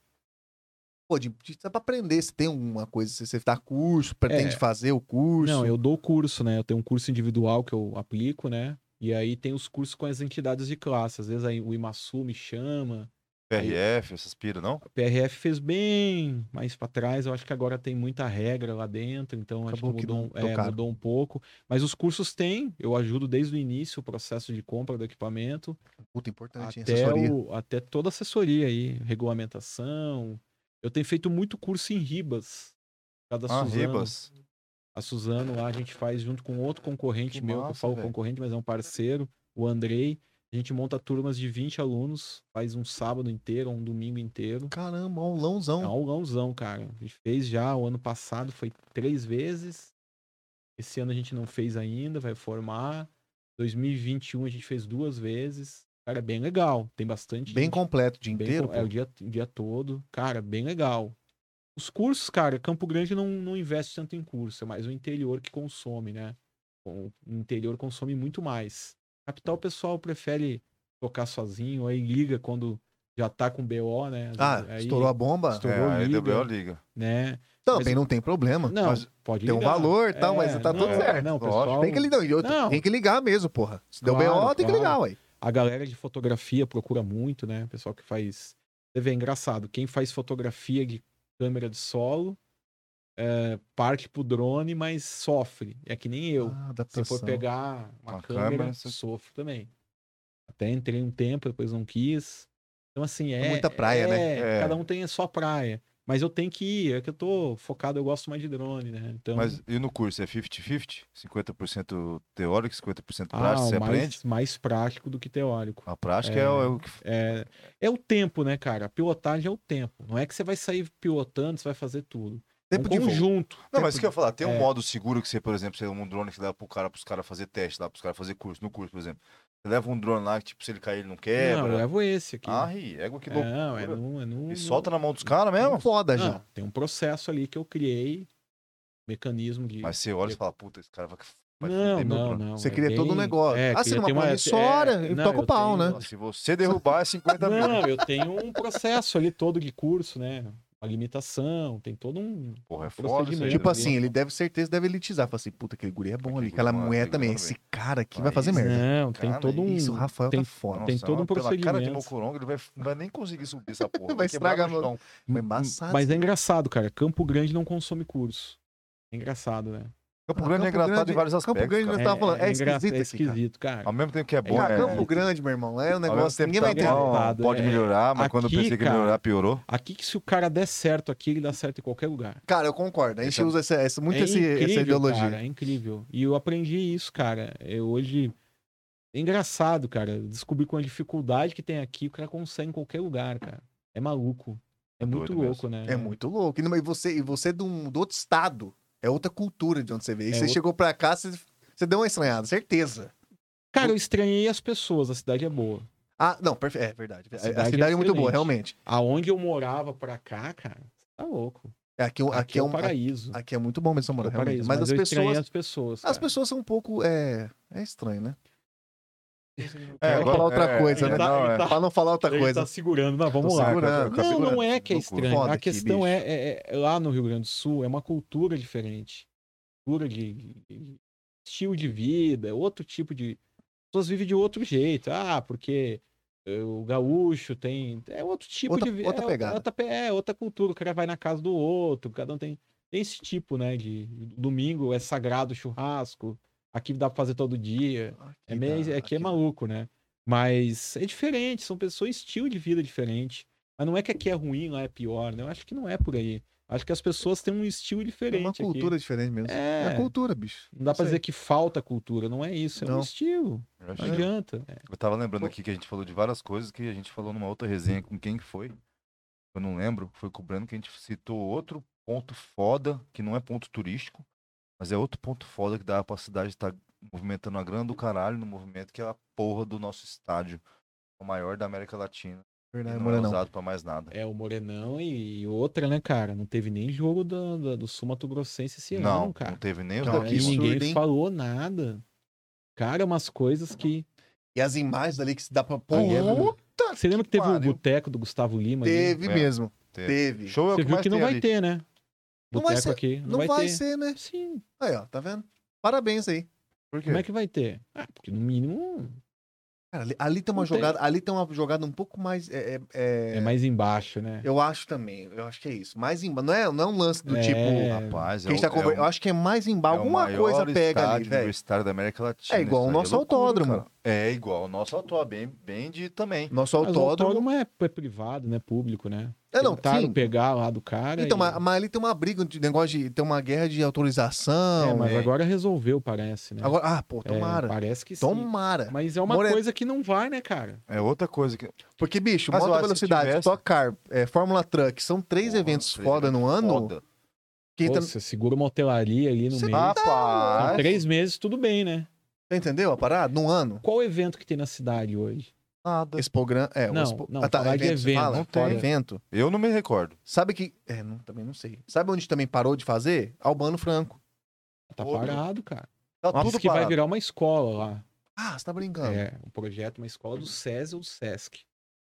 A: Pô, de, de, pra aprender, se tem alguma coisa, se você dá curso, pretende fazer o curso.
C: É. Não, eu dou curso, né? Eu tenho um curso individual que eu aplico, né? E aí tem os cursos com as entidades de classe. Às vezes aí o Imaçu me chama.
B: PRF, essas pira, não?
C: A PRF fez bem, mais pra trás. Eu acho que agora tem muita regra lá dentro, então
A: Acabou
C: acho
A: que
C: que mudou,
A: não-
C: um- é,
A: tocaram.
C: mudou um pouco. Mas os cursos têm. Eu ajudo desde o início o processo de compra do equipamento
A: Puta,
B: Ah,
A: importante, hein?
C: até,
A: Assessoria.
C: o- até toda a assessoria aí, regulamentação. Eu tenho feito muito curso em Ribas. por causa da
B: Ah,
C: Suzano.
B: Ribas.
C: A Suzano lá a gente faz junto com outro concorrente
B: Que
C: meu, que eu
B: massa,
C: falo
B: velho.
C: concorrente, mas é um parceiro, o Andrei. A gente monta turmas de 20 alunos, faz um sábado inteiro, um domingo inteiro.
A: Caramba,
C: É um
A: aulãozão.
C: aulãozão, cara. A gente fez já, o ano passado foi três vezes. Esse ano a gente não fez ainda, vai formar. 2021 a gente fez duas vezes. Cara, é bem legal. Tem bastante
A: Bem
C: gente
A: completo o dia
C: Bem
A: inteiro.
C: co-
A: pô.
C: É, o dia, o dia todo. Cara, bem legal. Os cursos, cara, Campo Grande não, não investe tanto em curso, é mais o interior que consome, né? O o interior consome muito mais. Capital, o pessoal prefere tocar sozinho, aí liga quando já tá com BO, né? Às
A: Ah,
C: vezes, aí
A: estourou a bomba?
C: estourou
B: é, aí
C: liga,
B: deu BO liga.
C: né?
A: Também
C: mas-
A: não tem problema.
C: Não,
A: Mas
C: pode
A: tem um
C: ligar.
A: valor e tal, mas tá
C: não,
A: tudo
C: é,
A: certo.
C: Não, o
B: Lógico.
C: pessoal,
A: Tem que, ligar, eu-
C: Não.
A: tem que ligar mesmo, porra. Se deu
C: Claro,
A: BO, tem que
C: claro.
A: ligar, ué.
C: A galera de fotografia procura muito, né? O pessoal que faz. Você vê, é engraçado. Quem faz fotografia de câmera de solo é, parte pro drone, mas sofre. É que nem eu.
A: Ah,
C: Se
A: adaptação.
C: for pegar uma,
B: Uma
C: câmera,
B: câmera, você-
C: sofro também. Até entrei um tempo, depois não quis. Então, assim, é.
A: muita praia,
C: é,
B: né? É.
C: Cada um tem a sua praia. Mas eu tenho que ir, é que eu tô focado, eu gosto mais de drone, né? Então,
B: Mas e no curso? É 50-50? 50% teórico, 50%
C: ah,
B: prático? você
C: mais,
B: aprende?
C: mais prático do que teórico.
B: A prática é, o é o que
C: É, é o tempo, né, cara? A pilotagem é o tempo. Não é que você vai sair pilotando, você vai fazer tudo. É um
A: Tempo de voo.
C: conjunto.
B: Não, mas o que eu ia falar, tem um
C: é.
B: modo seguro que você, por exemplo, você leva um drone que dá pro cara, pros caras fazer teste, dá pros caras fazer curso, no curso, por exemplo. Você leva um drone lá que, tipo, se ele cair, ele não
C: Não, eu
B: quebra.
C: levo esse aqui.
B: ah, ri, égua que louco.
C: não, é
B: loucura.
C: no, é no,
B: E solta na mão dos caras mesmo?
A: É Foda já.
C: Não, tem um processo ali que eu criei, mecanismo de...
B: Mas você olha e fala, puta, esse cara vai, vai
C: não,
B: fuder meu
C: não,
B: drone.
C: não.
A: Você
C: é
A: cria todo o
C: bem-
A: negócio.
C: é,
A: Ah,
C: cria-
A: você não
C: tem uma-
A: uma... só hora
C: é,
A: e
C: não,
A: toca o
C: eu
A: pau,
C: tenho-
A: né?
B: Nossa, Se você derrubar, é 50 mil.
C: Não, eu tenho um processo ali todo de curso, né? A limitação, tem todo um...
B: Porra, é foda isso aí,
C: Procedimento.
A: Tipo
B: né?
A: assim, ele deve, certeza, deve elitizar. Fala assim, puta, aquele guri é bom
B: Aquele
A: ali. Aquela
B: guri é bom,
A: mulher
B: aquele
A: também.
B: guri é bom.
A: Esse cara aqui vai
B: Vai,
A: fazer
B: isso,
A: merda.
C: Não, tem
B: Cara,
C: todo um...
A: Isso, o Rafael
C: tem-
A: tá fora.
C: tem todo um
B: pela cara de
C: procedimento.
B: mocorongo, ele vai, não vai nem conseguir subir
A: [laughs]
B: essa porra.
A: Vai
B: quebrar
A: estragar
B: no chão.
A: Foi embaçado.
C: Mas é engraçado, cara. Campo Grande não consome curso. É engraçado, né?
B: Campo
A: Ah,
B: Grande é
A: Campo
B: engraçado
A: Grande-
B: em vários
A: Campo
B: aspectos,
A: Grande
B: cara.
A: Eu tava falando, é
C: engra-
A: esquisito
C: é
A: esse cara.
C: esquisito, cara.
B: Ao mesmo tempo que é bom,
A: Cara,
B: é...
A: Campo Grande, meu irmão. É um
B: ao
A: negócio.
B: mesmo
A: Ninguém vai
B: tempo
A: entender.
B: tá bom,
C: entender.
B: Pode
C: É,
B: melhorar, mas quando eu
C: aqui,
B: pensei que ia
C: cara,
B: melhorar, piorou.
C: Aqui que se o cara der certo aqui, ele dá certo em qualquer lugar.
A: Cara, eu concordo. A gente
B: Então,
A: usa essa, essa- muito
C: é
A: esse-
C: incrível,
A: essa ideologia.
C: Cara, é incrível. E eu aprendi isso, cara. Eu hoje É engraçado, cara. Eu Descobri com a dificuldade que tem aqui, o cara consegue em qualquer lugar, cara. É maluco. É muito
B: doido mesmo.
C: louco, né?
A: É muito louco. E não- e você, e você é de, um, do outro estado. É outra cultura de onde você veio. E
C: É
A: você
C: outro-
A: chegou pra cá, você, você deu uma estranhada, certeza.
C: Cara, eu estranhei as pessoas, a cidade é boa.
A: Ah, não, perfe... é verdade. A- A cidade,
C: cidade é
A: é muito boa,
C: excelente.
A: realmente.
C: Aonde eu morava pra cá, cara, cê tá louco.
A: Aqui, aqui,
C: Aqui,
A: é
C: é o
A: um,
C: paraíso.
A: aqui é muito bom mesmo, Samora,
C: Aqui é o
A: realmente.
C: paraíso.
A: Mas, as
C: eu estranhei
A: pessoas.
C: as pessoas.
A: As
C: cara.
A: pessoas são um pouco. É, é estranho, né?
B: É,
A: Pra não
B: agora-
A: falar outra
B: é,
A: coisa,
B: é,
A: né?
B: não, é.
C: Tá-
A: Pra não falar outra
C: Ele
A: coisa.
C: tá segurando, mas vamos
A: Tô
C: lá.
A: segurando.
B: Tá
C: Não, não
B: segurando.
C: é que é
B: Loucura.
C: estranho.
A: Foda
C: A
A: aqui,
C: questão
B: bicho.
C: é, é- é- lá no Rio Grande do Sul é uma cultura diferente. Cultura de, de- de estilo de vida, outro tipo de. As pessoas vivem de outro jeito. Ah, porque eh, o gaúcho tem. É outro tipo
A: Outra-
C: de
A: outra
C: é,
A: pegada.
C: Outra, pe- é, outra cultura. O cara vai na casa do outro, cada um tem. Tem esse tipo, né? De domingo é sagrado churrasco. Aqui dá pra fazer todo dia. É
A: Tá,
C: meio, é que é maluco, né? Mas é diferente, são pessoas, estilo de vida diferente. Mas não é que aqui é ruim, lá é pior, né? Eu acho que não é por aí. Acho que as pessoas têm um estilo
A: É
C: diferente.
A: uma
C: aqui.
A: cultura diferente mesmo. É,
C: É.
A: a cultura, bicho.
C: Não dá pra
A: Isso
C: dizer
A: aí.
C: que falta cultura, não é isso, é um
A: Não.
C: estilo.
B: Eu
C: Não
B: achei-
C: adianta. É.
B: Eu tava lembrando aqui que a gente falou de várias coisas que a gente falou numa outra resenha com quem que foi. Eu não lembro. Foi cobrando que a gente citou outro ponto foda, que não é ponto turístico, mas é outro ponto foda que dá pra cidade estar movimentando a grana do caralho no movimento que é a porra do nosso estádio. O maior da América Latina. E
A: Verdade,
B: não
A: Moura,
B: é
A: não.
B: usado pra mais nada.
C: É, o Morenão e, e outra, né, cara? Não teve nem jogo do, do, do Sul Mato Grossense esse
B: não,
C: ano, cara.
B: não teve nem os
A: Cara,
C: Cara,
B: daqui.
C: e
A: isso-
B: mano.
C: ninguém
A: absurdo, hein?
C: falou nada. Cara, umas coisas que.
A: E as imagens ali que se dá pra.
C: é né?
A: Puta!
C: Você lembra que teve o
A: pariu.
C: boteco do Gustavo Lima? ali?
A: Teve
B: É.
A: mesmo.
B: Teve.
A: Teve.
B: Show é o
C: Você
B: que
C: viu
B: mais
C: que não
B: tem
C: vai
B: ali.
C: ter, né?
A: Não vai
C: Boteco
A: ser-
C: aqui. Não,
A: Não vai,
C: vai, ter.
A: ser, né?
C: Sim.
A: Aí, ó, tá vendo? Parabéns aí.
B: Por quê?
C: Como é que vai ter? Ah, porque no mínimo
A: Cara, ali, ali tem uma
C: Não tem.
A: jogada. Ali tem uma jogada um pouco mais. É, é-
C: é,
A: é-
C: mais embaixo, né?
A: Eu acho também. Eu acho que é isso. Mais em... não, é, não é um lance do
C: É.
A: tipo.
B: Rapaz,
A: Que a gente tá
B: o-
A: conver-
B: o-
A: Eu acho que é mais embaixo.
B: um- É o
A: Alguma
B: maior
A: coisa pega ali,
B: estádio
A: velho.
B: universitário da América Latina.
A: É igual
B: isso
A: o
B: daí é
A: nosso
B: loucura,
A: autódromo.
B: cara. É igual o nosso autódromo, bem, bem de também.
A: Nosso
C: Mas o
A: autódromo.
C: autódromo é, é privado, né? Público, né?
A: É, não,
C: Tentaram
A: sim.
C: pegar lá do cara.
A: Então,
C: e-
A: mas, mas ali tem uma briga de negócio de. Tem uma guerra de autorização.
C: É, mas
B: é.
C: agora resolveu, parece, né?
A: Agora. Ah, pô,
C: É,
A: tomara.
C: parece que sim.
A: tomara.
C: Mas é uma
A: More-
C: coisa que não vai, né, cara?
B: É outra coisa que.
A: Porque, bicho,
B: Mas eu
A: moto
B: acho que se
A: velocidade,
B: tivesse-
A: Stock Car, é, Fórmula Truck, são três
B: Porra,
A: eventos
B: três
A: foda no ano.
B: Foda.
A: Que
C: Pô,
A: entra-
C: Você segura uma hotelaria ali no
A: Você- tá
C: meio. São
A: é.
B: Rapaz.
C: três meses, tudo bem, né?
A: Você entendeu a parada? Num ano?
C: Qual evento que tem na cidade hoje?
B: Nada.
A: Esse programa. É, o
C: Não,
A: expo-
C: não, falar de
A: você
C: evento,
A: fala? É
B: não tem.
A: evento.
B: Eu não me recordo.
A: Sabe que. É, não, também não sei. Sabe onde também parou de fazer? Albano Franco.
C: Tá
B: Outro.
C: parado, cara.
B: Tá
A: Nossa,
B: tudo
C: Diz que vai
B: parado.
C: virar uma escola lá.
A: Ah, você tá brincando.
C: É, um projeto, uma escola do SESI ou do SESC.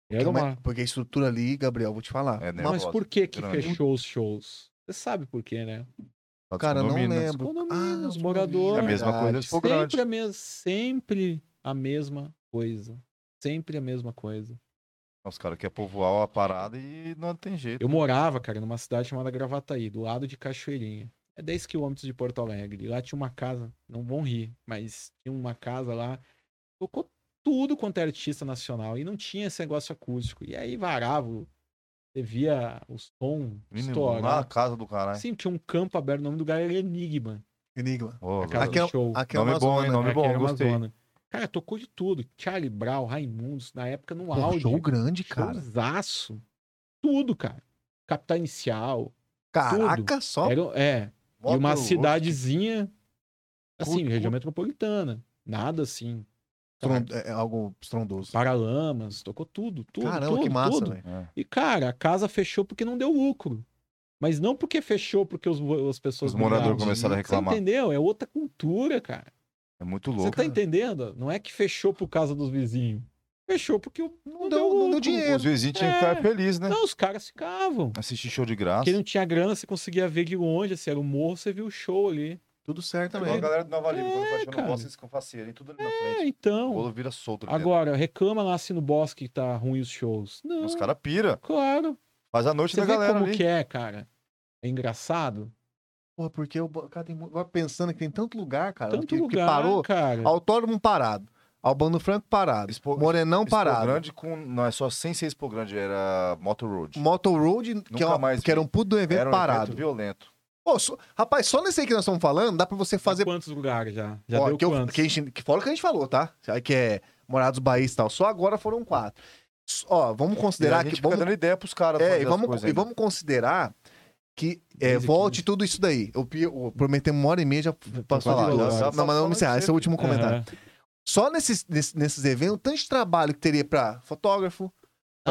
A: Porque,
C: Era uma...
A: mas- é porque a estrutura ali, Gabriel, vou te falar.
B: É, né?
C: Mas por que que
B: grande.
C: fechou os shows? Você sabe por quê, né?
B: Tá
A: Cara, não
B: descondomínio, né?
A: lembro.
C: Condomínios,
A: os
C: morador.
B: É a mesma
A: verdade.
B: coisa de Fogo Grande.
C: Sempre a, mes... sempre a mesma coisa. Sempre a mesma coisa.
B: Os caras querem povoar a parada e não tem jeito.
C: Eu morava, cara, numa cidade chamada Gravataí, do lado de Cachoeirinha. É 10 quilômetros de Porto Alegre. E lá tinha uma casa, não vão rir, mas tinha uma casa lá. Tocou tudo quanto é artista nacional. E não tinha esse negócio acústico. E aí varava. o- Você via o som
B: Menino, lá na
C: estourar.
B: casa do
A: né?
B: caralho.
C: né? Sim, tinha um campo aberto. O nome do lugar era Enigma.
A: Enigma.
B: Ô,
C: a casa
B: louco.
A: Aqui é-
C: do show.
A: Aqui é
B: Nome
A: uma
B: bom, hein,
A: zona,
B: nome
A: né?
C: Aqui
B: bom,
C: era uma
B: gostei.
C: zona. Cara, tocou de tudo. Charlie Brown, Raimundos, na época no
A: Pô,
C: auge.
A: show grande, cara.
C: Showzaço. Tudo, cara. Capital Inicial.
A: Caraca, só.
C: Era- é, e uma
B: Moto,
C: cidadezinha, assim,
B: Curto,
C: região
B: curto.
C: metropolitana. Nada assim.
A: Tron- é, é algo estrondoso.
C: Paralamas, tocou tudo, tudo,
A: Caramba,
C: tudo,
A: que massa,
C: tudo.
A: velho.
B: É.
C: E, cara, a casa fechou porque não deu lucro. Mas não porque fechou, porque os, as pessoas...
B: Os moradores
C: brigavam.
B: começaram a
C: Você
B: reclamar.
C: entendeu? É outra cultura, cara.
B: É muito
C: Você
B: louco.
C: tá entendendo? Não é que fechou por causa dos vizinhos. Fechou porque o- não,
A: deu-
C: deu,
A: não deu
C: lucro.
A: dinheiro.
B: Os vizinhos tinham que
C: É.
B: ficar felizes, né?
C: Não, os caras ficavam.
B: Assistir show de graça.
C: Quem não tinha grana, você conseguia ver de longe, assim, era o morro, você viu o show ali.
A: Tudo certo
B: Igual a
A: também.
B: galera do Nova Lima, quando faz show no
C: cara.
B: Bosque, eles ficam faceiro, tudo ali na
C: É,
B: frente. O
C: então.
B: bolo vira solto ali dentro.
C: Agora, reclama lá se no bosque que tá ruim os shows. Não,
B: Os caras pira.
C: claro.
B: Faz a noite
C: Você
B: da
C: vê
B: galera
C: como
B: ali.
C: que é, cara. É engraçado.
A: Porra, porque eu cara, tem, mu- agora pensando que tem tanto lugar, cara,
C: Tanto
A: que, que
C: Tá lugar,
A: parou.
C: cara.
A: Autódromo parado. Albano Franco parado.
B: Expo-
A: Morenão
B: Expo
A: é um parado.
B: Grande com. Não, é só sem ser Expo Grande, era Motor Road.
A: Motor Road, que, é
B: Nunca
A: uma-
B: mais
A: que era um puto do evento
B: era um evento
A: parado.
B: violento.
A: Pô, só- rapaz, só nesse aí que nós estamos falando, dá pra você fazer.
C: Quantos lugares já? Já
A: Ó,
C: deu
A: que, eu-
C: quantos?
A: que a gente, que fora o que a gente falou, tá? Aí Que é Morados Bahia e tal. Só agora foram quatro. S- Ó, vamos
B: Será
A: considerar
B: a gente
A: que.
B: fica
A: Vamos,
B: dando ideia pros caras.
A: é,
B: fazer
A: e
B: as
A: vamos,
B: coisas
A: e
B: ainda.
A: vamos considerar que é,
C: 15,
A: volte tudo isso daí. Eu, pi- eu prometemos uma hora e meia já posso
C: pode
A: falar.
C: ir lá,
A: Não, não,
B: pra
C: dá
A: mas não
B: falar
A: me encerrar. Esse é
B: sempre.
A: o último comentário.
C: Aham.
A: Só nesses, nesse- nesses eventos, o tanto de trabalho que teria pra fotógrafo,
C: Não.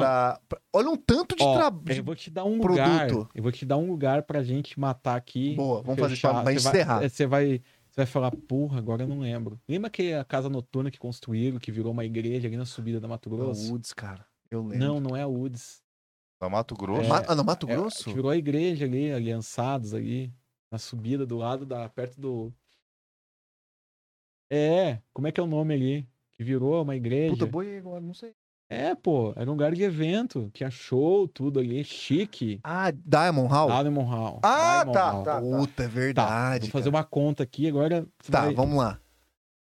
A: pra, pra- Olha um tanto de
C: Ó,
A: trabalho.
C: Eu vou te dar um lugar.
A: produto.
C: Eu vou te dar um lugar pra gente matar aqui.
A: Boa, vamos fazer
C: fechar.
A: pra, pra
C: Você vai-
A: encerrar.
C: é, Você vai, você vai falar, porra, agora eu não lembro. Lembra que a casa noturna que construíram, que virou uma igreja ali na subida da Mato
A: Não,
C: Grosso?
A: Woods, cara. Eu lembro.
C: Não, não é a Woods.
B: Pra Mato Grosso. né?
A: Ma- ah, não, Mato
C: É,
A: Grosso?
C: que virou a igreja ali, aliançados ali, na subida do lado da perto do É, como é que é o nome ali? Que virou uma igreja.
A: Puta, boi agora, não sei.
C: É, pô, era um lugar de evento, tinha show, tudo ali, chique.
A: Ah, Diamond Hall?
C: Lá no Mon Hall.
B: Ah,
C: Lá no
B: tá,
C: Mon Hall.
B: tá.
A: Puta, é
C: Tá,
A: verdade.
C: vou fazer uma conta aqui agora. você
A: cara. Tá,
C: vai-
A: vamos lá.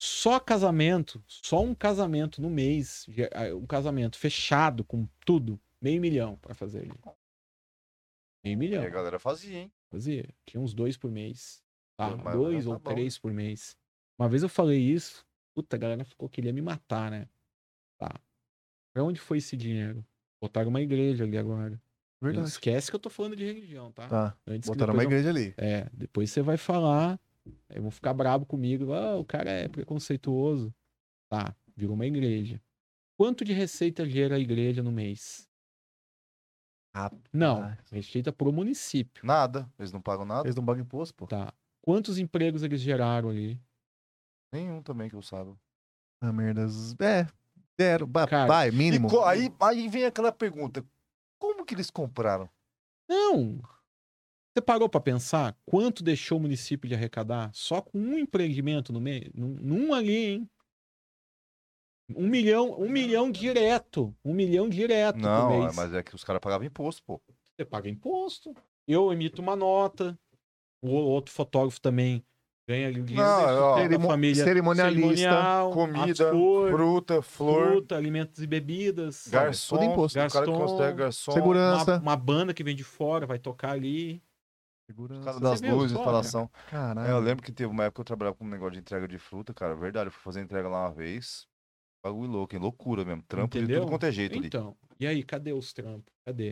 C: Só casamento, só um casamento no mês, já- ah, um casamento fechado com tudo, meio milhão pra fazer ali. Meio
B: E
C: milhão.
B: a galera fazia, hein?
C: Fazia. Tinha uns dois por mês. Tá,
B: Pô, mas
C: dois
B: tá
C: ou
B: bom,
C: três por mês. Uma vez eu falei isso, puta, a galera ficou queria me matar, né? Tá. Pra onde foi esse dinheiro? Botaram uma igreja ali agora. Não
A: Verdade.
C: esquece que eu tô falando de religião, tá?
A: Tá,
C: Antes que
A: botaram uma
C: depois eu-
A: igreja ali.
C: É, depois você vai falar, aí vão ficar brabo comigo, ah, o cara é preconceituoso. Tá, virou uma igreja. Quanto de receita gera a igreja no mês?
A: Rapaz.
C: Não, receita pro município.
B: Nada. Eles não pagam nada.
A: Eles não pagam imposto, um pô.
C: Tá. Quantos empregos eles geraram ali?
B: Nenhum também que eu saiba.
A: Ah, merda. z- É, zero. Ba-
C: Cara,
A: vai,
B: E
A: mínimo.
B: co- aí, aí vem aquela pergunta. Como que eles compraram?
C: Não! Você parou pra pensar quanto deixou o município de arrecadar só com um empreendimento no meio? Num, num ali, hein? Um milhão, um milhão direto. Um milhão direto por
B: Não,
C: mês.
B: mas é que os caras pagavam imposto, pô.
C: Você paga imposto. Eu emito uma nota. O outro fotógrafo também ganha ali o dinheiro.
B: Não,
C: né?
B: ó,
C: Sustenta a
A: Cerimo-
C: família
A: cerimonialista.
C: cerimonial,
B: comida,
C: as flor,
B: Fruta, flor,
C: fruta, alimentos e bebidas.
B: garçom.
A: Tudo imposto.
B: O cara que
C: Garçom,
B: consegue garçom.
A: Segurança.
C: Uma, uma banda que vem de fora vai tocar ali.
B: Os
A: Segurança.
B: caras das
C: Você viu
B: luzes,
C: só,
B: instalação. É, eu
A: Caralho.
B: lembro que teve uma época que eu trabalhava com um negócio de entrega de fruta, cara. Verdade, eu fui fazer entrega lá uma vez. Bagulho louco, hein? Loucura mesmo. Trampo de
C: Entendeu?
B: tudo quanto é jeito ali.
C: Então, e aí, cadê os trampos? Cadê? O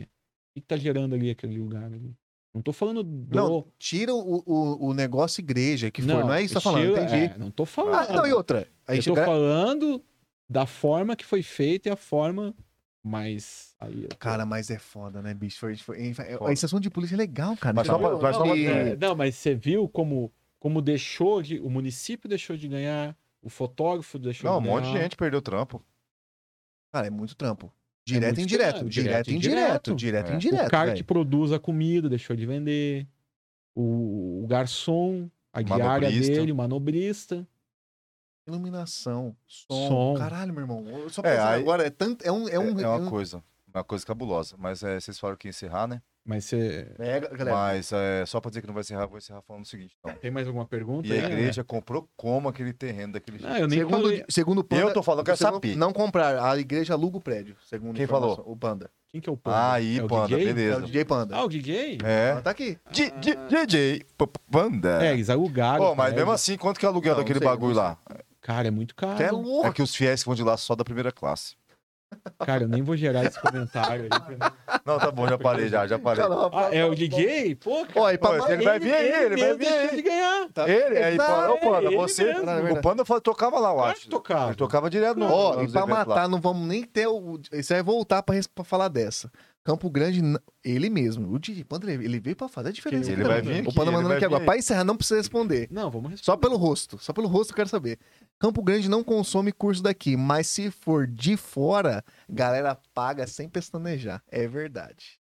C: que que tá gerando ali aquele lugar ali? Não tô falando do.
A: Não, tira o, o, o negócio igreja que for. Não é isso que tá falando,
C: estilo-
A: entendi.
C: é, não tô
A: Ah,
C: falando.
A: não, e outra. Aí
C: eu tô
A: chega-
C: falando da forma que foi feita e a forma mais. Aí, eu tô-
A: Cara, mas é foda, né, bicho? Foi, foi, foi,
B: Foda.
A: Esse assunto de polícia é legal, cara.
B: Mas só pra-
A: Entendeu?
B: mas só pra-
A: E-
C: É, não, mas você viu como, como deixou de. O município deixou de ganhar, o fotógrafo deixou
B: Não, um
C: de ganhar.
B: monte de gente perdeu trampo.
A: Cara, é muito trampo. Direto
C: muito
A: e indireto.
C: trampo, direto
A: Direto
C: e
A: e indireto.
C: indireto.
A: Direto
B: É.
A: e
C: o
A: indireto.
C: cara
A: velho.
C: que produz a comida deixou de vender, o, o garçom, a diária
B: Manobrista.
C: dele, o manobrista.
A: Iluminação, som.
C: Som.
A: Caralho, meu irmão. Eu só
B: É,
A: pensando
B: aí-
A: agora, é tanto. É um. É,
B: É,
A: um,
B: é uma
A: um-
B: coisa. Uma coisa cabulosa. Mas é, vocês falaram que ia encerrar, né?
C: Mas você
A: É, galera.
B: Mas é, só pra dizer que não vai encerrar, vou encerrar falando o seguinte. Então.
C: tem mais alguma pergunta?
B: E a
C: aí,
B: igreja comprou como aquele terreno daquele
C: André? Não, Ah, eu nem
A: Segundo,
C: falei.
A: segundo o Panda.
B: Eu tô falando, eu quero
A: segundo-
B: saber.
A: Não comprar. A igreja aluga o prédio. Segundo
B: Quem
A: informação. O Panda.
C: Quem que é o Panda?
B: Ah, Aí,
C: é o
B: panda,
C: DJ?
A: É o
B: beleza.
A: DJ Panda.
C: Ah, o DJ?
A: Ela
B: É.
A: tá aqui.
B: Di- di- DJ, p- p- panda.
C: É, eles alugaram.
B: Pô, mas
C: cara.
B: mesmo assim, quanto que é o aluguel
A: Não,
B: daquele
A: não sei,
B: bagulho
A: não
B: lá?
C: Cara, é muito
A: Você é
C: caro.
A: louco.
B: É que os fiéis que vão de lá só da primeira classe.
C: Cara, eu nem vou gerar esse comentário. aí pra
B: [laughs]
C: mim.
B: Não, tá bom, já parei, já, já parei.
A: Cala a
C: Ah,
A: boca.
C: é o DJ? Pô, cara.
A: Ó, e pra-
B: Pô, é ele vai vir aí, ele vai
C: mesmo
B: vir
C: deixou de
B: aí.
C: ganhar.
A: tá-
B: Ele, aí,
A: Tá,
B: pô, ô, Panda,
C: ele
B: você.
C: mesmo.
B: O Panda fa- tocava lá, eu
C: Claro que
B: acho.
C: tocava.
B: Ele tocava direto no.
A: Ó, e
B: nos
A: pra
B: eventos lá.
A: matar, não vamos nem ter o. Isso aí é voltar pra, res- pra falar dessa. Campo Grande, n- ele mesmo. O Didi Panda, ele ele veio pra fazer a diferença.
B: Ele
A: né,
B: vai
A: mano?
B: vir aqui,
A: O Panda
B: ele
A: mandando
B: vai
A: aqui
B: vir
A: agora.
B: aí.
A: Pra encerrar, não precisa responder.
C: Não, vamos responder.
A: Só pelo rosto. Só pelo rosto eu quero saber. Campo Grande não consome curso daqui, mas se for de fora, galera paga sem pestanejar. É verdade. [laughs]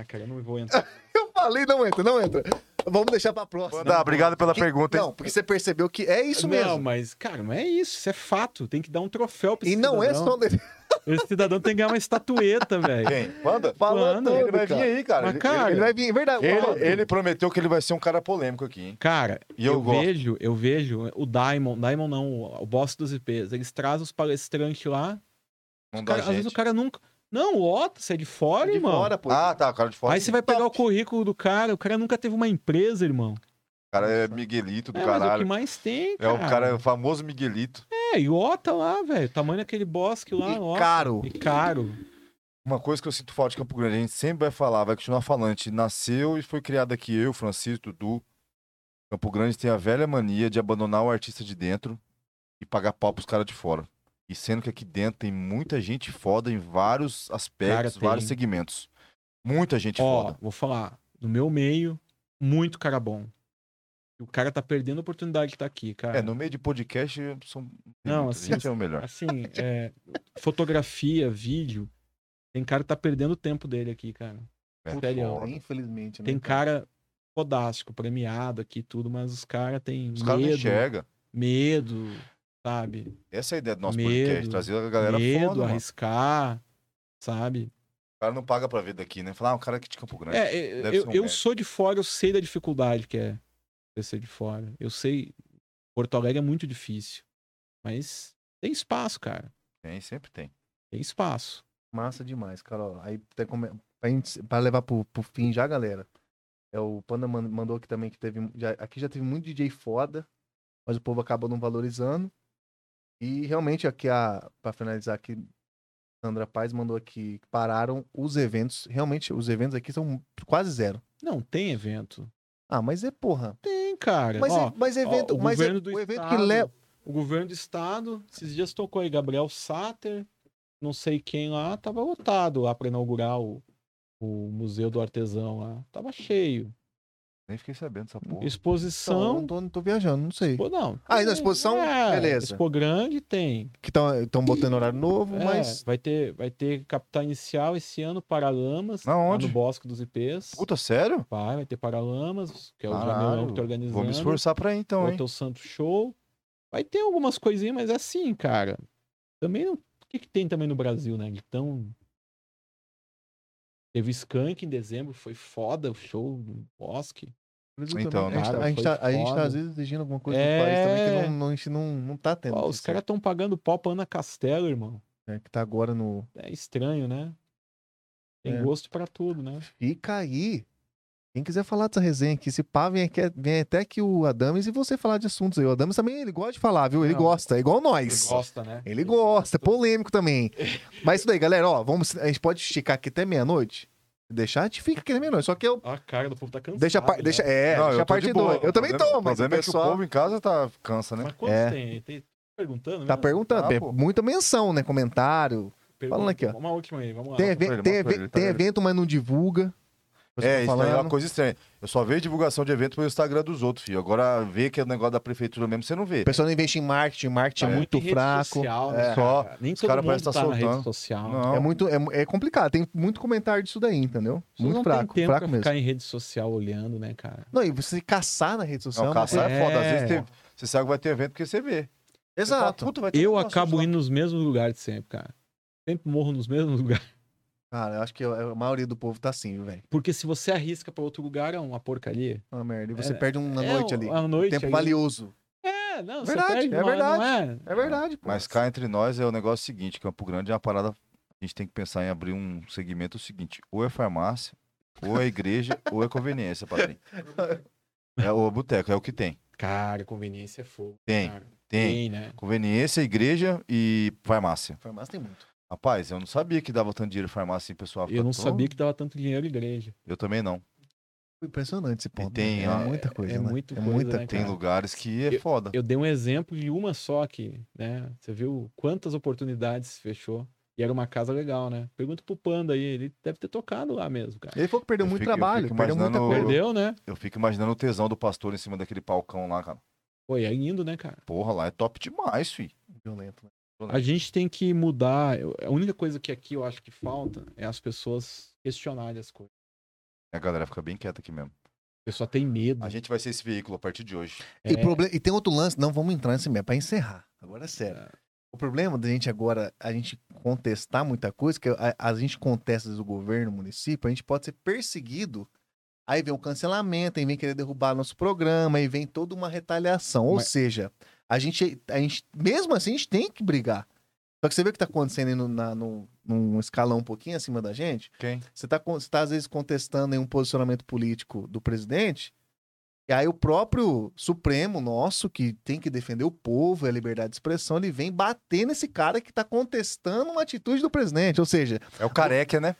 C: Ah, cara, eu não vou entrar.
A: Eu falei, não entra, não entra. Vamos deixar pra próxima.
B: Panda, obrigado pela
A: Que-
B: pergunta, hein?
A: Não, porque você percebeu que é isso
C: Não,
A: mesmo.
C: mas, cara, não é isso. Isso é fato. Tem que dar um troféu pra
A: E
C: esse
A: não é
C: cidadão.
A: só dele.
C: Esse cidadão tem que ganhar uma estatueta, velho.
B: Quem? Panda?
A: Falou
C: Mano,
A: tudo,
B: Ele vai vir
A: cara.
B: aí, cara.
C: Mas,
B: Ele-
C: cara,
A: Ele vai vir, é verdade.
B: Ele,
A: Ó,
B: ele prometeu que ele vai ser um cara polêmico aqui, hein?
C: Cara,
B: E eu
C: eu,
B: gosto.
C: vejo, eu vejo o Diamond, Diamond não, o boss dos IPs, eles trazem os palestrantes lá.
B: Não
C: Cara,
B: dá
C: às vezes o
B: gente.
C: cara nunca. Não, o Otto, você é de fora,
A: de
C: irmão.
A: fora, pô.
B: Ah, tá, cara de fora.
C: Aí você vai pegar o currículo do cara, o cara nunca teve uma empresa, irmão.
B: O cara é Miguelito do
C: É, mas o que
B: caralho.
C: mais tem,
B: É
C: cara.
B: o cara, o famoso Miguelito.
C: É, e Ota lá, velho. O tamanho daquele bosque lá,
A: E
C: ó.
A: caro.
C: E caro.
B: Uma coisa que eu sinto falta de Campo Grande, a gente sempre vai falar, vai continuar falando. A gente nasceu e foi criado aqui, eu, Francisco, Dudu. Campo Grande tem a velha mania de abandonar o artista de dentro e pagar pau pros caras de fora. E sendo que aqui dentro tem muita gente foda em vários aspectos,
C: Cara, tem.
B: vários segmentos. Muita gente
C: Ó,
B: foda.
C: vou falar. No meu meio, muito cara bom. E O cara tá perdendo a oportunidade de estar aqui, cara.
B: É, no meio de podcast são. tem
C: Não,
B: muita
C: assim,
B: gente é o melhor.
C: Assim, é, fotografia, vídeo. Tem cara que tá perdendo o tempo dele aqui, cara.
B: É
C: sério,
B: foda. É
A: Infelizmente, né?
C: Tem cara fodástico, premiado aqui e tudo, mas os caras têm
B: Os caras não
C: medo,
B: enxergam.
C: medo, sabe?
B: Essa é a ideia do nosso
C: Medo.
B: podcast, trazer a galera
C: medo,
B: foda, mano.
C: arriscar, sabe?
B: O cara não paga pra ver daqui, né? Falar, ah, o cara aqui de Campo Grande.
C: É, eu,
B: deve
C: eu-
B: ser um
C: eu
B: médico.
C: sou de fora, eu sei da dificuldade que é você ser de fora. Eu sei, Porto Alegre é muito difícil, mas tem espaço, cara.
B: Tem, sempre tem.
C: Tem espaço.
A: Massa demais, cara. ó. Aí até come... pra, gente- pra levar pro, pro fim já, galera. É o Panda man- mandou aqui também que teve. já- aqui já teve muito DJ foda, mas o povo acaba não valorizando. E realmente aqui a. Pra finalizar aqui, Sandra Paz mandou aqui que pararam os eventos. Realmente, os eventos aqui são quase zero.
C: Não, tem evento.
A: Ah, mas é porra.
C: Tem, cara.
A: Mas,
C: Ó,
A: é, mas é
C: ó,
A: evento.
C: o
A: mas é-
C: governo do
A: o evento
C: estado,
A: que leva.
C: O governo do estado, esses dias tocou aí Gabriel Sater, não sei quem lá, tava lotado lá pra inaugurar o, o Museu do Artesão lá. Tava cheio.
B: Nem fiquei sabendo dessa porra.
A: Não, eu
C: Exposição.
A: não tô, não tô viajando, não sei.
C: Pô, não.
A: Ah, e na
C: Tem,
A: exposição? Beleza.
C: Expo grande tem.
A: Que estão botando horário novo,
C: É,
A: mas.
C: vai ter, vai ter Capital Inicial esse ano, Paralamas,
B: Na
C: lá
B: onde?
C: no Bosque dos IPs.
B: Puta, sério?
C: Vai, vai ter Paralamas, que é o
B: Caralho,
C: Jamelão que tá organizando.
B: Vou me esforçar pra ir então,
C: vai
B: hein?
C: ter o Santo Show. Vai ter algumas coisinhas, mas é assim, cara. Também não... O que, que tem também no Brasil, né? Então... Teve Skank em dezembro, foi foda o show no Bosque.
B: Então,
A: a, gente
C: né?
A: tá, a, gente tá, a gente tá,
C: Foda.
A: às vezes exigindo alguma coisa do
C: É.
A: país também que não, não, a gente não, não tá tendo.
C: Ó, os caras estão pagando pau pra Ana Castelo, irmão.
A: né, que tá agora no.
C: É estranho, né? Tem
A: É.
C: gosto pra tudo, né?
A: Fica aí. Quem quiser falar dessa resenha aqui, se pá, vem, aqui, vem até aqui o Adames e você falar de assuntos aí. O Adames também, ele gosta de falar, viu? Ele
C: Não.
A: gosta, é igual
C: Ele
A: nós.
C: gosta, né?
A: Ele gosta, é polêmico também. Mas isso daí, galera, ó, vamos, a gente pode esticar aqui até meia-noite? Se Deixar, a gente fica aqui até meia-noite. Só que eu.
C: Ó, a cara do povo tá cansado.
A: Deixa, a par-
C: né?
A: deixa, é,
B: Não,
A: deixa a
B: tô
A: parte
B: de boa.
A: 2. Eu também
B: um. O
A: tô,
B: problema-
A: mas o
B: o problema é que o
A: pessoal
B: povo em casa tá cansa, né?
C: Mas quantos
A: É.
C: tem? tem? Tá perguntando?
A: tá
C: mesmo?
A: perguntando.
B: Ah,
A: é
B: pô.
A: muita menção, né? Comentário.
C: Pergunta.
A: falando aqui, ó.
C: Uma última aí, vamos lá.
A: Tem, eve-
B: pra ele,
A: tem
B: mostra
A: eve-
B: pra ele, tá
A: tem
B: vendo?
A: evento, mas não divulga. O pessoal
B: É, isso aí é uma
A: falando.
B: coisa estranha. Eu só vejo divulgação de evento pelo Instagram dos outros, filho. Agora vê que é o negócio da prefeitura mesmo, você não vê.
A: O pessoal não investe em marketing, marketing é
C: Tem
A: muito
C: Tá rede
A: fraco.
C: Social,
B: É.
C: né,
B: Só
C: cara? Nem
B: os
C: todo
B: cara
C: mundo
B: parece
C: tá,
B: tá
C: na rede
B: soltando.
C: social.
B: Não.
A: É muito, é, é complicado, tem muito comentário disso daí, entendeu?
C: Você
A: muito
C: não
A: fraco,
C: tem tempo
A: fraco
C: pra
A: mesmo.
C: ficar em rede social olhando, né, cara?
A: Não, e você caçar na rede social.
B: Não,
A: é uma
B: caçar
A: coisa-
B: é
C: É.
B: foda. Às vezes tem- você sabe que vai ter evento porque você vê. Você fala,
A: Exato.
B: "Puta, vai ter um
C: Eu
B: negócio
C: acabo
B: lá."
C: indo nos mesmos lugares sempre, cara. Sempre morro nos mesmos [laughs] lugares.
A: Cara, eu acho que a a maioria do povo tá assim, viu, velho.
C: Porque se você arrisca pra outro lugar, é uma porcaria.
A: É Uma merda. E você
C: É,
A: perde uma noite
B: um-
C: é,
A: ali.
C: A noite
A: tempo
C: ali.
A: valioso.
C: É, não, você
A: Verdade,
C: perde
A: é
C: uma- não é?
A: É verdade, pô.
B: Mas cá entre nós é o negócio seguinte: Campo Grande é uma parada. A gente tem que pensar em abrir um segmento seguinte: ou é farmácia, ou é igreja, ou é conveniência, padrinho. É o boteco, é o que tem.
C: Cara, conveniência é fogo.
B: Tem,
C: cara.
B: Tem.
C: Tem, né?
B: Conveniência, igreja e farmácia.
A: Farmácia tem muito.
B: Rapaz, eu não sabia que dava tanto dinheiro em farmácia, hein, pessoal.
C: Eu não
B: Tô-
C: sabia que dava tanto dinheiro à igreja.
B: Eu também não.
A: Foi Impressionante esse ponto. né?
B: tem,
A: é
B: ó,
A: muita coisa,
C: é
A: né?
C: muito
A: é
C: coisa,
A: muita
C: né,
B: Tem
C: Cara.
B: lugares que é foda.
C: Eu dei um exemplo de uma só aqui, né? Você viu quantas oportunidades fechou? E era uma casa legal, né? Pergunta pro Panda aí, ele deve ter tocado lá mesmo, cara.
A: Ele falou que perdeu
B: Eu
A: muito
B: fico- eu
A: trabalho,
B: fico
A: perdeu muita
B: imaginando-
A: coisa.
C: Perdeu, né?
B: Eu fico imaginando o tesão do pastor em cima daquele palcão lá, cara.
C: Pô, e é lindo, né, cara?
B: Porra, lá é top demais, fi.
A: Violento, né?
C: A gente tem que mudar. eu- A única coisa que aqui eu acho que falta é as pessoas questionarem as coisas.
B: A galera fica bem quieta aqui mesmo.
C: A pessoa tem medo.
B: A gente vai ser esse veículo a partir de hoje.
A: E,
C: É,
A: proble- e tem outro lance, não, vamos entrar nesse mesmo, pra encerrar. Agora é sério. O problema da gente agora, a gente contestar muita coisa, que é, a, a gente contesta do governo, município, a gente pode ser perseguido. Aí vem o cancelamento, aí vem querer derrubar nosso programa, aí vem toda uma retaliação. Ou
C: Mas-
A: seja, a gente, a gente, mesmo assim, a gente tem que brigar. Só que você vê o que tá acontecendo aí no, na, no, num escalão um pouquinho acima da gente.
B: Quem?
A: Você tá, con- você tá, às vezes, contestando aí um posicionamento político do presidente. E aí o próprio Supremo nosso, que tem que defender o povo e a liberdade de expressão, ele vem bater nesse cara que tá contestando uma atitude do presidente. Ou seja,
B: É o careca, né?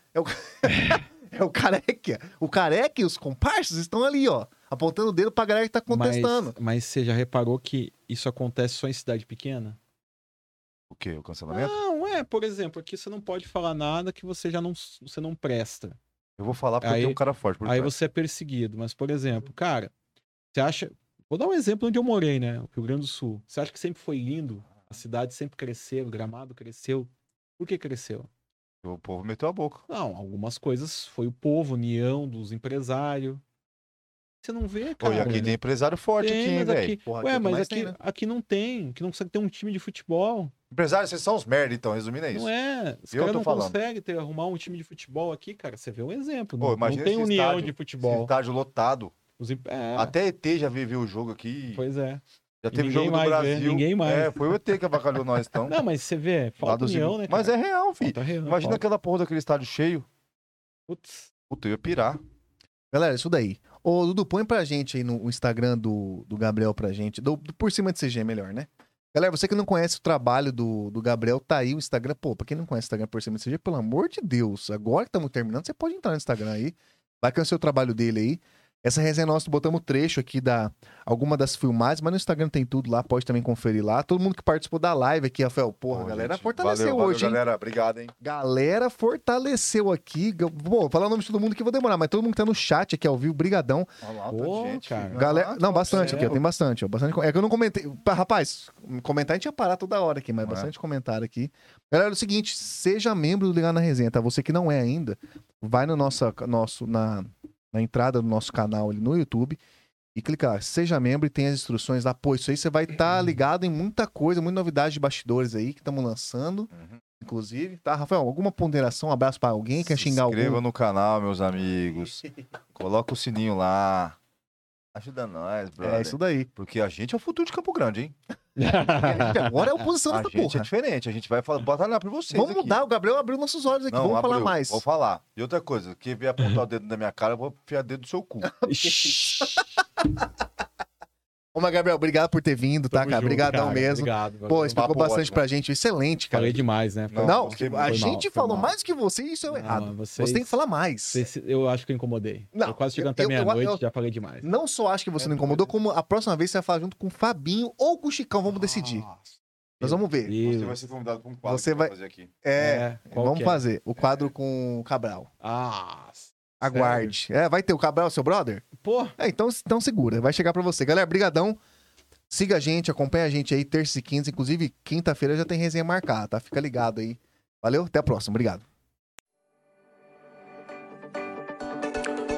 A: é o careca. O careca e os comparsas estão ali, ó, apontando o dedo pra galera que tá contestando.
C: Mas, mas você já reparou que isso acontece só em cidade pequena?
B: O quê? O cancelamento?
C: Não, é, por exemplo, aqui você não pode falar nada que você já não, você não presta.
B: Eu vou falar porque
C: Aí-
B: tem um cara forte. Por
C: Aí
B: trás.
C: você é perseguido. Mas, por exemplo, cara, você acha. Vou dar um exemplo onde eu morei, né? Rio Grande do Sul. Você acha que sempre foi lindo? A cidade sempre cresceu, o gramado cresceu. Por que cresceu?
B: O povo meteu a boca.
C: Não, algumas coisas foi o povo, união dos empresários. Você não vê,
B: Pô,
C: cara.
B: e aqui tem empresário forte
C: Tem,
B: aqui, hein,
C: mas
B: velho?
C: aqui...
A: Porra, aqui é o
C: Ué,
A: que
C: mas
A: mais
C: aqui,
A: tem, né?
C: aqui não tem, que não consegue ter um time de futebol.
B: Empresário, vocês são uns merda, então, resumindo é isso.
C: Não é. Os
B: Eu
C: caras
B: tô
C: não
B: falando.
C: conseguem ter, arrumar um time de futebol aqui, cara. Você vê um exemplo.
B: Pô,
C: não- não,
B: imagina
C: tem
B: esse
C: união
B: estádio,
C: de
B: Esse
C: futebol.
B: estádio lotado.
C: Os em- é,
B: Até ET já veio ver o jogo aqui.
C: Pois é.
B: já teve
C: ninguém
B: jogo do
C: mais, né?
B: Brasil.
C: Ninguém mais.
B: É, foi o ET que abacalhou nós, então.
C: [laughs] Não, mas você vê,
B: Lá
C: falta
B: dos
C: união,
B: irmãos.
C: né? Cara?
B: Mas é real, filho.
C: Falta reunião,
B: Imagina [laughs]
C: falta-
B: aquela porra daquele estádio cheio. [laughs]
C: Putz, [laughs]
B: Puta, eu ia pirar.
A: Galera, isso daí. Ô, Dudu, põe pra gente aí no Instagram do, do Gabriel pra gente. Do, do Por Cima de CG, melhor, né? Galera, você que não conhece o trabalho do, do Gabriel, tá aí o Instagram. Pô, pra quem não conhece o Instagram Por Cima de CG, pelo amor de Deus, agora que estamos terminando, você pode entrar no Instagram aí. Vai conhecer o trabalho dele aí. Essa resenha é nossa, botamos trecho aqui da alguma das filmagens, mas no Instagram tem tudo lá, pode também conferir lá. Todo mundo que participou da live aqui, Rafael, porra,
B: Bom,
A: galera,
B: gente,
A: fortaleceu
B: valeu, valeu,
A: hoje, hein?
B: galera. Obrigado, hein?
A: Galera, fortaleceu aqui. Ga- Bom, vou falar o nome de todo mundo que eu vou demorar, mas todo mundo que tá no chat aqui ao vivo, brigadão.
B: Olha lá,
C: Pô,
B: tanta gente,
C: cara.
B: filho.
A: Galera,
B: Ah,
A: não, bastante aqui, ó,
C: sério?
A: tem bastante, ó, bastante. com- É que eu não comentei, Pá, rapaz, comentar a gente ia parar toda hora aqui, mas
B: Não é.
A: bastante comentário aqui. Galera, é o seguinte, seja membro do Ligar na Resenha, tá? Você que não é ainda, vai no nossa, nosso, na, na entrada do nosso canal ali no YouTube e clicar, seja membro e tem as instruções lá. Pô, isso aí você vai estar
B: Uhum.
A: ligado em muita coisa, muita novidade de bastidores aí que estamos lançando,
B: Uhum.
A: inclusive. Tá, Rafael, alguma ponderação, um abraço pra alguém, quer xingar
B: Se inscreva
A: algum?
B: no canal,
A: [laughs]
B: meus amigos. Coloca o sininho lá. Ajuda nós, brother.
A: É isso daí.
B: Porque a gente é o futuro de Campo Grande, hein?
A: Agora é a oposição
B: A
A: dessa
B: gente
A: porra.
B: é diferente. A gente vai falar, batalhar por vocês
A: Vamos
B: aqui.
A: mudar, o Gabriel abriu nossos olhos aqui,
B: Não,
A: vamos falar
B: abriu.
A: mais.
B: Vou falar. E outra coisa, quem vier apontar o dedo na minha cara, eu vou enfiar dedo no seu cu. Tá,
A: Ô, mas Gabriel, obrigado por ter vindo, tá,
C: tamo
A: cara?
C: junto,
A: Obrigadão
C: cara,
A: mesmo.
C: Obrigado.
A: Pô,
C: valeu.
A: explicou
B: papo
A: bastante
B: ótimo.
A: pra gente, excelente, cara.
C: Falei demais, né?
B: Não,
A: Não,
B: fiquei-
A: a
B: foi
A: gente
C: mal, foi
A: falou
C: mal.
A: mais que você e isso é o
C: Não,
A: errado.
C: vocês-
A: Você tem que falar mais.
C: vocês- Eu acho que eu incomodei.
A: Não,
C: eu quase chegando
A: eu-
C: até
A: eu- eu-
C: meia-noite,
A: eu-
C: já falei demais.
A: Não só acho que você
B: É
A: não incomodou,
B: doido.
A: como a próxima vez você vai falar junto com o Fabinho ou com o Chicão, vamos decidir.
B: Nossa,
A: Nós vamos ver.
B: Você
C: Ah, Deus.
B: vai ser convidado para um quadro
A: Você
B: que eu vou
A: vai-
B: fazer aqui.
A: É,
C: qual
A: vamos
C: que é?
A: fazer o quadro com o Cabral.
C: Ah, s-
A: Aguarde. É, vai ter o Cabral, seu brother?
C: pô,
A: É, então, então segura, vai chegar pra você. Galera, brigadão. Siga a gente, acompanha a gente aí, terça e quinta. Inclusive, quinta-feira já tem resenha marcada, tá? Fica ligado aí. Valeu, até a próxima. Obrigado.